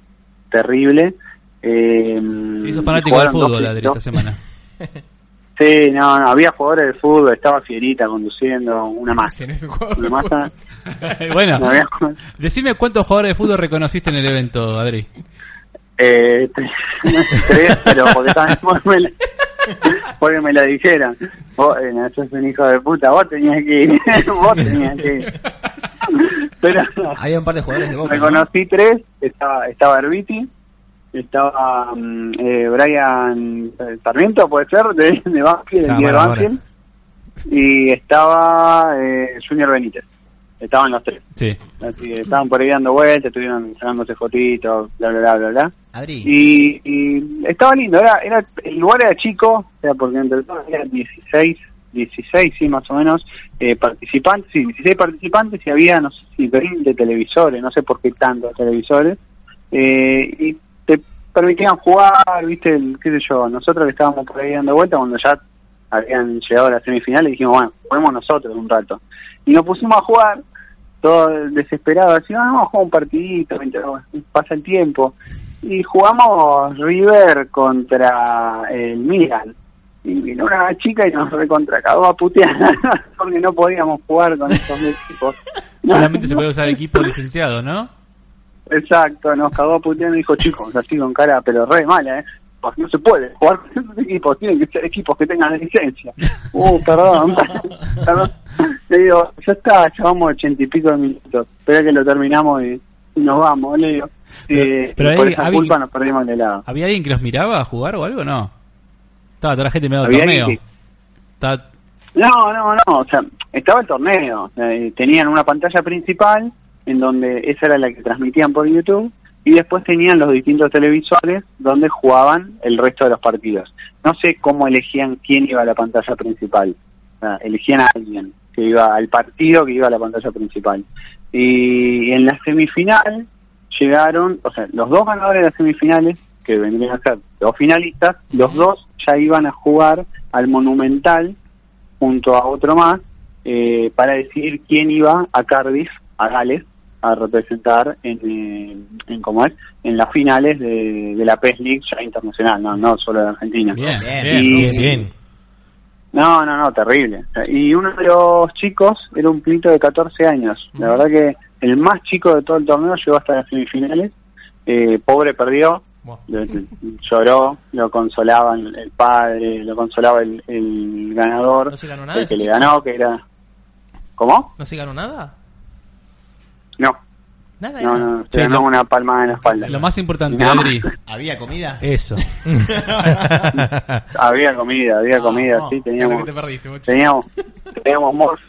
Speaker 9: terrible. Eh,
Speaker 5: Se hizo fanático del
Speaker 9: jugaron dos-
Speaker 5: fútbol, Adri,
Speaker 9: dos-
Speaker 5: esta semana.
Speaker 9: Sí, no, no, había jugadores de fútbol, estaba Fierita conduciendo una masa.
Speaker 1: Ese no es un juego.
Speaker 9: Una masa,
Speaker 5: bueno,
Speaker 9: no había-
Speaker 5: decime cuántos jugadores de fútbol reconociste en el evento, Adri.
Speaker 9: eh, tres, tres, pero porque estaban muy, porque me lo dijeron. Vos, eh, no, sos un hijo de puta, vos tenías que ir, vos tenías que ir. Pero
Speaker 3: Había un par de jugadores de Boca. ¿no?
Speaker 9: reconocí tres, estaba, estaba Herbiti, estaba mm, eh, Brian eh, Sarmiento, puede ser, de, de Banfield,
Speaker 2: Estaba
Speaker 9: el líder
Speaker 2: Maradona.
Speaker 9: Banfield, y estaba eh, Junior Benítez. Estaban los tres.
Speaker 5: Sí.
Speaker 9: Así que estaban por ahí dando vueltas, estuvieron sacándose fotitos, bla, bla, bla, bla, bla.
Speaker 3: Adri.
Speaker 9: Y, y estaba lindo, era, era, el lugar era chico, o sea, porque entre todos eran 16, 16, sí, más o menos, eh, participantes, sí, 16 participantes y había, no sé si 20 televisores, no sé por qué tantos televisores, eh, y te permitían jugar, viste, el- qué sé yo, nosotros que estábamos por ahí dando vuelta cuando ya habían llegado a la semifinal y dijimos, bueno, juguemos nosotros un rato. Y nos pusimos a jugar, todos desesperados, así, "Ah, vamos a jugar un partidito, mientras pasa el tiempo. Y jugamos River contra el Milan. Y vino una chica y nos recontracagó a putear, porque no podíamos jugar con estos dos equipos.
Speaker 5: Solamente se puede usar equipo licenciado, ¿no?
Speaker 9: Exacto, nos cagó puteando y dijo, chicos, así con cara, pero re mala, ¿eh? Pues no se puede jugar con esos equipos, tienen que ser equipos que tengan licencia. Uh, perdón, perdón. Le digo, ya está, llevamos ochenta y pico de minutos, espera que lo terminamos y y nos vamos, le digo. Eh,
Speaker 5: pero
Speaker 9: y por
Speaker 5: ahí
Speaker 9: esa
Speaker 5: había-
Speaker 9: culpa nos perdimos el helado.
Speaker 5: ¿Había alguien que los miraba a jugar o algo? No. Estaba toda la gente mirando el
Speaker 9: Había
Speaker 5: torneo.
Speaker 9: alguien
Speaker 5: Estaba-
Speaker 9: No, no, no, o sea, estaba el torneo, o sea, eh, tenían una pantalla principal en donde esa era la que transmitían por YouTube y después tenían los distintos televisores donde jugaban el resto de los partidos. No sé cómo elegían quién iba a la pantalla principal, o sea, Ah, elegían a alguien que iba al partido que iba a la pantalla principal. Y en la semifinal llegaron, o sea, los dos ganadores de las semifinales, que vendrían a ser los finalistas, los dos ya iban a jugar al Monumental junto a otro más eh, para decidir quién iba a Cardiff, a Gales, a representar en, eh, en cómo es, en las finales de, de la PES League ya internacional, no, no solo de Argentina.
Speaker 5: Bien,
Speaker 3: Bien,
Speaker 5: bien.
Speaker 9: Y-
Speaker 2: Bien, bien.
Speaker 9: no, no, no, terrible. O sea, Y uno de los chicos era un pinito de 14 años. La verdad que el más chico de todo el torneo llegó hasta las semifinales. Eh, pobre perdió,
Speaker 1: Bueno.
Speaker 9: Lo- lo- lloró, lo consolaban el padre, lo consolaba el, el ganador,
Speaker 1: ¿No se ganó nada
Speaker 9: el
Speaker 1: ese
Speaker 9: que le
Speaker 1: chico?
Speaker 9: ganó, que era... ¿Cómo?
Speaker 1: ¿No se ganó nada?
Speaker 9: No,
Speaker 1: Nada. ¿eh?
Speaker 9: no,
Speaker 1: era.
Speaker 9: no, se
Speaker 5: Che,
Speaker 9: ganó
Speaker 5: lo-
Speaker 9: una palmada en la espalda.
Speaker 5: Lo más importante,
Speaker 9: No.
Speaker 5: Adri,
Speaker 3: ¿Había comida?
Speaker 5: eso.
Speaker 9: Había comida, había comida,
Speaker 3: no,
Speaker 9: sí,
Speaker 1: Es lo
Speaker 9: teníamos...
Speaker 1: que te perdiste, bocho.
Speaker 9: teníamos teníamos morf.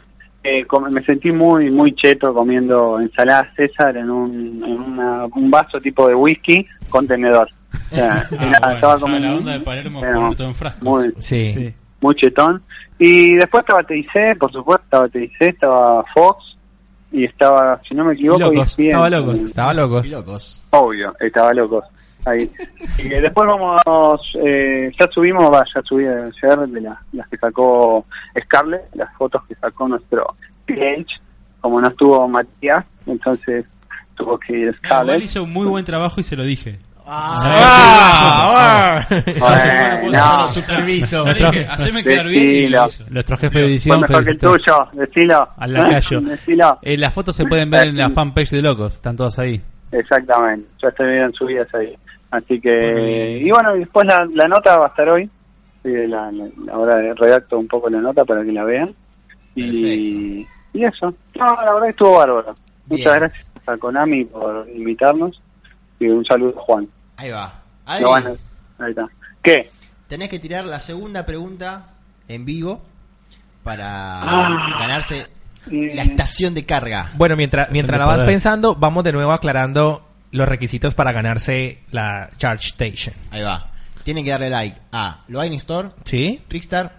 Speaker 9: Eh, com- me sentí muy muy cheto comiendo ensalada César en un en una- un vaso tipo de whisky con tenedor. O sea,
Speaker 4: Ah,
Speaker 9: era-
Speaker 4: bueno,
Speaker 9: estaba
Speaker 4: ya
Speaker 9: comiendo-
Speaker 4: la onda de Palermo
Speaker 9: pero
Speaker 4: poner todo en frascos.
Speaker 9: muy,
Speaker 2: Sí.
Speaker 5: Sí.
Speaker 9: muy chetón. Y después estaba TIC, por supuesto, estaba TIC, estaba Fox y estaba, si no me equivoco, E
Speaker 5: Locos,
Speaker 9: ESPN.
Speaker 5: estaba locos.
Speaker 2: Estaba loco.
Speaker 3: Y locos.
Speaker 9: Obvio, estaba loco. Ahí. Y eh, después vamos, eh, ya subimos, va, ya subí ayer de la- las que sacó Scarlett, las fotos que sacó nuestro PH, como no estuvo Matías, entonces tuvo que ir
Speaker 4: No, igual
Speaker 9: Scarlett.
Speaker 4: hizo un muy buen trabajo y se lo dije.
Speaker 9: Ah.
Speaker 2: ¡Ah!
Speaker 9: Bueno, no,
Speaker 4: su servicio. Le dije, haceme quedar bien y lo
Speaker 9: Decilo.
Speaker 4: hizo.
Speaker 5: Nuestro jefe de
Speaker 9: fue
Speaker 5: edición
Speaker 9: mejor que el
Speaker 5: felicitó
Speaker 9: tuyo, decilo.
Speaker 5: al lacayo.
Speaker 9: Decilo.
Speaker 5: Eh, las fotos se pueden ver en la fanpage de Locos, están todas ahí.
Speaker 9: Exactamente, ya estuvieron subidas ahí. Así que, y bueno, y después la, la nota va a estar hoy. Sí, la, la- ahora redacto un poco la nota para que la vean. Y, y eso. No, la verdad que estuvo bárbaro.
Speaker 3: Bien.
Speaker 9: Muchas gracias a Konami por invitarnos. Y un saludo a Juan.
Speaker 3: Ahí va.
Speaker 9: Lo
Speaker 3: Adri,
Speaker 9: van a- ahí está. ¿Qué?
Speaker 3: tenés que tirar la segunda pregunta en vivo para
Speaker 9: Ah.
Speaker 3: ganarse
Speaker 9: Eh,
Speaker 3: la estación de carga.
Speaker 2: Bueno, mientras, mientras
Speaker 5: me
Speaker 2: la vas
Speaker 5: jode.
Speaker 2: pensando, vamos de nuevo aclarando los requisitos para ganarse la Charge Station.
Speaker 3: Ahí va. Tienen que darle like a Loain Store,
Speaker 2: ¿Sí?
Speaker 3: Trickstar,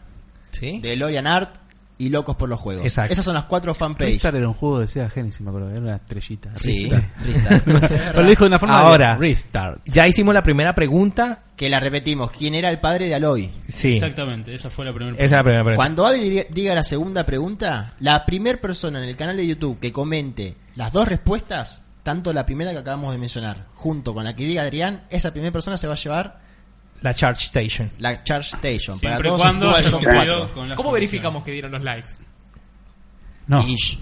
Speaker 2: ¿Sí?
Speaker 3: DeLorean Art y Locos por los Juegos.
Speaker 2: Exacto.
Speaker 3: Esas son las cuatro fanpages.
Speaker 5: Ristar era un juego de Sega Genesis, me acuerdo, era una estrellita.
Speaker 3: Sí,
Speaker 5: Ristar.
Speaker 3: Ristar.
Speaker 5: Pero lo dijo de una forma
Speaker 2: Ahora.
Speaker 5: de Restart.
Speaker 2: Ya hicimos la primera pregunta.
Speaker 3: Que la repetimos. ¿Quién era el padre de Aloy?
Speaker 2: Sí. Esa
Speaker 4: Exactamente, esa fue la primera.
Speaker 2: es la primera pregunta.
Speaker 3: Cuando Adri diga- diga la segunda pregunta, la primer persona en el canal de YouTube que comente las dos respuestas, tanto la primera que acabamos de mencionar, junto con la que diga Adrián, esa primera persona se va a llevar
Speaker 2: La Charge Station.
Speaker 3: la Charge Station.
Speaker 4: Siempre
Speaker 3: para
Speaker 4: y
Speaker 3: todos
Speaker 4: cuando
Speaker 3: ustedes
Speaker 4: haya
Speaker 3: son cuatro.
Speaker 4: cumplido con las
Speaker 1: ¿Cómo
Speaker 4: condiciones.
Speaker 1: verificamos que dieron los likes?
Speaker 5: No.
Speaker 3: Ish.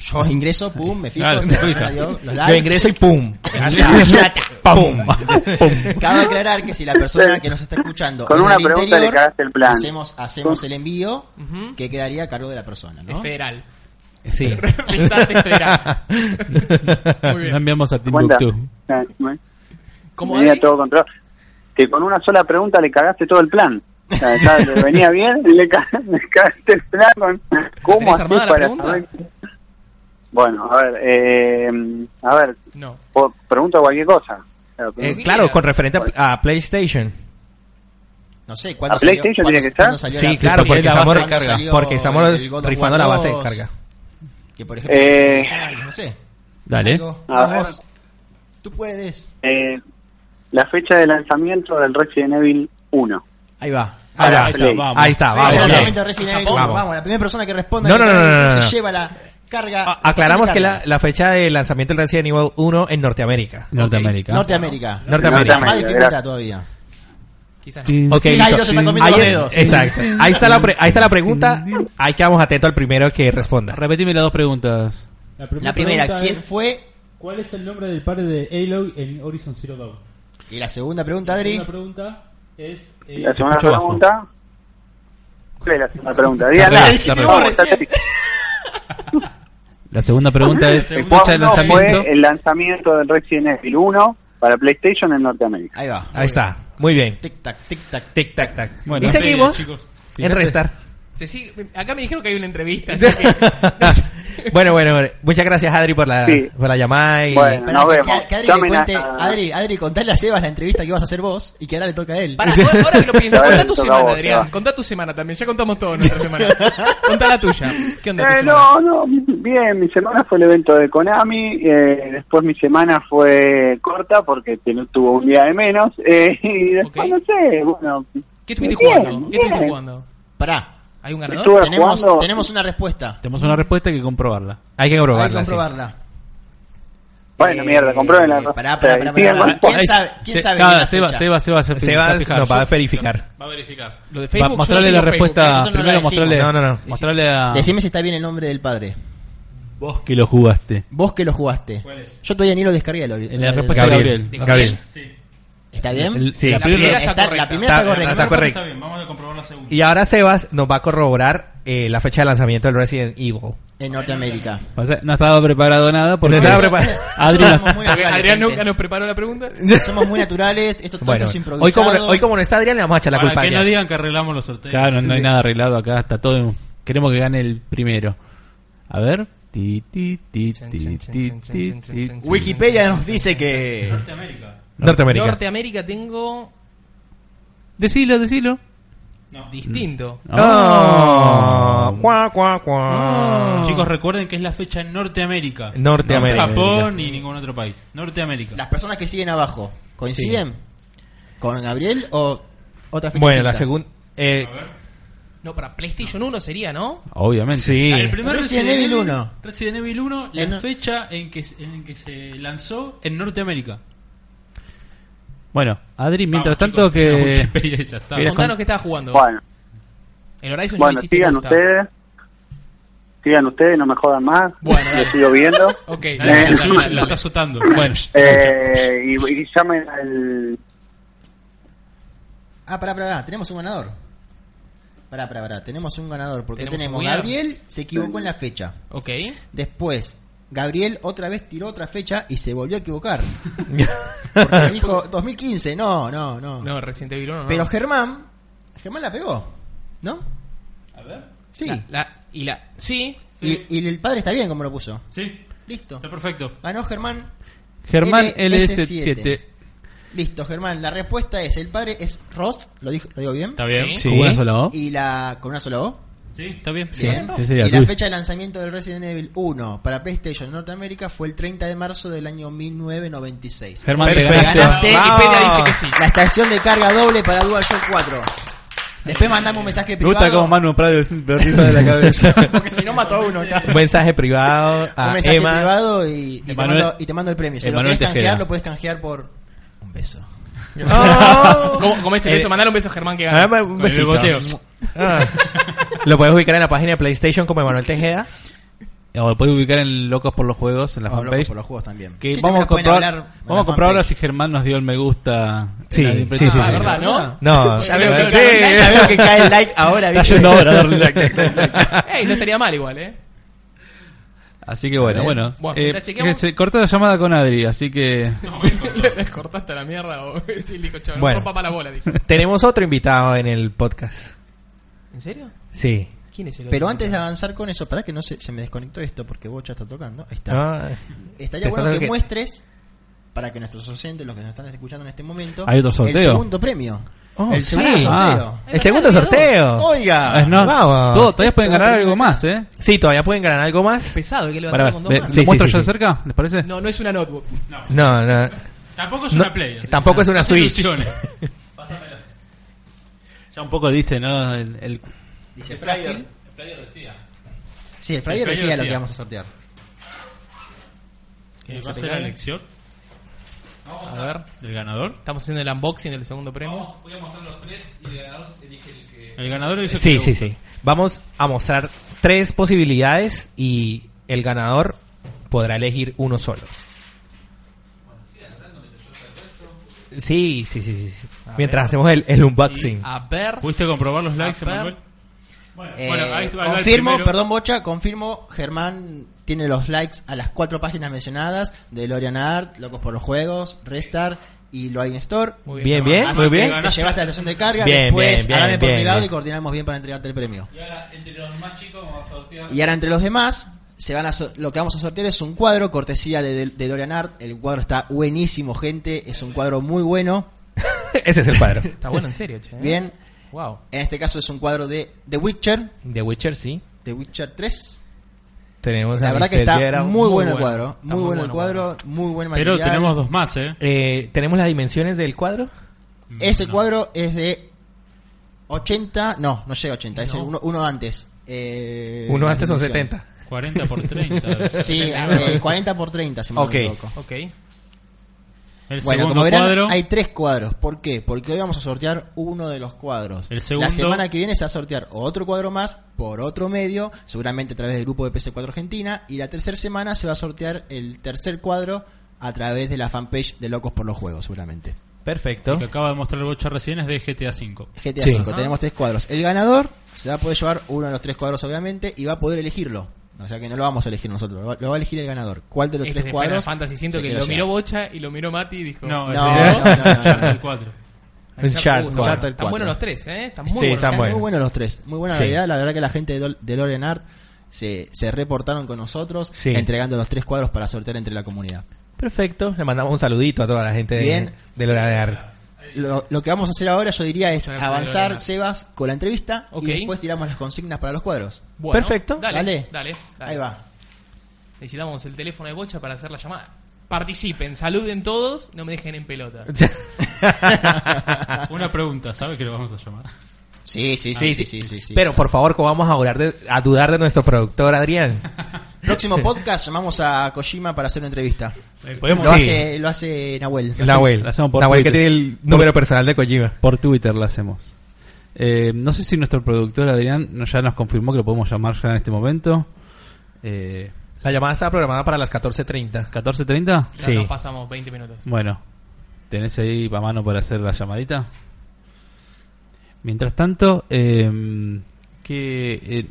Speaker 3: Yo ingreso, pum, me fijo,
Speaker 5: Claro,
Speaker 3: se-
Speaker 5: te fijas.
Speaker 3: adiós, los
Speaker 2: Yo
Speaker 3: likes.
Speaker 2: ingreso y pum.
Speaker 3: Ya está.
Speaker 2: pum.
Speaker 3: Cabe aclarar que si la persona que nos está escuchando
Speaker 9: Con
Speaker 3: es
Speaker 9: una
Speaker 3: del
Speaker 9: pregunta
Speaker 3: interior,
Speaker 9: le cagaste el plan.
Speaker 3: Hacemos, hacemos el envío
Speaker 1: Ujú.
Speaker 3: que quedaría a cargo de la persona, ¿no?
Speaker 1: Es federal.
Speaker 2: Sí.
Speaker 1: Representante federal. Muy
Speaker 5: La
Speaker 1: bien.
Speaker 5: enviamos a
Speaker 9: Cuenta.
Speaker 5: Timbuktu.
Speaker 9: Ah, bueno.
Speaker 1: Como
Speaker 9: venía
Speaker 1: Adri-
Speaker 9: todo control. Que con una sola pregunta le cagaste todo el plan. O sea, ya le venía bien, le, ca- le cagaste el plan con... ¿Cómo
Speaker 1: ¿Tenés
Speaker 9: haces
Speaker 1: armada la
Speaker 9: para
Speaker 1: pregunta?
Speaker 9: saber? Bueno, a ver, eh, a ver,
Speaker 1: No.
Speaker 9: po- pregunto cualquier cosa. Claro,
Speaker 2: Eh,
Speaker 1: que
Speaker 2: claro,
Speaker 1: quiera.
Speaker 2: con referente a, a PlayStation.
Speaker 3: No sé, ¿cuándo
Speaker 9: ¿A PlayStation
Speaker 3: cuándo-
Speaker 9: tiene que estar?
Speaker 3: cuándo salió
Speaker 2: Sí,
Speaker 3: la-
Speaker 2: claro,
Speaker 5: porque
Speaker 2: porque
Speaker 5: es la
Speaker 2: estamos,
Speaker 5: base de
Speaker 3: carga.
Speaker 2: porque estamos
Speaker 3: El God of
Speaker 2: rifando
Speaker 3: War
Speaker 2: la base de
Speaker 3: 2.
Speaker 2: carga.
Speaker 3: Que por ejemplo,
Speaker 9: Eh,
Speaker 3: no sé.
Speaker 2: ¿Eh?
Speaker 5: Dale.
Speaker 3: Algo,
Speaker 9: A ver.
Speaker 3: vamos, tú puedes.
Speaker 9: eh, la fecha de lanzamiento del Resident Evil 1.
Speaker 3: Ahí va.
Speaker 9: Ahí va.
Speaker 5: Ahí está, vamos.
Speaker 2: Ahí está,
Speaker 3: Fecha de
Speaker 2: Ah, vamos.
Speaker 1: bien.
Speaker 3: lanzamiento de Resident Evil,
Speaker 1: Japón.
Speaker 3: vamos. la primera persona que responda
Speaker 2: No,
Speaker 3: que
Speaker 2: no, no,
Speaker 3: sabe,
Speaker 2: no, no,
Speaker 3: se
Speaker 2: no.
Speaker 3: lleva la carga.
Speaker 2: A- Aclaramos
Speaker 3: la
Speaker 2: que
Speaker 3: carga.
Speaker 2: la, la fecha de lanzamiento del Resident Evil 1 en Norteamérica.
Speaker 5: Norteamérica.
Speaker 3: Norteamérica.
Speaker 2: Norteamérica.
Speaker 3: Más
Speaker 9: Norteamérica,
Speaker 3: dificultad todavía.
Speaker 1: Quizás. no.
Speaker 2: Ok,
Speaker 3: Cairo
Speaker 2: listo.
Speaker 3: Mm. se está comiendo
Speaker 2: Ahí-
Speaker 3: los dedos. Mm.
Speaker 2: Exacto. Ahí está, la pre- ahí está la pregunta. Ahí quedamos atentos al primero que responda.
Speaker 5: Repetime las dos preguntas.
Speaker 3: La primera,
Speaker 10: pregunta
Speaker 3: ¿quién
Speaker 10: es,
Speaker 3: fue?
Speaker 10: ¿Cuál es el nombre del padre de Aloy en Horizon Zero Dawn?
Speaker 3: Y la segunda pregunta,
Speaker 10: La
Speaker 3: Adri.
Speaker 10: segunda pregunta es... eh,
Speaker 9: La segunda
Speaker 5: escucho bajo.
Speaker 9: pregunta... ¿Cuál es la segunda pregunta? Díganla.
Speaker 5: bien, está bien.
Speaker 9: Vamos, está bien.
Speaker 5: La segunda pregunta es fecha
Speaker 9: El
Speaker 5: de
Speaker 9: cuándo
Speaker 5: lanzamiento.
Speaker 9: fue el lanzamiento del Resident Evil 1 para PlayStation en Norteamérica.
Speaker 3: Ahí va.
Speaker 2: Ahí está. Muy bien.
Speaker 3: Tic tac, tic tac.
Speaker 2: Tic, tac, tac.
Speaker 5: Bueno,
Speaker 2: y
Speaker 5: sí,
Speaker 2: seguimos
Speaker 4: chicos.
Speaker 2: en restar.
Speaker 1: Se sigue- Acá me dijeron que hay una entrevista. así que-
Speaker 2: bueno, bueno, bueno. Muchas gracias, Adri, por la,
Speaker 9: Sí.
Speaker 2: por la llamada. Y...
Speaker 9: Bueno.
Speaker 3: Pará,
Speaker 9: Nos
Speaker 3: que-
Speaker 9: vemos.
Speaker 3: que- que Adri,
Speaker 9: Yo
Speaker 3: le cuente-
Speaker 9: amenaza.
Speaker 3: Adri, Adri, contale a Sebas la entrevista que vas a hacer vos y que ahora le toca a él.
Speaker 1: Pará, ahora ahora que lo pienso,
Speaker 9: A ver,
Speaker 1: contá tu
Speaker 9: toca
Speaker 1: semana,
Speaker 9: vos,
Speaker 1: Adrián.
Speaker 9: Seba.
Speaker 1: Contá tu semana también. Ya contamos todo nuestra semana. Contá la tuya. ¿Qué onda tu
Speaker 9: Eh,
Speaker 1: semana?
Speaker 9: no, no, bien, mi semana fue el evento de Konami, eh, después mi semana fue corta porque te- tuvo un día de menos, eh, y después
Speaker 1: Ok.
Speaker 9: no sé, bueno,
Speaker 1: ¿Qué estuviste
Speaker 9: Bien,
Speaker 1: jugando? ¿Qué estuviste
Speaker 9: bien.
Speaker 1: jugando?
Speaker 3: Pará,
Speaker 1: ¿Hay un ganador?
Speaker 9: estuve
Speaker 3: tenemos,
Speaker 9: jugando,
Speaker 3: tenemos una respuesta.
Speaker 5: Tenemos una respuesta hay que comprobarla.
Speaker 2: Hay que
Speaker 3: Hay que
Speaker 2: comprobarla. sí.
Speaker 3: comprobarla.
Speaker 9: bueno,
Speaker 3: Eh,
Speaker 9: mierda, comprueben la Eh,
Speaker 3: Pará, pará, pará,
Speaker 9: Sigan
Speaker 3: pará.
Speaker 9: con-
Speaker 3: ¿Quién sabe? ¿Quién
Speaker 5: Se-
Speaker 3: sabe?
Speaker 5: nada,
Speaker 3: bien la
Speaker 5: Seba,
Speaker 3: fecha?
Speaker 5: Seba, Seba, se- se va a
Speaker 2: Sebas
Speaker 5: fijar.
Speaker 2: nos va a verificar.
Speaker 4: Va a verificar.
Speaker 1: Lo de
Speaker 5: Va-
Speaker 1: Facebook.
Speaker 5: mostrarle
Speaker 1: yo
Speaker 5: la
Speaker 1: sigo Facebook,
Speaker 5: respuesta.
Speaker 1: eso no-
Speaker 3: nosotros no
Speaker 5: primero
Speaker 3: la decimos.
Speaker 5: mostrarle.
Speaker 2: No, no, no.
Speaker 5: Mostrarle
Speaker 1: Ah.
Speaker 5: a.
Speaker 3: Decime si está bien el nombre del padre.
Speaker 5: vos que lo jugaste.
Speaker 3: Vos que lo jugaste. Yo todavía ni lo descargué. Lo,
Speaker 5: En la respuesta de
Speaker 2: Gabriel.
Speaker 5: Gabriel.
Speaker 1: de Gabriel.
Speaker 3: ¿Está bien?
Speaker 5: El-
Speaker 2: Sí.
Speaker 1: La
Speaker 5: la primera-
Speaker 1: primera está
Speaker 3: Está- la
Speaker 1: correcta.
Speaker 3: primera está
Speaker 2: Está-
Speaker 3: correcta.
Speaker 2: está correcta.
Speaker 4: Está bien, vamos a comprobar la segunda.
Speaker 2: Y ahora Sebas nos va a corroborar eh, la fecha de lanzamiento del Resident Evil.
Speaker 3: En Norteamérica.
Speaker 5: O sea, no estaba preparado nada porque
Speaker 2: No estaba preparado.
Speaker 5: Adri
Speaker 3: Nosotros
Speaker 5: no-
Speaker 3: somos muy
Speaker 1: Porque
Speaker 3: naturales,
Speaker 1: Adrián
Speaker 3: gente.
Speaker 1: nunca nos preparó la pregunta.
Speaker 3: Somos muy naturales. Esto todo
Speaker 2: Bueno,
Speaker 3: esto es improvisado.
Speaker 2: hoy como, no- hoy como no está Adrián, le vamos a echar la
Speaker 4: Para
Speaker 2: culpa a
Speaker 4: que no
Speaker 2: Adrián.
Speaker 4: digan que arreglamos los sorteos.
Speaker 5: Claro, no, hay nada arreglado acá, está todo. en- Queremos que gane el primero. A ver. Ti, ti, ti,
Speaker 1: Chan,
Speaker 5: ti,
Speaker 1: chan, chan,
Speaker 5: ti, ti,
Speaker 1: chan,
Speaker 5: ti,
Speaker 1: chan, chan,
Speaker 5: ti.
Speaker 1: chan, chan.
Speaker 3: Wikipedia nos dice que.
Speaker 4: Norteamérica.
Speaker 2: Norteamérica.
Speaker 1: Norteamérica tengo
Speaker 5: Decilo, decilo. Ah.
Speaker 1: distinto.
Speaker 2: Oh. Cuá, cuá, cuá.
Speaker 4: Chicos, recuerden que es la fecha en Norteamérica.
Speaker 2: Norteamérica.
Speaker 4: No Japón y ningún otro país. Norteamérica.
Speaker 3: Las personas que siguen abajo, ¿coinciden con Gabriel o otra fecha
Speaker 2: Bueno, la
Speaker 3: distinta?
Speaker 2: segunda... Eh,
Speaker 1: No, para PlayStation 1 sería, ¿no?
Speaker 5: Obviamente.
Speaker 2: sí.
Speaker 4: El primer
Speaker 3: Resident Evil 1.
Speaker 4: Resident Evil 1, la
Speaker 3: En no-
Speaker 4: fecha en que, en que se lanzó en Norteamérica.
Speaker 5: Bueno, Adri, mientras
Speaker 4: Vamos,
Speaker 5: tanto
Speaker 4: chicos, la
Speaker 5: que.
Speaker 4: Wikipedia ya está.
Speaker 5: que- Eras
Speaker 1: Contanos
Speaker 5: con-
Speaker 1: qué estabas jugando.
Speaker 9: Bueno,
Speaker 1: El Horizon
Speaker 9: bueno,
Speaker 1: ya lo hiciste
Speaker 9: sigan
Speaker 1: posta.
Speaker 9: ustedes, sigan ustedes, no me jodan más,
Speaker 1: Bueno,
Speaker 9: lo
Speaker 1: dale.
Speaker 9: sigo viendo.
Speaker 1: Ok,
Speaker 4: Eh,
Speaker 1: dale, dale,
Speaker 4: la- la-
Speaker 1: dale,
Speaker 4: la
Speaker 1: dale.
Speaker 4: está azotando. Bueno,
Speaker 9: Eh, y, y llamen al...
Speaker 3: Ah, pará, pará, pará, tenemos un ganador. Pará, pará, pará, tenemos un ganador porque
Speaker 1: Tenemos
Speaker 3: tenemos,
Speaker 1: un winner.
Speaker 3: Gabriel se equivocó en la fecha.
Speaker 1: Ok.
Speaker 3: Después, Gabriel otra vez tiró otra fecha y se volvió a equivocar. Porque dijo 2015, no, no, no.
Speaker 1: No, Resident Evil 1 no.
Speaker 3: Pero Germán, Germán la pegó, ¿no?
Speaker 4: a ver.
Speaker 3: Sí.
Speaker 1: La- la- y la... Sí.
Speaker 3: Y, y el padre está bien como lo puso.
Speaker 4: Sí,
Speaker 3: Listo.
Speaker 4: está perfecto.
Speaker 3: Ganó Germán.
Speaker 5: Germán
Speaker 3: LS7.
Speaker 5: LS7.
Speaker 3: Listo, Germán. La respuesta es, el padre es Rost, ¿lo, dijo- lo digo bien?
Speaker 4: Está bien.
Speaker 1: Sí.
Speaker 5: ¿Con una sola O?
Speaker 3: Y la con una sola O.
Speaker 4: Sí, está bien.
Speaker 5: Sí,
Speaker 3: Bien.
Speaker 5: sí, sería
Speaker 3: y la
Speaker 5: Cruz.
Speaker 3: fecha de lanzamiento del Resident Evil 1 para PlayStation en Norteamérica fue el 30 de marzo del año 1996.
Speaker 5: Germán, te
Speaker 2: Perfecto.
Speaker 5: ganaste.
Speaker 1: Ganaste
Speaker 2: Vamos.
Speaker 1: y Peña dice que sí.
Speaker 3: La estación de carga doble para DualShock 4. Después mandamos un mensaje
Speaker 5: Me gusta
Speaker 3: privado.
Speaker 5: como Manu Prado es el perrito de la cabeza.
Speaker 3: porque si no mató a uno. ya.
Speaker 2: Un mensaje privado
Speaker 3: Un
Speaker 5: Ah,
Speaker 2: a
Speaker 3: mensaje
Speaker 2: Emma.
Speaker 3: privado y, y te
Speaker 5: Emanuel-
Speaker 3: mando, y te mando el premio. Si
Speaker 5: Emanuel
Speaker 3: lo querés
Speaker 5: Tejera.
Speaker 3: canjear, lo puedes canjear por un beso.
Speaker 1: ¿Cómo, cómo es el
Speaker 2: Eh,
Speaker 1: beso? Mandale un beso a Germán que
Speaker 2: Ah,
Speaker 1: gana.
Speaker 2: un
Speaker 1: Con el
Speaker 2: besito.
Speaker 1: boteo.
Speaker 2: Ah. Lo puedes ubicar en la página de PlayStation como Emanuel Tejeda.
Speaker 5: O lo podés ubicar en Locos por los Juegos, en la
Speaker 3: Ah, Locos
Speaker 5: fanpage.
Speaker 3: por los Juegos también.
Speaker 5: Que
Speaker 3: Sí,
Speaker 5: vamos
Speaker 3: también
Speaker 5: a comprobar,
Speaker 3: pueden hablar en
Speaker 5: vamos
Speaker 3: la
Speaker 5: a comprobar ahora
Speaker 3: fanpage.
Speaker 5: si Germán nos dio el me gusta.
Speaker 2: Sí,
Speaker 5: en la
Speaker 2: sí, sí, sí.
Speaker 5: impresión.
Speaker 1: Ah, ¿Verdad, no?
Speaker 2: No,
Speaker 1: Ya veo que-
Speaker 3: Ya veo que cae el like ahora,
Speaker 5: Está
Speaker 3: ¿viste?
Speaker 5: yendo ahora, dale like, like, like, like.
Speaker 1: Ey, no estaría mal igual, ¿eh?
Speaker 5: Así que bueno,
Speaker 3: ver.
Speaker 5: bueno.
Speaker 1: Bueno,
Speaker 5: eh,
Speaker 1: mientras chequeamos-
Speaker 5: que se cortó la llamada con Adri, así que
Speaker 1: Le, le cortaste la mierda o sí, le dijo, chaval,
Speaker 2: Bueno.
Speaker 1: rompa pa' la bola, dijo.
Speaker 2: Tenemos otro invitado en el podcast.
Speaker 1: ¿En serio?
Speaker 2: Sí.
Speaker 1: ¿Quién es el otro?
Speaker 3: Pero antes de avanzar con eso, para que no se, se me desconectó esto porque Bocha está tocando. Ahí está.
Speaker 2: Ah,
Speaker 3: Estaría
Speaker 2: Te
Speaker 3: bueno
Speaker 2: estás
Speaker 3: que,
Speaker 2: que-
Speaker 3: muestres para que nuestros oyentes, los que nos están escuchando en este momento,
Speaker 5: Hay otro
Speaker 3: el
Speaker 5: sorteo.
Speaker 3: segundo premio.
Speaker 2: Oh,
Speaker 3: el
Speaker 2: sí.
Speaker 3: segundo sorteo.
Speaker 2: el segundo sorteo.
Speaker 3: Oiga,
Speaker 5: Ah, no,
Speaker 2: vamos.
Speaker 5: todo- todavía pueden ganar algo más, ¿eh?
Speaker 2: Sí, todavía pueden ganar algo más.
Speaker 1: Pesado, que le va a
Speaker 5: Para,
Speaker 1: dar con dos
Speaker 5: ¿le,
Speaker 1: más.
Speaker 2: Sí,
Speaker 5: ¿lo
Speaker 2: sí,
Speaker 5: muestro
Speaker 2: sí,
Speaker 5: yo de
Speaker 2: sí.
Speaker 5: cerca? ¿Les parece?
Speaker 1: No, no es una notebook.
Speaker 2: No, no.
Speaker 4: Tampoco es
Speaker 2: No,
Speaker 4: una Play. así
Speaker 2: tampoco
Speaker 4: que
Speaker 2: es una
Speaker 4: no se
Speaker 2: Switch.
Speaker 4: ilusionen.
Speaker 5: Ya un poco dice, ¿no? El, el-
Speaker 3: dice Fryer. Sí, el Fryer
Speaker 4: El Fryer
Speaker 3: decía lo
Speaker 4: decía.
Speaker 3: que íbamos a sortear.
Speaker 4: ¿Qué va a ser la elección? A ver, ¿el ganador?
Speaker 1: Estamos haciendo el unboxing del segundo premio.
Speaker 5: voy a mostrar los tres y el ganador elige el que... El ganador elige
Speaker 2: Sí, sí, sí. Vamos a mostrar tres posibilidades y el ganador podrá elegir uno solo. Sí, sí, sí, sí. sí. Mientras hacemos el, el unboxing.
Speaker 1: A ver.
Speaker 4: ¿Pudiste comprobar los likes,
Speaker 1: A ver.
Speaker 4: Emanuel? Bueno,
Speaker 3: Eh,
Speaker 4: ahí va- va el
Speaker 3: confirmo,
Speaker 4: primero.
Speaker 3: perdón Bocha, confirmo, Germán tiene los likes a las cuatro páginas mencionadas de Lorian Art, Locos por los Juegos, Restar y Lo Hay en Store.
Speaker 1: Muy
Speaker 2: Bien, Ah, bien,
Speaker 3: Así
Speaker 2: muy
Speaker 3: que
Speaker 2: bien.
Speaker 3: Te llevaste a la estación de carga,
Speaker 2: Bien,
Speaker 3: después
Speaker 2: bien, bien,
Speaker 3: háblame por
Speaker 2: bien,
Speaker 3: privado
Speaker 2: bien.
Speaker 3: y coordinamos bien para entregarte el premio.
Speaker 5: Y ahora, entre los más chicos vamos a sortear...
Speaker 3: Y ahora entre los demás, se van a so- lo que vamos a sortear es un cuadro, cortesía de, de, de Dorian Art. El cuadro está buenísimo, gente. Es un cuadro muy bueno.
Speaker 2: Ese es el cuadro.
Speaker 1: Está bueno, en serio, che. ¿eh?
Speaker 3: Bien.
Speaker 1: Wow.
Speaker 3: En este caso es un cuadro de The Witcher,
Speaker 2: The Witcher, sí.
Speaker 3: The Witcher 3.
Speaker 2: Tenemos
Speaker 3: La
Speaker 2: a
Speaker 3: verdad que
Speaker 2: Mr.
Speaker 3: está
Speaker 2: Geralt.
Speaker 3: muy, bueno el
Speaker 1: bueno.
Speaker 3: cuadro.
Speaker 1: Está
Speaker 3: Muy,
Speaker 1: muy
Speaker 3: bueno el
Speaker 1: bueno el
Speaker 3: cuadro, muy buen material.
Speaker 4: Pero tenemos dos más, ¿eh?
Speaker 2: Eh, ¿Tenemos las dimensiones del cuadro?
Speaker 3: Ese
Speaker 4: No.
Speaker 3: cuadro es de 80, no, no llega a 80, es
Speaker 1: No.
Speaker 3: uno, uno antes. Eh,
Speaker 2: Uno
Speaker 3: la
Speaker 2: antes son
Speaker 3: dimensión.
Speaker 2: 70.
Speaker 4: 40 por 30.
Speaker 3: Sí, eh, 40 por 30, si me
Speaker 2: Ok.
Speaker 3: equivoco.
Speaker 1: Ok.
Speaker 4: El
Speaker 3: Bueno,
Speaker 4: segundo
Speaker 3: como verán,
Speaker 4: cuadro.
Speaker 3: hay tres cuadros. ¿Por qué? Porque hoy vamos a sortear uno de los cuadros.
Speaker 4: El segundo.
Speaker 3: La semana que viene se va a sortear otro cuadro más por otro medio, seguramente a través del grupo de PC4 Argentina. Y la tercera semana se va a sortear el tercer cuadro a través de la fanpage de Locos por los Juegos, seguramente.
Speaker 2: Perfecto.
Speaker 4: que acaba de mostrar Bocha recién es de GTA V.
Speaker 3: GTA
Speaker 2: Sí.
Speaker 3: 5, tenemos tres cuadros. El ganador se va a poder llevar uno de los tres cuadros, obviamente, y va a poder elegirlo. O sea que no lo vamos a elegir nosotros, lo va- lo va a elegir el ganador. ¿Cuál de los
Speaker 1: Este es
Speaker 3: tres
Speaker 1: de Final
Speaker 3: cuadros?
Speaker 1: Fantasy. Siento
Speaker 3: se
Speaker 1: que
Speaker 3: queda
Speaker 1: lo
Speaker 3: ya?
Speaker 1: miró Bocha y lo miró Mati y dijo...
Speaker 3: No,
Speaker 4: No, es
Speaker 3: no, no, no, no.
Speaker 4: el 4.
Speaker 2: Un Shark
Speaker 1: Uy,
Speaker 2: Cuadro.
Speaker 3: Uncharted
Speaker 1: Están
Speaker 3: 4.
Speaker 1: buenos los tres, ¿eh? Están muy
Speaker 2: Sí,
Speaker 1: buenos.
Speaker 2: están
Speaker 3: Están
Speaker 2: buenos.
Speaker 3: muy buenos los tres. Muy buena
Speaker 2: Sí.
Speaker 3: realidad. La verdad que la gente de, Dol- de Loren Art se, se reportaron con nosotros,
Speaker 2: Sí.
Speaker 3: entregando los tres cuadros para sortear entre la comunidad.
Speaker 2: Perfecto. Le mandamos un saludito a toda la gente de-
Speaker 3: Bien.
Speaker 2: del Hora de Arte.
Speaker 3: Lo, lo que vamos a hacer ahora, yo diría, es
Speaker 1: Voy a poner Lorian
Speaker 3: avanzar,
Speaker 1: Art.
Speaker 3: Sebas, con la entrevista
Speaker 1: Ok.
Speaker 3: y después tiramos las consignas para los cuadros.
Speaker 1: Bueno,
Speaker 2: Perfecto.
Speaker 1: Dale,
Speaker 3: Dale.
Speaker 1: dale, dale.
Speaker 3: Ahí va.
Speaker 1: Necesitamos el teléfono de Bocha para hacer la llamada. Participen, saluden todos, no me dejen en pelota.
Speaker 4: Una pregunta, ¿sabe que lo vamos a llamar?
Speaker 3: Sí, sí, sí, sí, sí, sí, sí.
Speaker 2: Pero por favor, ¿cómo vamos a, hablar de- a dudar de nuestro productor Adrián?
Speaker 3: Próximo podcast llamamos a Kojima para hacer una entrevista.
Speaker 5: Eh, Podemos
Speaker 3: Lo,
Speaker 2: Sí.
Speaker 3: hace, lo hace Nahuel.
Speaker 2: Nahuel.
Speaker 5: la hacemos por
Speaker 2: Nahuel que
Speaker 5: Twitter.
Speaker 2: tiene el número personal de Kojima.
Speaker 5: Por Twitter la hacemos. Eh, no sé si nuestro productor Adrián no- ya nos confirmó que lo podemos llamar ya en este momento. Eh,
Speaker 2: La llamada estaba programada para las 14.30.
Speaker 5: ¿14.30?
Speaker 1: Ya
Speaker 2: Sí.
Speaker 1: nos pasamos 20 minutos.
Speaker 5: Bueno, ¿tenés ahí para mano para hacer la llamadita? Mientras tanto, eh, que... eh,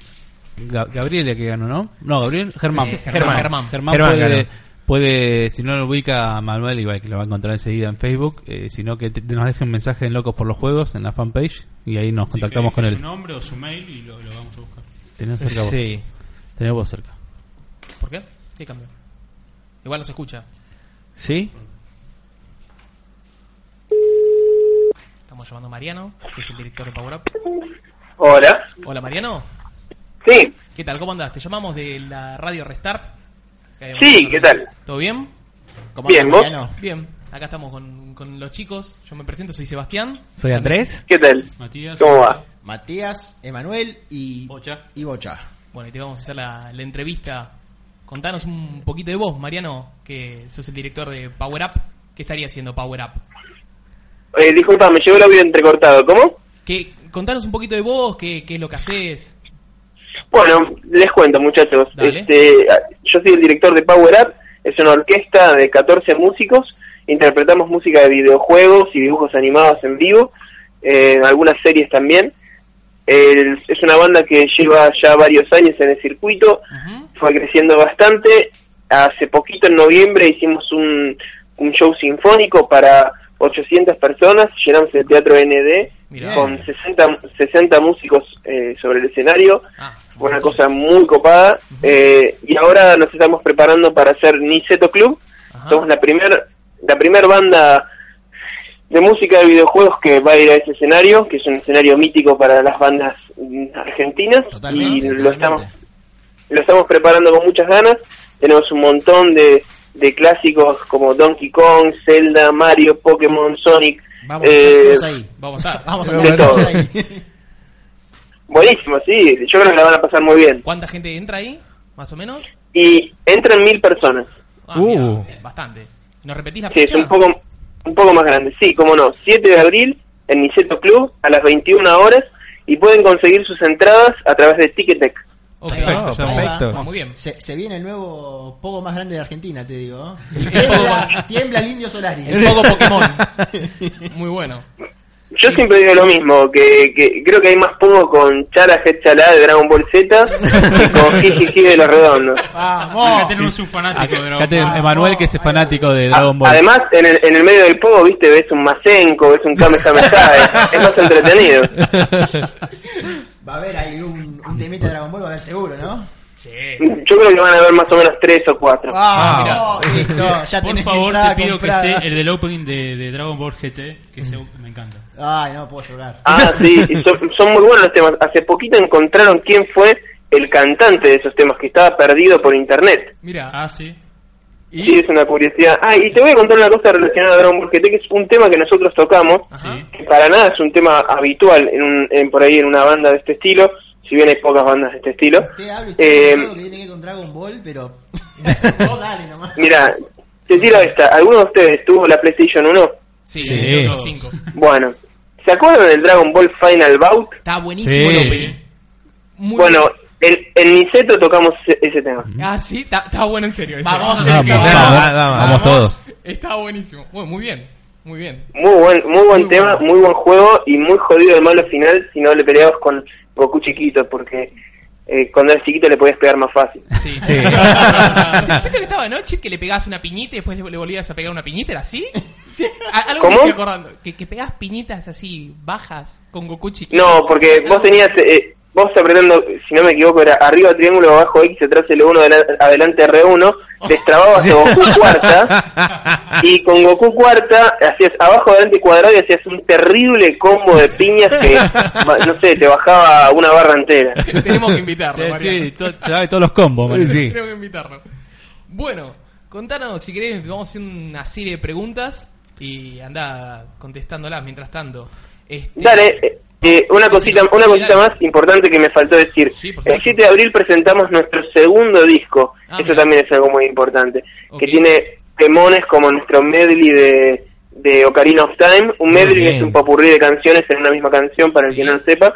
Speaker 5: Ga- Gabriela que ganó, ¿no? No, Gabriel, Germán.
Speaker 1: Eh, Germán, Germán.
Speaker 2: Germán
Speaker 5: puede,
Speaker 2: ganó.
Speaker 5: puede, si no lo ubica a Manuel, igual que lo va a encontrar enseguida en Facebook, eh, sino que te- nos deje un mensaje en Locos por los Juegos, en la fanpage, y ahí nos contactamos
Speaker 4: Sí,
Speaker 5: con
Speaker 4: que- que
Speaker 5: él.
Speaker 4: Su nombre o su mail y lo, lo vamos a buscar.
Speaker 5: Tenés cerca vos.
Speaker 2: Sí.
Speaker 5: Tenés vos cerca.
Speaker 1: ¿Por qué? ¿Qué cambio? Igual no se escucha.
Speaker 2: ¿Sí?
Speaker 1: Estamos llamando a Mariano, que es el director de Power Up.
Speaker 9: Hola.
Speaker 1: Hola Mariano,
Speaker 9: Sí,
Speaker 1: ¿qué tal? ¿Cómo andás? Te llamamos de la radio Restart. Que habíamos
Speaker 9: Sí,
Speaker 1: hablado.
Speaker 9: ¿qué tal?
Speaker 1: ¿Todo bien?
Speaker 3: ¿Cómo
Speaker 9: Bien,
Speaker 3: anda,
Speaker 9: ¿vos?
Speaker 3: Mariano?
Speaker 1: Bien, acá estamos con, con los chicos. Yo me presento, soy Sebastián.
Speaker 2: ¿Soy Andrés?
Speaker 9: ¿qué tal?
Speaker 4: Matías.
Speaker 9: ¿Cómo va?
Speaker 3: Matías, Emanuel y
Speaker 4: Bocha.
Speaker 3: y Bocha.
Speaker 1: Bueno, y te vamos a hacer la, la entrevista. Contanos un poquito de vos, Mariano, que sos el director de Power Up. ¿Qué estaría haciendo Power Up?
Speaker 9: Eh, disculpa, me llegó el audio entrecortado. ¿Cómo?
Speaker 1: Que, contanos un poquito de vos, qué, qué es lo que haces.
Speaker 11: Bueno, les cuento, muchachos.
Speaker 1: Dale.
Speaker 11: Este, yo soy el director de Power Up. Es una orquesta de 14 músicos. Interpretamos música de videojuegos y dibujos animados en vivo. eh, algunas series también. El- es una banda que lleva ya varios años en el circuito. Fue creciendo bastante. Hace poquito, en noviembre, hicimos un, un show sinfónico para 800 personas. Llenamos el Teatro ND
Speaker 1: Mirá.
Speaker 11: con 60, 60 músicos eh, sobre el escenario.
Speaker 1: Ah.
Speaker 11: Fue una cosa muy copada. Eh, y ahora nos estamos preparando para hacer Niceto Club. Somos la primer, la primer banda de música de videojuegos que va a ir a ese escenario, que es un escenario mítico para las bandas mm, argentinas. y lo estamos, lo estamos preparando con muchas ganas. Tenemos un montón de, de clásicos como Donkey Kong, Zelda, Mario, Pokémon, Sonic.
Speaker 3: Vamos,
Speaker 11: eh,
Speaker 3: vamos ahí.
Speaker 1: Vamos a
Speaker 3: Vamos a
Speaker 11: de
Speaker 3: ver,
Speaker 11: todo.
Speaker 3: vamos ahí.
Speaker 11: Buenísimo, sí. Yo creo que la van a pasar muy bien.
Speaker 1: ¿Cuánta gente entra ahí? ¿Más o menos?
Speaker 11: Y entran mil personas.
Speaker 1: Ah, mirá, eh, bastante. ¿Nos repetís
Speaker 3: Ah,
Speaker 1: la
Speaker 11: Sí, es
Speaker 1: fecha?
Speaker 11: un poco, un poco más grande. Sí, cómo no. 7 de abril en Niceto Club a las 21 horas y pueden conseguir sus entradas a través de Ticketek.
Speaker 1: Ok,
Speaker 3: Ahí va,
Speaker 1: perfecto,
Speaker 3: ahí va.
Speaker 1: perfecto. Muy bien.
Speaker 3: Se, se viene el nuevo poco más grande de Argentina, te digo. ¿eh?
Speaker 1: El
Speaker 3: Tiembla,
Speaker 1: Pogo-
Speaker 3: tiembla el indio Solari.
Speaker 1: El poco Pokémon. Muy bueno.
Speaker 11: Yo siempre digo lo mismo, que, que creo que hay más poco con Chara Chalá de Dragon Ball Z que con Jijiji de los Redondos.
Speaker 4: Ah, Acá
Speaker 3: Vamos.
Speaker 4: tenemos un fanático de Dragon
Speaker 5: Acá tenés
Speaker 4: Ball.
Speaker 5: Emanuel, que es fanático de Dragon Ball.
Speaker 11: Además, en el, en el medio del pogo, viste, ves un Masenko, ves un Kamehameha, es, es más entretenido.
Speaker 3: Va a haber ahí un, un temita de Dragon Ball, va a haber seguro, ¿no?
Speaker 1: Sí.
Speaker 11: Yo creo que van a haber más o menos tres o cuatro.
Speaker 3: Ah, no, listo, ya
Speaker 4: Por
Speaker 3: tenés
Speaker 4: favor,
Speaker 3: entrada
Speaker 4: te pido que
Speaker 3: comprada.
Speaker 4: esté el del opening de, de Dragon Ball GT, que se- me encanta.
Speaker 3: Ay, no, puedo llorar.
Speaker 11: Ah, sí, y son, son muy buenos los temas. Hace poquito encontraron quién fue el cantante de esos temas que estaba perdido por internet.
Speaker 1: Mira,
Speaker 4: Ah, sí.
Speaker 1: ¿Y?
Speaker 11: Sí, es una curiosidad. Ah, y te voy a contar una cosa relacionada a Dragon Ball GT, que es un tema que nosotros tocamos, que para nada es un tema habitual en un- en- por ahí en una banda de este estilo, si bien hay pocas bandas de este estilo.
Speaker 3: Te hablo
Speaker 11: Eh,
Speaker 3: que tiene que ver con Dragon Ball, pero. no, dale nomás.
Speaker 11: Mira, te tiro esta. ¿Alguno de ustedes tuvo la PlayStation 1?
Speaker 1: sí,
Speaker 5: Sí.
Speaker 1: el número cinco.
Speaker 11: Bueno, ¿se acuerdan del Dragon Ball Final Bout?
Speaker 1: Está buenísimo
Speaker 5: Sí.
Speaker 1: el opening. Muy
Speaker 11: Bueno, en, en Niceto tocamos ese, ese tema.
Speaker 1: bien. Ah, sí, está, está bueno en serio. ese. Ah,
Speaker 8: Vamos,
Speaker 1: Está
Speaker 8: Sergio,
Speaker 1: bueno.
Speaker 8: vamos.
Speaker 5: vamos todos.
Speaker 1: Está buenísimo. Bueno, muy bien, muy bien.
Speaker 11: Muy buen, muy buen
Speaker 1: Muy
Speaker 11: tema,
Speaker 1: bueno.
Speaker 11: muy buen juego y muy jodido de malo final si no le peleabas con Goku chiquito, porque eh, cuando eres chiquito le podías pegar más fácil.
Speaker 1: Sí. sí. ¿Sabes que estaba de noche que le pegabas una piñita y después le le volvías a pegar una piñita? ¿Era así? Sí, a- algo
Speaker 11: ¿Cómo?
Speaker 1: me estoy acordando. Que, que pegabas piñitas así, bajas, con Goku chiquito.
Speaker 11: No, porque vos tenías, eh, vos apretando, si no me equivoco, era arriba triángulo, abajo X, atrás L1, adela- adelante R1, destrababas a Goku cuarta y con Goku cuarta hacías abajo, adelante cuadrado y hacías un terrible combo de piñas que, ma- no sé, te bajaba una barra entera.
Speaker 1: Tenemos que invitarlo, Mariano.
Speaker 5: Sí, to- sabe todos los combos, man.
Speaker 2: Sí.
Speaker 1: Tenemos que invitarlo. Bueno, contanos, si querés, vamos a hacer una serie de preguntas y anda contestándolas mientras tanto. Este,
Speaker 11: Dale, eh, eh, una
Speaker 1: Sí,
Speaker 11: cosita,
Speaker 1: sí,
Speaker 11: una
Speaker 1: sí,
Speaker 11: cosita
Speaker 1: dale.
Speaker 11: más importante que me faltó decir.
Speaker 1: Sí, por
Speaker 11: el
Speaker 1: supuesto.
Speaker 11: 7 de abril presentamos nuestro segundo disco.
Speaker 1: Ah,
Speaker 11: Eso
Speaker 1: mira.
Speaker 11: también es algo muy importante.
Speaker 1: Ok.
Speaker 11: Que tiene temones como nuestro medley de, de Ocarina of Time. Un
Speaker 2: Muy
Speaker 11: medley
Speaker 2: bien.
Speaker 11: es un popurrí de canciones en una misma canción, para
Speaker 1: Sí.
Speaker 11: el que no lo sepa.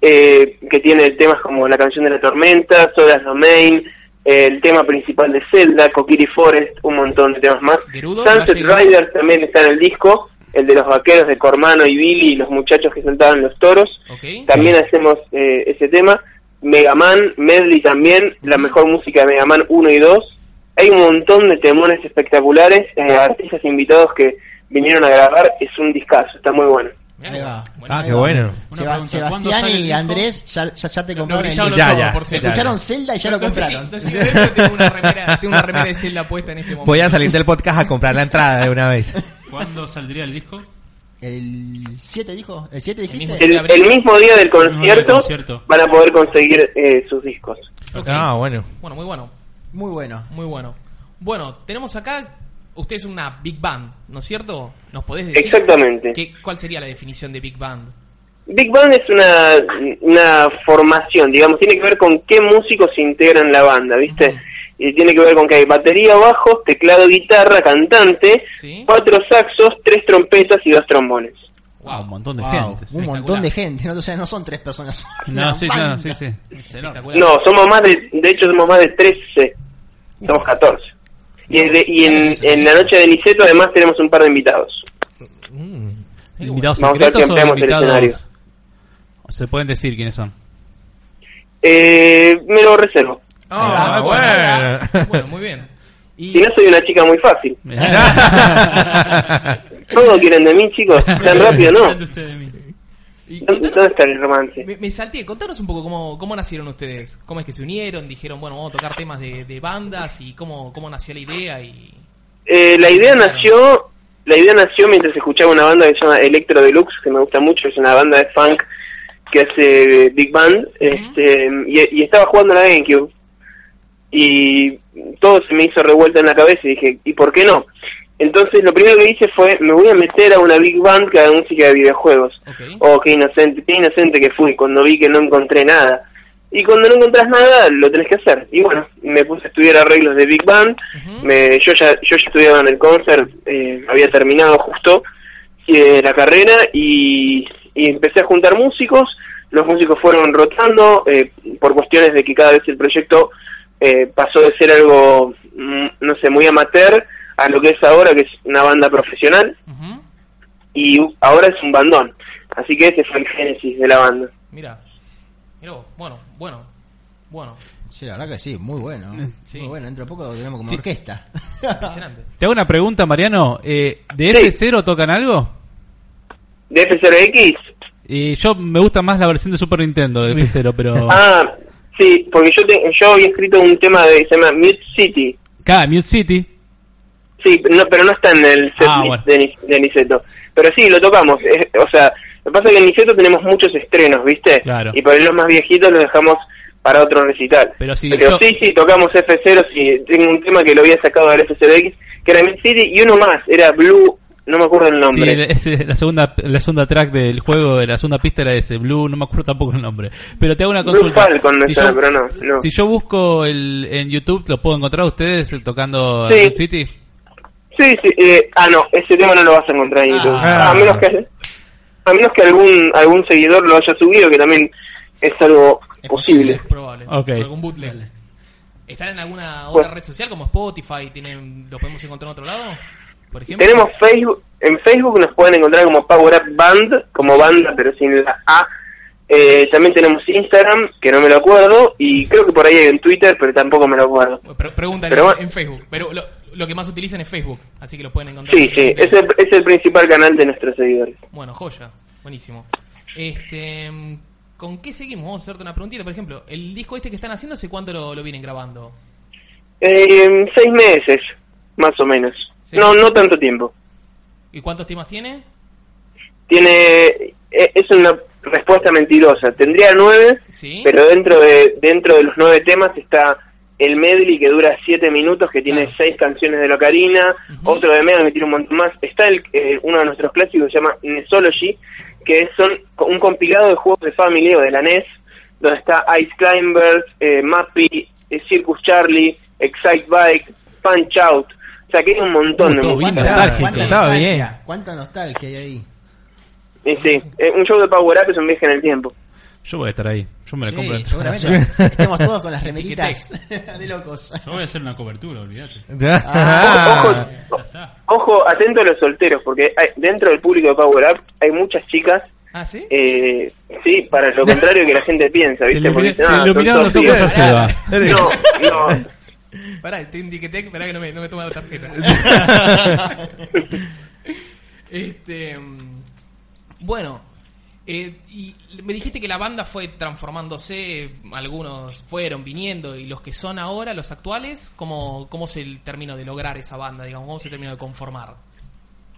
Speaker 11: eh, que tiene temas como la canción de la tormenta, Solas Domain, el tema principal de Zelda, Kokiri Forest, un montón de temas más.
Speaker 1: Gerudo,
Speaker 11: Sunset
Speaker 1: Valle Gerudo.
Speaker 11: Rider también está en el disco, el de los vaqueros de Cormano y Billy y los muchachos que saltaban los toros.
Speaker 1: Ok.
Speaker 11: También hacemos eh, ese tema. Mega Man, Medley también, la mejor música de Mega Man 1 y 2. Hay un montón de temones espectaculares, eh, artistas invitados que vinieron a grabar. Es un discazo, está muy bueno.
Speaker 1: Mirá,
Speaker 3: Ahí va.
Speaker 1: bueno.
Speaker 2: Ah, qué bueno.
Speaker 4: Una
Speaker 3: Seba-
Speaker 4: pregunta, ¿cuándo
Speaker 3: Sebastián
Speaker 4: sale el
Speaker 3: y
Speaker 4: disco?
Speaker 3: Andrés ya, ya, ya te
Speaker 1: Lo
Speaker 3: compraron el
Speaker 1: brillaron los
Speaker 3: disco.
Speaker 2: Ya,
Speaker 1: ojos,
Speaker 2: ya,
Speaker 1: por cierto.
Speaker 3: Escucharon Zelda y ya lo
Speaker 1: No sé si-
Speaker 3: compraron.
Speaker 1: no sé si ves, pero tengo una remera, tengo una remera de Zelda puesta en este momento.
Speaker 2: Voy a salir del podcast a comprar la entrada de una vez.
Speaker 4: ¿Cuándo saldría el disco?
Speaker 3: ¿El 7 dijo? ¿El 7
Speaker 1: mismo
Speaker 3: dijiste?
Speaker 1: siete.
Speaker 11: El, el mismo día del
Speaker 4: mismo día del
Speaker 11: concierto,
Speaker 4: concierto.
Speaker 11: van a poder conseguir eh, sus discos.
Speaker 1: Ok.
Speaker 2: Ah, bueno.
Speaker 1: Bueno, muy bueno,
Speaker 3: Muy bueno.
Speaker 1: muy bueno. Bueno, tenemos acá, usted es una Big Band, ¿no es cierto? ¿Nos podés decir
Speaker 11: Exactamente.
Speaker 1: qué- cuál sería la definición de Big Band?
Speaker 11: Big Band es una, una formación, digamos, tiene que ver con qué músicos se integran en la banda, ¿viste?
Speaker 1: Ujú.
Speaker 11: Y tiene que ver con que hay batería, bajo, teclado, guitarra, cantante,
Speaker 1: Sí.
Speaker 11: cuatro saxos, tres trompetas y dos trombones.
Speaker 5: Ah, un montón de
Speaker 3: Wow,
Speaker 5: gente.
Speaker 3: Un montón de gente. ¿no? O sea, no son tres personas. son una
Speaker 5: No, sí,
Speaker 3: banda.
Speaker 5: no, sí, sí.
Speaker 11: No, somos más de, de hecho somos más de 13, somos 14. Y, en- y en, en la noche de Niceto además tenemos un par de invitados.
Speaker 5: ¿Invitados
Speaker 11: Vamos a ver
Speaker 5: secretos
Speaker 11: si
Speaker 5: o
Speaker 11: ampliamos el escenario.
Speaker 5: invitados? ¿Se pueden decir quiénes son?
Speaker 11: Eh, me lo reservo.
Speaker 1: Ah, bueno. Bueno, muy bien.
Speaker 11: Si no soy una chica muy fácil. Todo quieren de mí, chicos. Tan rápido, ¿no? ¿Dónde dónde está el romance?
Speaker 1: Me, me salté, contanos un poco cómo, cómo nacieron ustedes, cómo es que se unieron, dijeron, bueno, vamos a tocar temas de, de bandas y cómo, cómo nació la idea y...
Speaker 11: Eh, la idea nació la idea nació mientras escuchaba una banda que se llama Electro Deluxe que me gusta mucho es una banda de funk que hace eh, big band este y, y estaba jugando a la GameCube y todo se me hizo revuelta en la cabeza y dije y por qué no entonces lo primero que hice fue me voy a meter a una big band que haga música de videojuegos oh qué inocente qué inocente que fui cuando vi que no encontré nada y cuando no encontrás nada lo tenés que hacer y bueno me puse a estudiar arreglos de big band me, yo ya yo ya estudiaba en el concert eh, había terminado justo eh, la carrera y, y empecé a juntar músicos los músicos fueron rotando eh, por cuestiones de que cada vez el proyecto eh, pasó de ser algo mm, no sé muy amateur a lo que es ahora que es una banda profesional y ahora es un bandón así que ese fue el génesis de la banda
Speaker 1: Mira, mira vos, bueno, bueno, bueno.
Speaker 3: Sí, la verdad que sí, muy bueno. Muy bueno, dentro de poco tenemos como
Speaker 5: Sí.
Speaker 3: orquesta.
Speaker 1: Impresionante.
Speaker 5: Te hago una pregunta, Mariano. Eh, ¿De F0 tocan algo?
Speaker 11: de F0X
Speaker 5: Eh, yo me gusta más la versión de Super Nintendo de F0, pero.
Speaker 11: ah sí porque yo te- yo había escrito un tema de se llama Mute City
Speaker 5: Cada Mute City.
Speaker 11: Sí, pero no, pero no está en el set
Speaker 5: Ah,
Speaker 11: list
Speaker 5: bueno.
Speaker 11: de, Ni- de Niceto. Pero sí, lo tocamos. es- o sea, lo que pasa es que en Niceto tenemos muchos estrenos, ¿viste?
Speaker 5: Claro.
Speaker 11: Y para los más viejitos los dejamos para otro recital.
Speaker 5: Pero sí, yo-
Speaker 11: sí, sí, tocamos F0. Sí, tengo un tema que lo había sacado del F0X, que era Mid City, y uno más, era Blue, no me acuerdo el
Speaker 5: Sí,
Speaker 11: nombre.
Speaker 5: es, eh, la segunda la segunda track del juego, de la segunda pista era ese, Blue, no me acuerdo tampoco el nombre. Pero te hago una
Speaker 11: Blue
Speaker 5: consulta.
Speaker 11: Falcon me
Speaker 5: si,
Speaker 11: suena,
Speaker 5: yo,
Speaker 11: pero no, no.
Speaker 5: si yo busco el, en YouTube, ¿lo puedo encontrar a ustedes eh, tocando
Speaker 11: Sí.
Speaker 5: Mute City?
Speaker 11: Sí, sí, eh, ah, no, ese tema no lo vas a encontrar en
Speaker 1: Ah,
Speaker 11: YouTube. a menos que a menos que algún algún seguidor lo haya subido, que también es algo posible.
Speaker 1: Probable.
Speaker 5: Ok.
Speaker 1: Algún bootleg. ¿Están en alguna otra red social como Spotify? ¿Tienen, ¿Lo podemos encontrar en otro lado? Por ejemplo.
Speaker 11: Tenemos Facebook, en Facebook nos pueden encontrar como Power Up Band, como banda, pero sin la A. Eh, también tenemos Instagram, que no me lo acuerdo, y creo que por ahí hay en Twitter, pero tampoco me lo acuerdo.
Speaker 1: Pre- preguntan
Speaker 11: Pero
Speaker 1: en,
Speaker 11: bueno.
Speaker 1: en Facebook. Pero lo, lo que más utilizan es Facebook, así que lo pueden encontrar.
Speaker 11: Sí, sí, es el, es el principal canal de nuestros seguidores.
Speaker 1: Bueno, joya. Buenísimo. Este, ¿Con qué seguimos? Vamos a hacerte una preguntita. Por ejemplo, el disco este que están haciendo, ¿hace cuánto lo, lo vienen grabando?
Speaker 11: Eh, en seis meses, más o menos. No, no tanto tiempo.
Speaker 1: ¿Y cuántos temas tiene?
Speaker 11: Tiene, eh, es una respuesta mentirosa. Tendría nueve,
Speaker 1: Sí.
Speaker 11: pero dentro de dentro de los nueve temas está el medley que dura siete minutos que tiene seis canciones de Locarina otro de Megan que tiene un montón más está el, eh, uno de nuestros clásicos que se llama Nesology que son un compilado de juegos de Family o de la NES donde está Ice Climbers eh, Mappy eh, Circus Charlie Excite Bike Punch Out o sea que hay un montón de música.
Speaker 3: Cuánta nostalgia hay ahí.
Speaker 11: Y sí, eh, un show de Power Up es un viaje en el tiempo
Speaker 5: Yo voy a estar ahí. Yo me la
Speaker 3: Sí,
Speaker 5: compro.
Speaker 3: seguramente. Estemos todos con las remeritas de locos.
Speaker 4: Yo voy a hacer una cobertura, olvídate.
Speaker 11: Ah, ojo, ojo, ojo, atento a los solteros, porque hay- dentro del público de Power Up hay muchas chicas.
Speaker 1: ¿Ah, sí?
Speaker 11: Eh, sí, para lo contrario que la gente piensa, ¿viste?
Speaker 5: ilumina-
Speaker 11: Porque dice,
Speaker 5: se
Speaker 11: "Ah, son
Speaker 5: iluminaron
Speaker 11: todos
Speaker 5: los ojos a
Speaker 11: pibes".
Speaker 5: Seba.
Speaker 11: No, no.
Speaker 1: Pará, te indiqué, esperá que no me, no me toma la tarjeta. este, mm, bueno, eh, y me dijiste que la banda fue transformándose, algunos fueron viniendo, y los que son ahora, los actuales, ¿cómo, cómo se terminó de lograr esa banda? Digamos, ¿Cómo se terminó de conformar?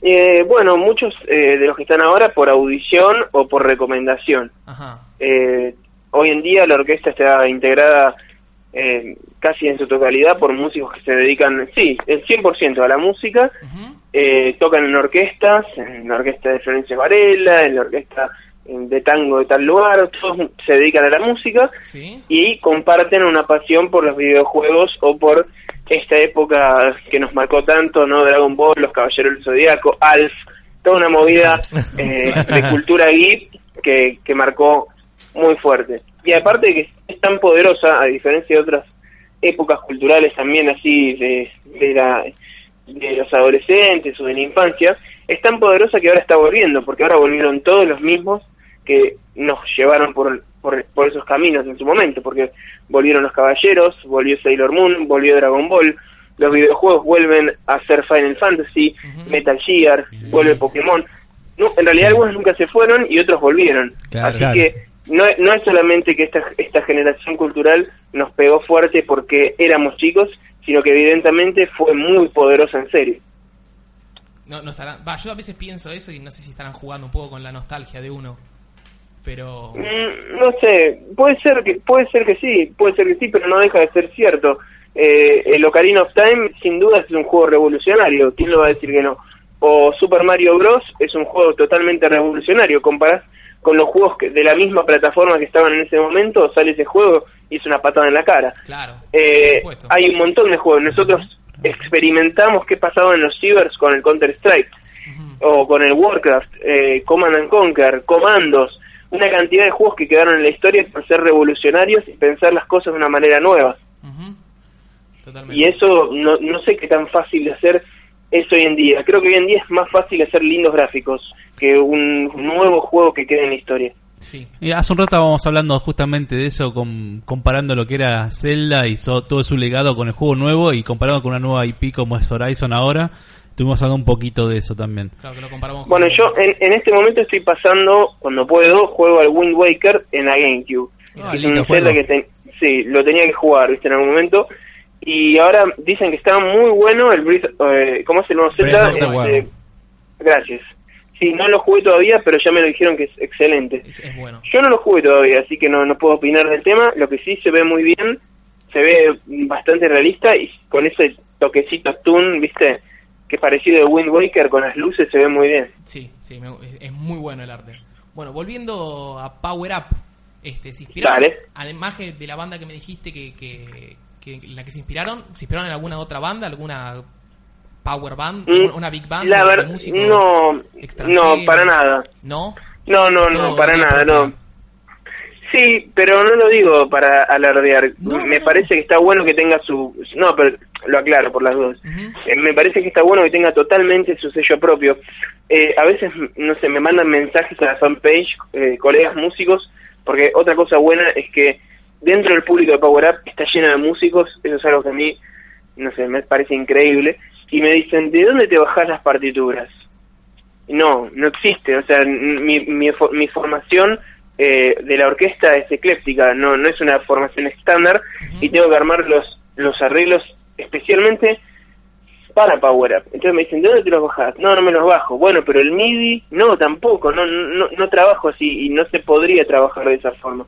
Speaker 11: Eh, bueno, muchos eh, de los que están ahora por audición o por recomendación.
Speaker 1: Ajá.
Speaker 11: Eh, hoy en día la orquesta está integrada eh, casi en su totalidad por músicos que se dedican, sí, el 100% a la música. Eh, tocan en orquestas, en la orquesta de Florencia Varela, en la orquesta eh, de tango de tal lugar, todos se dedican a la música y comparten una pasión por los videojuegos o por esta época que nos marcó tanto, ¿no? Dragon Ball, Los Caballeros del Zodíaco, Alf, toda una movida eh, de cultura geek que, que marcó muy fuerte. Y aparte que es tan poderosa, a diferencia de otras épocas culturales también así de, de, la, de los adolescentes o de la infancia, es tan poderosa que ahora está volviendo, porque ahora volvieron todos los mismos que nos llevaron por, por, por esos caminos en su momento, porque volvieron los caballeros, volvió Sailor Moon, volvió Dragon Ball, los videojuegos vuelven a ser Final Fantasy, Metal Gear, vuelve Pokémon. No, en realidad algunos nunca se fueron y otros volvieron.
Speaker 12: Claro,
Speaker 11: Así
Speaker 12: claro,
Speaker 11: que
Speaker 12: sí.
Speaker 11: no, no es solamente que esta, esta generación cultural nos pegó fuerte porque éramos chicos, sino que evidentemente fue muy poderosa en serio.
Speaker 1: No, no estarán. Va, yo a veces pienso eso y no sé si estarán jugando un poco con la nostalgia de uno. Pero.
Speaker 11: Mm, no sé, puede ser que puede ser que sí, puede ser que sí, pero no deja de ser cierto. Eh, el Ocarina of Time sin duda es un juego revolucionario, ¿quién lo va a decir que no? O Super Mario Bros es un juego totalmente revolucionario, comparás con los juegos que- de la misma plataforma que estaban en ese momento, sale ese juego y es una patada en la cara.
Speaker 1: Claro.
Speaker 11: Eh, hay un montón de juegos. Nosotros experimentamos qué pasaba en los cibers con el Counter Strike o con el Warcraft, eh, Command and Conquer, Comandos, una cantidad de juegos que quedaron en la historia por ser revolucionarios y pensar las cosas de una manera nueva. Y eso no, no sé qué tan fácil de hacer es hoy en día. Creo que hoy en día es más fácil hacer lindos gráficos que un nuevo juego que quede en la historia.
Speaker 5: Y hace un rato estábamos hablando justamente de eso, com- comparando lo que era Zelda y so- todo su legado con el juego nuevo y comparado con una nueva IP como es Horizon ahora. Estuvimos hablando un poquito de eso también.
Speaker 1: Claro que lo comparamos
Speaker 11: Bueno, yo en, en este momento estoy pasando, cuando puedo, juego al Wind Waker en la GameCube.
Speaker 5: Ah,
Speaker 11: es
Speaker 5: lindo
Speaker 11: un Zelda
Speaker 5: juego.
Speaker 11: que ten- sí, lo tenía que jugar, viste, en algún momento. Y ahora dicen que está muy bueno el Breath, eh, ¿cómo es el nuevo Zelda?
Speaker 12: of the
Speaker 11: Este,
Speaker 12: Wild.
Speaker 11: gracias. Sí, no lo jugué todavía, pero ya me lo dijeron que es excelente.
Speaker 1: Es bueno.
Speaker 11: Yo no lo jugué todavía, así que no, no puedo opinar del tema. Lo que sí se ve muy bien, se ve bastante realista y con ese toquecito toon, viste, que es parecido de Wind Waker con las luces, se ve muy bien.
Speaker 1: Sí, sí, me- es, es muy bueno el arte. Bueno, volviendo a Power Up, este, se inspiraron,
Speaker 11: Dale.
Speaker 1: además que de la banda que me dijiste que, que, que- en la que se inspiraron, ¿se inspiraron en alguna otra banda, alguna Power Band,
Speaker 11: Mm,
Speaker 1: una Big Band?
Speaker 11: La
Speaker 1: algún
Speaker 11: ver-
Speaker 1: músico
Speaker 11: no,
Speaker 1: extranjero?
Speaker 11: no, para nada.
Speaker 1: ¿No?
Speaker 11: No, no, no,
Speaker 1: Todo
Speaker 11: para
Speaker 1: de
Speaker 11: nada,
Speaker 1: propia.
Speaker 11: no. Sí, pero no lo digo para alardear. me parece que está bueno que tenga su... No, pero lo aclaro por las dos. Eh, me parece que está bueno que tenga totalmente su sello propio. Eh, a veces, no sé, me mandan mensajes a la fanpage, eh, colegas músicos, porque otra cosa buena es que dentro del público de Power Up está lleno de músicos, eso es algo que a mí, no sé, me parece increíble, y me dicen, ¿de dónde te bajás las partituras? No, no existe, o sea, n- mi, mi, fo- mi formación eh, de la orquesta es ecléptica, no, no es una formación estándar, y tengo que armar los, los arreglos especialmente para Power Up. Entonces me dicen, ¿de dónde te los bajás? No, no me los bajo. Bueno, pero el MIDI, no, tampoco, no, no, no trabajo así y no se podría trabajar de esa forma.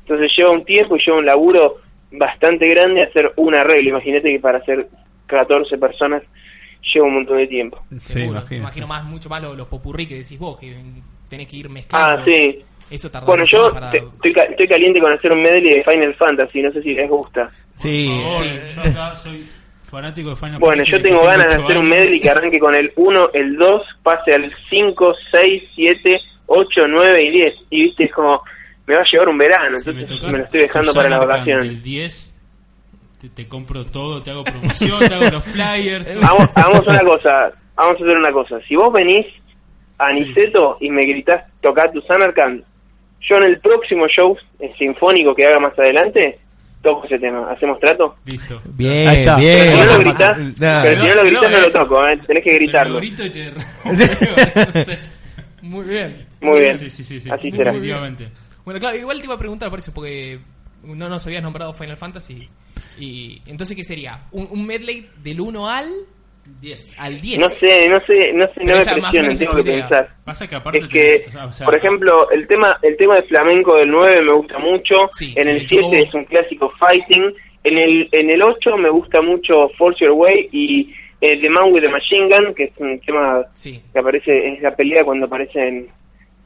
Speaker 11: Entonces lleva un tiempo y lleva un laburo bastante grande hacer un arreglo. Imagínate que para hacer 14 personas lleva un montón de tiempo.
Speaker 1: Seguro.
Speaker 5: imagino.
Speaker 1: Me imagino más, mucho más los, los popurrí que decís vos, que tenés que ir mezclando.
Speaker 11: Ah, sí.
Speaker 1: Eso tarda
Speaker 11: Bueno,
Speaker 1: mucho
Speaker 11: yo
Speaker 1: más para-
Speaker 11: te- estoy, ca- estoy caliente con hacer un medley de Final Fantasy, no sé si les gusta.
Speaker 2: Sí.
Speaker 4: Por favor, yo acá soy fanático de Final
Speaker 11: Bueno,
Speaker 4: Fantasy
Speaker 11: yo
Speaker 4: desde
Speaker 11: tengo
Speaker 4: que
Speaker 11: ganas de
Speaker 4: ocho
Speaker 11: hacer un
Speaker 4: años.
Speaker 11: medley que arranque con el 1, el 2, pase al 5, 6, 7, 8, 9 y 10. Y viste, es como, me va a llevar un verano, entonces me, lo estoy dejando para la
Speaker 4: Tusana
Speaker 11: vacación.
Speaker 4: El 10, te, te compro todo, te hago promoción, te hago los flyers. todo.
Speaker 11: Vamos, hagamos una cosa, vamos a hacer una cosa. Si vos venís a Niceto y me gritás, tocá tu Sanarkand, yo en el próximo show el sinfónico que haga más adelante, toco ese tema. ¿Hacemos trato?
Speaker 4: Listo.
Speaker 2: Bien,
Speaker 5: Ahí está.
Speaker 2: bien. Ah,
Speaker 11: Pero si no lo gritás,
Speaker 2: Nah.
Speaker 11: pero si no lo gritás, no lo toco, ¿eh? tenés que gritarlo.
Speaker 4: grito y te-
Speaker 1: Muy bien.
Speaker 11: Muy bien.
Speaker 4: Sí, sí, sí, sí.
Speaker 11: Así será.
Speaker 1: Muy bien.
Speaker 4: Efectivamente.
Speaker 1: Bueno, claro, igual te iba a preguntar por eso, porque no nos habías nombrado Final Fantasy. Y entonces, ¿qué sería? ¿Un, un medley del 1 al 10? Al 10.
Speaker 11: No sé, no sé, no sé,
Speaker 1: Pero
Speaker 11: no me
Speaker 1: esa más o
Speaker 11: presionen,
Speaker 1: menos
Speaker 11: tengo
Speaker 1: es
Speaker 11: que
Speaker 1: tu idea.
Speaker 11: pensar.
Speaker 4: Pasa que aparte
Speaker 11: es que,
Speaker 4: tenés- o sea,
Speaker 11: por ejemplo, el tema el tema de flamenco del 9 me gusta mucho, en el 7 es un clásico fighting, en el en el 8 me gusta mucho Force Your Way y el The Man with the Machine Gun, que es un tema que aparece, es la pelea cuando aparecen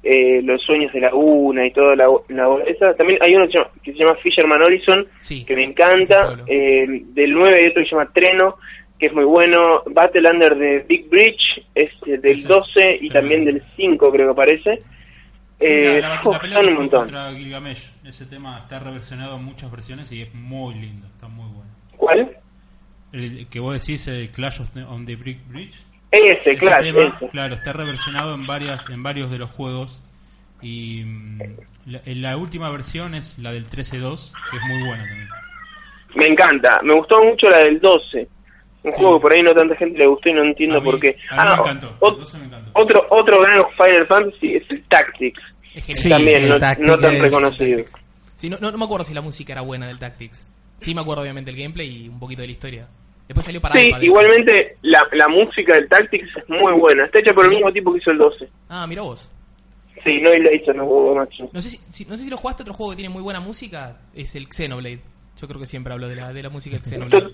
Speaker 11: eh, los sueños de la una y toda la, la esa también hay uno que se llama, que se llama Fisherman Horizon que me encanta eh, del 9 hay otro que se llama Treno que es muy bueno. Battle Under de Big Bridge es eh, del 12 y también del 5, creo que aparece. Eh,
Speaker 4: la, la-
Speaker 11: uf,
Speaker 4: la pelea
Speaker 11: son
Speaker 4: que
Speaker 11: un
Speaker 4: tuvo
Speaker 11: montón.
Speaker 4: contra Gilgamesh. Ese tema está reversionado en muchas versiones y es muy lindo, está muy bueno.
Speaker 11: ¿Cuál?
Speaker 4: El que vos decís, el Clash of the- on the Brick Bridge.
Speaker 11: Ese, Clash,
Speaker 4: tema,
Speaker 11: ese.
Speaker 4: Claro, está reversionado en varias en varios de los juegos. Y mm, la, en la última versión es la del 13.2, que es muy buena también.
Speaker 11: Me encanta. Me gustó mucho la del 12. Un juego que por ahí no tanta gente le gustó y no entiendo por qué.
Speaker 4: A mí
Speaker 11: Ah,
Speaker 4: me encantó.
Speaker 11: ot- otro, otro gran Final Fantasy es el Tactics.
Speaker 1: Sí,
Speaker 11: también
Speaker 1: el
Speaker 11: no,
Speaker 1: Tactics
Speaker 11: no tan
Speaker 1: es-
Speaker 11: reconocido.
Speaker 1: Sí, no, no, no me acuerdo si la música era buena del Tactics. Sí, me acuerdo obviamente el gameplay y un poquito de la historia. Después salió para
Speaker 11: sí,
Speaker 1: iPad ese.
Speaker 11: igualmente la, la música del Tactics es muy buena. Está hecha por el mismo tipo que hizo el 12.
Speaker 1: Ah, mira vos.
Speaker 11: Sí, no lo hizo, no hubo macho.
Speaker 1: No sé, si, si- no sé si lo jugaste, otro juego que tiene muy buena música es el Xenoblade. Yo creo que siempre hablo de la, de la música del Xenoblade.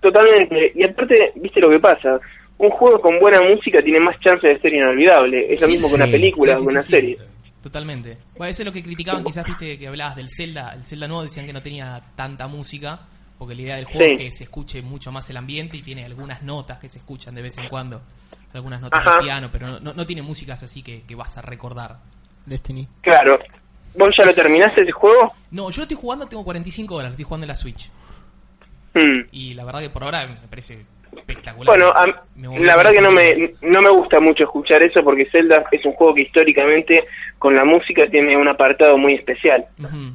Speaker 11: Totalmente. Y aparte, viste lo que pasa. Un juego con buena música tiene más chance de ser inolvidable. Es lo
Speaker 1: Sí,
Speaker 11: mismo que
Speaker 1: sí,
Speaker 11: una
Speaker 1: sí.
Speaker 11: película,
Speaker 1: Sí, sí,
Speaker 11: que una
Speaker 1: sí, sí.
Speaker 11: serie.
Speaker 1: Totalmente. Bueno, eso es lo que criticaban, quizás viste que hablabas del Zelda. El Zelda nuevo decían que no tenía tanta música, porque la idea del juego
Speaker 11: Sí.
Speaker 1: es que se escuche mucho más el ambiente y tiene algunas notas que se escuchan de vez en cuando. Algunas notas
Speaker 11: Ajá.
Speaker 1: de piano, pero no, no- no tiene músicas así que, que vas a recordar.
Speaker 3: Destiny.
Speaker 11: Claro. ¿Vos ya lo terminaste ese juego?
Speaker 1: No, yo lo estoy jugando, tengo 45 horas, lo estoy jugando en la Switch.
Speaker 11: Hmm.
Speaker 1: Y la verdad que por ahora me parece espectacular.
Speaker 11: Bueno, a-
Speaker 1: Me volvió
Speaker 11: la verdad que no
Speaker 1: loco.
Speaker 11: me, no me gusta mucho escuchar eso porque Zelda es un juego que históricamente con la música tiene un apartado muy especial.
Speaker 1: Ujú.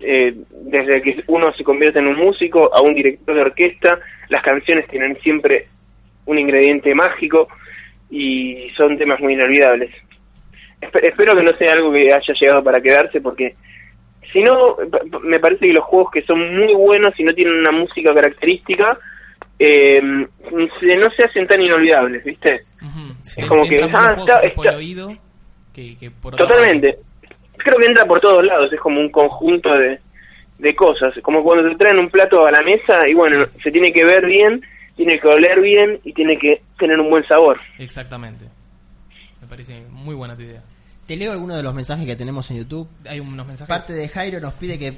Speaker 11: Eh, desde que uno se convierte en un músico a un director de orquesta, las canciones tienen siempre un ingrediente mágico y son temas muy inolvidables. Espe- espero que no sea algo que haya llegado para quedarse porque si no, pa- pa- me parece que los juegos que son muy buenos y no tienen una música característica, eh, se- no se hacen tan inolvidables, ¿viste? Es como que,
Speaker 1: Entran muchos
Speaker 11: ah,
Speaker 1: juegos
Speaker 11: está,
Speaker 1: se fue
Speaker 11: está-
Speaker 1: el oído, que- que por otra
Speaker 11: Totalmente. Creo que entra por todos lados, es como un conjunto de, de cosas. Como cuando te traen un plato a la mesa y bueno, se tiene que ver bien, tiene que oler bien y tiene que tener un buen sabor.
Speaker 1: Exactamente. Me parece muy buena tu idea.
Speaker 3: Te leo algunos de los mensajes que tenemos en YouTube.
Speaker 1: Hay unos mensajes.
Speaker 3: Parte de Jairo nos pide que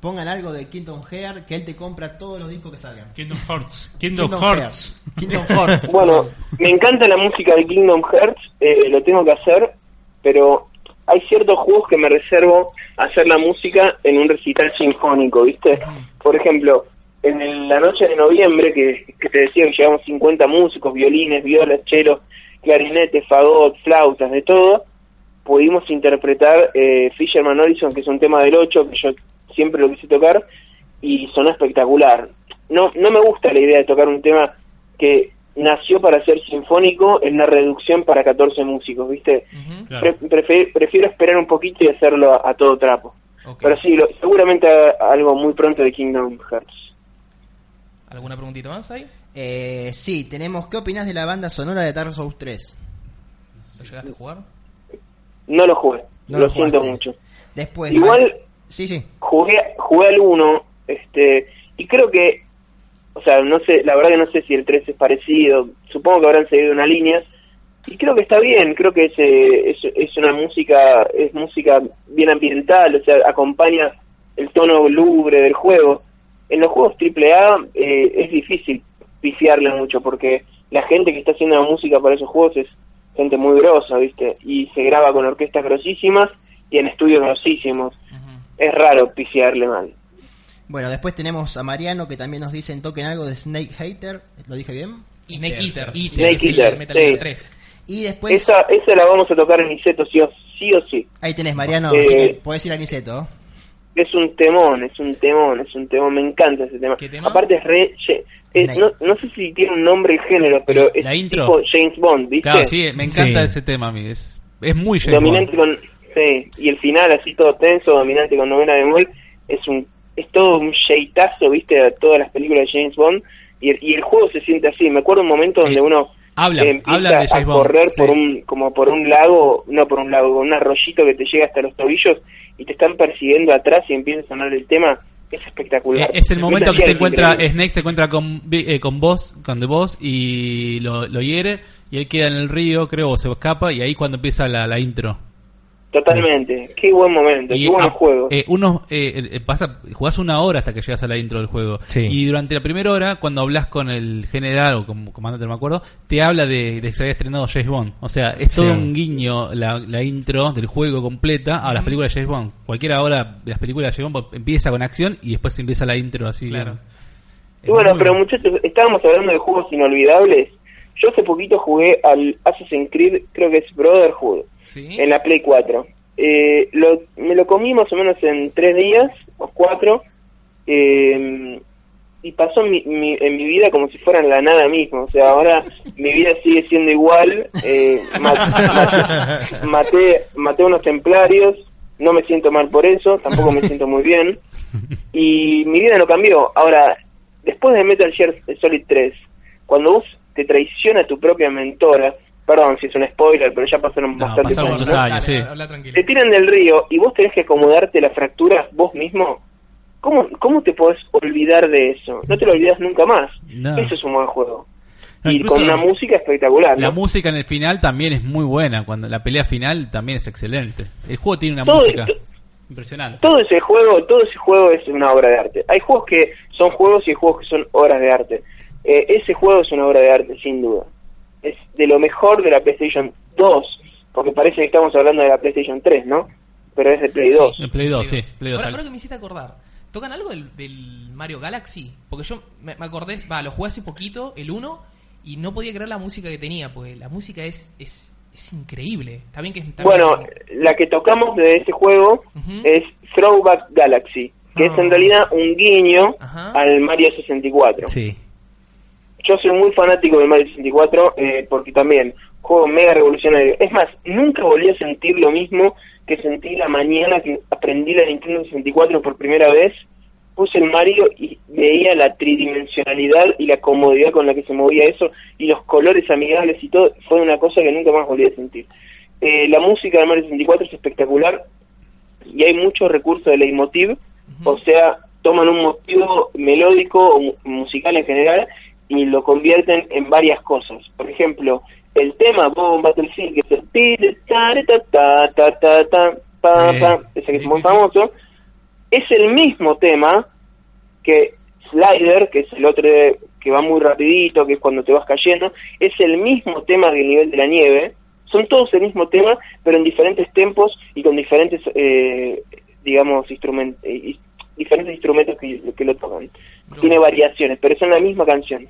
Speaker 3: pongan algo de Kingdom Hearts, que él te compra todos los discos que salgan.
Speaker 4: Kingdom Hearts. Kingdom,
Speaker 3: Kingdom
Speaker 4: Hearts.
Speaker 3: Hearts. Kingdom Hearts.
Speaker 11: Bueno, me encanta la música de Kingdom Hearts, eh, lo tengo que hacer, pero hay ciertos juegos que me reservo a hacer la música en un recital sinfónico, ¿viste? Por ejemplo, en el- la noche de noviembre, que, que te decía que llevamos 50 músicos, violines, violas, chelos, clarinetes, fagot, flautas, de todo, pudimos interpretar eh, Fisherman Horizon, que es un tema del 8, que yo siempre lo quise tocar, y sonó espectacular. No, no me gusta la idea de tocar un tema que nació para ser sinfónico en una reducción para 14 músicos, ¿viste?
Speaker 4: Claro.
Speaker 11: Pre- prefe- prefiero esperar un poquito y hacerlo a, a todo trapo. Pero sí, lo- seguramente haga algo muy pronto de Kingdom Hearts.
Speaker 1: ¿Alguna preguntita más ahí?
Speaker 3: Eh, sí, tenemos. ¿Qué opinás de la banda sonora de Dark Souls 3?
Speaker 1: ¿Lo llegaste a jugar?
Speaker 11: No lo jugué,
Speaker 3: No
Speaker 11: lo,
Speaker 3: lo
Speaker 11: siento
Speaker 3: jugaste.
Speaker 11: mucho.
Speaker 3: Después.
Speaker 11: Igual-
Speaker 3: Mario- Sí, sí.
Speaker 11: Jugué, jugué al 1, este, y creo que, o sea, no sé, la verdad que no sé si el 3 es parecido, supongo que habrán seguido una línea, y creo que está bien, creo que es, eh, es, es una música, es música bien ambiental, o sea, acompaña el tono lubre del juego. En los juegos AAA eh, es difícil pifiarle mucho, porque la gente que está haciendo la música para esos juegos es gente muy grosa, ¿viste? Y se graba con orquestas grosísimas y en estudios grosísimos. Es raro pifiarle mal.
Speaker 3: Bueno, después tenemos a Mariano que también nos dicen toquen algo de Snake Hater. ¿Lo dije bien?
Speaker 1: Snake Eater.
Speaker 11: Snake
Speaker 1: es el
Speaker 11: Eater,
Speaker 1: Metal Gear
Speaker 11: sí.
Speaker 1: 3.
Speaker 3: Y después.
Speaker 11: Esa, esa la vamos a tocar en Iseto sí o sí. O sí.
Speaker 3: Ahí tenés, Mariano.
Speaker 11: Eh,
Speaker 3: así que podés ir a Niceto.
Speaker 11: Es un temón, es un temón, es un temón. Me encanta ese tema. Aparte es re... ye- es- no, no sé si tiene un nombre el género, pero es
Speaker 5: La intro.
Speaker 11: tipo James Bond, ¿viste?
Speaker 5: Claro, sí, me encanta
Speaker 2: Sí.
Speaker 5: ese tema, a mí. Es, es muy James
Speaker 11: dominante con sí y el final así todo tenso dominante con novena bemol es un es todo un sheitazo viste a todas las películas de James Bond y el, y el juego se siente así me acuerdo un momento donde uno
Speaker 5: hablan,
Speaker 11: empieza
Speaker 5: hablan de James
Speaker 11: a
Speaker 5: Bond,
Speaker 11: correr
Speaker 5: sí.
Speaker 11: por un como por un lago no por un lago un arroyito que te llega hasta los tobillos y te están persiguiendo atrás y empieza a sonar el tema es espectacular
Speaker 5: Eh, Es el momento que se encuentra,
Speaker 11: Increíble.
Speaker 5: Snake se encuentra con, Vi- eh, con vos, con The Boss, y lo, lo hiere, y él queda en el río, creo, o se escapa, y ahí cuando empieza la, la intro.
Speaker 11: Totalmente. Qué buen momento,
Speaker 5: Y,
Speaker 11: qué buenos
Speaker 5: ah,
Speaker 11: juegos.
Speaker 5: eh, unos, eh, eh, pasa, jugás una hora hasta que llegas a la intro del juego. Y durante la primera hora, cuando hablas con el general o con comandante, no me acuerdo, te habla de, de que se había estrenado James Bond. O sea, es todo
Speaker 2: Sí.
Speaker 5: un guiño la, la intro del juego completa a las películas de James Bond. Cualquiera hora de las películas de James Bond empieza con acción y después empieza la intro así. Claro.
Speaker 11: Y bueno, pero muchachos, estábamos hablando de juegos inolvidables. Yo hace poquito jugué al Assassin's Creed, creo que es Brotherhood, en la Play 4. Eh, lo, me lo comí más o menos en tres días, o cuatro, eh, y pasó mi- mi- en mi vida como si fuera la nada misma. O sea, ahora mi vida sigue siendo igual. eh, ma- ma- maté, maté unos templarios, no me siento mal por eso, tampoco me siento muy bien. Y mi vida no cambió. Ahora, después de Metal Gear Solid 3, cuando vos te traiciona tu propia mentora, perdón si es un spoiler, pero ya pasaron bastante
Speaker 5: pasaron muchos años, Ah, sí.
Speaker 11: te tiran del río y vos tenés que acomodarte las fracturas vos mismo, ¿cómo, cómo te podés olvidar de eso? No te lo olvidas nunca más.
Speaker 5: No.
Speaker 11: Eso es un buen juego.
Speaker 5: No,
Speaker 11: y
Speaker 5: incluso
Speaker 11: con una
Speaker 5: la-
Speaker 11: música espectacular.
Speaker 5: La
Speaker 11: ¿no?
Speaker 5: música en el final también es muy buena. Cuando la pelea final también es excelente. El juego tiene una
Speaker 11: Todo-
Speaker 5: música
Speaker 11: to-
Speaker 5: impresionante.
Speaker 11: Todo ese juego, todo ese juego es una obra de arte. Hay juegos que son juegos y hay juegos que son obras de arte. Eh, ese juego es una obra de arte, sin duda. Es de lo mejor de la PlayStation 2, porque parece que estamos hablando de la PlayStation 3, ¿no? Pero es de Play
Speaker 5: Sí,
Speaker 11: 2.
Speaker 5: el Play 2, sí, Play 2.
Speaker 1: Ahora, ahora que me hiciste acordar, ¿tocan algo del, del Mario Galaxy? Porque yo me, me acordé, va, lo jugué hace poquito, el 1, y no podía creer la música que tenía, porque la música es, es, es increíble. Está bien que es. está
Speaker 11: Bueno, eh,
Speaker 1: bien
Speaker 11: la que tocamos de ese juego es Throwback Galaxy, que es en realidad un guiño al Mario 64.
Speaker 2: Sí.
Speaker 11: Yo soy muy fanático del Mario 64 eh, porque también juego mega revolucionario. Es más, nunca volví a sentir lo mismo que sentí la mañana que aprendí la Nintendo 64 por primera vez. Puse el Mario y veía la tridimensionalidad y la comodidad con la que se movía eso y los colores amigables y todo. Fue una cosa que nunca más volví a sentir. Eh, la música del Mario 64 es espectacular y hay muchos recursos de leitmotiv, o sea, toman un motivo melódico o mu- musical en general y lo convierten en varias cosas. Por ejemplo, el tema Bomb Battlefield, que es el ti, de, ta, de, ta, ta, ta, ta, ta, pa,
Speaker 12: Sí.
Speaker 11: pa, ese que es muy famoso, es el mismo tema que Slider, que es el otro de- que va muy rapidito, que es cuando te vas cayendo, es el mismo tema del nivel de la nieve, son todos el mismo tema, pero en diferentes tempos y con diferentes, eh, digamos, instrumentos, diferentes instrumentos que, que lo tocan. Tiene variaciones, pero son la misma canción.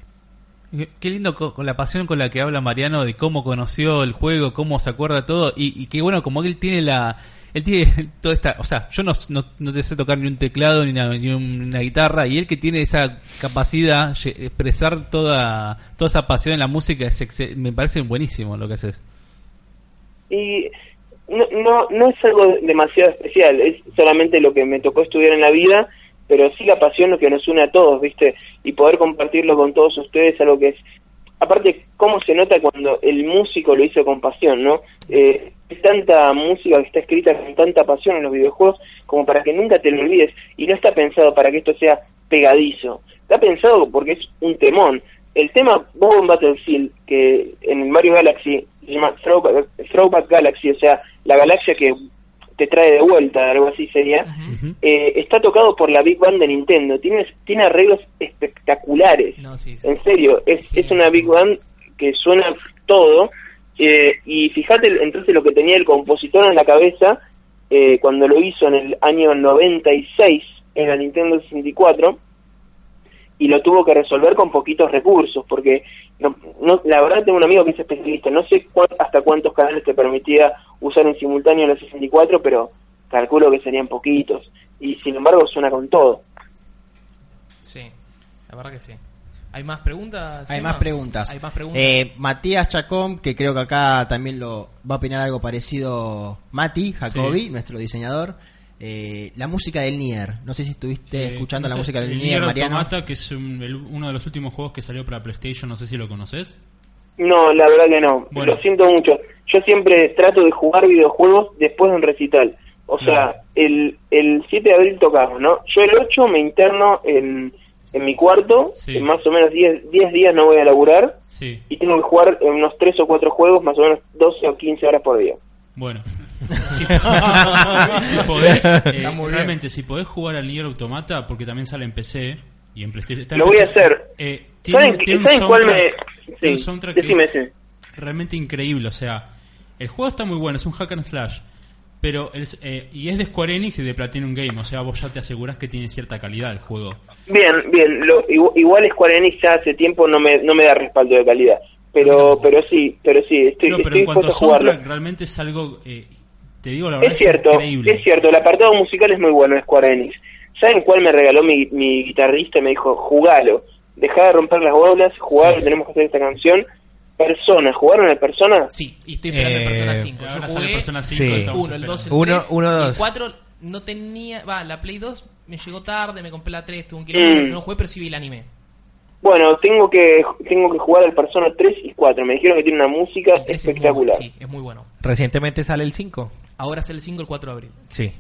Speaker 5: Qué- Qué lindo co- con la pasión con la que habla Mariano de cómo conoció el juego, cómo se acuerda todo y, y qué bueno como que él tiene la él tiene toda esta, o sea, yo no, no, no te sé tocar ni un teclado ni una, ni un- una guitarra y él que tiene esa capacidad de expresar toda toda esa pasión en la música es exce- me parece buenísimo lo que haces.
Speaker 11: Y no, no, no es algo demasiado especial, es solamente lo que me tocó estudiar en la vida, pero sí la pasión lo que nos une a todos, ¿viste? Y poder compartirlo con todos ustedes, algo que es... Aparte, cómo se nota cuando el músico lo hizo con pasión, ¿no? Eh, es tanta música que está escrita con tanta pasión en los videojuegos como para que nunca te lo olvides. Y no está pensado para que esto sea pegadizo. Está pensado porque es un temón. El tema Bob Battlefield, que en el Mario Galaxy se llama Throwback, Throwback Galaxy, o sea, la galaxia que te trae de vuelta, algo así sería, eh, está tocado por la Big Band de Nintendo. Tiene, tiene arreglos espectaculares. En serio, es, es una Big Band que suena todo. eh, y fíjate entonces lo que tenía el compositor en la cabeza eh, cuando lo hizo en el año 96 en la Nintendo 64 y lo tuvo que resolver con poquitos recursos porque no, no- la verdad tengo un amigo que es especialista no sé cuán- hasta cuántos canales te permitía usar en simultáneo en la 64 pero calculo que serían poquitos y sin embargo suena con todo
Speaker 1: Sí, la verdad que sí. ¿Hay más preguntas?
Speaker 3: Hay
Speaker 1: Emma?
Speaker 3: más preguntas.
Speaker 1: Hay más preguntas.
Speaker 3: Eh, Matías Chacón, que creo que acá también lo va a opinar algo parecido Mati Jacobi,
Speaker 6: Sí.
Speaker 3: nuestro diseñador. Eh, la música del Nier. No sé si estuviste
Speaker 4: Eh,
Speaker 3: escuchando
Speaker 4: no
Speaker 3: la
Speaker 4: sé,
Speaker 3: música del
Speaker 4: el
Speaker 3: Nier,
Speaker 4: Nier
Speaker 3: Mariano.
Speaker 4: Automata, que es un- el- uno de los últimos juegos que salió para PlayStation, no sé si lo conoces.
Speaker 11: no la verdad que no
Speaker 4: Bueno.
Speaker 11: lo siento mucho yo siempre trato de jugar videojuegos después de un recital o sea el, el 7 de abril tocamos no yo el 8 me interno en, en mi cuarto en más o menos 10 10 días no voy a laburar
Speaker 4: Sí.
Speaker 11: y tengo que jugar en unos 3 o 4 juegos, más o menos 12 o 15 horas por día.
Speaker 4: Bueno, Si, si podés, eh,
Speaker 1: Está muy bien.
Speaker 4: realmente, si podés jugar al Nier Automata, porque también sale en PC y en PlayStation. está en
Speaker 11: Lo voy a
Speaker 4: PC,
Speaker 11: hacer.
Speaker 4: eh, tiene,
Speaker 11: ¿Saben,
Speaker 4: tiene un
Speaker 11: ¿saben cuál me.?
Speaker 4: soundtrack- tiene un
Speaker 11: Sí,
Speaker 4: soundtrack que
Speaker 11: decime
Speaker 4: es
Speaker 11: ese.
Speaker 4: realmente increíble. O sea, el juego está muy bueno, es un hack and slash. Pero es, eh, y es de Square Enix y de Platinum Game, o sea, vos ya te asegurás que tiene cierta calidad el juego.
Speaker 11: Bien, bien. Lo, igu- igual Square Enix ya hace tiempo no me, no me da respaldo de calidad. Pero pero sí, pero sí, estoy,
Speaker 4: No, pero
Speaker 11: estoy
Speaker 4: en cuanto
Speaker 11: dispuesto
Speaker 4: a
Speaker 11: a jugarlo.
Speaker 4: soundtrack, realmente es algo, eh, te digo la verdad,
Speaker 11: Es cierto,
Speaker 4: increíble.
Speaker 11: es cierto. El apartado musical es muy bueno de Square Enix. ¿Saben cuál me regaló mi, mi guitarrista? Me dijo, jugalo. Dejá de romper las bolas, jugalo, tenemos que hacer esta canción. Persona, ¿jugaron al Persona?
Speaker 1: Sí, y estoy esperando el
Speaker 2: Eh,
Speaker 1: Persona 5. Yo
Speaker 4: ahora sale
Speaker 1: jugué
Speaker 4: Persona 5,
Speaker 2: sí.
Speaker 4: estamos
Speaker 1: uno, el 2, el
Speaker 2: esperando. Uno-
Speaker 1: 3,
Speaker 2: uno,
Speaker 1: el
Speaker 2: dos.
Speaker 1: 4 no tenía, va, la Play 2 me llegó tarde, me compré la 3, tuve un kilómetro,
Speaker 11: Mm.
Speaker 1: no lo jugué, pero sí vi el anime.
Speaker 11: Bueno, tengo que tengo que jugar al Persona 3 y 4. Me dijeron que tiene una música
Speaker 1: El 3 es muy
Speaker 11: espectacular.
Speaker 1: bueno, sí, es muy bueno.
Speaker 2: Recientemente sale el 5.
Speaker 1: Ahora sale el 5 el 4 de abril.
Speaker 2: Sí.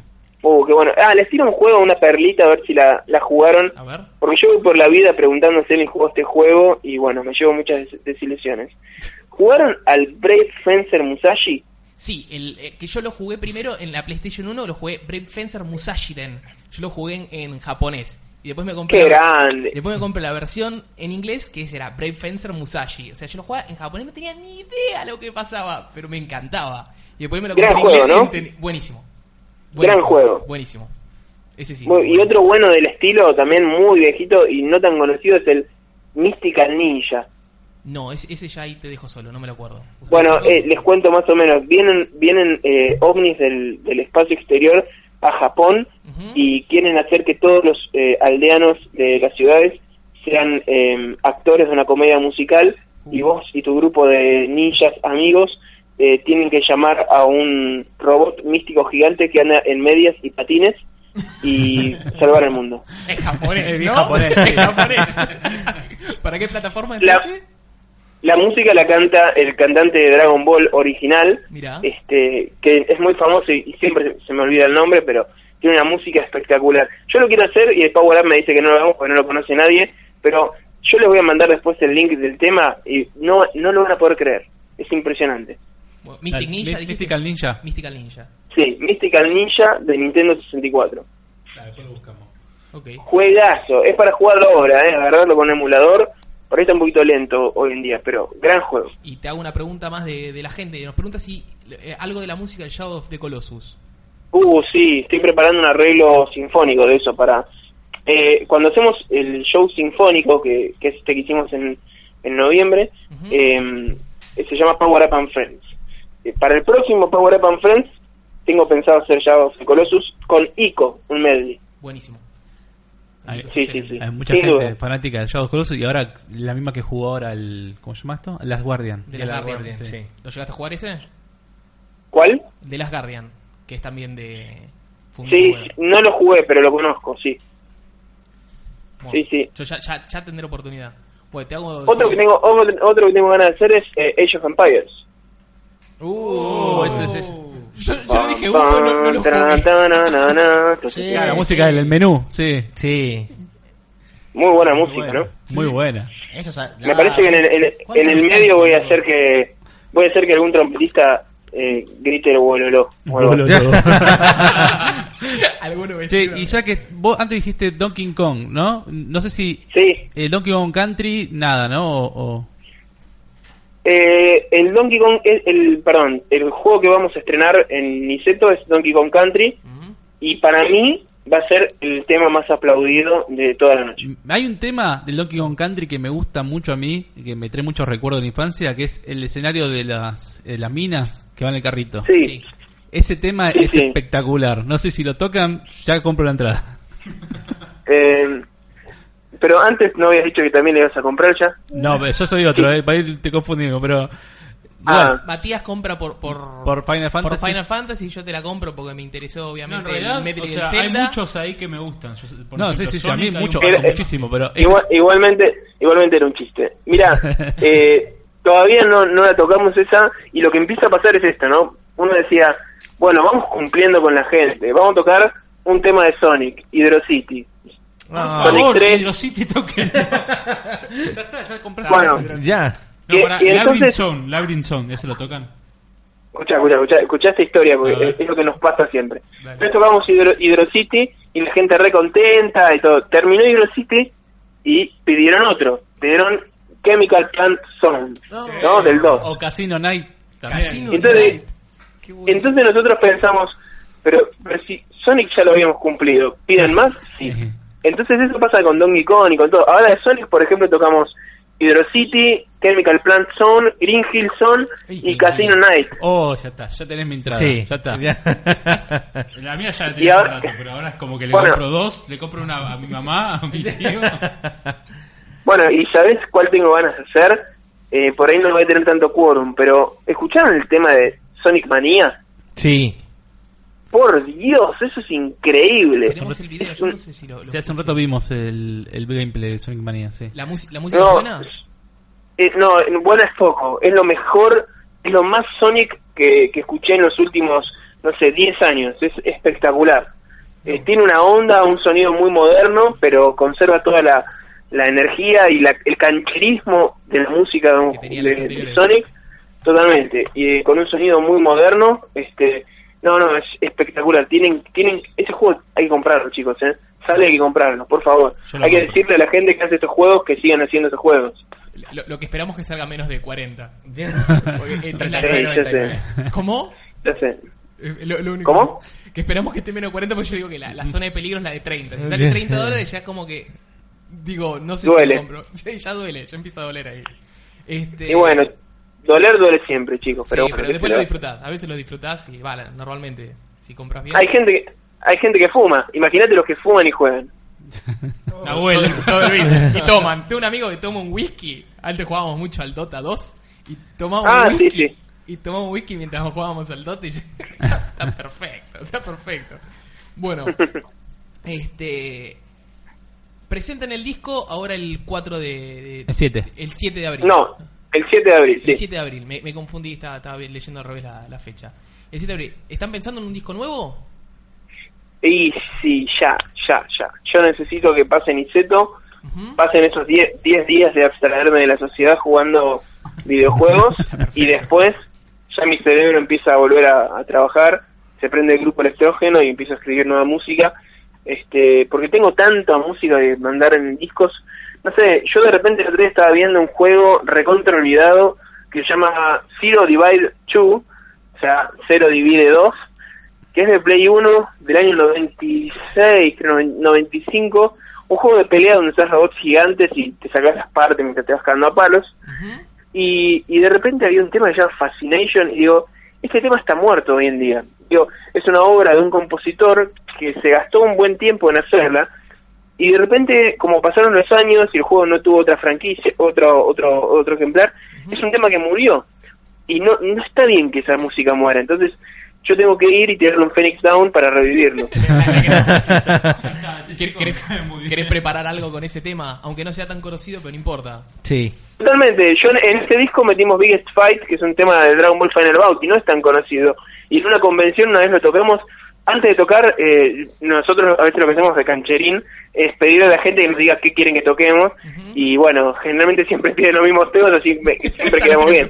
Speaker 11: Uh, qué bueno. Ah, les tiro un juego, una perlita, a ver si la, la jugaron.
Speaker 1: A ver.
Speaker 11: Porque yo voy por la vida preguntando si alguien jugó este juego y bueno, me llevo muchas des- desilusiones. ¿Jugaron al Brave Fencer Musashi?
Speaker 1: Sí, el, eh, que yo lo jugué primero en la PlayStation 1, lo jugué Brave Fencer Musashi Den. Yo lo jugué en, en japonés. Y después me compré.
Speaker 11: ¡Qué grande!
Speaker 1: Después me compré la versión en inglés que era Brave Fencer Musashi. O sea, yo lo jugaba en japonés, no tenía ni idea lo que pasaba, pero me encantaba. Y después me lo
Speaker 11: Gran
Speaker 1: compré en inglés.
Speaker 11: juego,
Speaker 1: y
Speaker 11: ¿no?
Speaker 1: enten- Buenísimo.
Speaker 11: Gran juego.
Speaker 1: Buenísimo. Ese sí.
Speaker 11: Muy- y otro bueno del estilo, también muy viejito y no tan conocido, es el Mystical Ninja.
Speaker 1: No, ese, ese ya ahí te dejo solo, no me lo acuerdo. ¿Ustedes,
Speaker 11: Bueno,
Speaker 1: chicos?
Speaker 11: eh, les cuento más o menos. Vienen, vienen eh, ovnis del, del espacio exterior a Japón y quieren hacer que todos los eh, aldeanos de las ciudades sean eh, actores de una comedia musical y vos y tu grupo de ninjas amigos eh, tienen que llamar a un robot místico gigante que anda en medias y patines y salvar el mundo.
Speaker 1: Es japonés.
Speaker 5: Es bien
Speaker 1: ¿no?
Speaker 5: japonés,
Speaker 1: Es
Speaker 5: sí.
Speaker 1: japonés. ¿Para qué plataforma es
Speaker 11: La-
Speaker 1: ese?
Speaker 11: La música la canta el cantante de Dragon Ball original,
Speaker 1: Mirá.
Speaker 11: este que es muy famoso y, y siempre se, se me olvida el nombre, pero tiene una música espectacular. Yo lo quiero hacer y el Power Up me dice que no lo hagamos porque no lo conoce nadie, pero yo les voy a mandar después el link del tema y no, no lo van a poder creer. Es impresionante.
Speaker 1: Bueno, Mystic
Speaker 5: La-
Speaker 1: Ninja.
Speaker 5: Mi-
Speaker 1: dijiste.
Speaker 5: Mystical Ninja.
Speaker 1: Mystical Ninja.
Speaker 11: Sí, Mystical Ninja de Nintendo 64.
Speaker 1: Ok.
Speaker 11: Juegazo, es para jugarlo ahora, ¿eh? agarrarlo con un emulador. Por ahí está un poquito lento hoy en día, pero gran juego.
Speaker 1: Y te hago una pregunta más de, de la gente. Nos pregunta si eh, algo de la música del Shadow of the Colossus.
Speaker 11: Uh, sí, estoy preparando un arreglo sinfónico de eso para... Eh, cuando hacemos el show sinfónico, que, que es este que hicimos en, en noviembre, eh, se llama Power Up and Friends. Eh, para el próximo Power Up and Friends, tengo pensado hacer ya of the Colossus con Ico, un medley.
Speaker 1: Buenísimo.
Speaker 5: Hay,
Speaker 11: Sí, sí, sí.
Speaker 5: hay mucha
Speaker 11: Sin
Speaker 5: gente
Speaker 11: duda.
Speaker 5: fanática del Shadow of the Colossus y ahora la misma que jugó ahora el. ¿Cómo se llama esto? Las Guardian.
Speaker 1: De Last Guardian. ¿Lo llegaste a jugar ese?
Speaker 11: ¿Cuál?
Speaker 1: De Last Guardian. Que es también de. fue un
Speaker 11: Sí,
Speaker 1: juego.
Speaker 11: no lo jugué, pero lo conozco, sí.
Speaker 1: Bueno,
Speaker 11: Sí, sí.
Speaker 1: Yo ya, ya, ya tendré oportunidad. Bueno, te hago.
Speaker 11: Otro que tengo, otro, otro que tengo ganas de hacer es eh, Age of Empires.
Speaker 5: Oh, ese es ese.
Speaker 1: Yo, yo lo dije uno, no, no lo jugué.
Speaker 11: Sí.
Speaker 5: Ah, la música del menú, sí.
Speaker 2: Sí.
Speaker 11: Muy buena música, ¿no?
Speaker 5: Muy buena.
Speaker 3: Eso es-
Speaker 11: Me
Speaker 3: ah,
Speaker 11: parece que en el, en el-
Speaker 3: ¿cuánto
Speaker 11: en el
Speaker 3: me
Speaker 11: medio
Speaker 3: estás
Speaker 11: voy a
Speaker 3: diciendo?
Speaker 11: hacer que voy a hacer que algún trompetista eh, grite el bololó. o algo.
Speaker 1: Alguno me
Speaker 5: Che,
Speaker 1: llega.
Speaker 5: y ya que vos antes dijiste Donkey Kong, ¿no? No sé si
Speaker 11: Sí,
Speaker 5: eh, Donkey Kong Country, nada, ¿no? O, o-
Speaker 11: eh, el Donkey Kong, el, el- perdón, el juego que vamos a estrenar en Niceto es Donkey Kong Country y para mí va a ser el tema más aplaudido de toda la noche.
Speaker 5: Hay un tema del Donkey Kong Country que me gusta mucho a mí, y que me trae muchos recuerdos de la infancia, que es el escenario de las, eh, las minas que van en el carrito.
Speaker 11: Sí,
Speaker 1: Sí.
Speaker 5: Ese tema
Speaker 11: Sí,
Speaker 5: es
Speaker 11: sí.
Speaker 5: espectacular. No sé si lo tocan, ya compro la entrada.
Speaker 11: eh, pero antes no habías dicho que también le ibas a comprar ya.
Speaker 5: No, pero yo soy otro, eh, para ir te confundiendo, pero...
Speaker 11: Ah,
Speaker 1: Matías compra por. por...
Speaker 5: Por Final Fantasy.
Speaker 1: por Final Fantasy yo te la compro porque me interesó
Speaker 4: No, en
Speaker 1: obviamente
Speaker 4: realidad,
Speaker 1: el Metal
Speaker 4: o
Speaker 1: Gear
Speaker 4: sea, hay
Speaker 1: Zelda.
Speaker 4: muchos ahí que me gustan. Yo, por
Speaker 5: no, sí,
Speaker 4: ejemplo,
Speaker 5: sí, sí, a
Speaker 4: Sonic
Speaker 5: mí
Speaker 4: hay un
Speaker 5: mucho,
Speaker 4: par de temas.
Speaker 5: muchísimo, pero... ese-
Speaker 11: Igual- igualmente, igualmente era un chiste. Mira, eh, todavía no, no la tocamos esa y lo que empieza a pasar es esto, ¿no? Uno decía, bueno, vamos cumpliendo con la gente, vamos a tocar un tema de Sonic, Hydro City.
Speaker 4: Ah, Por
Speaker 11: Sonic
Speaker 4: favor,
Speaker 11: 3.
Speaker 4: Hydro City toquen. ya
Speaker 1: Ah.
Speaker 4: está, ya compraste.
Speaker 11: Bueno,
Speaker 2: Ya.
Speaker 4: No,
Speaker 11: y-
Speaker 4: pará,
Speaker 11: y
Speaker 4: Labyrinth
Speaker 11: entonces-
Speaker 4: Zone, Labyrinth Zone, ¿ese lo tocan?
Speaker 11: Escucha, escucha, escucha, escucha esta historia, porque es, es lo que nos pasa siempre. Nosotros tocamos Hidro, Hidro City y la gente re contenta y todo. Terminó Hidro City y pidieron otro. Pidieron Chemical Plant Zone, ¿no? Del 2.
Speaker 5: O Casino Night también.
Speaker 11: Entonces, entonces nosotros pensamos, pero, pero si Sonic ya lo habíamos cumplido, ¿piden más? Sí. Entonces eso pasa con Donkey Kong y con todo. Ahora de Sonic, por ejemplo, tocamos Hydro City, Chemical Plant Zone, Green Hill Zone y Casino Night.
Speaker 5: Oh, ya está, ya tenés mi entrada.
Speaker 2: Sí.
Speaker 5: ya está.
Speaker 4: La mía ya la
Speaker 11: Y
Speaker 4: tenía hace
Speaker 11: ahora-
Speaker 4: rato, pero ahora es como que le
Speaker 11: Bueno.
Speaker 4: compro dos, le compro una a mi mamá, a mi tío.
Speaker 11: Bueno, ¿y sabés cuál tengo ganas de hacer? Eh, por ahí no voy a tener tanto quórum, pero ¿escucharon el tema de Sonic Manía?
Speaker 2: Sí.
Speaker 11: Por Dios, eso es increíble.
Speaker 1: Tenemos el video, yo no sé si lo... lo
Speaker 5: Sí, hace un rato vimos el, el gameplay de Sonic Mania, sí.
Speaker 1: ¿La, mus- la música
Speaker 11: No,
Speaker 1: es buena?
Speaker 11: eh, no, buena es poco. Es lo mejor, es lo más Sonic que, que escuché en los últimos, no sé, 10 años. Es espectacular. Eh, tiene una onda, un sonido muy moderno, pero conserva toda la, la energía y la- el cancherismo de la música de, un- de- de Sonic. Totalmente. Y eh, con un sonido muy moderno. este No, no, es espectacular. Tienen, tienen Ese juego hay que comprarlo, chicos. ¿eh? Sale hay que comprarlo, por favor.
Speaker 1: Yo lo
Speaker 11: Hay que
Speaker 1: compro.
Speaker 11: decirle a la gente que hace estos juegos que sigan haciendo estos juegos.
Speaker 1: Lo, lo que esperamos que salga menos de 40. Porque este es la
Speaker 11: Sí, ya
Speaker 1: 99.
Speaker 11: sé.
Speaker 1: ¿Cómo?
Speaker 11: Ya sé.
Speaker 1: Eh, lo- lo único
Speaker 11: ¿Cómo?
Speaker 1: Que, que esperamos que esté menos de 40 porque yo digo que la, la zona de peligro es la de 30. Si sale
Speaker 2: Sí.
Speaker 1: 30 dólares ya es como que... Digo, no sé
Speaker 11: Duele.
Speaker 1: si lo compro. Sí, ya duele, ya empieza a doler ahí. Este,
Speaker 11: Y bueno, doler duele siempre, chicos.
Speaker 1: sí,
Speaker 11: Pero,
Speaker 1: pero,
Speaker 11: bueno, ¿qué
Speaker 1: después
Speaker 11: se
Speaker 1: lo
Speaker 11: le va
Speaker 1: disfrutás. A veces lo disfrutás y vale, normalmente si compras bien...
Speaker 11: a hacer? Hay gente que, hay gente que fuma. Imagínate los que fuman y juegan.
Speaker 1: La abuela. Todo el whisky. y toman. Tengo un amigo que toma un whisky. Antes jugábamos mucho al Dota 2. Y tomamos
Speaker 11: Ah, sí,
Speaker 1: whisky.
Speaker 11: sí.
Speaker 1: Y tomamos whisky mientras jugábamos al Dota. Y está perfecto, está perfecto. Bueno, este. Presentan el disco ahora el 4 de. de-
Speaker 5: El 7.
Speaker 1: El 7 de abril.
Speaker 11: No, el 7 de abril,
Speaker 1: El
Speaker 11: sí.
Speaker 1: 7 de abril, me, me confundí, estaba, estaba leyendo al revés la, la fecha. El 7 de abril, ¿están pensando en un disco nuevo?
Speaker 11: Y sí, ya, ya, ya. Yo necesito que pasen Iseto, pasen esos 10 10 días de abstraerme de la sociedad jugando videojuegos y después ya mi cerebro empieza a volver a, a trabajar, se prende el grupo electrógeno y empiezo a escribir nueva música. este Porque tengo tanta música de mandar en discos. No sé, yo de repente el otro día estaba viendo un juego recontra olvidado que se llama Zero Divide 2, o sea, Cero Divide 2 que es de Play 1 del año 96, creo, 95, un juego de pelea donde estás robots gigantes y te sacas las partes mientras te vas cagando a palos. y, y de repente había un tema que se llama Fascination y digo, este tema está muerto hoy en día. Digo, es una obra de un compositor que se gastó un buen tiempo en hacerla y de repente, como pasaron los años y el juego no tuvo otra franquicia, otro, otro, otro ejemplar, es un tema que murió. Y no, no está bien que esa música muera. Entonces, yo tengo que ir y tirarlo un Phoenix Down para revivirlo.
Speaker 1: ¿Querés, querés- querés preparar algo con ese tema? Aunque no sea tan conocido, pero no importa.
Speaker 2: Sí.
Speaker 11: Totalmente, yo en- en este disco metimos Biggest Fight, que es un tema de Dragon Ball Final Bout, y no es tan conocido. Y en una convención una vez lo tocamos, antes de tocar, eh, nosotros a veces lo que hacemos de cancherín es pedirle a la gente que nos diga qué quieren que toquemos, y bueno, generalmente siempre piden los mismos temas, así me- siempre quedamos bien.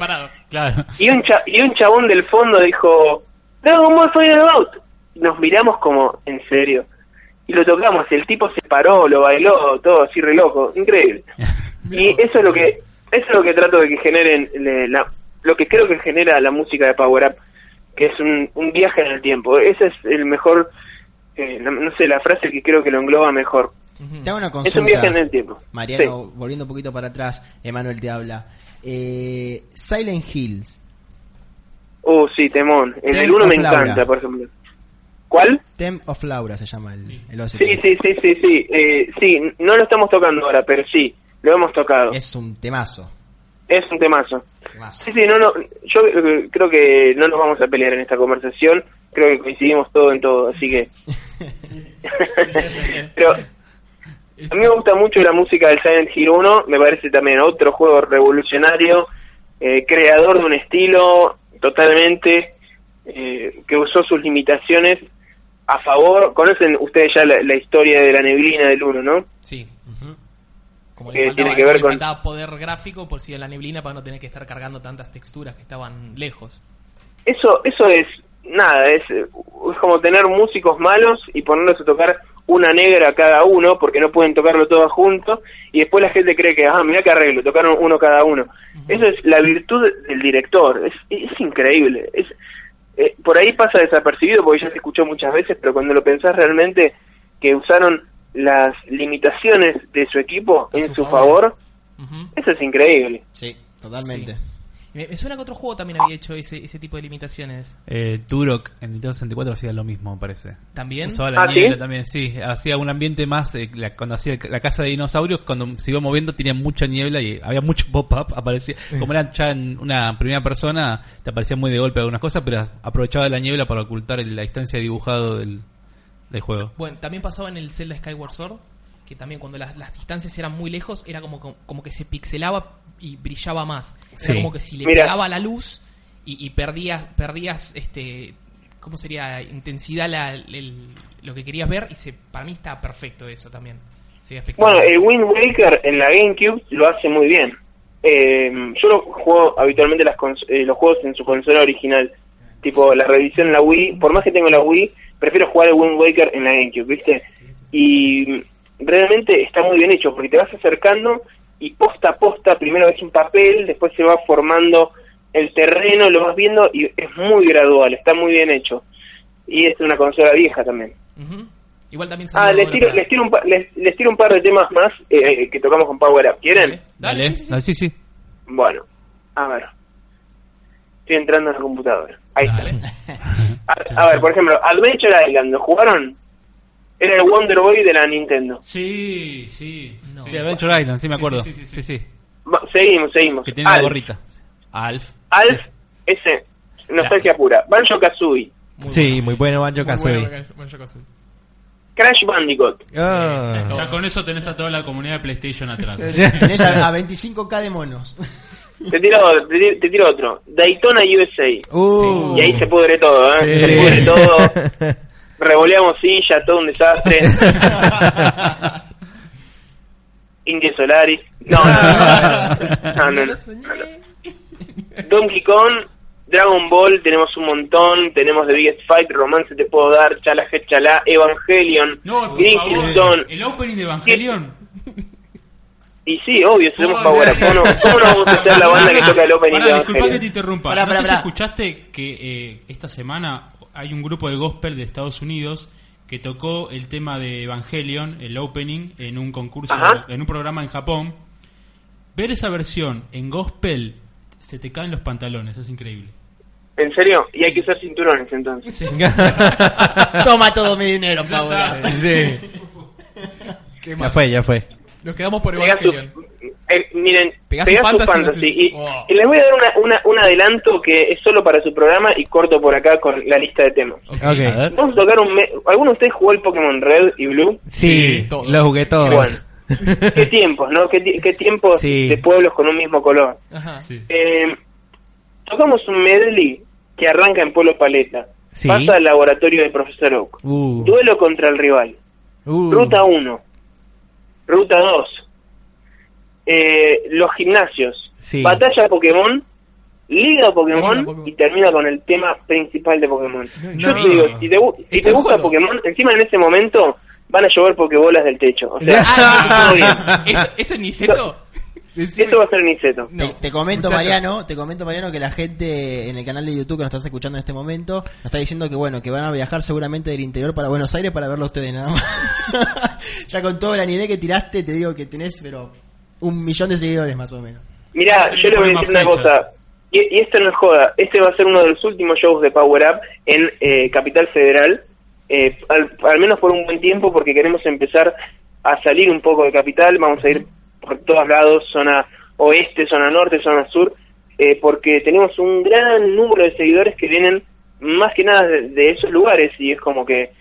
Speaker 5: Claro.
Speaker 11: Y un, cha- y un chabón del fondo dijo, Dragon Ball Final Bout. Nos miramos como, en serio. Y lo tocamos, el tipo se paró, lo bailó, todo así re loco, increíble. y eso es lo que eso es lo que trato de que generen, le- la- lo que creo que genera la música de Power Up, que es un, un viaje en el tiempo. Ese es el mejor, eh, no, no sé, la frase que creo que lo engloba mejor.
Speaker 3: Te hago una
Speaker 11: Es un
Speaker 3: consulta.
Speaker 11: viaje en el tiempo.
Speaker 3: Mariano, volviendo un poquito para atrás, Emanuel te habla. Eh, Silent Hills,
Speaker 11: Oh, sí, temón. En
Speaker 3: Temp
Speaker 11: el uno
Speaker 3: of
Speaker 11: me
Speaker 3: Laura.
Speaker 11: encanta, por ejemplo. ¿Cuál?
Speaker 3: Temp of Laura se llama el, el OST.
Speaker 11: Sí, sí, sí, sí, sí. Eh, sí, no lo estamos tocando ahora, pero sí, lo hemos tocado. Es,
Speaker 3: Es un temazo.
Speaker 11: un temazo.
Speaker 3: temazo.
Speaker 11: Sí, sí, no, no, yo eh, creo que no nos vamos a pelear en esta conversación. Creo que coincidimos todo en todo, así que. pero a mí me gusta mucho la música del Silent Hill 1. Me parece también otro juego revolucionario, eh, creador de un estilo totalmente eh, que usó sus limitaciones a favor. Conocen ustedes ya la, la historia de la neblina del 1, ¿no?
Speaker 1: Sí. Como
Speaker 11: Que
Speaker 1: le faltaba,
Speaker 11: tiene que ver
Speaker 1: le
Speaker 11: con-
Speaker 1: faltaba poder gráfico por si a la neblina para no tener que estar cargando tantas texturas que estaban lejos.
Speaker 11: eso eso es nada es, eh, es como tener músicos malos y ponerlos a tocar una negra cada uno porque no pueden tocarlo todos juntos y después la gente cree que ah mira que arreglo tocaron uno cada uno eso es la virtud del director es, es increíble es eh, por ahí pasa desapercibido porque ya se escuchó muchas veces pero cuando lo pensás realmente que usaron las limitaciones de su equipo en su favor, eso es increíble
Speaker 3: sí totalmente
Speaker 1: Me, me suena que otro juego también había hecho ese, ese tipo de limitaciones.
Speaker 5: Eh, Turok en Nintendo 64 hacía lo mismo, me parece.
Speaker 1: ¿También?
Speaker 5: Usaba la
Speaker 1: Ah,
Speaker 5: niebla
Speaker 1: ¿sí?
Speaker 5: también, sí. Hacía un ambiente más. eh, la- cuando hacía la casa de dinosaurios, cuando se iba moviendo tenía mucha niebla y había mucho pop-up. Aparecía. Como era ya en una primera persona, te aparecía muy de golpe algunas cosas, pero aprovechaba la niebla para ocultar el- la distancia de dibujado del, del juego.
Speaker 1: Bueno, también pasaba en el Zelda Skyward Sword, que también cuando las, las distancias eran muy lejos, era como, como, como que se pixelaba y brillaba más. Era
Speaker 5: Sí.
Speaker 1: como que si le
Speaker 5: Mira.
Speaker 1: pegaba la luz y, y perdías, perdías este ¿cómo sería? intensidad la- el- lo que querías ver y se, para mí está perfecto eso también. Se veía espectacular.
Speaker 11: Bueno, el Wind Waker en la GameCube lo hace muy bien. Eh, yo lo juego habitualmente las cons- eh, los juegos en su consola original. Tipo, la revisión en la Wii, por más que tengo la Wii, prefiero jugar el Wind Waker en la GameCube, ¿viste? Y realmente está muy bien hecho, porque te vas acercando y posta a posta, primero es un papel, después se va formando el terreno, lo vas viendo y es muy gradual, está muy bien hecho. Y es una consola vieja también.
Speaker 1: Igual también
Speaker 11: eh, Ah, les tiro, les, tiro un pa- les, les tiro un par de temas más eh, eh, que tocamos con Power Up. ¿Quieren?
Speaker 5: Dale, sí, sí.
Speaker 11: Bueno, a ver. Estoy entrando en la computadora. Ahí está. A, a ver, por ejemplo, Adventure Island, ¿lo jugaron? Era el Wonder Boy de la Nintendo.
Speaker 4: Sí, sí.
Speaker 5: Sí, Adventure Island, sí me acuerdo.
Speaker 4: Sí, sí, sí, sí.
Speaker 11: Va- seguimos, seguimos.
Speaker 5: Que tiene la
Speaker 11: Alf.
Speaker 5: gorrita. Alf.
Speaker 11: Alf, ese. Nostalgia pura. Banjo Kazooie.
Speaker 2: sí, muy bueno Banjo Kazooie.
Speaker 11: Crash Bandicoot.
Speaker 2: Ah.
Speaker 4: Ya con eso tenés a toda la comunidad de PlayStation atrás.
Speaker 3: Tenés a, a 25k de monos.
Speaker 11: Te tiro, te, ti- te tiro otro. Daytona USA.
Speaker 2: Uh.
Speaker 11: Y ahí se pudre todo, ¿eh?
Speaker 2: Sí.
Speaker 11: Se pudre todo. Revoleamos sillas, todo un desastre. Indio Solaris. No, no, no. no, no, no. Donkey Kong, Dragon Ball, tenemos un montón. Tenemos The Biggest Fight, Romance Te Puedo Dar, Chala Je Chala, Evangelion,
Speaker 4: No, por favor,
Speaker 11: Greenstone.
Speaker 4: el opening de Evangelion.
Speaker 11: Y sí, obvio, tenemos Power Up. ¿Cómo no, cómo no vamos a ser la banda que toca el opening
Speaker 4: Pará,
Speaker 11: de
Speaker 4: disculpa que
Speaker 11: Evangelion?
Speaker 4: te interrumpa.
Speaker 11: Pará,
Speaker 4: no
Speaker 11: pará,
Speaker 4: sé
Speaker 11: pará.
Speaker 4: si escuchaste que eh, esta semana hay un grupo de gospel de Estados Unidos que tocó el tema de Evangelion, el opening, en un concurso,
Speaker 11: Ajá.
Speaker 4: en un programa en Japón. Ver esa versión en gospel se te caen los pantalones, es increíble.
Speaker 11: ¿En serio? Y hay que usar cinturones entonces.
Speaker 3: Toma todo mi dinero,
Speaker 11: Ya
Speaker 3: Power
Speaker 11: está.
Speaker 3: Up.
Speaker 2: Sí.
Speaker 1: ¿Qué
Speaker 2: Ya
Speaker 1: más?
Speaker 2: fue, ya fue.
Speaker 1: Nos quedamos por
Speaker 11: Pegasus-
Speaker 1: Evangelion.
Speaker 11: eh, miren,
Speaker 1: Pegasus
Speaker 11: Pegasus,
Speaker 1: Fantasy,
Speaker 11: Fantasy.
Speaker 1: sí.
Speaker 11: Y, y les voy a dar una, una- un adelanto que es solo para su programa y corto por acá con la lista de temas. Vamos a tocar un... me- ¿Alguno de ustedes jugó el Pokémon Red y Blue?
Speaker 2: Sí, lo jugué todos.
Speaker 11: ¿Qué tiempos, no? ¿Qué, ti- qué tiempos
Speaker 2: Sí.
Speaker 11: de pueblos con un mismo color? Eh, tocamos un medley que arranca en Pueblo Paleta.
Speaker 2: Sí.
Speaker 11: Pasa al laboratorio del profesor Oak.
Speaker 2: Uh,
Speaker 11: Duelo contra el rival.
Speaker 2: uh.
Speaker 11: Ruta 1. Ruta 2. Eh, los gimnasios.
Speaker 2: Sí.
Speaker 11: Batalla Pokémon. Liga Pokémon,
Speaker 2: Liga Pokémon.
Speaker 11: y termina con el tema principal de Pokémon.
Speaker 2: No.
Speaker 11: Yo te digo, si te, bu- si te gusta Pokémon, encima en ese momento van a llover Pokébolas del techo. O sea, todo bien.
Speaker 1: Ah, ¿Esto, esto es Niceto?
Speaker 11: Esto va a ser Niceto.
Speaker 3: Te, te comento,
Speaker 11: Muchachos.
Speaker 3: Mariano, te comento, Mariano, que la gente en el canal de YouTube que nos estás escuchando en este momento nos está diciendo que bueno, que van a viajar seguramente del interior para Buenos Aires para verlo a ustedes nada más. ya con toda la idea que tiraste, te digo que tenés, pero un millón de seguidores más o menos.
Speaker 11: Mirá, yo le voy a decir una cosa. Y, y esto no es joda. Este va a ser uno de los últimos shows de Power Up en eh, Capital Federal. eh, al, al menos por un buen tiempo, porque queremos empezar a salir un poco de Capital. Vamos a ir por todos lados: zona oeste, zona norte, zona sur. eh, porque tenemos un gran número de seguidores que vienen más que nada de, de esos lugares. Y es como que.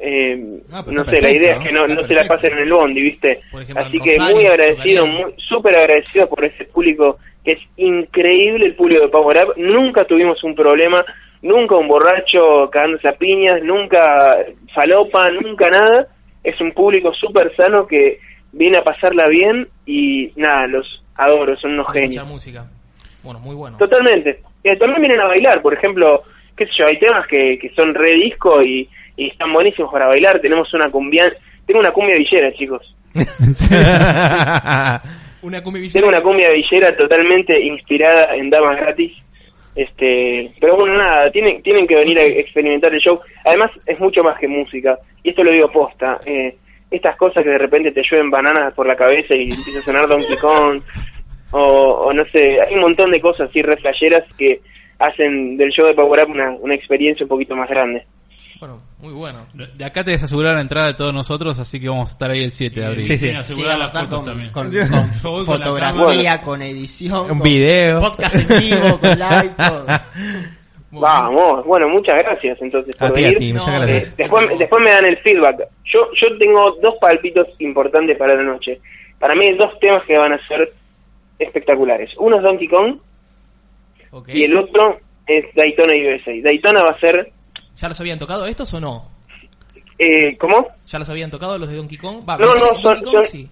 Speaker 11: eh,
Speaker 12: Ah, pero
Speaker 11: no
Speaker 12: está
Speaker 11: sé, la
Speaker 12: perfecto,
Speaker 11: idea es que no,
Speaker 12: está
Speaker 11: no se la pasen en el bondi, ¿viste?
Speaker 12: Por ejemplo,
Speaker 11: Así
Speaker 12: en
Speaker 11: que
Speaker 12: Rosario,
Speaker 11: muy agradecido,
Speaker 12: Tucumán.
Speaker 11: muy- súper agradecido por ese público, que es increíble el público de Power Up. Nunca tuvimos un problema, nunca un borracho cagándose a piñas, nunca falopa, nunca nada. Es un público súper sano que viene a pasarla bien y nada, los adoro, son unos
Speaker 1: Escuchar
Speaker 11: genios.
Speaker 1: música. Bueno, muy bueno.
Speaker 11: Totalmente. Eh, también vienen a bailar, por ejemplo, qué sé yo, hay temas que, que son re disco y, y están buenísimos para bailar. Tenemos una cumbia, tengo una cumbia villera, chicos.
Speaker 1: una cumbia
Speaker 11: Tengo una cumbia villera totalmente inspirada en damas gratis. Este, pero bueno, nada, tienen, tienen que venir a experimentar el show. Además, es mucho más que música. Y esto lo digo posta. eh, estas cosas que de repente te llueven bananas por la cabeza y empieza a sonar Donkey Kong. O, o no sé, hay un montón de cosas así re flasheras que hacen del show de Power Up una, una experiencia un poquito más grande.
Speaker 1: Bueno, muy bueno.
Speaker 5: De acá te desasegurar la entrada de todos nosotros, así que vamos a estar ahí el 7 de abril.
Speaker 2: Sí, sí.
Speaker 4: asegurar las
Speaker 3: Con-
Speaker 4: fotos también.
Speaker 3: Con,
Speaker 4: Yo
Speaker 3: con
Speaker 4: voy con la
Speaker 3: fotografía, con edición,
Speaker 2: Un
Speaker 3: con
Speaker 2: video.
Speaker 3: podcast en vivo, con live, todo.
Speaker 11: Vamos, bueno, muchas gracias entonces por
Speaker 2: A ti, a
Speaker 11: venir.
Speaker 2: ti, muchas
Speaker 11: Eh,
Speaker 2: gracias.
Speaker 11: después, después me dan el feedback. Yo yo tengo dos palpitos importantes para la noche. Para mí hay dos temas que van a ser espectaculares. Uno es Donkey Kong
Speaker 1: Ok.
Speaker 11: y el otro es Daytona USA. Daytona va a ser...
Speaker 1: ¿Ya los habían tocado estos o no?
Speaker 11: Eh, ¿Cómo?
Speaker 1: ¿Ya los habían tocado los de Donkey Kong? Va,
Speaker 11: No,
Speaker 1: ¿con
Speaker 11: no,
Speaker 1: Donkey
Speaker 11: son,
Speaker 1: Kong
Speaker 11: son,
Speaker 1: sí.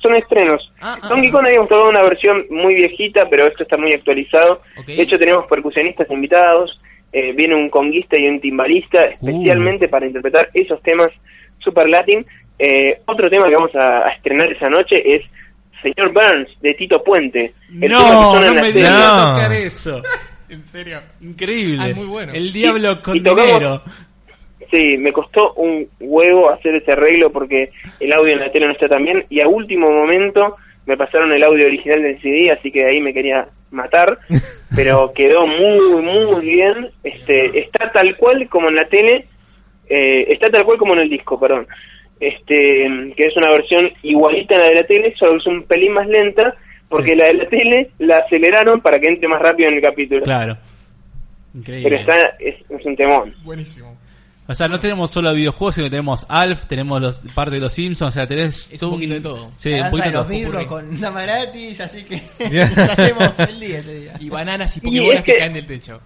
Speaker 11: son estrenos. Donkey Kong habíamos tocado una versión muy viejita, pero esto está muy actualizado. De hecho, tenemos percusionistas invitados, eh, viene un conguista y un timbalista, especialmente para interpretar esos temas super latin. Eh, otro tema que vamos a, a estrenar esa noche es Señor Burns, de Tito Puente. El tema que suena en la serie.
Speaker 5: tocar eso.
Speaker 1: ¿En serio?
Speaker 5: Increíble.
Speaker 1: Ah, es muy bueno.
Speaker 5: El diablo con
Speaker 11: y tocamos-
Speaker 5: dinero.
Speaker 11: Sí, me costó un huevo hacer ese arreglo porque el audio en la tele no está tan bien y a último momento me pasaron el audio original del CD, así que ahí me quería matar, pero quedó muy, muy bien. Este, está tal cual como en la tele, eh, está tal cual como en el disco, perdón. Este, que es una versión igualita a la de la tele, solo es un pelín más lenta, porque la de la tele la aceleraron para que entre más rápido en el capítulo.
Speaker 5: Claro.
Speaker 11: Pero
Speaker 5: Increíble.
Speaker 11: está, es, es un temón.
Speaker 1: Buenísimo.
Speaker 5: O sea, no tenemos solo videojuegos, sino que tenemos Alf, tenemos los, parte de los Simpsons, o sea, tenés.
Speaker 1: Es
Speaker 5: todo
Speaker 1: un poquito de todo.
Speaker 5: Sí,
Speaker 3: La
Speaker 5: un
Speaker 3: danza
Speaker 5: poquito
Speaker 3: de
Speaker 5: de todo.
Speaker 3: los birros con dama gratis, así que nos hacemos el día ese día.
Speaker 1: Y bananas y
Speaker 11: Y este
Speaker 1: pokebolas
Speaker 11: es
Speaker 1: que...
Speaker 11: que-
Speaker 1: caen del techo.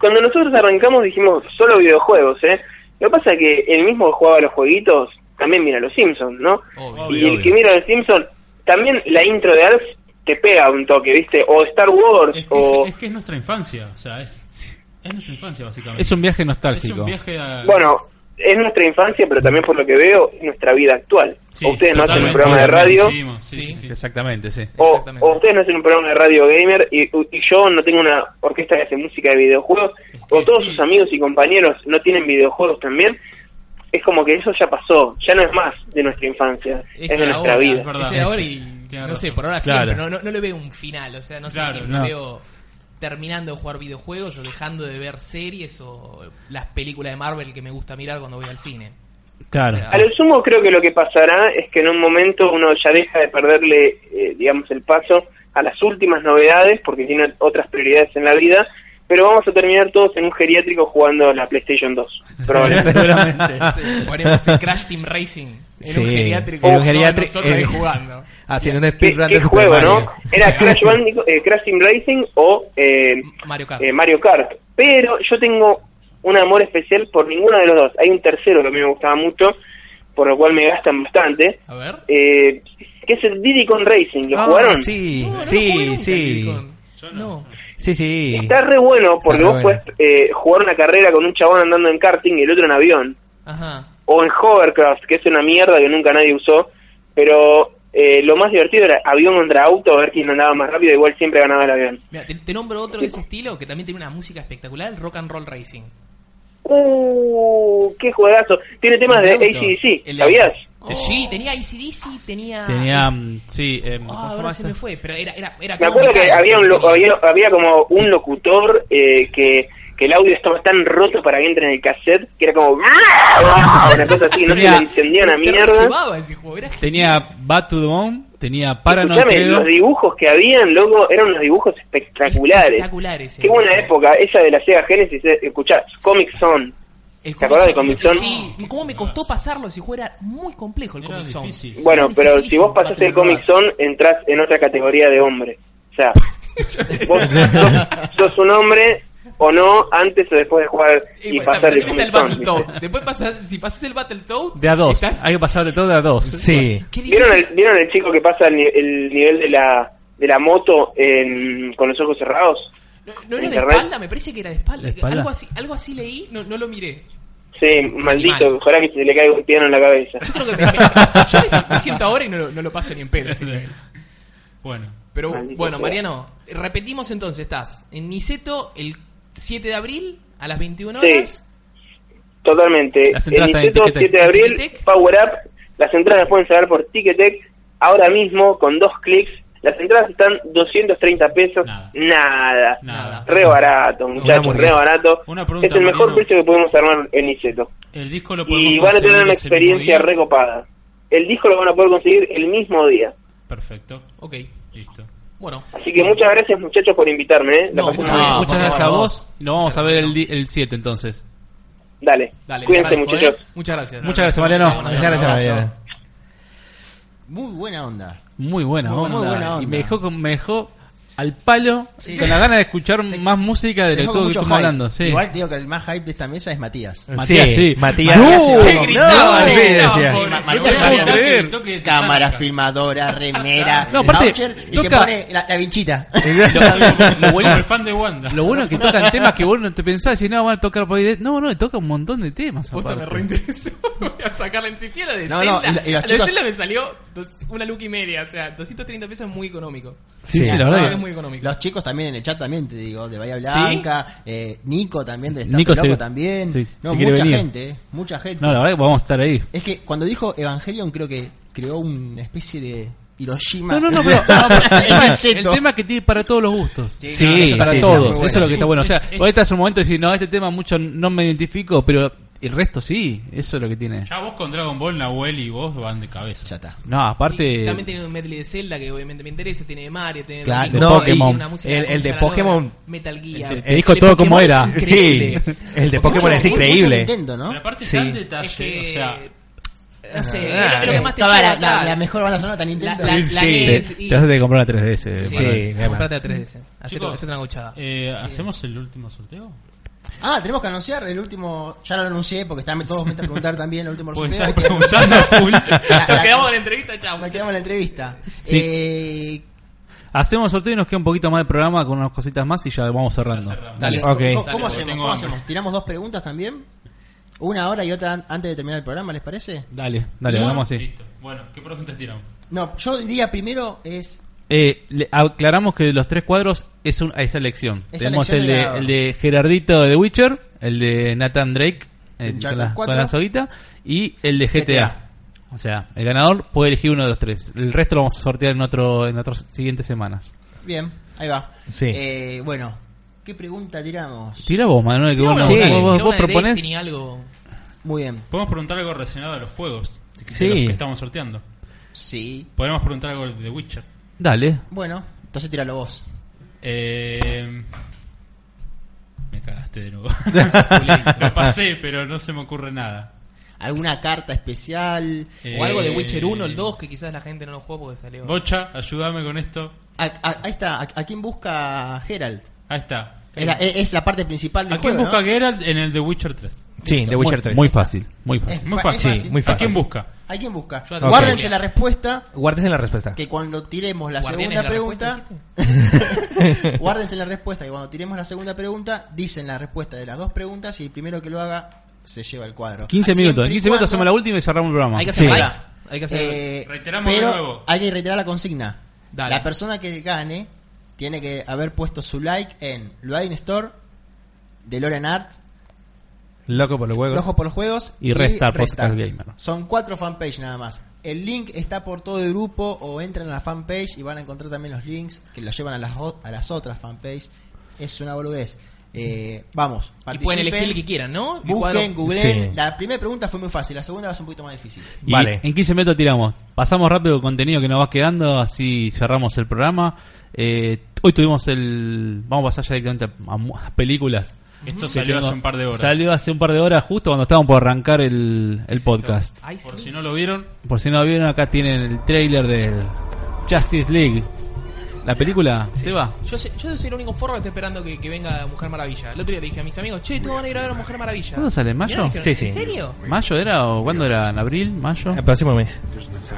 Speaker 11: cuando nosotros arrancamos dijimos solo videojuegos, ¿eh? Lo que pasa es que el mismo que jugaba los jueguitos también mira los Simpsons, ¿no? y el que mira los Simpsons, también la intro de Alf te pega un toque, ¿viste? O Star Wars,
Speaker 4: Es que
Speaker 11: o...
Speaker 4: es, es que es nuestra infancia, o sea, es, es nuestra infancia básicamente.
Speaker 5: Es un viaje
Speaker 4: Es
Speaker 5: nostálgico.
Speaker 4: un viaje a...
Speaker 11: Bueno, es nuestra infancia, pero también por lo que veo, es nuestra vida actual.
Speaker 4: Sí,
Speaker 11: O ustedes no hacen un
Speaker 4: totalmente,
Speaker 11: programa de
Speaker 4: obviamente,
Speaker 11: radio,
Speaker 4: seguimos, sí, sí, sí.
Speaker 5: Exactamente, sí.
Speaker 11: o, o ustedes no hacen un programa de radio gamer, y, y yo no tengo una orquesta que hace música de videojuegos, o todos sus amigos y compañeros no tienen videojuegos también. Es como que eso ya pasó, ya no es más de nuestra infancia, es, de
Speaker 1: el
Speaker 11: nuestra
Speaker 1: ahora,
Speaker 11: vida.
Speaker 1: Es el ahora y no
Speaker 4: razón.
Speaker 1: sé, por ahora
Speaker 5: Claro.
Speaker 1: siempre. No, no, no le veo un final. O sea, no sé
Speaker 4: Claro,
Speaker 1: si
Speaker 4: no.
Speaker 1: me veo terminando de jugar videojuegos o dejando de ver series o las películas de Marvel que me gusta mirar cuando voy al cine.
Speaker 5: Claro.
Speaker 11: A lo sumo creo que lo que pasará es que en un momento uno ya deja de perderle, eh, digamos, el paso a las últimas novedades porque tiene otras prioridades en la vida, pero vamos a terminar todos en un geriátrico jugando a la PlayStation 2. probablemente.
Speaker 1: Sí, Ponemos el Crash Team Racing en un geriátrico.
Speaker 2: en un
Speaker 1: todos
Speaker 2: geriátrico,
Speaker 1: Nosotros ahí
Speaker 2: eh,
Speaker 1: jugando.
Speaker 2: Haciendo un
Speaker 11: ¿Qué,
Speaker 2: speedrun
Speaker 11: qué
Speaker 2: de Super
Speaker 11: juego,
Speaker 2: Mario.
Speaker 11: no? Era Crash, Bandico- eh, Crash Team Racing o eh,
Speaker 1: Mario Kart.
Speaker 11: eh, Mario Kart. Pero yo tengo un amor especial por ninguno de los dos. Hay un tercero que a mí me gustaba mucho, por lo cual me gastan bastante.
Speaker 1: A ver.
Speaker 11: eh, que es el Diddy Con Racing. ¿Lo
Speaker 2: Ah,
Speaker 11: jugaron?
Speaker 2: Sí,
Speaker 1: Oh, No, no jugué
Speaker 2: sí,
Speaker 1: nunca,
Speaker 2: sí.
Speaker 1: Nikon. No.
Speaker 2: Sí, sí.
Speaker 11: Está re bueno porque
Speaker 2: Está
Speaker 11: vos
Speaker 2: re
Speaker 11: puedes jugar una carrera con un chabón andando en karting y el otro en avión.
Speaker 1: Ajá.
Speaker 11: O en hovercraft, que es una mierda que nunca nadie usó. Pero eh, lo más divertido era avión contra auto, a ver quién andaba más rápido. Igual siempre ganaba el avión.
Speaker 1: Mira, te, te nombro otro de ese estilo que también tiene una música espectacular, el Rock and Roll Racing.
Speaker 11: ¡Uh! ¡Qué juegazo! Tiene temas de
Speaker 1: El auto.
Speaker 11: ACDC,
Speaker 1: El de
Speaker 11: ¿sabías?
Speaker 1: auto. Sí, tenía ACDC, tenía...
Speaker 5: Tenía. mm, Sí, eh, ¿cómo
Speaker 1: Ah,
Speaker 5: se llama
Speaker 1: ahora se
Speaker 5: esto?
Speaker 1: me fue, pero era... era, era
Speaker 11: Me
Speaker 1: todo
Speaker 11: acuerdo que
Speaker 1: mecánico,
Speaker 11: había, un lo-
Speaker 1: tenía-
Speaker 11: había, había como un locutor eh, que, que el audio estaba tan roto para que entre en el cassette que era como... Una cosa así, no se le
Speaker 5: Tenía-
Speaker 11: entendía una
Speaker 1: Te
Speaker 11: mierda.
Speaker 1: recibaba ese juego, era
Speaker 5: Tenía Bat to the Moon, tenía Paranoid.
Speaker 11: Escuchame,
Speaker 5: creo.
Speaker 11: los dibujos que habían, loco, eran unos dibujos espectaculares.
Speaker 1: espectaculares.
Speaker 11: Qué buena época, esa de la Sega Genesis, eh, escuchá, Comic Zone.
Speaker 1: El
Speaker 11: ¿Te acordás de
Speaker 1: Comic
Speaker 11: Comic
Speaker 1: Zone?
Speaker 11: Zone?
Speaker 1: Sí, cómo me costó pasarlo, ese juego era muy complejo el
Speaker 4: Era
Speaker 1: Comic Zone.
Speaker 4: difícil.
Speaker 11: Bueno,
Speaker 1: Era
Speaker 11: pero si
Speaker 1: dificilísimo
Speaker 11: vos pasás el
Speaker 1: para
Speaker 11: Comic
Speaker 1: terminar.
Speaker 11: Zone, entrás en otra categoría de hombre. O sea, vos sos, sos un hombre o no antes o después de jugar
Speaker 1: Y
Speaker 11: y
Speaker 1: Eh, bueno,
Speaker 11: pasar el
Speaker 1: después está
Speaker 11: Comic
Speaker 1: el
Speaker 11: Zone.
Speaker 1: Battletoads. Después pasás, si pasás el Battletoads...
Speaker 5: De a dos.
Speaker 1: estás-
Speaker 5: Hay que pasar de todo de a dos. ¿eh?
Speaker 2: Sí.
Speaker 1: Qué
Speaker 11: ¿Vieron
Speaker 1: difícil.
Speaker 11: el, ¿Vieron el chico que pasa el, ni- el nivel de la, de la moto en- con los ojos cerrados?
Speaker 1: No, no era de
Speaker 11: Internet.
Speaker 1: espalda, me parece que era de espalda.
Speaker 11: ¿De espalda?
Speaker 1: Algo, así, algo así leí, no, no lo miré.
Speaker 11: Sí, maldito, ojalá que se le caiga un piano en la cabeza.
Speaker 1: Yo creo que me, me- yo me si- me siento ahora y no, lo- no lo paso ni en pedo. ese nivel.
Speaker 4: Bueno.
Speaker 1: Pero
Speaker 4: Maldito
Speaker 1: bueno,
Speaker 4: sea.
Speaker 1: Mariano, repetimos entonces, estás en Niceto el 7 de abril a las 21
Speaker 11: Sí.
Speaker 1: horas.
Speaker 11: Totalmente.
Speaker 1: Las
Speaker 11: El
Speaker 1: entradas están en
Speaker 11: Instituto
Speaker 1: Ticketek.
Speaker 11: 7 de abril, Power Up. Las entradas las pueden sacar por Ticketek ahora mismo con dos clics. Las entradas están 230 pesos. Nada.
Speaker 4: Nada.
Speaker 11: Re barato, muchachos, re
Speaker 4: hamburguesa.
Speaker 11: barato.
Speaker 4: Una pregunta,
Speaker 11: es el mejor
Speaker 4: Mariano.
Speaker 11: precio que pudimos armar en Iseto.
Speaker 4: El disco lo podemos
Speaker 11: Y van a tener
Speaker 4: conseguir
Speaker 11: una
Speaker 4: ese mismo
Speaker 11: experiencia
Speaker 4: día.
Speaker 11: recopada. El disco lo van a poder conseguir el mismo día.
Speaker 4: Perfecto.
Speaker 1: Ok.
Speaker 4: Listo.
Speaker 1: Bueno.
Speaker 11: Así que muchas gracias, muchachos, por invitarme. ¿eh? La pasé muy bien.
Speaker 5: muchas gracias a vos. Y nos vamos a ver el di- el 7 entonces.
Speaker 11: Dale,
Speaker 1: Dale,
Speaker 11: cuídense,
Speaker 1: dale,
Speaker 11: muchachos.
Speaker 1: Joel. Muchas gracias.
Speaker 5: Muchas gracias, Mariano.
Speaker 1: Chao, Mariano.
Speaker 5: Muchas gracias,
Speaker 1: Un abrazo.
Speaker 5: Mariano.
Speaker 3: Muy buena onda.
Speaker 5: Muy buena,
Speaker 3: Muy
Speaker 5: onda.
Speaker 3: buena onda.
Speaker 5: Y me dejó, con- me dejó al palo
Speaker 3: Sí.
Speaker 5: con la gana de escuchar más música
Speaker 3: Te
Speaker 5: de lo que
Speaker 3: dejó con mucho
Speaker 5: estuvimos
Speaker 3: hype.
Speaker 5: hablando. Sí.
Speaker 3: Igual te digo que el más hype de esta mesa es Matías.
Speaker 5: Matías, sí. Matías.
Speaker 3: se
Speaker 5: ¡No!
Speaker 3: va
Speaker 5: Sí,
Speaker 3: con-
Speaker 5: gritaba,
Speaker 3: Sí,
Speaker 5: sí, gritaba,
Speaker 3: decía.
Speaker 5: pobre.
Speaker 3: Ma-
Speaker 5: No
Speaker 3: Matías
Speaker 5: te
Speaker 3: se va
Speaker 5: puedo
Speaker 3: con- Toque-
Speaker 5: creer.
Speaker 3: toque- Cámara, filmadora, remera,
Speaker 5: No, aparte,
Speaker 3: voucher, y se
Speaker 5: toca-
Speaker 3: pone la, la vinchita.
Speaker 5: lo, bueno,
Speaker 4: Como el fan de Wanda.
Speaker 5: lo bueno es que tocan temas que vos no te pensás y no van a tocar por ahí. de- No, no, toca un montón de temas.
Speaker 1: Posta me
Speaker 5: aparte.
Speaker 1: reinteresó. Voy a sacarla en siquiera de
Speaker 5: No, no,
Speaker 1: Zelda.
Speaker 5: y la- y los
Speaker 1: la de
Speaker 5: chicos-
Speaker 1: Zelda me salió dos- una luca y media. O sea, 230 pesos es muy económico.
Speaker 5: Ah,
Speaker 3: que-
Speaker 1: Ah, es muy económico.
Speaker 3: Los chicos también en el chat también, te digo, de Bahía Blanca, eh, Nico también del Estado
Speaker 5: Nico
Speaker 3: Loco
Speaker 5: se-
Speaker 3: también.
Speaker 5: sí,
Speaker 3: no,
Speaker 5: se quiere
Speaker 3: mucha
Speaker 5: venir.
Speaker 3: gente, eh, mucha gente.
Speaker 5: No, la verdad que vamos a estar ahí.
Speaker 3: Es que cuando dijo Evangelion creo que creó una especie de Hiroshima.
Speaker 5: No, no, no, pero, no, pero el, tema es, el
Speaker 3: Niceto.
Speaker 5: tema es que tiene para todos los gustos.
Speaker 3: Sí,
Speaker 2: Sí, no, eso está
Speaker 5: para
Speaker 2: muy
Speaker 5: todos. Eso
Speaker 2: bueno.
Speaker 5: es lo que
Speaker 2: Sí.
Speaker 5: está bueno. O sea,
Speaker 2: Es-
Speaker 5: ahorita es un momento de decir, no, este tema mucho no me identifico, pero el resto sí. Eso es lo que tiene.
Speaker 4: Ya vos con Dragon Ball, Nahuel y vos van de cabeza.
Speaker 3: Ya está.
Speaker 5: No, aparte.
Speaker 1: También tiene un medley de Zelda que obviamente me interesa. Tiene de Mario, tiene de Donkey
Speaker 5: Claro, de
Speaker 1: Kong,
Speaker 5: Pokémon.
Speaker 1: tiene una música
Speaker 2: El- el de
Speaker 1: concha la lora,
Speaker 2: Pokémon.
Speaker 1: Metal Gear.
Speaker 2: El-
Speaker 5: Te dijo
Speaker 1: de
Speaker 5: todo como
Speaker 1: Pokémon
Speaker 5: era.
Speaker 1: es increíble.
Speaker 2: Sí, el de Pokémon es increíble.
Speaker 4: Pero aparte está en detalle, o sea... eh,
Speaker 1: No sé,
Speaker 3: Ah,
Speaker 1: es lo que más te
Speaker 3: toda
Speaker 1: lleva
Speaker 3: la, la-
Speaker 1: atrás.
Speaker 3: la mejor banda sonora tan Nintendo.
Speaker 1: La- la- la NES y-
Speaker 5: Te vas a tener que comprar una 3DS.
Speaker 1: Sí,
Speaker 5: Manuel.
Speaker 1: comprate la 3DS. Hacete
Speaker 4: Chicos,
Speaker 1: hacete una gochada.
Speaker 4: eh, ¿Hacemos el último sorteo?
Speaker 3: Ah, tenemos que anunciar el último. Ya lo anuncié porque están todos me están preguntando también el último
Speaker 4: Porque
Speaker 3: sorteo.
Speaker 4: estás preguntando a full.
Speaker 3: La-
Speaker 1: Nos quedamos en la entrevista, chao.
Speaker 3: Nos quedamos en la entrevista.
Speaker 5: Sí.
Speaker 3: Eh,
Speaker 5: Hacemos sorteo y nos queda un poquito más de programa con unas cositas más y ya vamos cerrando.
Speaker 3: Dale, ¿cómo- ¿cómo,
Speaker 5: Ok.
Speaker 3: hacemos?
Speaker 5: Tengo
Speaker 3: ¿Cómo
Speaker 5: hambre.
Speaker 3: hacemos? ¿Tiramos dos preguntas también? Una ahora y otra an- antes de terminar el programa, ¿les parece?
Speaker 5: Dale, dale,
Speaker 3: ¿Y?
Speaker 5: vamos así.
Speaker 4: Listo. Bueno, ¿qué preguntas tiramos?
Speaker 3: No, yo diría primero es.
Speaker 5: Eh, le- aclaramos que de los tres cuadros es una esa elección.
Speaker 3: Esa
Speaker 5: Tenemos
Speaker 3: elección
Speaker 5: el,
Speaker 3: de
Speaker 5: de,
Speaker 3: ganador.
Speaker 5: el de Gerardito de Witcher, el de Nathan Drake eh,
Speaker 3: Uncharted
Speaker 5: con, la, con
Speaker 3: 4.
Speaker 5: la soguita y el de GTA. O sea, el ganador puede elegir uno de los tres. El resto lo vamos a sortear en otro en otras siguientes semanas.
Speaker 3: Bien, ahí va.
Speaker 5: Sí.
Speaker 3: Eh, bueno, ¿qué pregunta tiramos?
Speaker 5: Tira vos, Manuel, que
Speaker 3: Tira
Speaker 5: vos,
Speaker 3: una
Speaker 5: no-
Speaker 3: buena,
Speaker 5: vos-
Speaker 3: tira
Speaker 5: vos-
Speaker 3: una
Speaker 5: vos
Speaker 3: de
Speaker 5: proponés.
Speaker 3: Destiny,
Speaker 1: algo.
Speaker 3: Muy bien.
Speaker 4: Podemos preguntar algo relacionado a los juegos. de
Speaker 5: Sí.
Speaker 4: los que estamos sorteando.
Speaker 3: Sí.
Speaker 4: Podemos preguntar algo de The Witcher.
Speaker 5: Dale.
Speaker 3: Bueno, entonces tíralo vos.
Speaker 4: Eh, me cagaste de nuevo. Lo pasé, pero no se me ocurre nada.
Speaker 3: ¿Alguna carta especial?
Speaker 1: O algo de
Speaker 4: Eh,
Speaker 1: Witcher 1, el 2, que quizás la gente no lo jugó porque salió.
Speaker 4: Bocha, ayúdame con esto.
Speaker 3: A- a- ahí está, ¿a, a quién busca Geralt?
Speaker 4: Ahí está.
Speaker 3: Es la, es- es la parte principal del
Speaker 4: ¿A quién
Speaker 3: juego,
Speaker 4: busca
Speaker 3: ¿no?
Speaker 4: Geralt en el The Witcher 3?
Speaker 2: Sí, The Witcher 3.
Speaker 5: Muy fácil, muy
Speaker 3: Es
Speaker 5: fácil.
Speaker 3: fa-
Speaker 4: Muy
Speaker 3: es
Speaker 4: fácil.
Speaker 3: fácil.
Speaker 2: Muy
Speaker 4: ¿A
Speaker 2: fácil.
Speaker 4: quién busca?
Speaker 3: ¿A quién busca?
Speaker 1: Yo
Speaker 2: la-
Speaker 3: Guárdense
Speaker 2: Ok.
Speaker 3: la respuesta
Speaker 2: Guárdense la respuesta.
Speaker 3: que cuando tiremos la
Speaker 1: Guardianes
Speaker 3: segunda
Speaker 1: de la
Speaker 3: pregunta, guárdense la respuesta que cuando tiremos la segunda pregunta, dicen la respuesta de las dos preguntas y el primero que lo haga se lleva el cuadro.
Speaker 5: 15
Speaker 3: Siempre
Speaker 5: minutos. En
Speaker 3: y
Speaker 5: 15 minutos
Speaker 3: cuando-
Speaker 5: hacemos la última y cerramos el programa.
Speaker 1: Hay que hacer
Speaker 5: Sí.
Speaker 1: likes. Hay que hacer.
Speaker 3: Eh,
Speaker 4: Reiteramos
Speaker 3: pero
Speaker 4: de nuevo.
Speaker 3: Hay que reiterar la consigna.
Speaker 1: Dale.
Speaker 3: La persona que gane tiene que haber puesto su like en Ludain Store, DeLorean Arts,
Speaker 2: Loco por los huevos.
Speaker 3: Lojo por los Juegos
Speaker 5: Y Resta Podcast Gamer.
Speaker 3: Son cuatro fanpage nada más. El link está por todo el grupo o entran a la fanpage y van a encontrar también los links que los llevan a las, o- a las otras fanpage. Es una boludez. Eh, vamos,
Speaker 1: y pueden
Speaker 3: participen,
Speaker 1: elegir el que quieran, ¿no? El cuadro.
Speaker 3: Busquen, googleen.
Speaker 5: Sí.
Speaker 3: La primera pregunta fue muy fácil, la segunda va a ser un poquito más difícil.
Speaker 5: Y En 15 minutos tiramos. Pasamos rápido el contenido que nos va quedando, así cerramos el programa. Eh, hoy tuvimos el... Vamos a pasar ya directamente a, a mu- a películas.
Speaker 4: Esto
Speaker 5: Que
Speaker 4: salió hace un par de horas.
Speaker 5: Salió hace un par de horas, justo cuando estábamos por arrancar el, el podcast.
Speaker 4: Por si no lo vieron,
Speaker 5: Por si no vieron, acá tienen el trailer del Justice League. La película, se va.
Speaker 1: Yo, sé- yo soy el único forro que está esperando que, que venga Mujer Maravilla. El otro día le dije a mis amigos, che, todos van a ir a ver a Mujer Maravilla.
Speaker 5: ¿Cuándo sale? ¿En
Speaker 1: Y no
Speaker 5: mayo?
Speaker 1: me dijeron, ¿En serio?
Speaker 5: ¿Mayo era o cuándo era? ¿En abril? ¿Mayo? El
Speaker 2: próximo mes.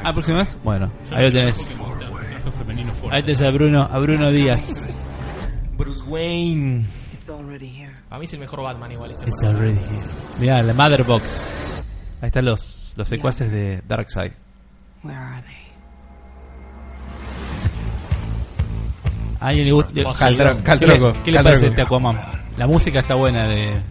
Speaker 5: ¿Ah, próximo mes? Bueno, ahí lo tenés.
Speaker 4: Pokémon, un personaje femenino fuerte.
Speaker 5: Ahí tenés a Bruno, a Bruno Díaz.
Speaker 3: Bruce
Speaker 2: Wayne.
Speaker 1: A mí es el mejor Batman igual. este
Speaker 5: It's
Speaker 1: Batman.
Speaker 5: already here. Mirá, la Mother Box. Ahí están los, los secuaces de Darkseid.
Speaker 12: Where are they?
Speaker 5: A alguien le gusta.
Speaker 2: Caltro-
Speaker 5: ¿Qué-
Speaker 2: Caltroco,
Speaker 5: ¿Qué, le
Speaker 2: Caltroco.
Speaker 5: parece este Aquaman? La música está buena de.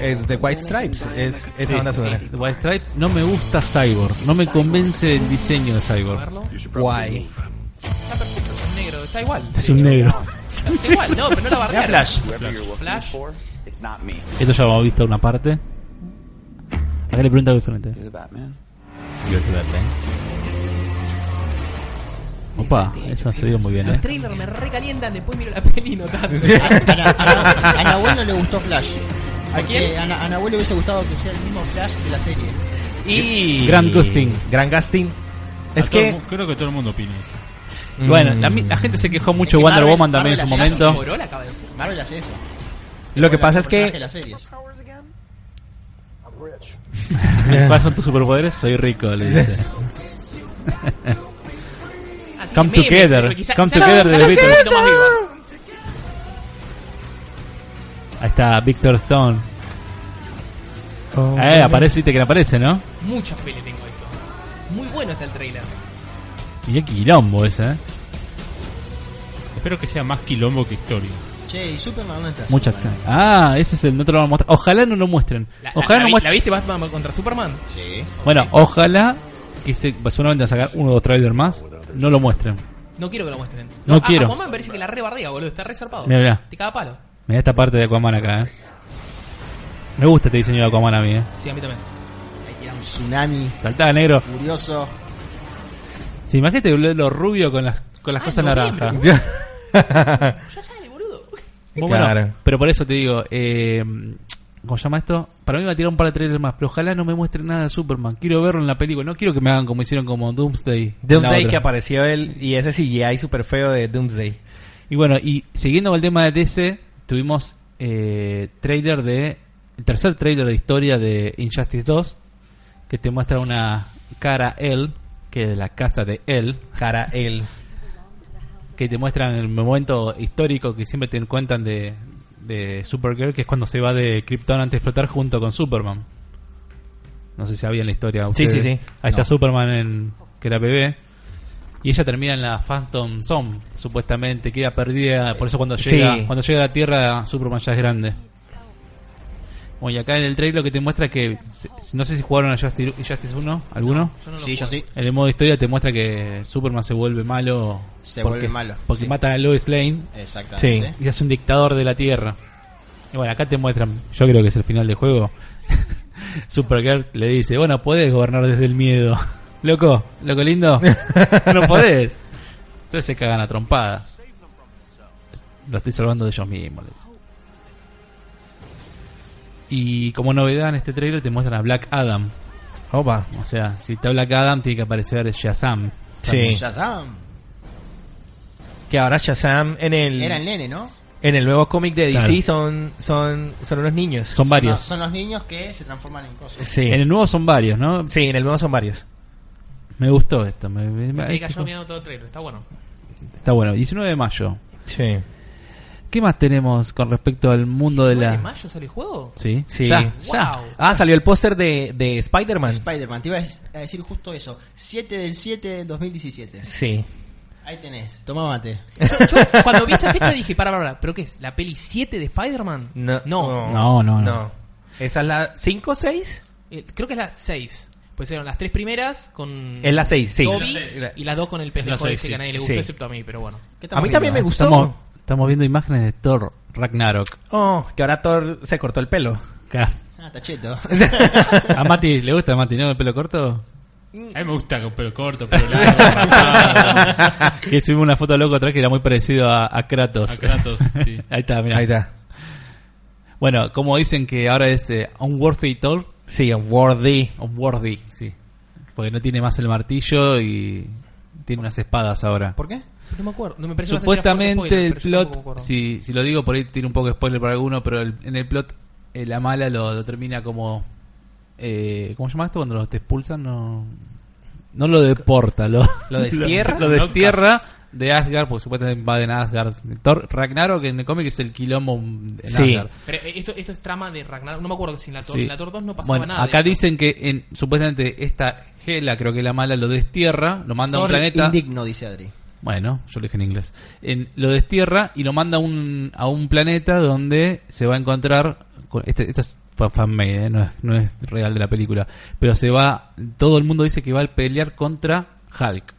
Speaker 2: Es de White Stripes. Es esa
Speaker 5: Sí,
Speaker 2: banda
Speaker 5: sí.
Speaker 2: sonora.
Speaker 5: The White Stripe. No me gusta Cyborg. No me convence el diseño de Cyborg.
Speaker 2: Guay.
Speaker 1: Está perfecto, es un negro, está igual.
Speaker 5: Es un negro.
Speaker 1: Está igual, no, pero no la barrera.
Speaker 3: Mira Flash.
Speaker 1: Flash.
Speaker 5: Esto ya lo hemos visto una parte. Acá le pregunta algo diferente. Opa, eso se vio muy bien,
Speaker 1: Los
Speaker 5: eh.
Speaker 1: trailers me recalientan, después miro la peli y no tanto.
Speaker 3: Ana- Ana- A Nahuel no le gustó Flash.
Speaker 1: ¿A quién?
Speaker 3: Porque A, Na- a Nahuel le hubiese gustado que sea el mismo Flash de la serie.
Speaker 2: Y.
Speaker 5: Grand Gusting.
Speaker 2: Gran Gusting. Es
Speaker 4: A todo el
Speaker 2: que.
Speaker 4: mu- creo que todo el mundo opina eso.
Speaker 5: Bueno, la, mi- la gente se quejó mucho de
Speaker 3: que
Speaker 5: Wonder
Speaker 3: Marvel-
Speaker 5: Woman también
Speaker 3: Marvel
Speaker 5: en su
Speaker 3: hace eso,
Speaker 5: momento.
Speaker 1: Moró la cabeza.
Speaker 3: Marvel hace eso.
Speaker 2: Lo que
Speaker 3: Con
Speaker 2: pasa
Speaker 3: los
Speaker 2: es que-
Speaker 3: personajes de las series.
Speaker 5: ¿Cuáles son tus superpoderes? Soy rico, le dice.
Speaker 1: Ah, tiene
Speaker 5: Come
Speaker 1: memes,
Speaker 5: together,
Speaker 1: pero quizá-
Speaker 5: come
Speaker 1: quizá
Speaker 5: together
Speaker 1: la-
Speaker 5: de
Speaker 1: quizá
Speaker 5: The
Speaker 1: la-
Speaker 5: Beatles.
Speaker 1: quizá la- más viva.
Speaker 5: Ahí está Victor Stone. Eh, aparece, viste que le aparece, ¿no?
Speaker 1: Mucha fe le tengo a esto. Muy bueno está el trailer.
Speaker 5: Y qué quilombo ese, eh.
Speaker 4: Espero que sea más quilombo que historia.
Speaker 3: Che, y Superman dónde está?
Speaker 5: Mucha acción.
Speaker 3: Superman?
Speaker 5: Ah, ese es el. No te lo van a mostrar. Ojalá no lo muestren.
Speaker 1: La, la-
Speaker 5: Ojalá
Speaker 1: la
Speaker 5: no
Speaker 1: vi-
Speaker 5: muestren.
Speaker 1: ¿la viste Batman contra Superman?
Speaker 3: Sí.
Speaker 5: Bueno, ojalá que se, seguramente van a sacar uno o dos trailers más. No lo muestren.
Speaker 1: No quiero que lo muestren.
Speaker 5: No
Speaker 1: ah,
Speaker 5: quiero.
Speaker 1: Aquaman parece que la rebardea, boludo. Está reservado.
Speaker 5: Mirá, mirá.
Speaker 1: Te caga palo.
Speaker 5: Mirá esta parte de Aquaman acá, eh. Me gusta este diseño de Aquaman a mí, eh.
Speaker 1: Sí, a mí también.
Speaker 3: Ahí tira un tsunami
Speaker 5: Saltaba negro.
Speaker 3: furioso.
Speaker 5: Sí, imagínate lo, lo rubio con las, con las
Speaker 1: Ah,
Speaker 5: cosas
Speaker 1: noviembre,
Speaker 5: naranjas.
Speaker 1: boludo. Ya sale, boludo.
Speaker 5: Muy bueno,
Speaker 2: Claro.
Speaker 5: pero por eso te digo, eh, ¿cómo se llama esto? Para mí va a tirar un par de trailers más, pero ojalá no me muestren nada de Superman. Quiero verlo en la película, no quiero que me hagan como hicieron como Doomsday. en la
Speaker 2: Doomsday
Speaker 5: otra.
Speaker 2: que apareció él y ese CGI super feo de Doomsday.
Speaker 5: Y bueno, y siguiendo con el tema de DC, tuvimos eh, trailer de. El tercer trailer de historia de Injustice 2, que te muestra una cara él, que es de la casa de él,
Speaker 2: Cara él.
Speaker 5: que te muestran el momento histórico que siempre te cuentan de, de Supergirl, que es cuando se va de Krypton antes de explotar junto con Superman. No sé si sabían la historia.
Speaker 2: Sí,
Speaker 5: ustedes.
Speaker 2: sí, sí.
Speaker 5: Ahí está
Speaker 2: No.
Speaker 5: Superman, en, que era bebé. Y ella termina en la Phantom Zone, supuestamente, queda perdida. Por eso cuando
Speaker 2: Sí.
Speaker 5: llega, cuando llega a la Tierra, Superman ya es grande. Bueno, y acá en el trailer lo que te muestra es que. se- No sé si jugaron a Justice, Justice 1, ¿alguno?
Speaker 1: Yo no lo
Speaker 3: Sí, yo
Speaker 1: juego.
Speaker 3: sí.
Speaker 5: En el modo historia te muestra que Superman se vuelve malo.
Speaker 3: Se vuelve malo,
Speaker 5: Porque
Speaker 3: sí.
Speaker 5: mata a Lois Lane
Speaker 3: Exactamente.
Speaker 5: y se hace un dictador de la Tierra. Y bueno, acá te muestran, yo creo que es el final del juego. Supergirl le dice, bueno, podés gobernar desde el miedo. Loco, loco lindo, no podés. Entonces se cagan a trompada. Lo estoy salvando de ellos mismos. le dice. Y como novedad en este trailer te muestran a Black Adam.
Speaker 2: Opa.
Speaker 5: O sea, si te habla Adam, tiene que aparecer Shazam.
Speaker 2: Sí.
Speaker 3: Shazam.
Speaker 2: Que ahora Shazam en el,
Speaker 3: Era el nene, ¿no?
Speaker 2: en el nuevo cómic de DC
Speaker 5: Claro.
Speaker 2: son, son, son unos niños.
Speaker 5: Son varios.
Speaker 3: Son los niños que se transforman en cosas.
Speaker 2: Sí.
Speaker 5: En el nuevo son varios, ¿no?
Speaker 2: Sí, en el nuevo son varios.
Speaker 5: Me gustó esto. me- me-
Speaker 1: Me quedé
Speaker 5: esto-
Speaker 1: callado mirando todo el trailer. Está bueno.
Speaker 5: está bueno. 19 de mayo.
Speaker 2: Sí.
Speaker 5: ¿Qué más tenemos con respecto al mundo de
Speaker 1: ¿En
Speaker 5: la...
Speaker 1: mayo sale el juego?
Speaker 5: Sí,
Speaker 2: Sí.
Speaker 5: Ya,
Speaker 1: Wow.
Speaker 5: ya.
Speaker 2: Ah, salió el póster de, de Spider-Man.
Speaker 3: Spider-Man, te iba a decir justo eso. 7 del 7 del 2017.
Speaker 2: sí.
Speaker 3: Ahí tenés, toma mate.
Speaker 1: Yo, yo cuando vi esa fecha dije, para, para, para, ¿pero qué es? ¿La peli 7 de Spider-Man?
Speaker 2: No.
Speaker 1: No.
Speaker 5: No, no, no.
Speaker 2: ¿Esa es la 5 o 6?
Speaker 1: Eh, creo que es la 6. Pues eran las tres primeras con
Speaker 2: Es la 6, sí.
Speaker 1: Toby
Speaker 4: La seis.
Speaker 1: y las dos con el
Speaker 4: la
Speaker 1: pendejo
Speaker 4: seis,
Speaker 1: ese
Speaker 4: sí.
Speaker 1: que a nadie le gustó,
Speaker 2: Sí.
Speaker 1: excepto a mí, pero bueno.
Speaker 3: ¿Qué estamos
Speaker 2: A mí
Speaker 3: viendo?
Speaker 2: también me gustó.
Speaker 5: Estamos, estamos viendo imágenes de Thor Ragnarok.
Speaker 2: Oh, que ahora Thor se cortó el pelo.
Speaker 5: Acá.
Speaker 3: Ah, tacheto.
Speaker 5: A Mati, ¿le gusta a Mati, no? El pelo corto.
Speaker 4: A mí me gusta con pelo corto, pelo largo, rapado,
Speaker 5: Que subimos una foto loco atrás que era muy parecido a, a Kratos.
Speaker 4: a Kratos, sí.
Speaker 5: Ahí está, mira.
Speaker 2: Ahí está.
Speaker 5: Bueno, como dicen que ahora es eh, Unworthy Thor,
Speaker 2: Sí, Worthy.
Speaker 5: Unworthy, sí. Porque no tiene más el martillo y tiene unas espadas ahora.
Speaker 3: ¿Por qué?
Speaker 1: No me acuerdo. No me pareció que vas a tirar fuerte
Speaker 5: Supuestamente
Speaker 1: spoiler,
Speaker 5: el
Speaker 1: pero yo tampoco me
Speaker 5: plot,
Speaker 1: acuerdo.
Speaker 5: si, si lo digo por ahí tiene un poco de spoiler para alguno, pero el- en el plot eh, la mala lo, lo termina como... Eh, ¿Cómo se llama esto? Cuando los te expulsan, no... No lo deporta, lo,
Speaker 2: ¿Lo destierra?
Speaker 5: Lo, destierra de Asgard, porque supuestamente va en Asgard. Thor Ragnarok en el cómic es el quilombo en
Speaker 2: Sí.
Speaker 5: Asgard.
Speaker 1: Pero eh, esto, esto es trama de Ragnarok. No me acuerdo si en la Thor,
Speaker 5: Sí.
Speaker 1: en la Thor 2 no pasaba
Speaker 5: Bueno,
Speaker 1: nada.
Speaker 5: Acá
Speaker 1: de esto.
Speaker 5: dicen que en, supuestamente esta Gela, creo que la mala, lo destierra, lo manda a un
Speaker 3: Thor
Speaker 5: planeta.
Speaker 3: Indigno, dice Adri.
Speaker 5: Bueno, yo lo dije en inglés. En- lo destierra y lo manda a un, a un planeta donde se va a encontrar. con- este- esto es fan- fanmade, ¿eh? no, es, no es real de la película. Pero se va. Todo el mundo dice que va a pelear contra Hulk.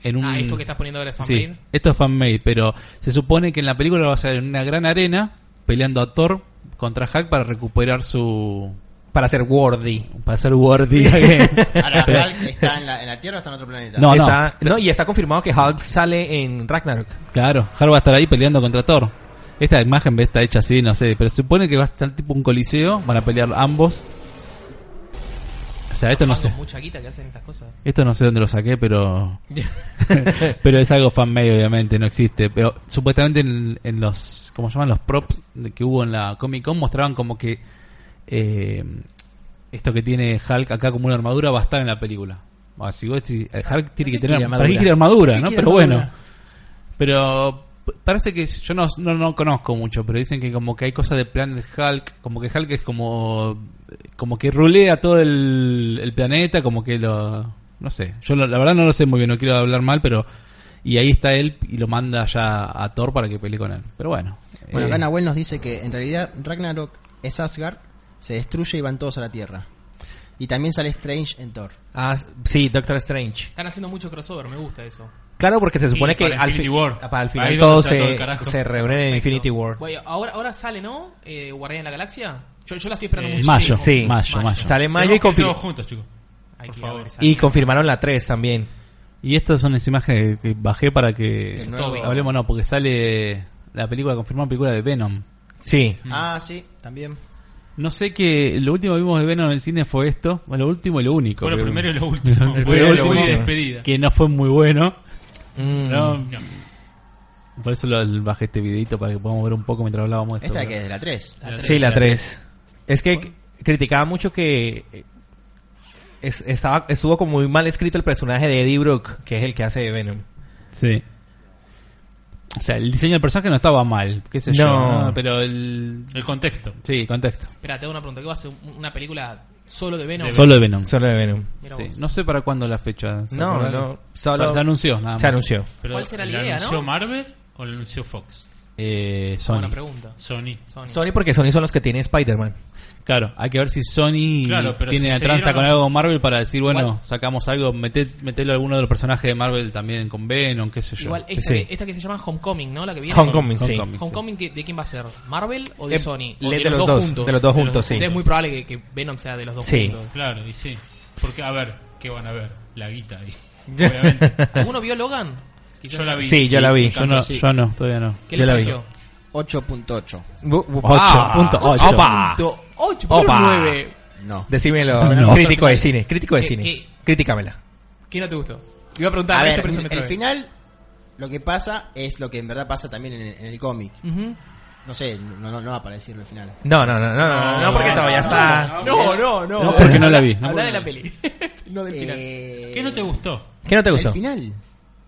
Speaker 5: En un,
Speaker 1: Ah, esto que estás poniendo ahora es
Speaker 5: Sí,
Speaker 1: fanmade.
Speaker 5: esto es fanmade, pero se supone que en la película lo va a ser en una gran arena peleando a Thor contra Hulk para recuperar su.
Speaker 2: Para ser worthy.
Speaker 5: Para ser worthy.
Speaker 3: Ahora,
Speaker 5: Pero-
Speaker 3: Hulk está en la, en la Tierra o está en otro planeta.
Speaker 5: No, no.
Speaker 2: Está- no, y está confirmado que Hulk sale en Ragnarok.
Speaker 5: Claro, Har va a estar ahí peleando contra Thor. Esta imagen está hecha así, no sé, pero se supone que va a estar tipo un coliseo, van a pelear ambos. O sea, esto no sé.
Speaker 1: Mucha guita que hacen estas cosas.
Speaker 5: Esto no sé dónde lo saqué, pero. pero es algo fanmade, obviamente, no existe. Pero supuestamente en, en los. ¿Cómo se llaman? Los props de- que hubo en la Comic Con mostraban como que. eh, esto que tiene Hulk acá como una armadura va a estar en la película. Ah, si vos decís, eh, Hulk tiene que
Speaker 6: qué quiere
Speaker 5: tener. ¿Para qué
Speaker 6: armadura?
Speaker 5: quiere armadura,
Speaker 6: ¿Para qué
Speaker 5: no?
Speaker 6: quiere
Speaker 5: Pero bueno.
Speaker 6: armadura?
Speaker 5: Pero. p- Parece que yo no, no, no conozco mucho, pero dicen que como que hay cosas de plan de Hulk, como que Hulk es como como que rulea todo el, el planeta, como que lo... No sé, yo lo- la verdad no lo sé muy bien, no quiero hablar mal, pero... Y ahí está él y lo manda ya a Thor para que pelee con él. Pero bueno.
Speaker 3: Bueno,
Speaker 5: eh,
Speaker 3: acá Nahuel nos dice que en realidad Ragnarok es Asgard, se destruye y van todos a la Tierra. Y también sale Strange en Thor.
Speaker 2: Ah, sí, Doctor Strange.
Speaker 1: Están haciendo mucho crossover, me gusta eso.
Speaker 2: Claro, porque se
Speaker 1: Sí,
Speaker 2: supone que
Speaker 1: para
Speaker 2: al,
Speaker 1: Infinity
Speaker 2: fi-
Speaker 1: War.
Speaker 2: para el
Speaker 1: Ahí
Speaker 2: final
Speaker 1: donde
Speaker 2: todos
Speaker 1: está todo
Speaker 2: se,
Speaker 1: el carajo.
Speaker 2: se reúnen en Infinity War.
Speaker 1: Bueno, ahora, ahora sale, ¿no? Eh, Guardián de la Galaxia. Yo, yo la estoy esperando
Speaker 5: eh,
Speaker 1: mucho.
Speaker 5: mayo,
Speaker 2: Sí.
Speaker 5: mayo, mayo.
Speaker 2: Sale en mayo y,
Speaker 4: Tenemos que ir
Speaker 2: confir-
Speaker 4: todos juntos, chicos. Por favor.
Speaker 2: y confirmaron la 3 también.
Speaker 5: Y estas son las imágenes que bajé para que
Speaker 3: El nuevo.
Speaker 5: hablemos, no, porque sale la película, confirmada película de Venom.
Speaker 2: Sí.
Speaker 3: Ah, sí, también.
Speaker 5: No sé que lo último que vimos de Venom en el cine fue esto. Bueno, lo último y lo único.
Speaker 4: Fue lo
Speaker 5: creo.
Speaker 4: primero y lo último.
Speaker 5: El primero
Speaker 4: Fue
Speaker 5: y
Speaker 4: la
Speaker 5: lo
Speaker 4: última
Speaker 5: último,
Speaker 4: despedida.
Speaker 5: Que no fue muy bueno.
Speaker 1: Mm.
Speaker 2: Mm.
Speaker 5: No,
Speaker 4: No.
Speaker 5: Por eso lo, bajé este videito para que podamos ver un poco mientras hablábamos de esto.
Speaker 3: Esta que es de la 3.
Speaker 2: Sí, la 3. Es que c- criticaba mucho que eh, es- estaba, estuvo como muy mal escrito el personaje de Eddie Brooke, que es el que hace de Venom.
Speaker 5: Sí. O sea, el diseño del personaje no estaba mal, qué sé yo,
Speaker 2: No.
Speaker 5: ¿no? pero el...
Speaker 4: El contexto.
Speaker 5: Sí, el contexto.
Speaker 1: Espera, te hago una pregunta. ¿Qué va a ser un- una película solo de Venom?
Speaker 5: Solo de Venom.
Speaker 2: Solo de Venom.
Speaker 1: Mira
Speaker 5: Sí.
Speaker 1: vos.
Speaker 5: No sé para cuándo la fecha. ¿se
Speaker 2: No,
Speaker 5: acuerdan?
Speaker 2: no, solo-
Speaker 5: Se- se anunció, nada más.
Speaker 2: Se anunció.
Speaker 4: Pero,
Speaker 1: ¿Cuál será la
Speaker 4: ¿lo
Speaker 1: idea,
Speaker 4: anunció
Speaker 1: no?
Speaker 4: Marvel o lo anunció Fox?
Speaker 5: Eh, Sony.
Speaker 1: Buena pregunta.
Speaker 4: Sony.
Speaker 1: Sony.
Speaker 2: Sony porque Sony son los que tienen Spider-Man.
Speaker 5: Claro, hay que ver si Sony
Speaker 4: Claro, pero
Speaker 5: tiene
Speaker 4: si
Speaker 5: la
Speaker 4: se
Speaker 5: tranza
Speaker 4: dieron-
Speaker 5: con algo con Marvel para decir, bueno,
Speaker 1: Igual-
Speaker 5: sacamos algo, meté- metelo a alguno de los personajes de Marvel también con Venom, qué sé yo.
Speaker 1: Igual, esta,
Speaker 2: Sí.
Speaker 1: que, esta que se llama Homecoming, ¿no? La que viene.
Speaker 2: Homecoming, sí.
Speaker 5: Homecoming, sí.
Speaker 1: Homecoming, ¿qué- ¿de quién va a ser? ¿Marvel o de
Speaker 2: Eh,
Speaker 1: Sony? O
Speaker 2: de los dos, de los dos juntos, sí.
Speaker 1: Es muy probable que, que Venom sea de los dos
Speaker 2: Sí.
Speaker 1: juntos.
Speaker 4: Claro, y sí. Porque, a ver, ¿qué van a ver? La guita ahí. Obviamente.
Speaker 1: ¿Alguno vio Logan?
Speaker 4: Yo la vi.
Speaker 2: Sí, yo la vi.
Speaker 5: Yo no, yo no, todavía no.
Speaker 1: ¿Qué
Speaker 2: Yo
Speaker 1: le
Speaker 2: la vi.
Speaker 1: pareció?
Speaker 3: 8.8.
Speaker 2: Bu- bu-
Speaker 5: Ocho,
Speaker 2: ah,
Speaker 5: punto ocho.
Speaker 2: opa.
Speaker 1: Punto ocho,
Speaker 2: Opa.
Speaker 1: pero nueve.
Speaker 3: No.
Speaker 2: Decímelo,
Speaker 5: No.
Speaker 2: crítico de cine, crítico de
Speaker 1: ¿Qué-
Speaker 2: cine.
Speaker 1: qué?
Speaker 2: Critícamela.
Speaker 1: ¿Qué no te gustó? Te iba a preguntar
Speaker 3: A
Speaker 1: esto,
Speaker 3: ver,
Speaker 1: pero se me
Speaker 3: el
Speaker 1: trabé.
Speaker 3: final, lo que pasa es lo que en verdad pasa también en, en el cómic.
Speaker 1: Ujú.
Speaker 3: No sé, no, no, no va para decirlo al final.
Speaker 2: No, no, no, no, no, no, porque todavía está.
Speaker 1: No, no, no.
Speaker 5: No, porque no la vi. No,
Speaker 1: Habla de
Speaker 5: porque-
Speaker 1: la peli. no del final.
Speaker 3: Eh,
Speaker 4: ¿Qué no te gustó?
Speaker 2: ¿Qué no te
Speaker 3: El
Speaker 2: gustó?
Speaker 3: final.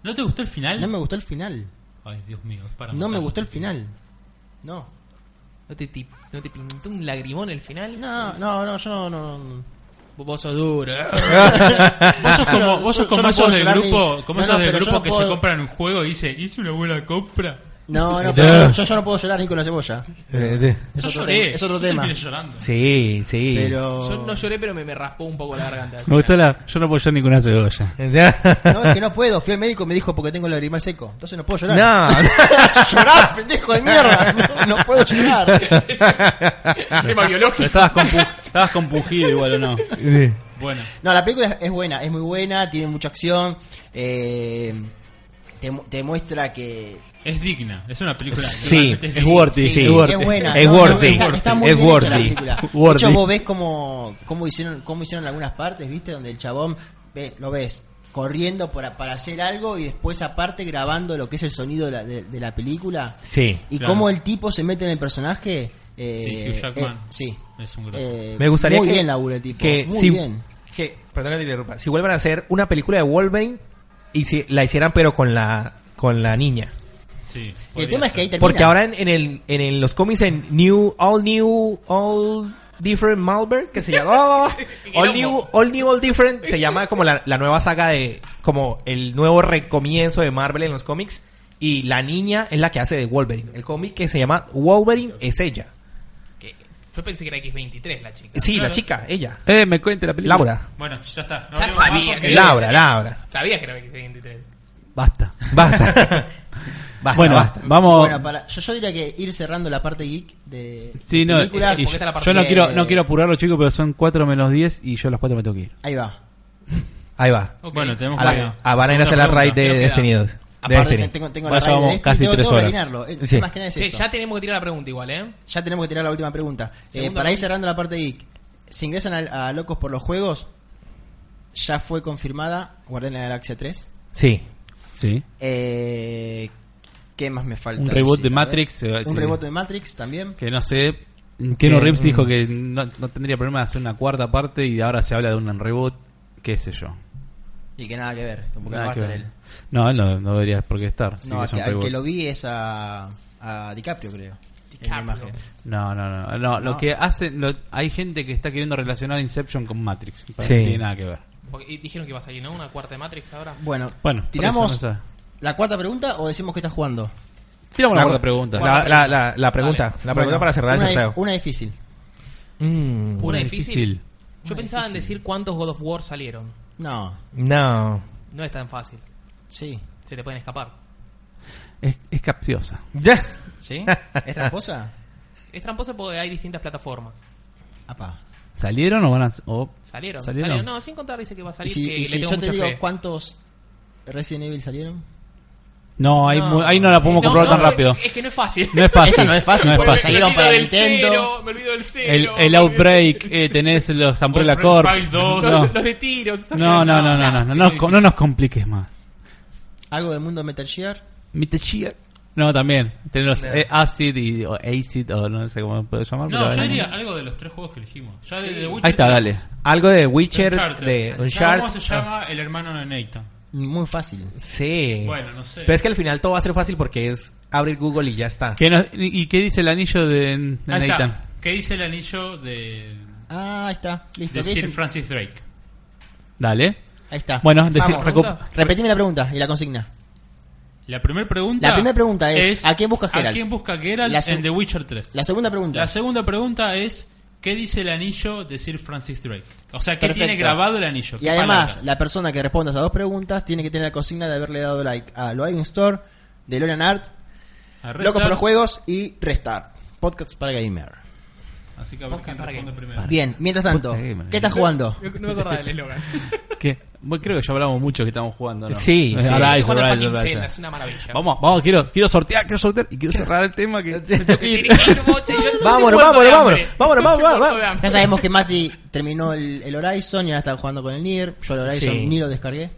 Speaker 4: ¿No te gustó el final?
Speaker 3: No me gustó el final.
Speaker 4: Ay, Dios mío, es para
Speaker 3: No me
Speaker 4: matar.
Speaker 3: gustó el final. No.
Speaker 1: ¿No te, ti- ¿No te pintó un lagrimón el final?
Speaker 3: No, no, no, yo no. no, no.
Speaker 1: Vos sos duro. ¿eh?
Speaker 4: Vos sos como,
Speaker 3: Yo-
Speaker 4: vos sos
Speaker 3: yo
Speaker 4: como
Speaker 3: no
Speaker 4: esos
Speaker 3: puedo
Speaker 4: del
Speaker 3: llorar ni-
Speaker 4: grupo, como
Speaker 3: No,
Speaker 4: esos
Speaker 3: no,
Speaker 4: del
Speaker 3: pero yo
Speaker 4: grupo
Speaker 3: no
Speaker 4: que se
Speaker 3: puedo-
Speaker 4: compran un juego y dice, hice una buena compra.
Speaker 3: No, no, pero yo, yo no puedo llorar ni con la cebolla. Es
Speaker 4: Yo
Speaker 3: otro,
Speaker 4: lloré.
Speaker 3: tema, es otro
Speaker 4: Yo
Speaker 3: tema.
Speaker 4: terminé llorando.
Speaker 2: Sí, sí.
Speaker 3: Pero.
Speaker 1: Yo no lloré, pero me, me raspó un poco la garganta.
Speaker 5: Me gustó la... Yo no puedo llorar ninguna cebolla.
Speaker 3: No, es que no puedo. Fui al médico y me dijo porque tengo el lagrimal seco. Entonces no puedo llorar.
Speaker 2: no.
Speaker 3: llorar, pendejo de mierda. No, no puedo llorar.
Speaker 1: Tema biológico.
Speaker 5: Pero estabas, compu- estabas compungido igual o no.
Speaker 2: Sí.
Speaker 4: Bueno,
Speaker 3: No, la película es buena, es muy buena, tiene mucha acción. eh, te, mu- te muestra que.
Speaker 4: es digna, es una película.
Speaker 2: Sí,
Speaker 4: realmente
Speaker 2: es worthy,
Speaker 3: Sí,
Speaker 2: sí.
Speaker 3: es buena.
Speaker 2: Es
Speaker 3: No, no,
Speaker 2: worthy.
Speaker 3: está, está muy
Speaker 2: es
Speaker 3: bien hecha la
Speaker 2: worthy.
Speaker 3: película. De
Speaker 5: Worthy.
Speaker 3: hecho, vos ves cómo, cómo, hicieron, cómo hicieron algunas partes, ¿viste? Donde el chabón ve- lo ves corriendo para, para hacer algo y después, aparte, grabando lo que es el sonido de la, de- de la película.
Speaker 2: Sí.
Speaker 3: Y
Speaker 4: Claro.
Speaker 3: cómo el tipo se mete en el personaje. eh,
Speaker 4: Sí, Hugh Jackman.
Speaker 3: eh, sí.
Speaker 4: Es un grosso.
Speaker 3: Eh,
Speaker 2: Me gustaría
Speaker 3: muy
Speaker 2: que,
Speaker 3: bien labura el tipo.
Speaker 2: que
Speaker 3: muy
Speaker 2: si,
Speaker 3: bien.
Speaker 2: Que, perdón que te interrumpa, si vuelvan a hacer una película de Wolverine y si la hicieran pero con la con la niña.
Speaker 4: Sí.
Speaker 3: El tema es que ahí termina.
Speaker 2: Porque ahora en, en el, en el- los cómics en New, All New, All Different Malberg, que se llamaba All New, All New, All Different, se llama como la, la nueva saga de, como el nuevo recomienzo de Marvel en los cómics. Y la niña es la que hace de Wolverine. El cómic que se llama Wolverine es ella.
Speaker 1: Yo pensé que era X23 la chica.
Speaker 2: Sí,
Speaker 1: Claro.
Speaker 2: la chica, ella.
Speaker 5: Eh, me cuente la película.
Speaker 2: Laura. Eh,
Speaker 4: Bueno, ya está. No
Speaker 1: Ya
Speaker 4: hablemos más
Speaker 1: sabía
Speaker 4: porque-
Speaker 1: que-
Speaker 2: Laura, Laura.
Speaker 1: Sabía que era X23.
Speaker 5: Basta.
Speaker 2: Basta. Basta,
Speaker 5: bueno,
Speaker 2: basta.
Speaker 5: vamos.
Speaker 3: Bueno, para- yo, yo diría que ir cerrando la parte geek de
Speaker 5: Sí, no,
Speaker 3: películas.
Speaker 5: y- y- yo no
Speaker 3: de-
Speaker 5: quiero, no quiero apurarlo, chicos, pero son 4 menos 10 y yo a las 4 me tengo que ir.
Speaker 3: Ahí va.
Speaker 2: Ahí va.
Speaker 4: Bueno, tenemos
Speaker 2: A la-
Speaker 4: que-
Speaker 5: Ah,
Speaker 2: a- van a ir a hacer la raid de
Speaker 5: este.
Speaker 2: Destiny 2. De
Speaker 3: Aparte,
Speaker 2: Destiny.
Speaker 3: tengo, tengo la
Speaker 5: Vaya,
Speaker 3: radio
Speaker 5: vamos
Speaker 3: de esto y
Speaker 5: casi
Speaker 3: tengo,
Speaker 5: tres
Speaker 3: tengo
Speaker 5: horas.
Speaker 3: que terminarlo. El-
Speaker 2: Sí.
Speaker 3: más que nada es
Speaker 1: Che,
Speaker 3: eso.
Speaker 1: ya tenemos que tirar la pregunta igual, ¿eh?
Speaker 3: Ya tenemos que tirar la última pregunta. Eh,
Speaker 1: Segunda
Speaker 3: para ir
Speaker 1: pregunta.
Speaker 3: cerrando la parte geek, si ingresan al- a, Locos por los Juegos, ya fue confirmada Guardián de la Galaxia 3.
Speaker 2: Sí.
Speaker 5: Sí.
Speaker 3: Eh, ¿Qué más me falta?
Speaker 5: Un reboot
Speaker 3: decir?
Speaker 5: de
Speaker 3: A ver.
Speaker 5: Matrix, eh,
Speaker 3: Un
Speaker 5: sí.
Speaker 3: reboot de Matrix también.
Speaker 5: Que no sé.
Speaker 2: Que-
Speaker 5: Keanu Reeves dijo que mm. no, no tendría problema de hacer una cuarta parte y ahora se habla de un reboot. ¿Qué sé yo?
Speaker 3: Y que nada que ver. Como que
Speaker 5: Nada
Speaker 3: no va a
Speaker 5: que
Speaker 3: estar
Speaker 5: ver.
Speaker 3: él.
Speaker 5: No, él no, no debería por qué estar. sí,
Speaker 3: No,
Speaker 5: que es un
Speaker 3: al que- al
Speaker 5: reboot.
Speaker 3: que lo vi es a, a DiCaprio, creo. en la
Speaker 1: DiCaprio.
Speaker 3: imagen.
Speaker 5: No, no, no, no, Lo
Speaker 3: No.
Speaker 5: que hacen. lo- hay gente que está queriendo relacionar Inception con Matrix. Para
Speaker 2: Sí.
Speaker 5: mí No tiene nada que ver.
Speaker 1: Porque y dijeron que iba a salir, ¿no? Una cuarta de Matrix ahora.
Speaker 3: Bueno,
Speaker 5: Bueno, por
Speaker 3: tiramos
Speaker 5: eso no sé.
Speaker 3: la cuarta pregunta o decimos que está jugando.
Speaker 5: Tiramos la
Speaker 2: La-
Speaker 5: cuarta pregunta.
Speaker 2: La, la, la, la pregunta, la pregunta
Speaker 3: Bueno,
Speaker 2: Ah, para cerrar el
Speaker 3: una,
Speaker 2: sorteo.
Speaker 3: di- una difícil.
Speaker 2: Mm,
Speaker 1: Una difícil. Yo pensaba en decir cuántos God of War salieron.
Speaker 3: No,
Speaker 2: no.
Speaker 1: No es tan fácil.
Speaker 3: sí.
Speaker 1: Se te pueden escapar.
Speaker 5: Es, es capciosa.
Speaker 2: Ya.
Speaker 3: ¿Sí? ¿Es tramposa?
Speaker 1: Es tramposo porque hay distintas plataformas.
Speaker 3: Apa.
Speaker 5: ¿Salieron o van a.? o-
Speaker 1: Salieron.
Speaker 5: ¿Salieron?
Speaker 1: Salieron. No, sin contar dice que va a
Speaker 3: ¿Y
Speaker 1: salir.
Speaker 3: si,
Speaker 1: que
Speaker 3: y
Speaker 1: le
Speaker 3: si
Speaker 1: tengo
Speaker 3: yo te
Speaker 1: mucha
Speaker 3: digo
Speaker 1: fe.
Speaker 3: cuántos Resident Evil salieron?
Speaker 5: No, ahí mu- ahí no la podemos
Speaker 3: Eh,
Speaker 1: No,
Speaker 5: controlar
Speaker 1: no,
Speaker 5: tan
Speaker 1: no,
Speaker 5: rápido.
Speaker 1: Es que no es fácil.
Speaker 5: No es fácil.
Speaker 3: Esa no es fácil,
Speaker 5: No es
Speaker 3: porque
Speaker 5: fácil.
Speaker 1: Me
Speaker 3: Salieron
Speaker 1: olvido
Speaker 3: para
Speaker 1: del
Speaker 3: Nintendo.
Speaker 1: cero, me olvido del
Speaker 5: El,
Speaker 1: cero.
Speaker 5: el
Speaker 1: me olvido
Speaker 5: Outbreak,
Speaker 1: del-
Speaker 5: eh, tenés los Umbrella
Speaker 1: Outbreak
Speaker 5: Corps.
Speaker 1: Five
Speaker 5: No.
Speaker 1: dos, Los, los de tiros.
Speaker 5: No, no, no, no, no, no, nos- no nos compliques más.
Speaker 3: ¿Algo del mundo Metal Gear?
Speaker 5: No, también. Tenés los eh, Acid y o Acid o no sé cómo puedo llamar. pero
Speaker 4: No, yo
Speaker 5: bueno.
Speaker 4: diría algo de los tres juegos que elegimos. Ya de The Witcher-
Speaker 5: Ahí está, dale.
Speaker 2: Algo de
Speaker 4: de
Speaker 2: Witcher,
Speaker 4: Uncharted.
Speaker 2: de
Speaker 4: Ya, ¿Cómo
Speaker 2: Uncharted.
Speaker 4: se llama el hermano de Nathan?
Speaker 3: Muy fácil.
Speaker 2: Sí.
Speaker 4: Bueno, no sé.
Speaker 2: Pero es que al final todo va a ser fácil porque es abrir Google y ya está.
Speaker 5: ¿Qué nos- ¿Y y qué dice el anillo de, de
Speaker 4: Ahí está.
Speaker 5: Nathan?
Speaker 4: ¿Qué dice el anillo de,
Speaker 3: Ah, ahí está. Listo.
Speaker 4: de
Speaker 3: ¿qué
Speaker 4: Sir
Speaker 3: dicen?
Speaker 4: Francis Drake?
Speaker 5: Dale.
Speaker 3: Ahí está.
Speaker 5: Bueno, decir-
Speaker 3: Vamos.
Speaker 5: recu-
Speaker 3: Repetime la pregunta y la consigna.
Speaker 4: La primera pregunta.
Speaker 3: La primera pregunta es, ¿a quién busca
Speaker 4: ¿A
Speaker 3: Geralt?
Speaker 4: quién busca Geralt
Speaker 3: La se-
Speaker 4: en The Witcher 3?
Speaker 3: La segunda pregunta.
Speaker 4: La segunda pregunta es ¿qué dice el anillo de Sir Francis Drake? O sea, ¿qué
Speaker 3: Perfecto.
Speaker 4: tiene grabado el anillo?
Speaker 3: y
Speaker 4: ¿Qué
Speaker 3: además,
Speaker 4: palabras?
Speaker 3: la persona que responda esas dos preguntas tiene que tener la consigna de haberle dado like a Loading Store, de Lorian Art,
Speaker 4: Arresta.
Speaker 3: Loco por los Juegos y Restart. Podcast para Gamer.
Speaker 4: Así que a ver
Speaker 1: Podcast
Speaker 4: quién
Speaker 1: para
Speaker 4: responde
Speaker 1: que-
Speaker 4: primero.
Speaker 3: Bien, mientras tanto,
Speaker 5: Podcast Gamer.
Speaker 3: ¿qué estás jugando?
Speaker 1: No, no me acordaba del eslogan.
Speaker 5: ¿Qué? Bueno, creo que ya hablamos mucho que estamos jugando. ¿no?
Speaker 2: Sí,
Speaker 5: Eh,
Speaker 2: sí.
Speaker 5: Horizon,
Speaker 1: Juan de
Speaker 5: Horizon,
Speaker 1: fucking
Speaker 5: Horizon.
Speaker 1: Zelda, Es una maravilla.
Speaker 5: Vamos, vamos, quiero, quiero sortear, quiero sortear y quiero cerrar el tema que
Speaker 1: Tiene que ir, bocha, yo estoy
Speaker 2: Vámonos,
Speaker 1: muerto de
Speaker 2: vámonos,
Speaker 1: hambre.
Speaker 2: vámonos, vámonos,
Speaker 1: Estoy muerto
Speaker 2: vámonos,
Speaker 1: de
Speaker 2: vámonos.
Speaker 1: hambre.
Speaker 3: Ya sabemos que Mati terminó el, el Horizon y ahora está jugando con el Nier. Yo el Horizon
Speaker 2: Sí.
Speaker 3: ni lo descargué.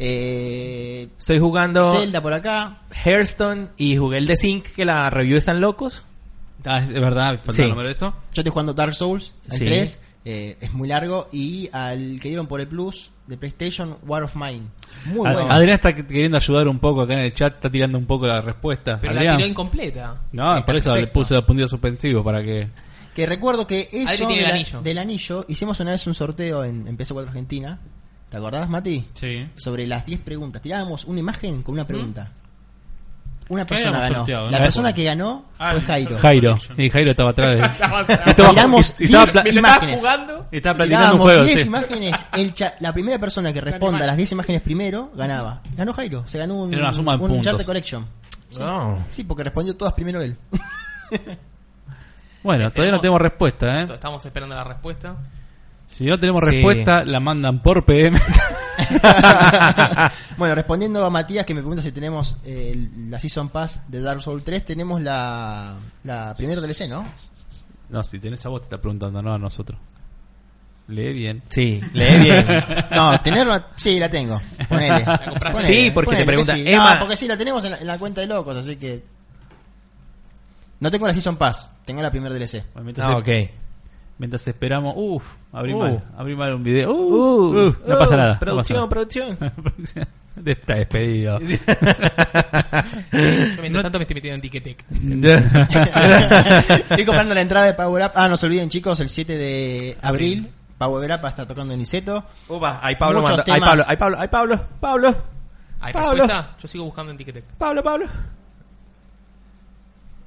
Speaker 3: Eh,
Speaker 2: Estoy jugando
Speaker 3: Zelda por acá.
Speaker 2: Hearthstone y jugué el de Zinc, que la review están locos.
Speaker 5: Ah, es es verdad, falta
Speaker 2: Sí.
Speaker 5: el número de eso.
Speaker 3: Yo estoy jugando Dark Souls, el
Speaker 2: Sí.
Speaker 3: 3. eh, es muy largo. Y al que dieron por el Plus de PlayStation, War of Mine. Muy
Speaker 1: Ah,
Speaker 5: A-
Speaker 3: bueno.
Speaker 5: Adrián está que- queriendo ayudar un poco acá en el chat, está tirando un poco la respuesta.
Speaker 1: Pero
Speaker 5: Adrián.
Speaker 1: la tiró incompleta.
Speaker 5: No,
Speaker 3: Está
Speaker 5: por eso le
Speaker 3: perfecto.
Speaker 5: puse puntido suspensivo para que.
Speaker 3: Que recuerdo que eso
Speaker 1: Adri tiene
Speaker 3: de
Speaker 1: el
Speaker 3: la-
Speaker 1: anillo.
Speaker 3: del anillo, hicimos una vez un sorteo en, en PS4 Argentina. ¿Te acordás, Mati?
Speaker 4: Sí.
Speaker 3: Sobre las 10 preguntas. Tirábamos una imagen con una pregunta. Una
Speaker 4: ¿Qué
Speaker 3: persona
Speaker 4: habíamos
Speaker 3: ganó.
Speaker 4: sorteado?
Speaker 3: la
Speaker 4: ¿Mm? No,
Speaker 3: persona
Speaker 4: bueno.
Speaker 3: que ganó
Speaker 4: Ah,
Speaker 3: fue
Speaker 4: el-
Speaker 3: Jairo.
Speaker 5: Jairo. Y Jairo estaba atrás de.
Speaker 1: Mientras
Speaker 5: Estaba-
Speaker 3: Tiramos
Speaker 5: y- y
Speaker 3: 10
Speaker 5: estaba pla-
Speaker 3: mil-
Speaker 1: estaba
Speaker 3: imágenes.
Speaker 1: jugando,
Speaker 5: estaba platicando un
Speaker 3: Tirábamos
Speaker 5: juego,
Speaker 3: 10
Speaker 5: sí.
Speaker 3: imágenes. El cha- la primera persona que responda a las 10 imágenes primero ganaba. Ganó Jairo. Se ganó un,
Speaker 5: Era una suma de
Speaker 3: un
Speaker 5: puntos.
Speaker 3: Uncharted Collection.
Speaker 4: Oh.
Speaker 2: No.
Speaker 3: Sí, porque respondió todas primero él.
Speaker 5: Bueno, todavía no tenemos respuesta, ¿eh?
Speaker 1: estamos esperando la respuesta.
Speaker 5: Si no tenemos
Speaker 2: Sí.
Speaker 5: respuesta, la mandan por PM.
Speaker 3: bueno, respondiendo a Matías que me pregunta si tenemos eh, la Season Pass de Dark Souls 3, tenemos la, la primera DLC, ¿no?
Speaker 5: no, si tenés a vos, te está preguntando, no a nosotros. Lee bien.
Speaker 2: Sí, lee bien.
Speaker 3: No, tenerla, sí, la tengo. Ponele.
Speaker 1: compraste.
Speaker 3: Ponele,
Speaker 2: Sí, porque te
Speaker 3: ponele que
Speaker 2: pregunta,
Speaker 3: sí.
Speaker 2: Emma-
Speaker 3: No, porque sí, la tenemos en la, en la cuenta de locos, así que. No tengo la Season Pass, tengo la primera DLC.
Speaker 5: Bueno, mientras
Speaker 2: Ah,
Speaker 5: le-
Speaker 2: ok.
Speaker 5: Mientras esperamos, uff, abrí
Speaker 2: Uh.
Speaker 5: mal, abrí mal un video. Uh,
Speaker 2: Uh,
Speaker 5: uh, no
Speaker 2: uh,
Speaker 5: pasa nada.
Speaker 2: producción,
Speaker 5: no pasa nada. producción. Está despedido.
Speaker 1: Mientras
Speaker 5: No-
Speaker 1: tanto me estoy metiendo en Ticketek.
Speaker 3: Estoy comprando la entrada de Power Up. Ah, no se olviden, chicos, el 7 de abril. Power Up está tocando en Niceto.
Speaker 2: Upa, ahí Pablo
Speaker 3: Muchos
Speaker 2: mandó- ahí
Speaker 3: temas.
Speaker 2: Pablo, ahí Pablo, ahí Pablo, Pablo,
Speaker 1: ¿Hay
Speaker 2: Pablo.
Speaker 1: respuesta? Yo sigo buscando en Ticketek.
Speaker 2: Pablo, Pablo.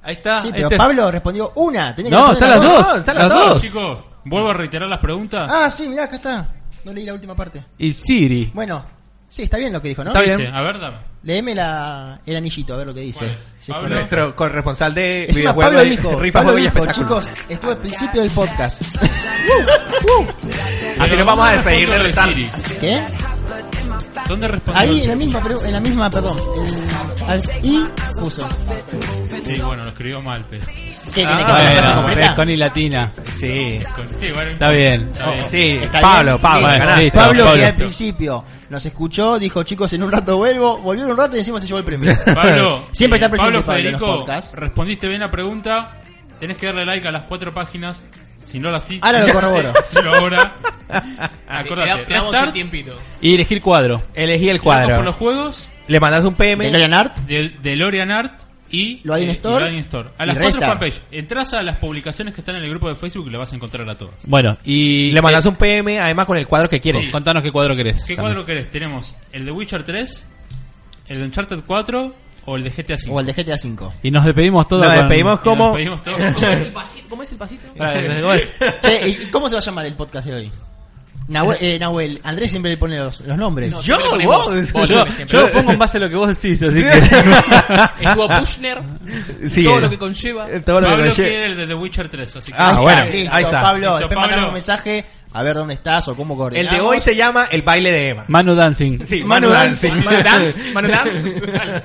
Speaker 1: Ahí está.
Speaker 3: Sí,
Speaker 1: ahí
Speaker 3: pero
Speaker 1: está.
Speaker 3: Pablo respondió una. Tenía que
Speaker 5: Ah, este
Speaker 3: responder
Speaker 5: No, están las dos.
Speaker 3: No,
Speaker 5: Están las dos.
Speaker 4: Chicos, vuelvo a reiterar las preguntas.
Speaker 3: Ah, sí, mirá, acá está. No leí la última parte.
Speaker 5: Y Siri.
Speaker 3: Bueno, sí, está bien lo que dijo, ¿no?
Speaker 5: Está bien.
Speaker 4: Sí, A ver, dame.
Speaker 3: Leeme la, el anillito, a ver lo que dice. Sí,
Speaker 4: Pablo.
Speaker 3: bueno.
Speaker 2: Nuestro corresponsal de
Speaker 3: Encima
Speaker 2: videojuegos
Speaker 3: Pablo
Speaker 2: de-
Speaker 3: dijo,
Speaker 2: Rifa
Speaker 3: Pablo
Speaker 2: Juegos y
Speaker 3: dijo,
Speaker 2: Espectáculos.
Speaker 3: chicos, estuvo al principio del podcast.
Speaker 2: Así
Speaker 4: Pero
Speaker 2: nos vamos a
Speaker 4: ¿dónde
Speaker 2: despedir de
Speaker 4: respondo lo de
Speaker 2: Retán.
Speaker 4: Siri?
Speaker 3: ¿Qué?
Speaker 4: ¿Dónde respondió?
Speaker 3: ¿Eh? Ahí en la misma, pregu- en la misma, perdón. en- al- y puso.
Speaker 4: Sí, bueno, lo escribió mal, pero.
Speaker 3: ¿Qué tiene
Speaker 2: Ah,
Speaker 3: que ser la frase
Speaker 5: Bueno,
Speaker 3: completa?
Speaker 5: es con y latina.
Speaker 2: Sí,
Speaker 4: con- Sí, bueno,
Speaker 5: Está bien.
Speaker 4: Está bien.
Speaker 2: sí,
Speaker 3: Está
Speaker 2: Pablo,
Speaker 3: bien.
Speaker 2: Pablo,
Speaker 5: Bueno,
Speaker 2: ganaste.
Speaker 5: listo.
Speaker 3: Pablo, que
Speaker 5: Pablo.
Speaker 3: al principio nos escuchó, dijo chicos en un rato vuelvo, volvió en un rato y encima se llevó el premio.
Speaker 4: Pablo,
Speaker 3: Siempre está presente
Speaker 4: eh, Pablo
Speaker 3: Pablo en los
Speaker 4: Federico,
Speaker 3: podcasts.
Speaker 4: respondiste bien la pregunta. Tenés que darle like a las cuatro páginas. Si no las hiciste,
Speaker 3: Ahora lo corroboro.
Speaker 4: hazlo ahora.
Speaker 1: Te-
Speaker 4: Acordate.
Speaker 1: te- Te damos
Speaker 4: Restart,
Speaker 1: un tiempito.
Speaker 5: Y elegir cuadro.
Speaker 2: Elegí el
Speaker 4: vamos por
Speaker 2: cuadro.
Speaker 4: los juegos
Speaker 2: Le mandas un
Speaker 3: ¿De
Speaker 2: PM.
Speaker 3: Lorian Art?
Speaker 4: de, de Lorian Art y
Speaker 3: Lo hay en
Speaker 4: eh,
Speaker 3: Store.
Speaker 4: y lo hay en Store. A
Speaker 3: Y
Speaker 4: las cuatro
Speaker 3: Restart.
Speaker 4: fanpage. Entrás a las publicaciones que están en el grupo de Facebook y le vas a encontrar a todas.
Speaker 5: Bueno, y.
Speaker 2: Le mandas un PM además con el cuadro que
Speaker 5: Sí.
Speaker 2: quieres.
Speaker 5: Contanos qué cuadro querés.
Speaker 4: ¿Qué
Speaker 5: también.
Speaker 4: cuadro querés? Tenemos el de Witcher 3, el de Uncharted 4 o el de GTA 5.
Speaker 3: O el de GTA V.
Speaker 5: Y nos despedimos todos.
Speaker 2: Nos
Speaker 5: con-
Speaker 2: despedimos
Speaker 4: Y nos
Speaker 2: como
Speaker 4: pedimos todo.
Speaker 1: ¿Cómo es el pasito? ¿Cómo es el pasito?
Speaker 5: Pará, ¿cómo es?
Speaker 3: Che, ¿y cómo se va a llamar el podcast de hoy? Nahuel, eh, Nahuel, Andrés siempre le pone los, los nombres.
Speaker 1: No,
Speaker 2: Yo,
Speaker 1: siempre le
Speaker 2: vos.
Speaker 1: ponemos
Speaker 2: Vos,
Speaker 1: lo
Speaker 5: Yo,
Speaker 1: que siempre.
Speaker 5: yo lo pongo en base a lo que vos decís, así que.
Speaker 1: Estuvo Pushner,
Speaker 2: Sí,
Speaker 1: todo
Speaker 2: eh.
Speaker 1: lo que conlleva.
Speaker 2: Todo lo que
Speaker 4: Pablo
Speaker 2: conlleva.
Speaker 4: quiere el de The Witcher 3, así que
Speaker 2: Ah,
Speaker 3: está,
Speaker 2: bueno,
Speaker 3: listo,
Speaker 2: ahí está.
Speaker 3: Pablo,
Speaker 4: Listo,
Speaker 3: después
Speaker 4: Pablo.
Speaker 3: mandame un mensaje a ver dónde estás o cómo
Speaker 2: El
Speaker 3: coordinamos.
Speaker 2: de hoy se llama El baile de Emma.
Speaker 5: Manu Dancing.
Speaker 2: Sí,
Speaker 3: Manu
Speaker 2: Manu
Speaker 3: Dance.
Speaker 2: Dancing.
Speaker 1: Manu Dance, Manu Dance. Vale.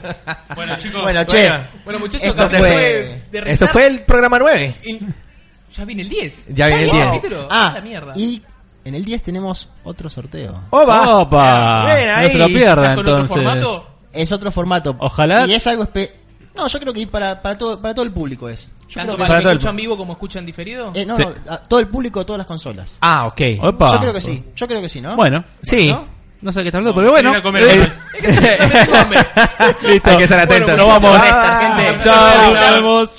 Speaker 4: bueno, chicos,
Speaker 3: Bueno, che,
Speaker 1: Bueno, muchachos,
Speaker 3: esto
Speaker 1: acá
Speaker 3: fue...
Speaker 1: de rezar
Speaker 2: Esto fue el programa 9.
Speaker 1: en- Ya viene el 10.
Speaker 2: Ya viene el
Speaker 1: Wow.
Speaker 2: 10.
Speaker 1: capítulo. Ah,
Speaker 3: Ah,
Speaker 1: la mierda.
Speaker 3: y en el 10 tenemos otro sorteo.
Speaker 5: Oh.
Speaker 2: Oba.
Speaker 5: Opa.
Speaker 2: Bien, ahí.
Speaker 5: No se lo pierda
Speaker 1: Quizás con otro
Speaker 5: entonces.
Speaker 1: formato.
Speaker 3: Es otro formato.
Speaker 5: Ojalá.
Speaker 3: Y es algo... espe- No, yo creo que para, para, todo, para todo el público es. Yo
Speaker 1: Tanto
Speaker 3: creo que-
Speaker 1: para que
Speaker 5: todo el-
Speaker 1: escuchan vivo como escuchan diferido.
Speaker 3: eh, no,
Speaker 5: Sí.
Speaker 3: no, a todo el público de todas las consolas.
Speaker 2: Ah, ok.
Speaker 5: Opa.
Speaker 3: Yo creo que sí, yo creo que sí, ¿no?
Speaker 5: Bueno,
Speaker 2: Sí.
Speaker 3: ¿No?
Speaker 5: no sé de qué está hablando, pero bueno.
Speaker 4: Quiero comer,
Speaker 5: Eh,
Speaker 4: comer.
Speaker 2: Hay que estar atentos.
Speaker 5: Bueno, muchachos,
Speaker 2: Nos vamos.
Speaker 5: con esta, gente.
Speaker 4: Chao,
Speaker 5: Chao,
Speaker 4: nos
Speaker 5: nos vemos.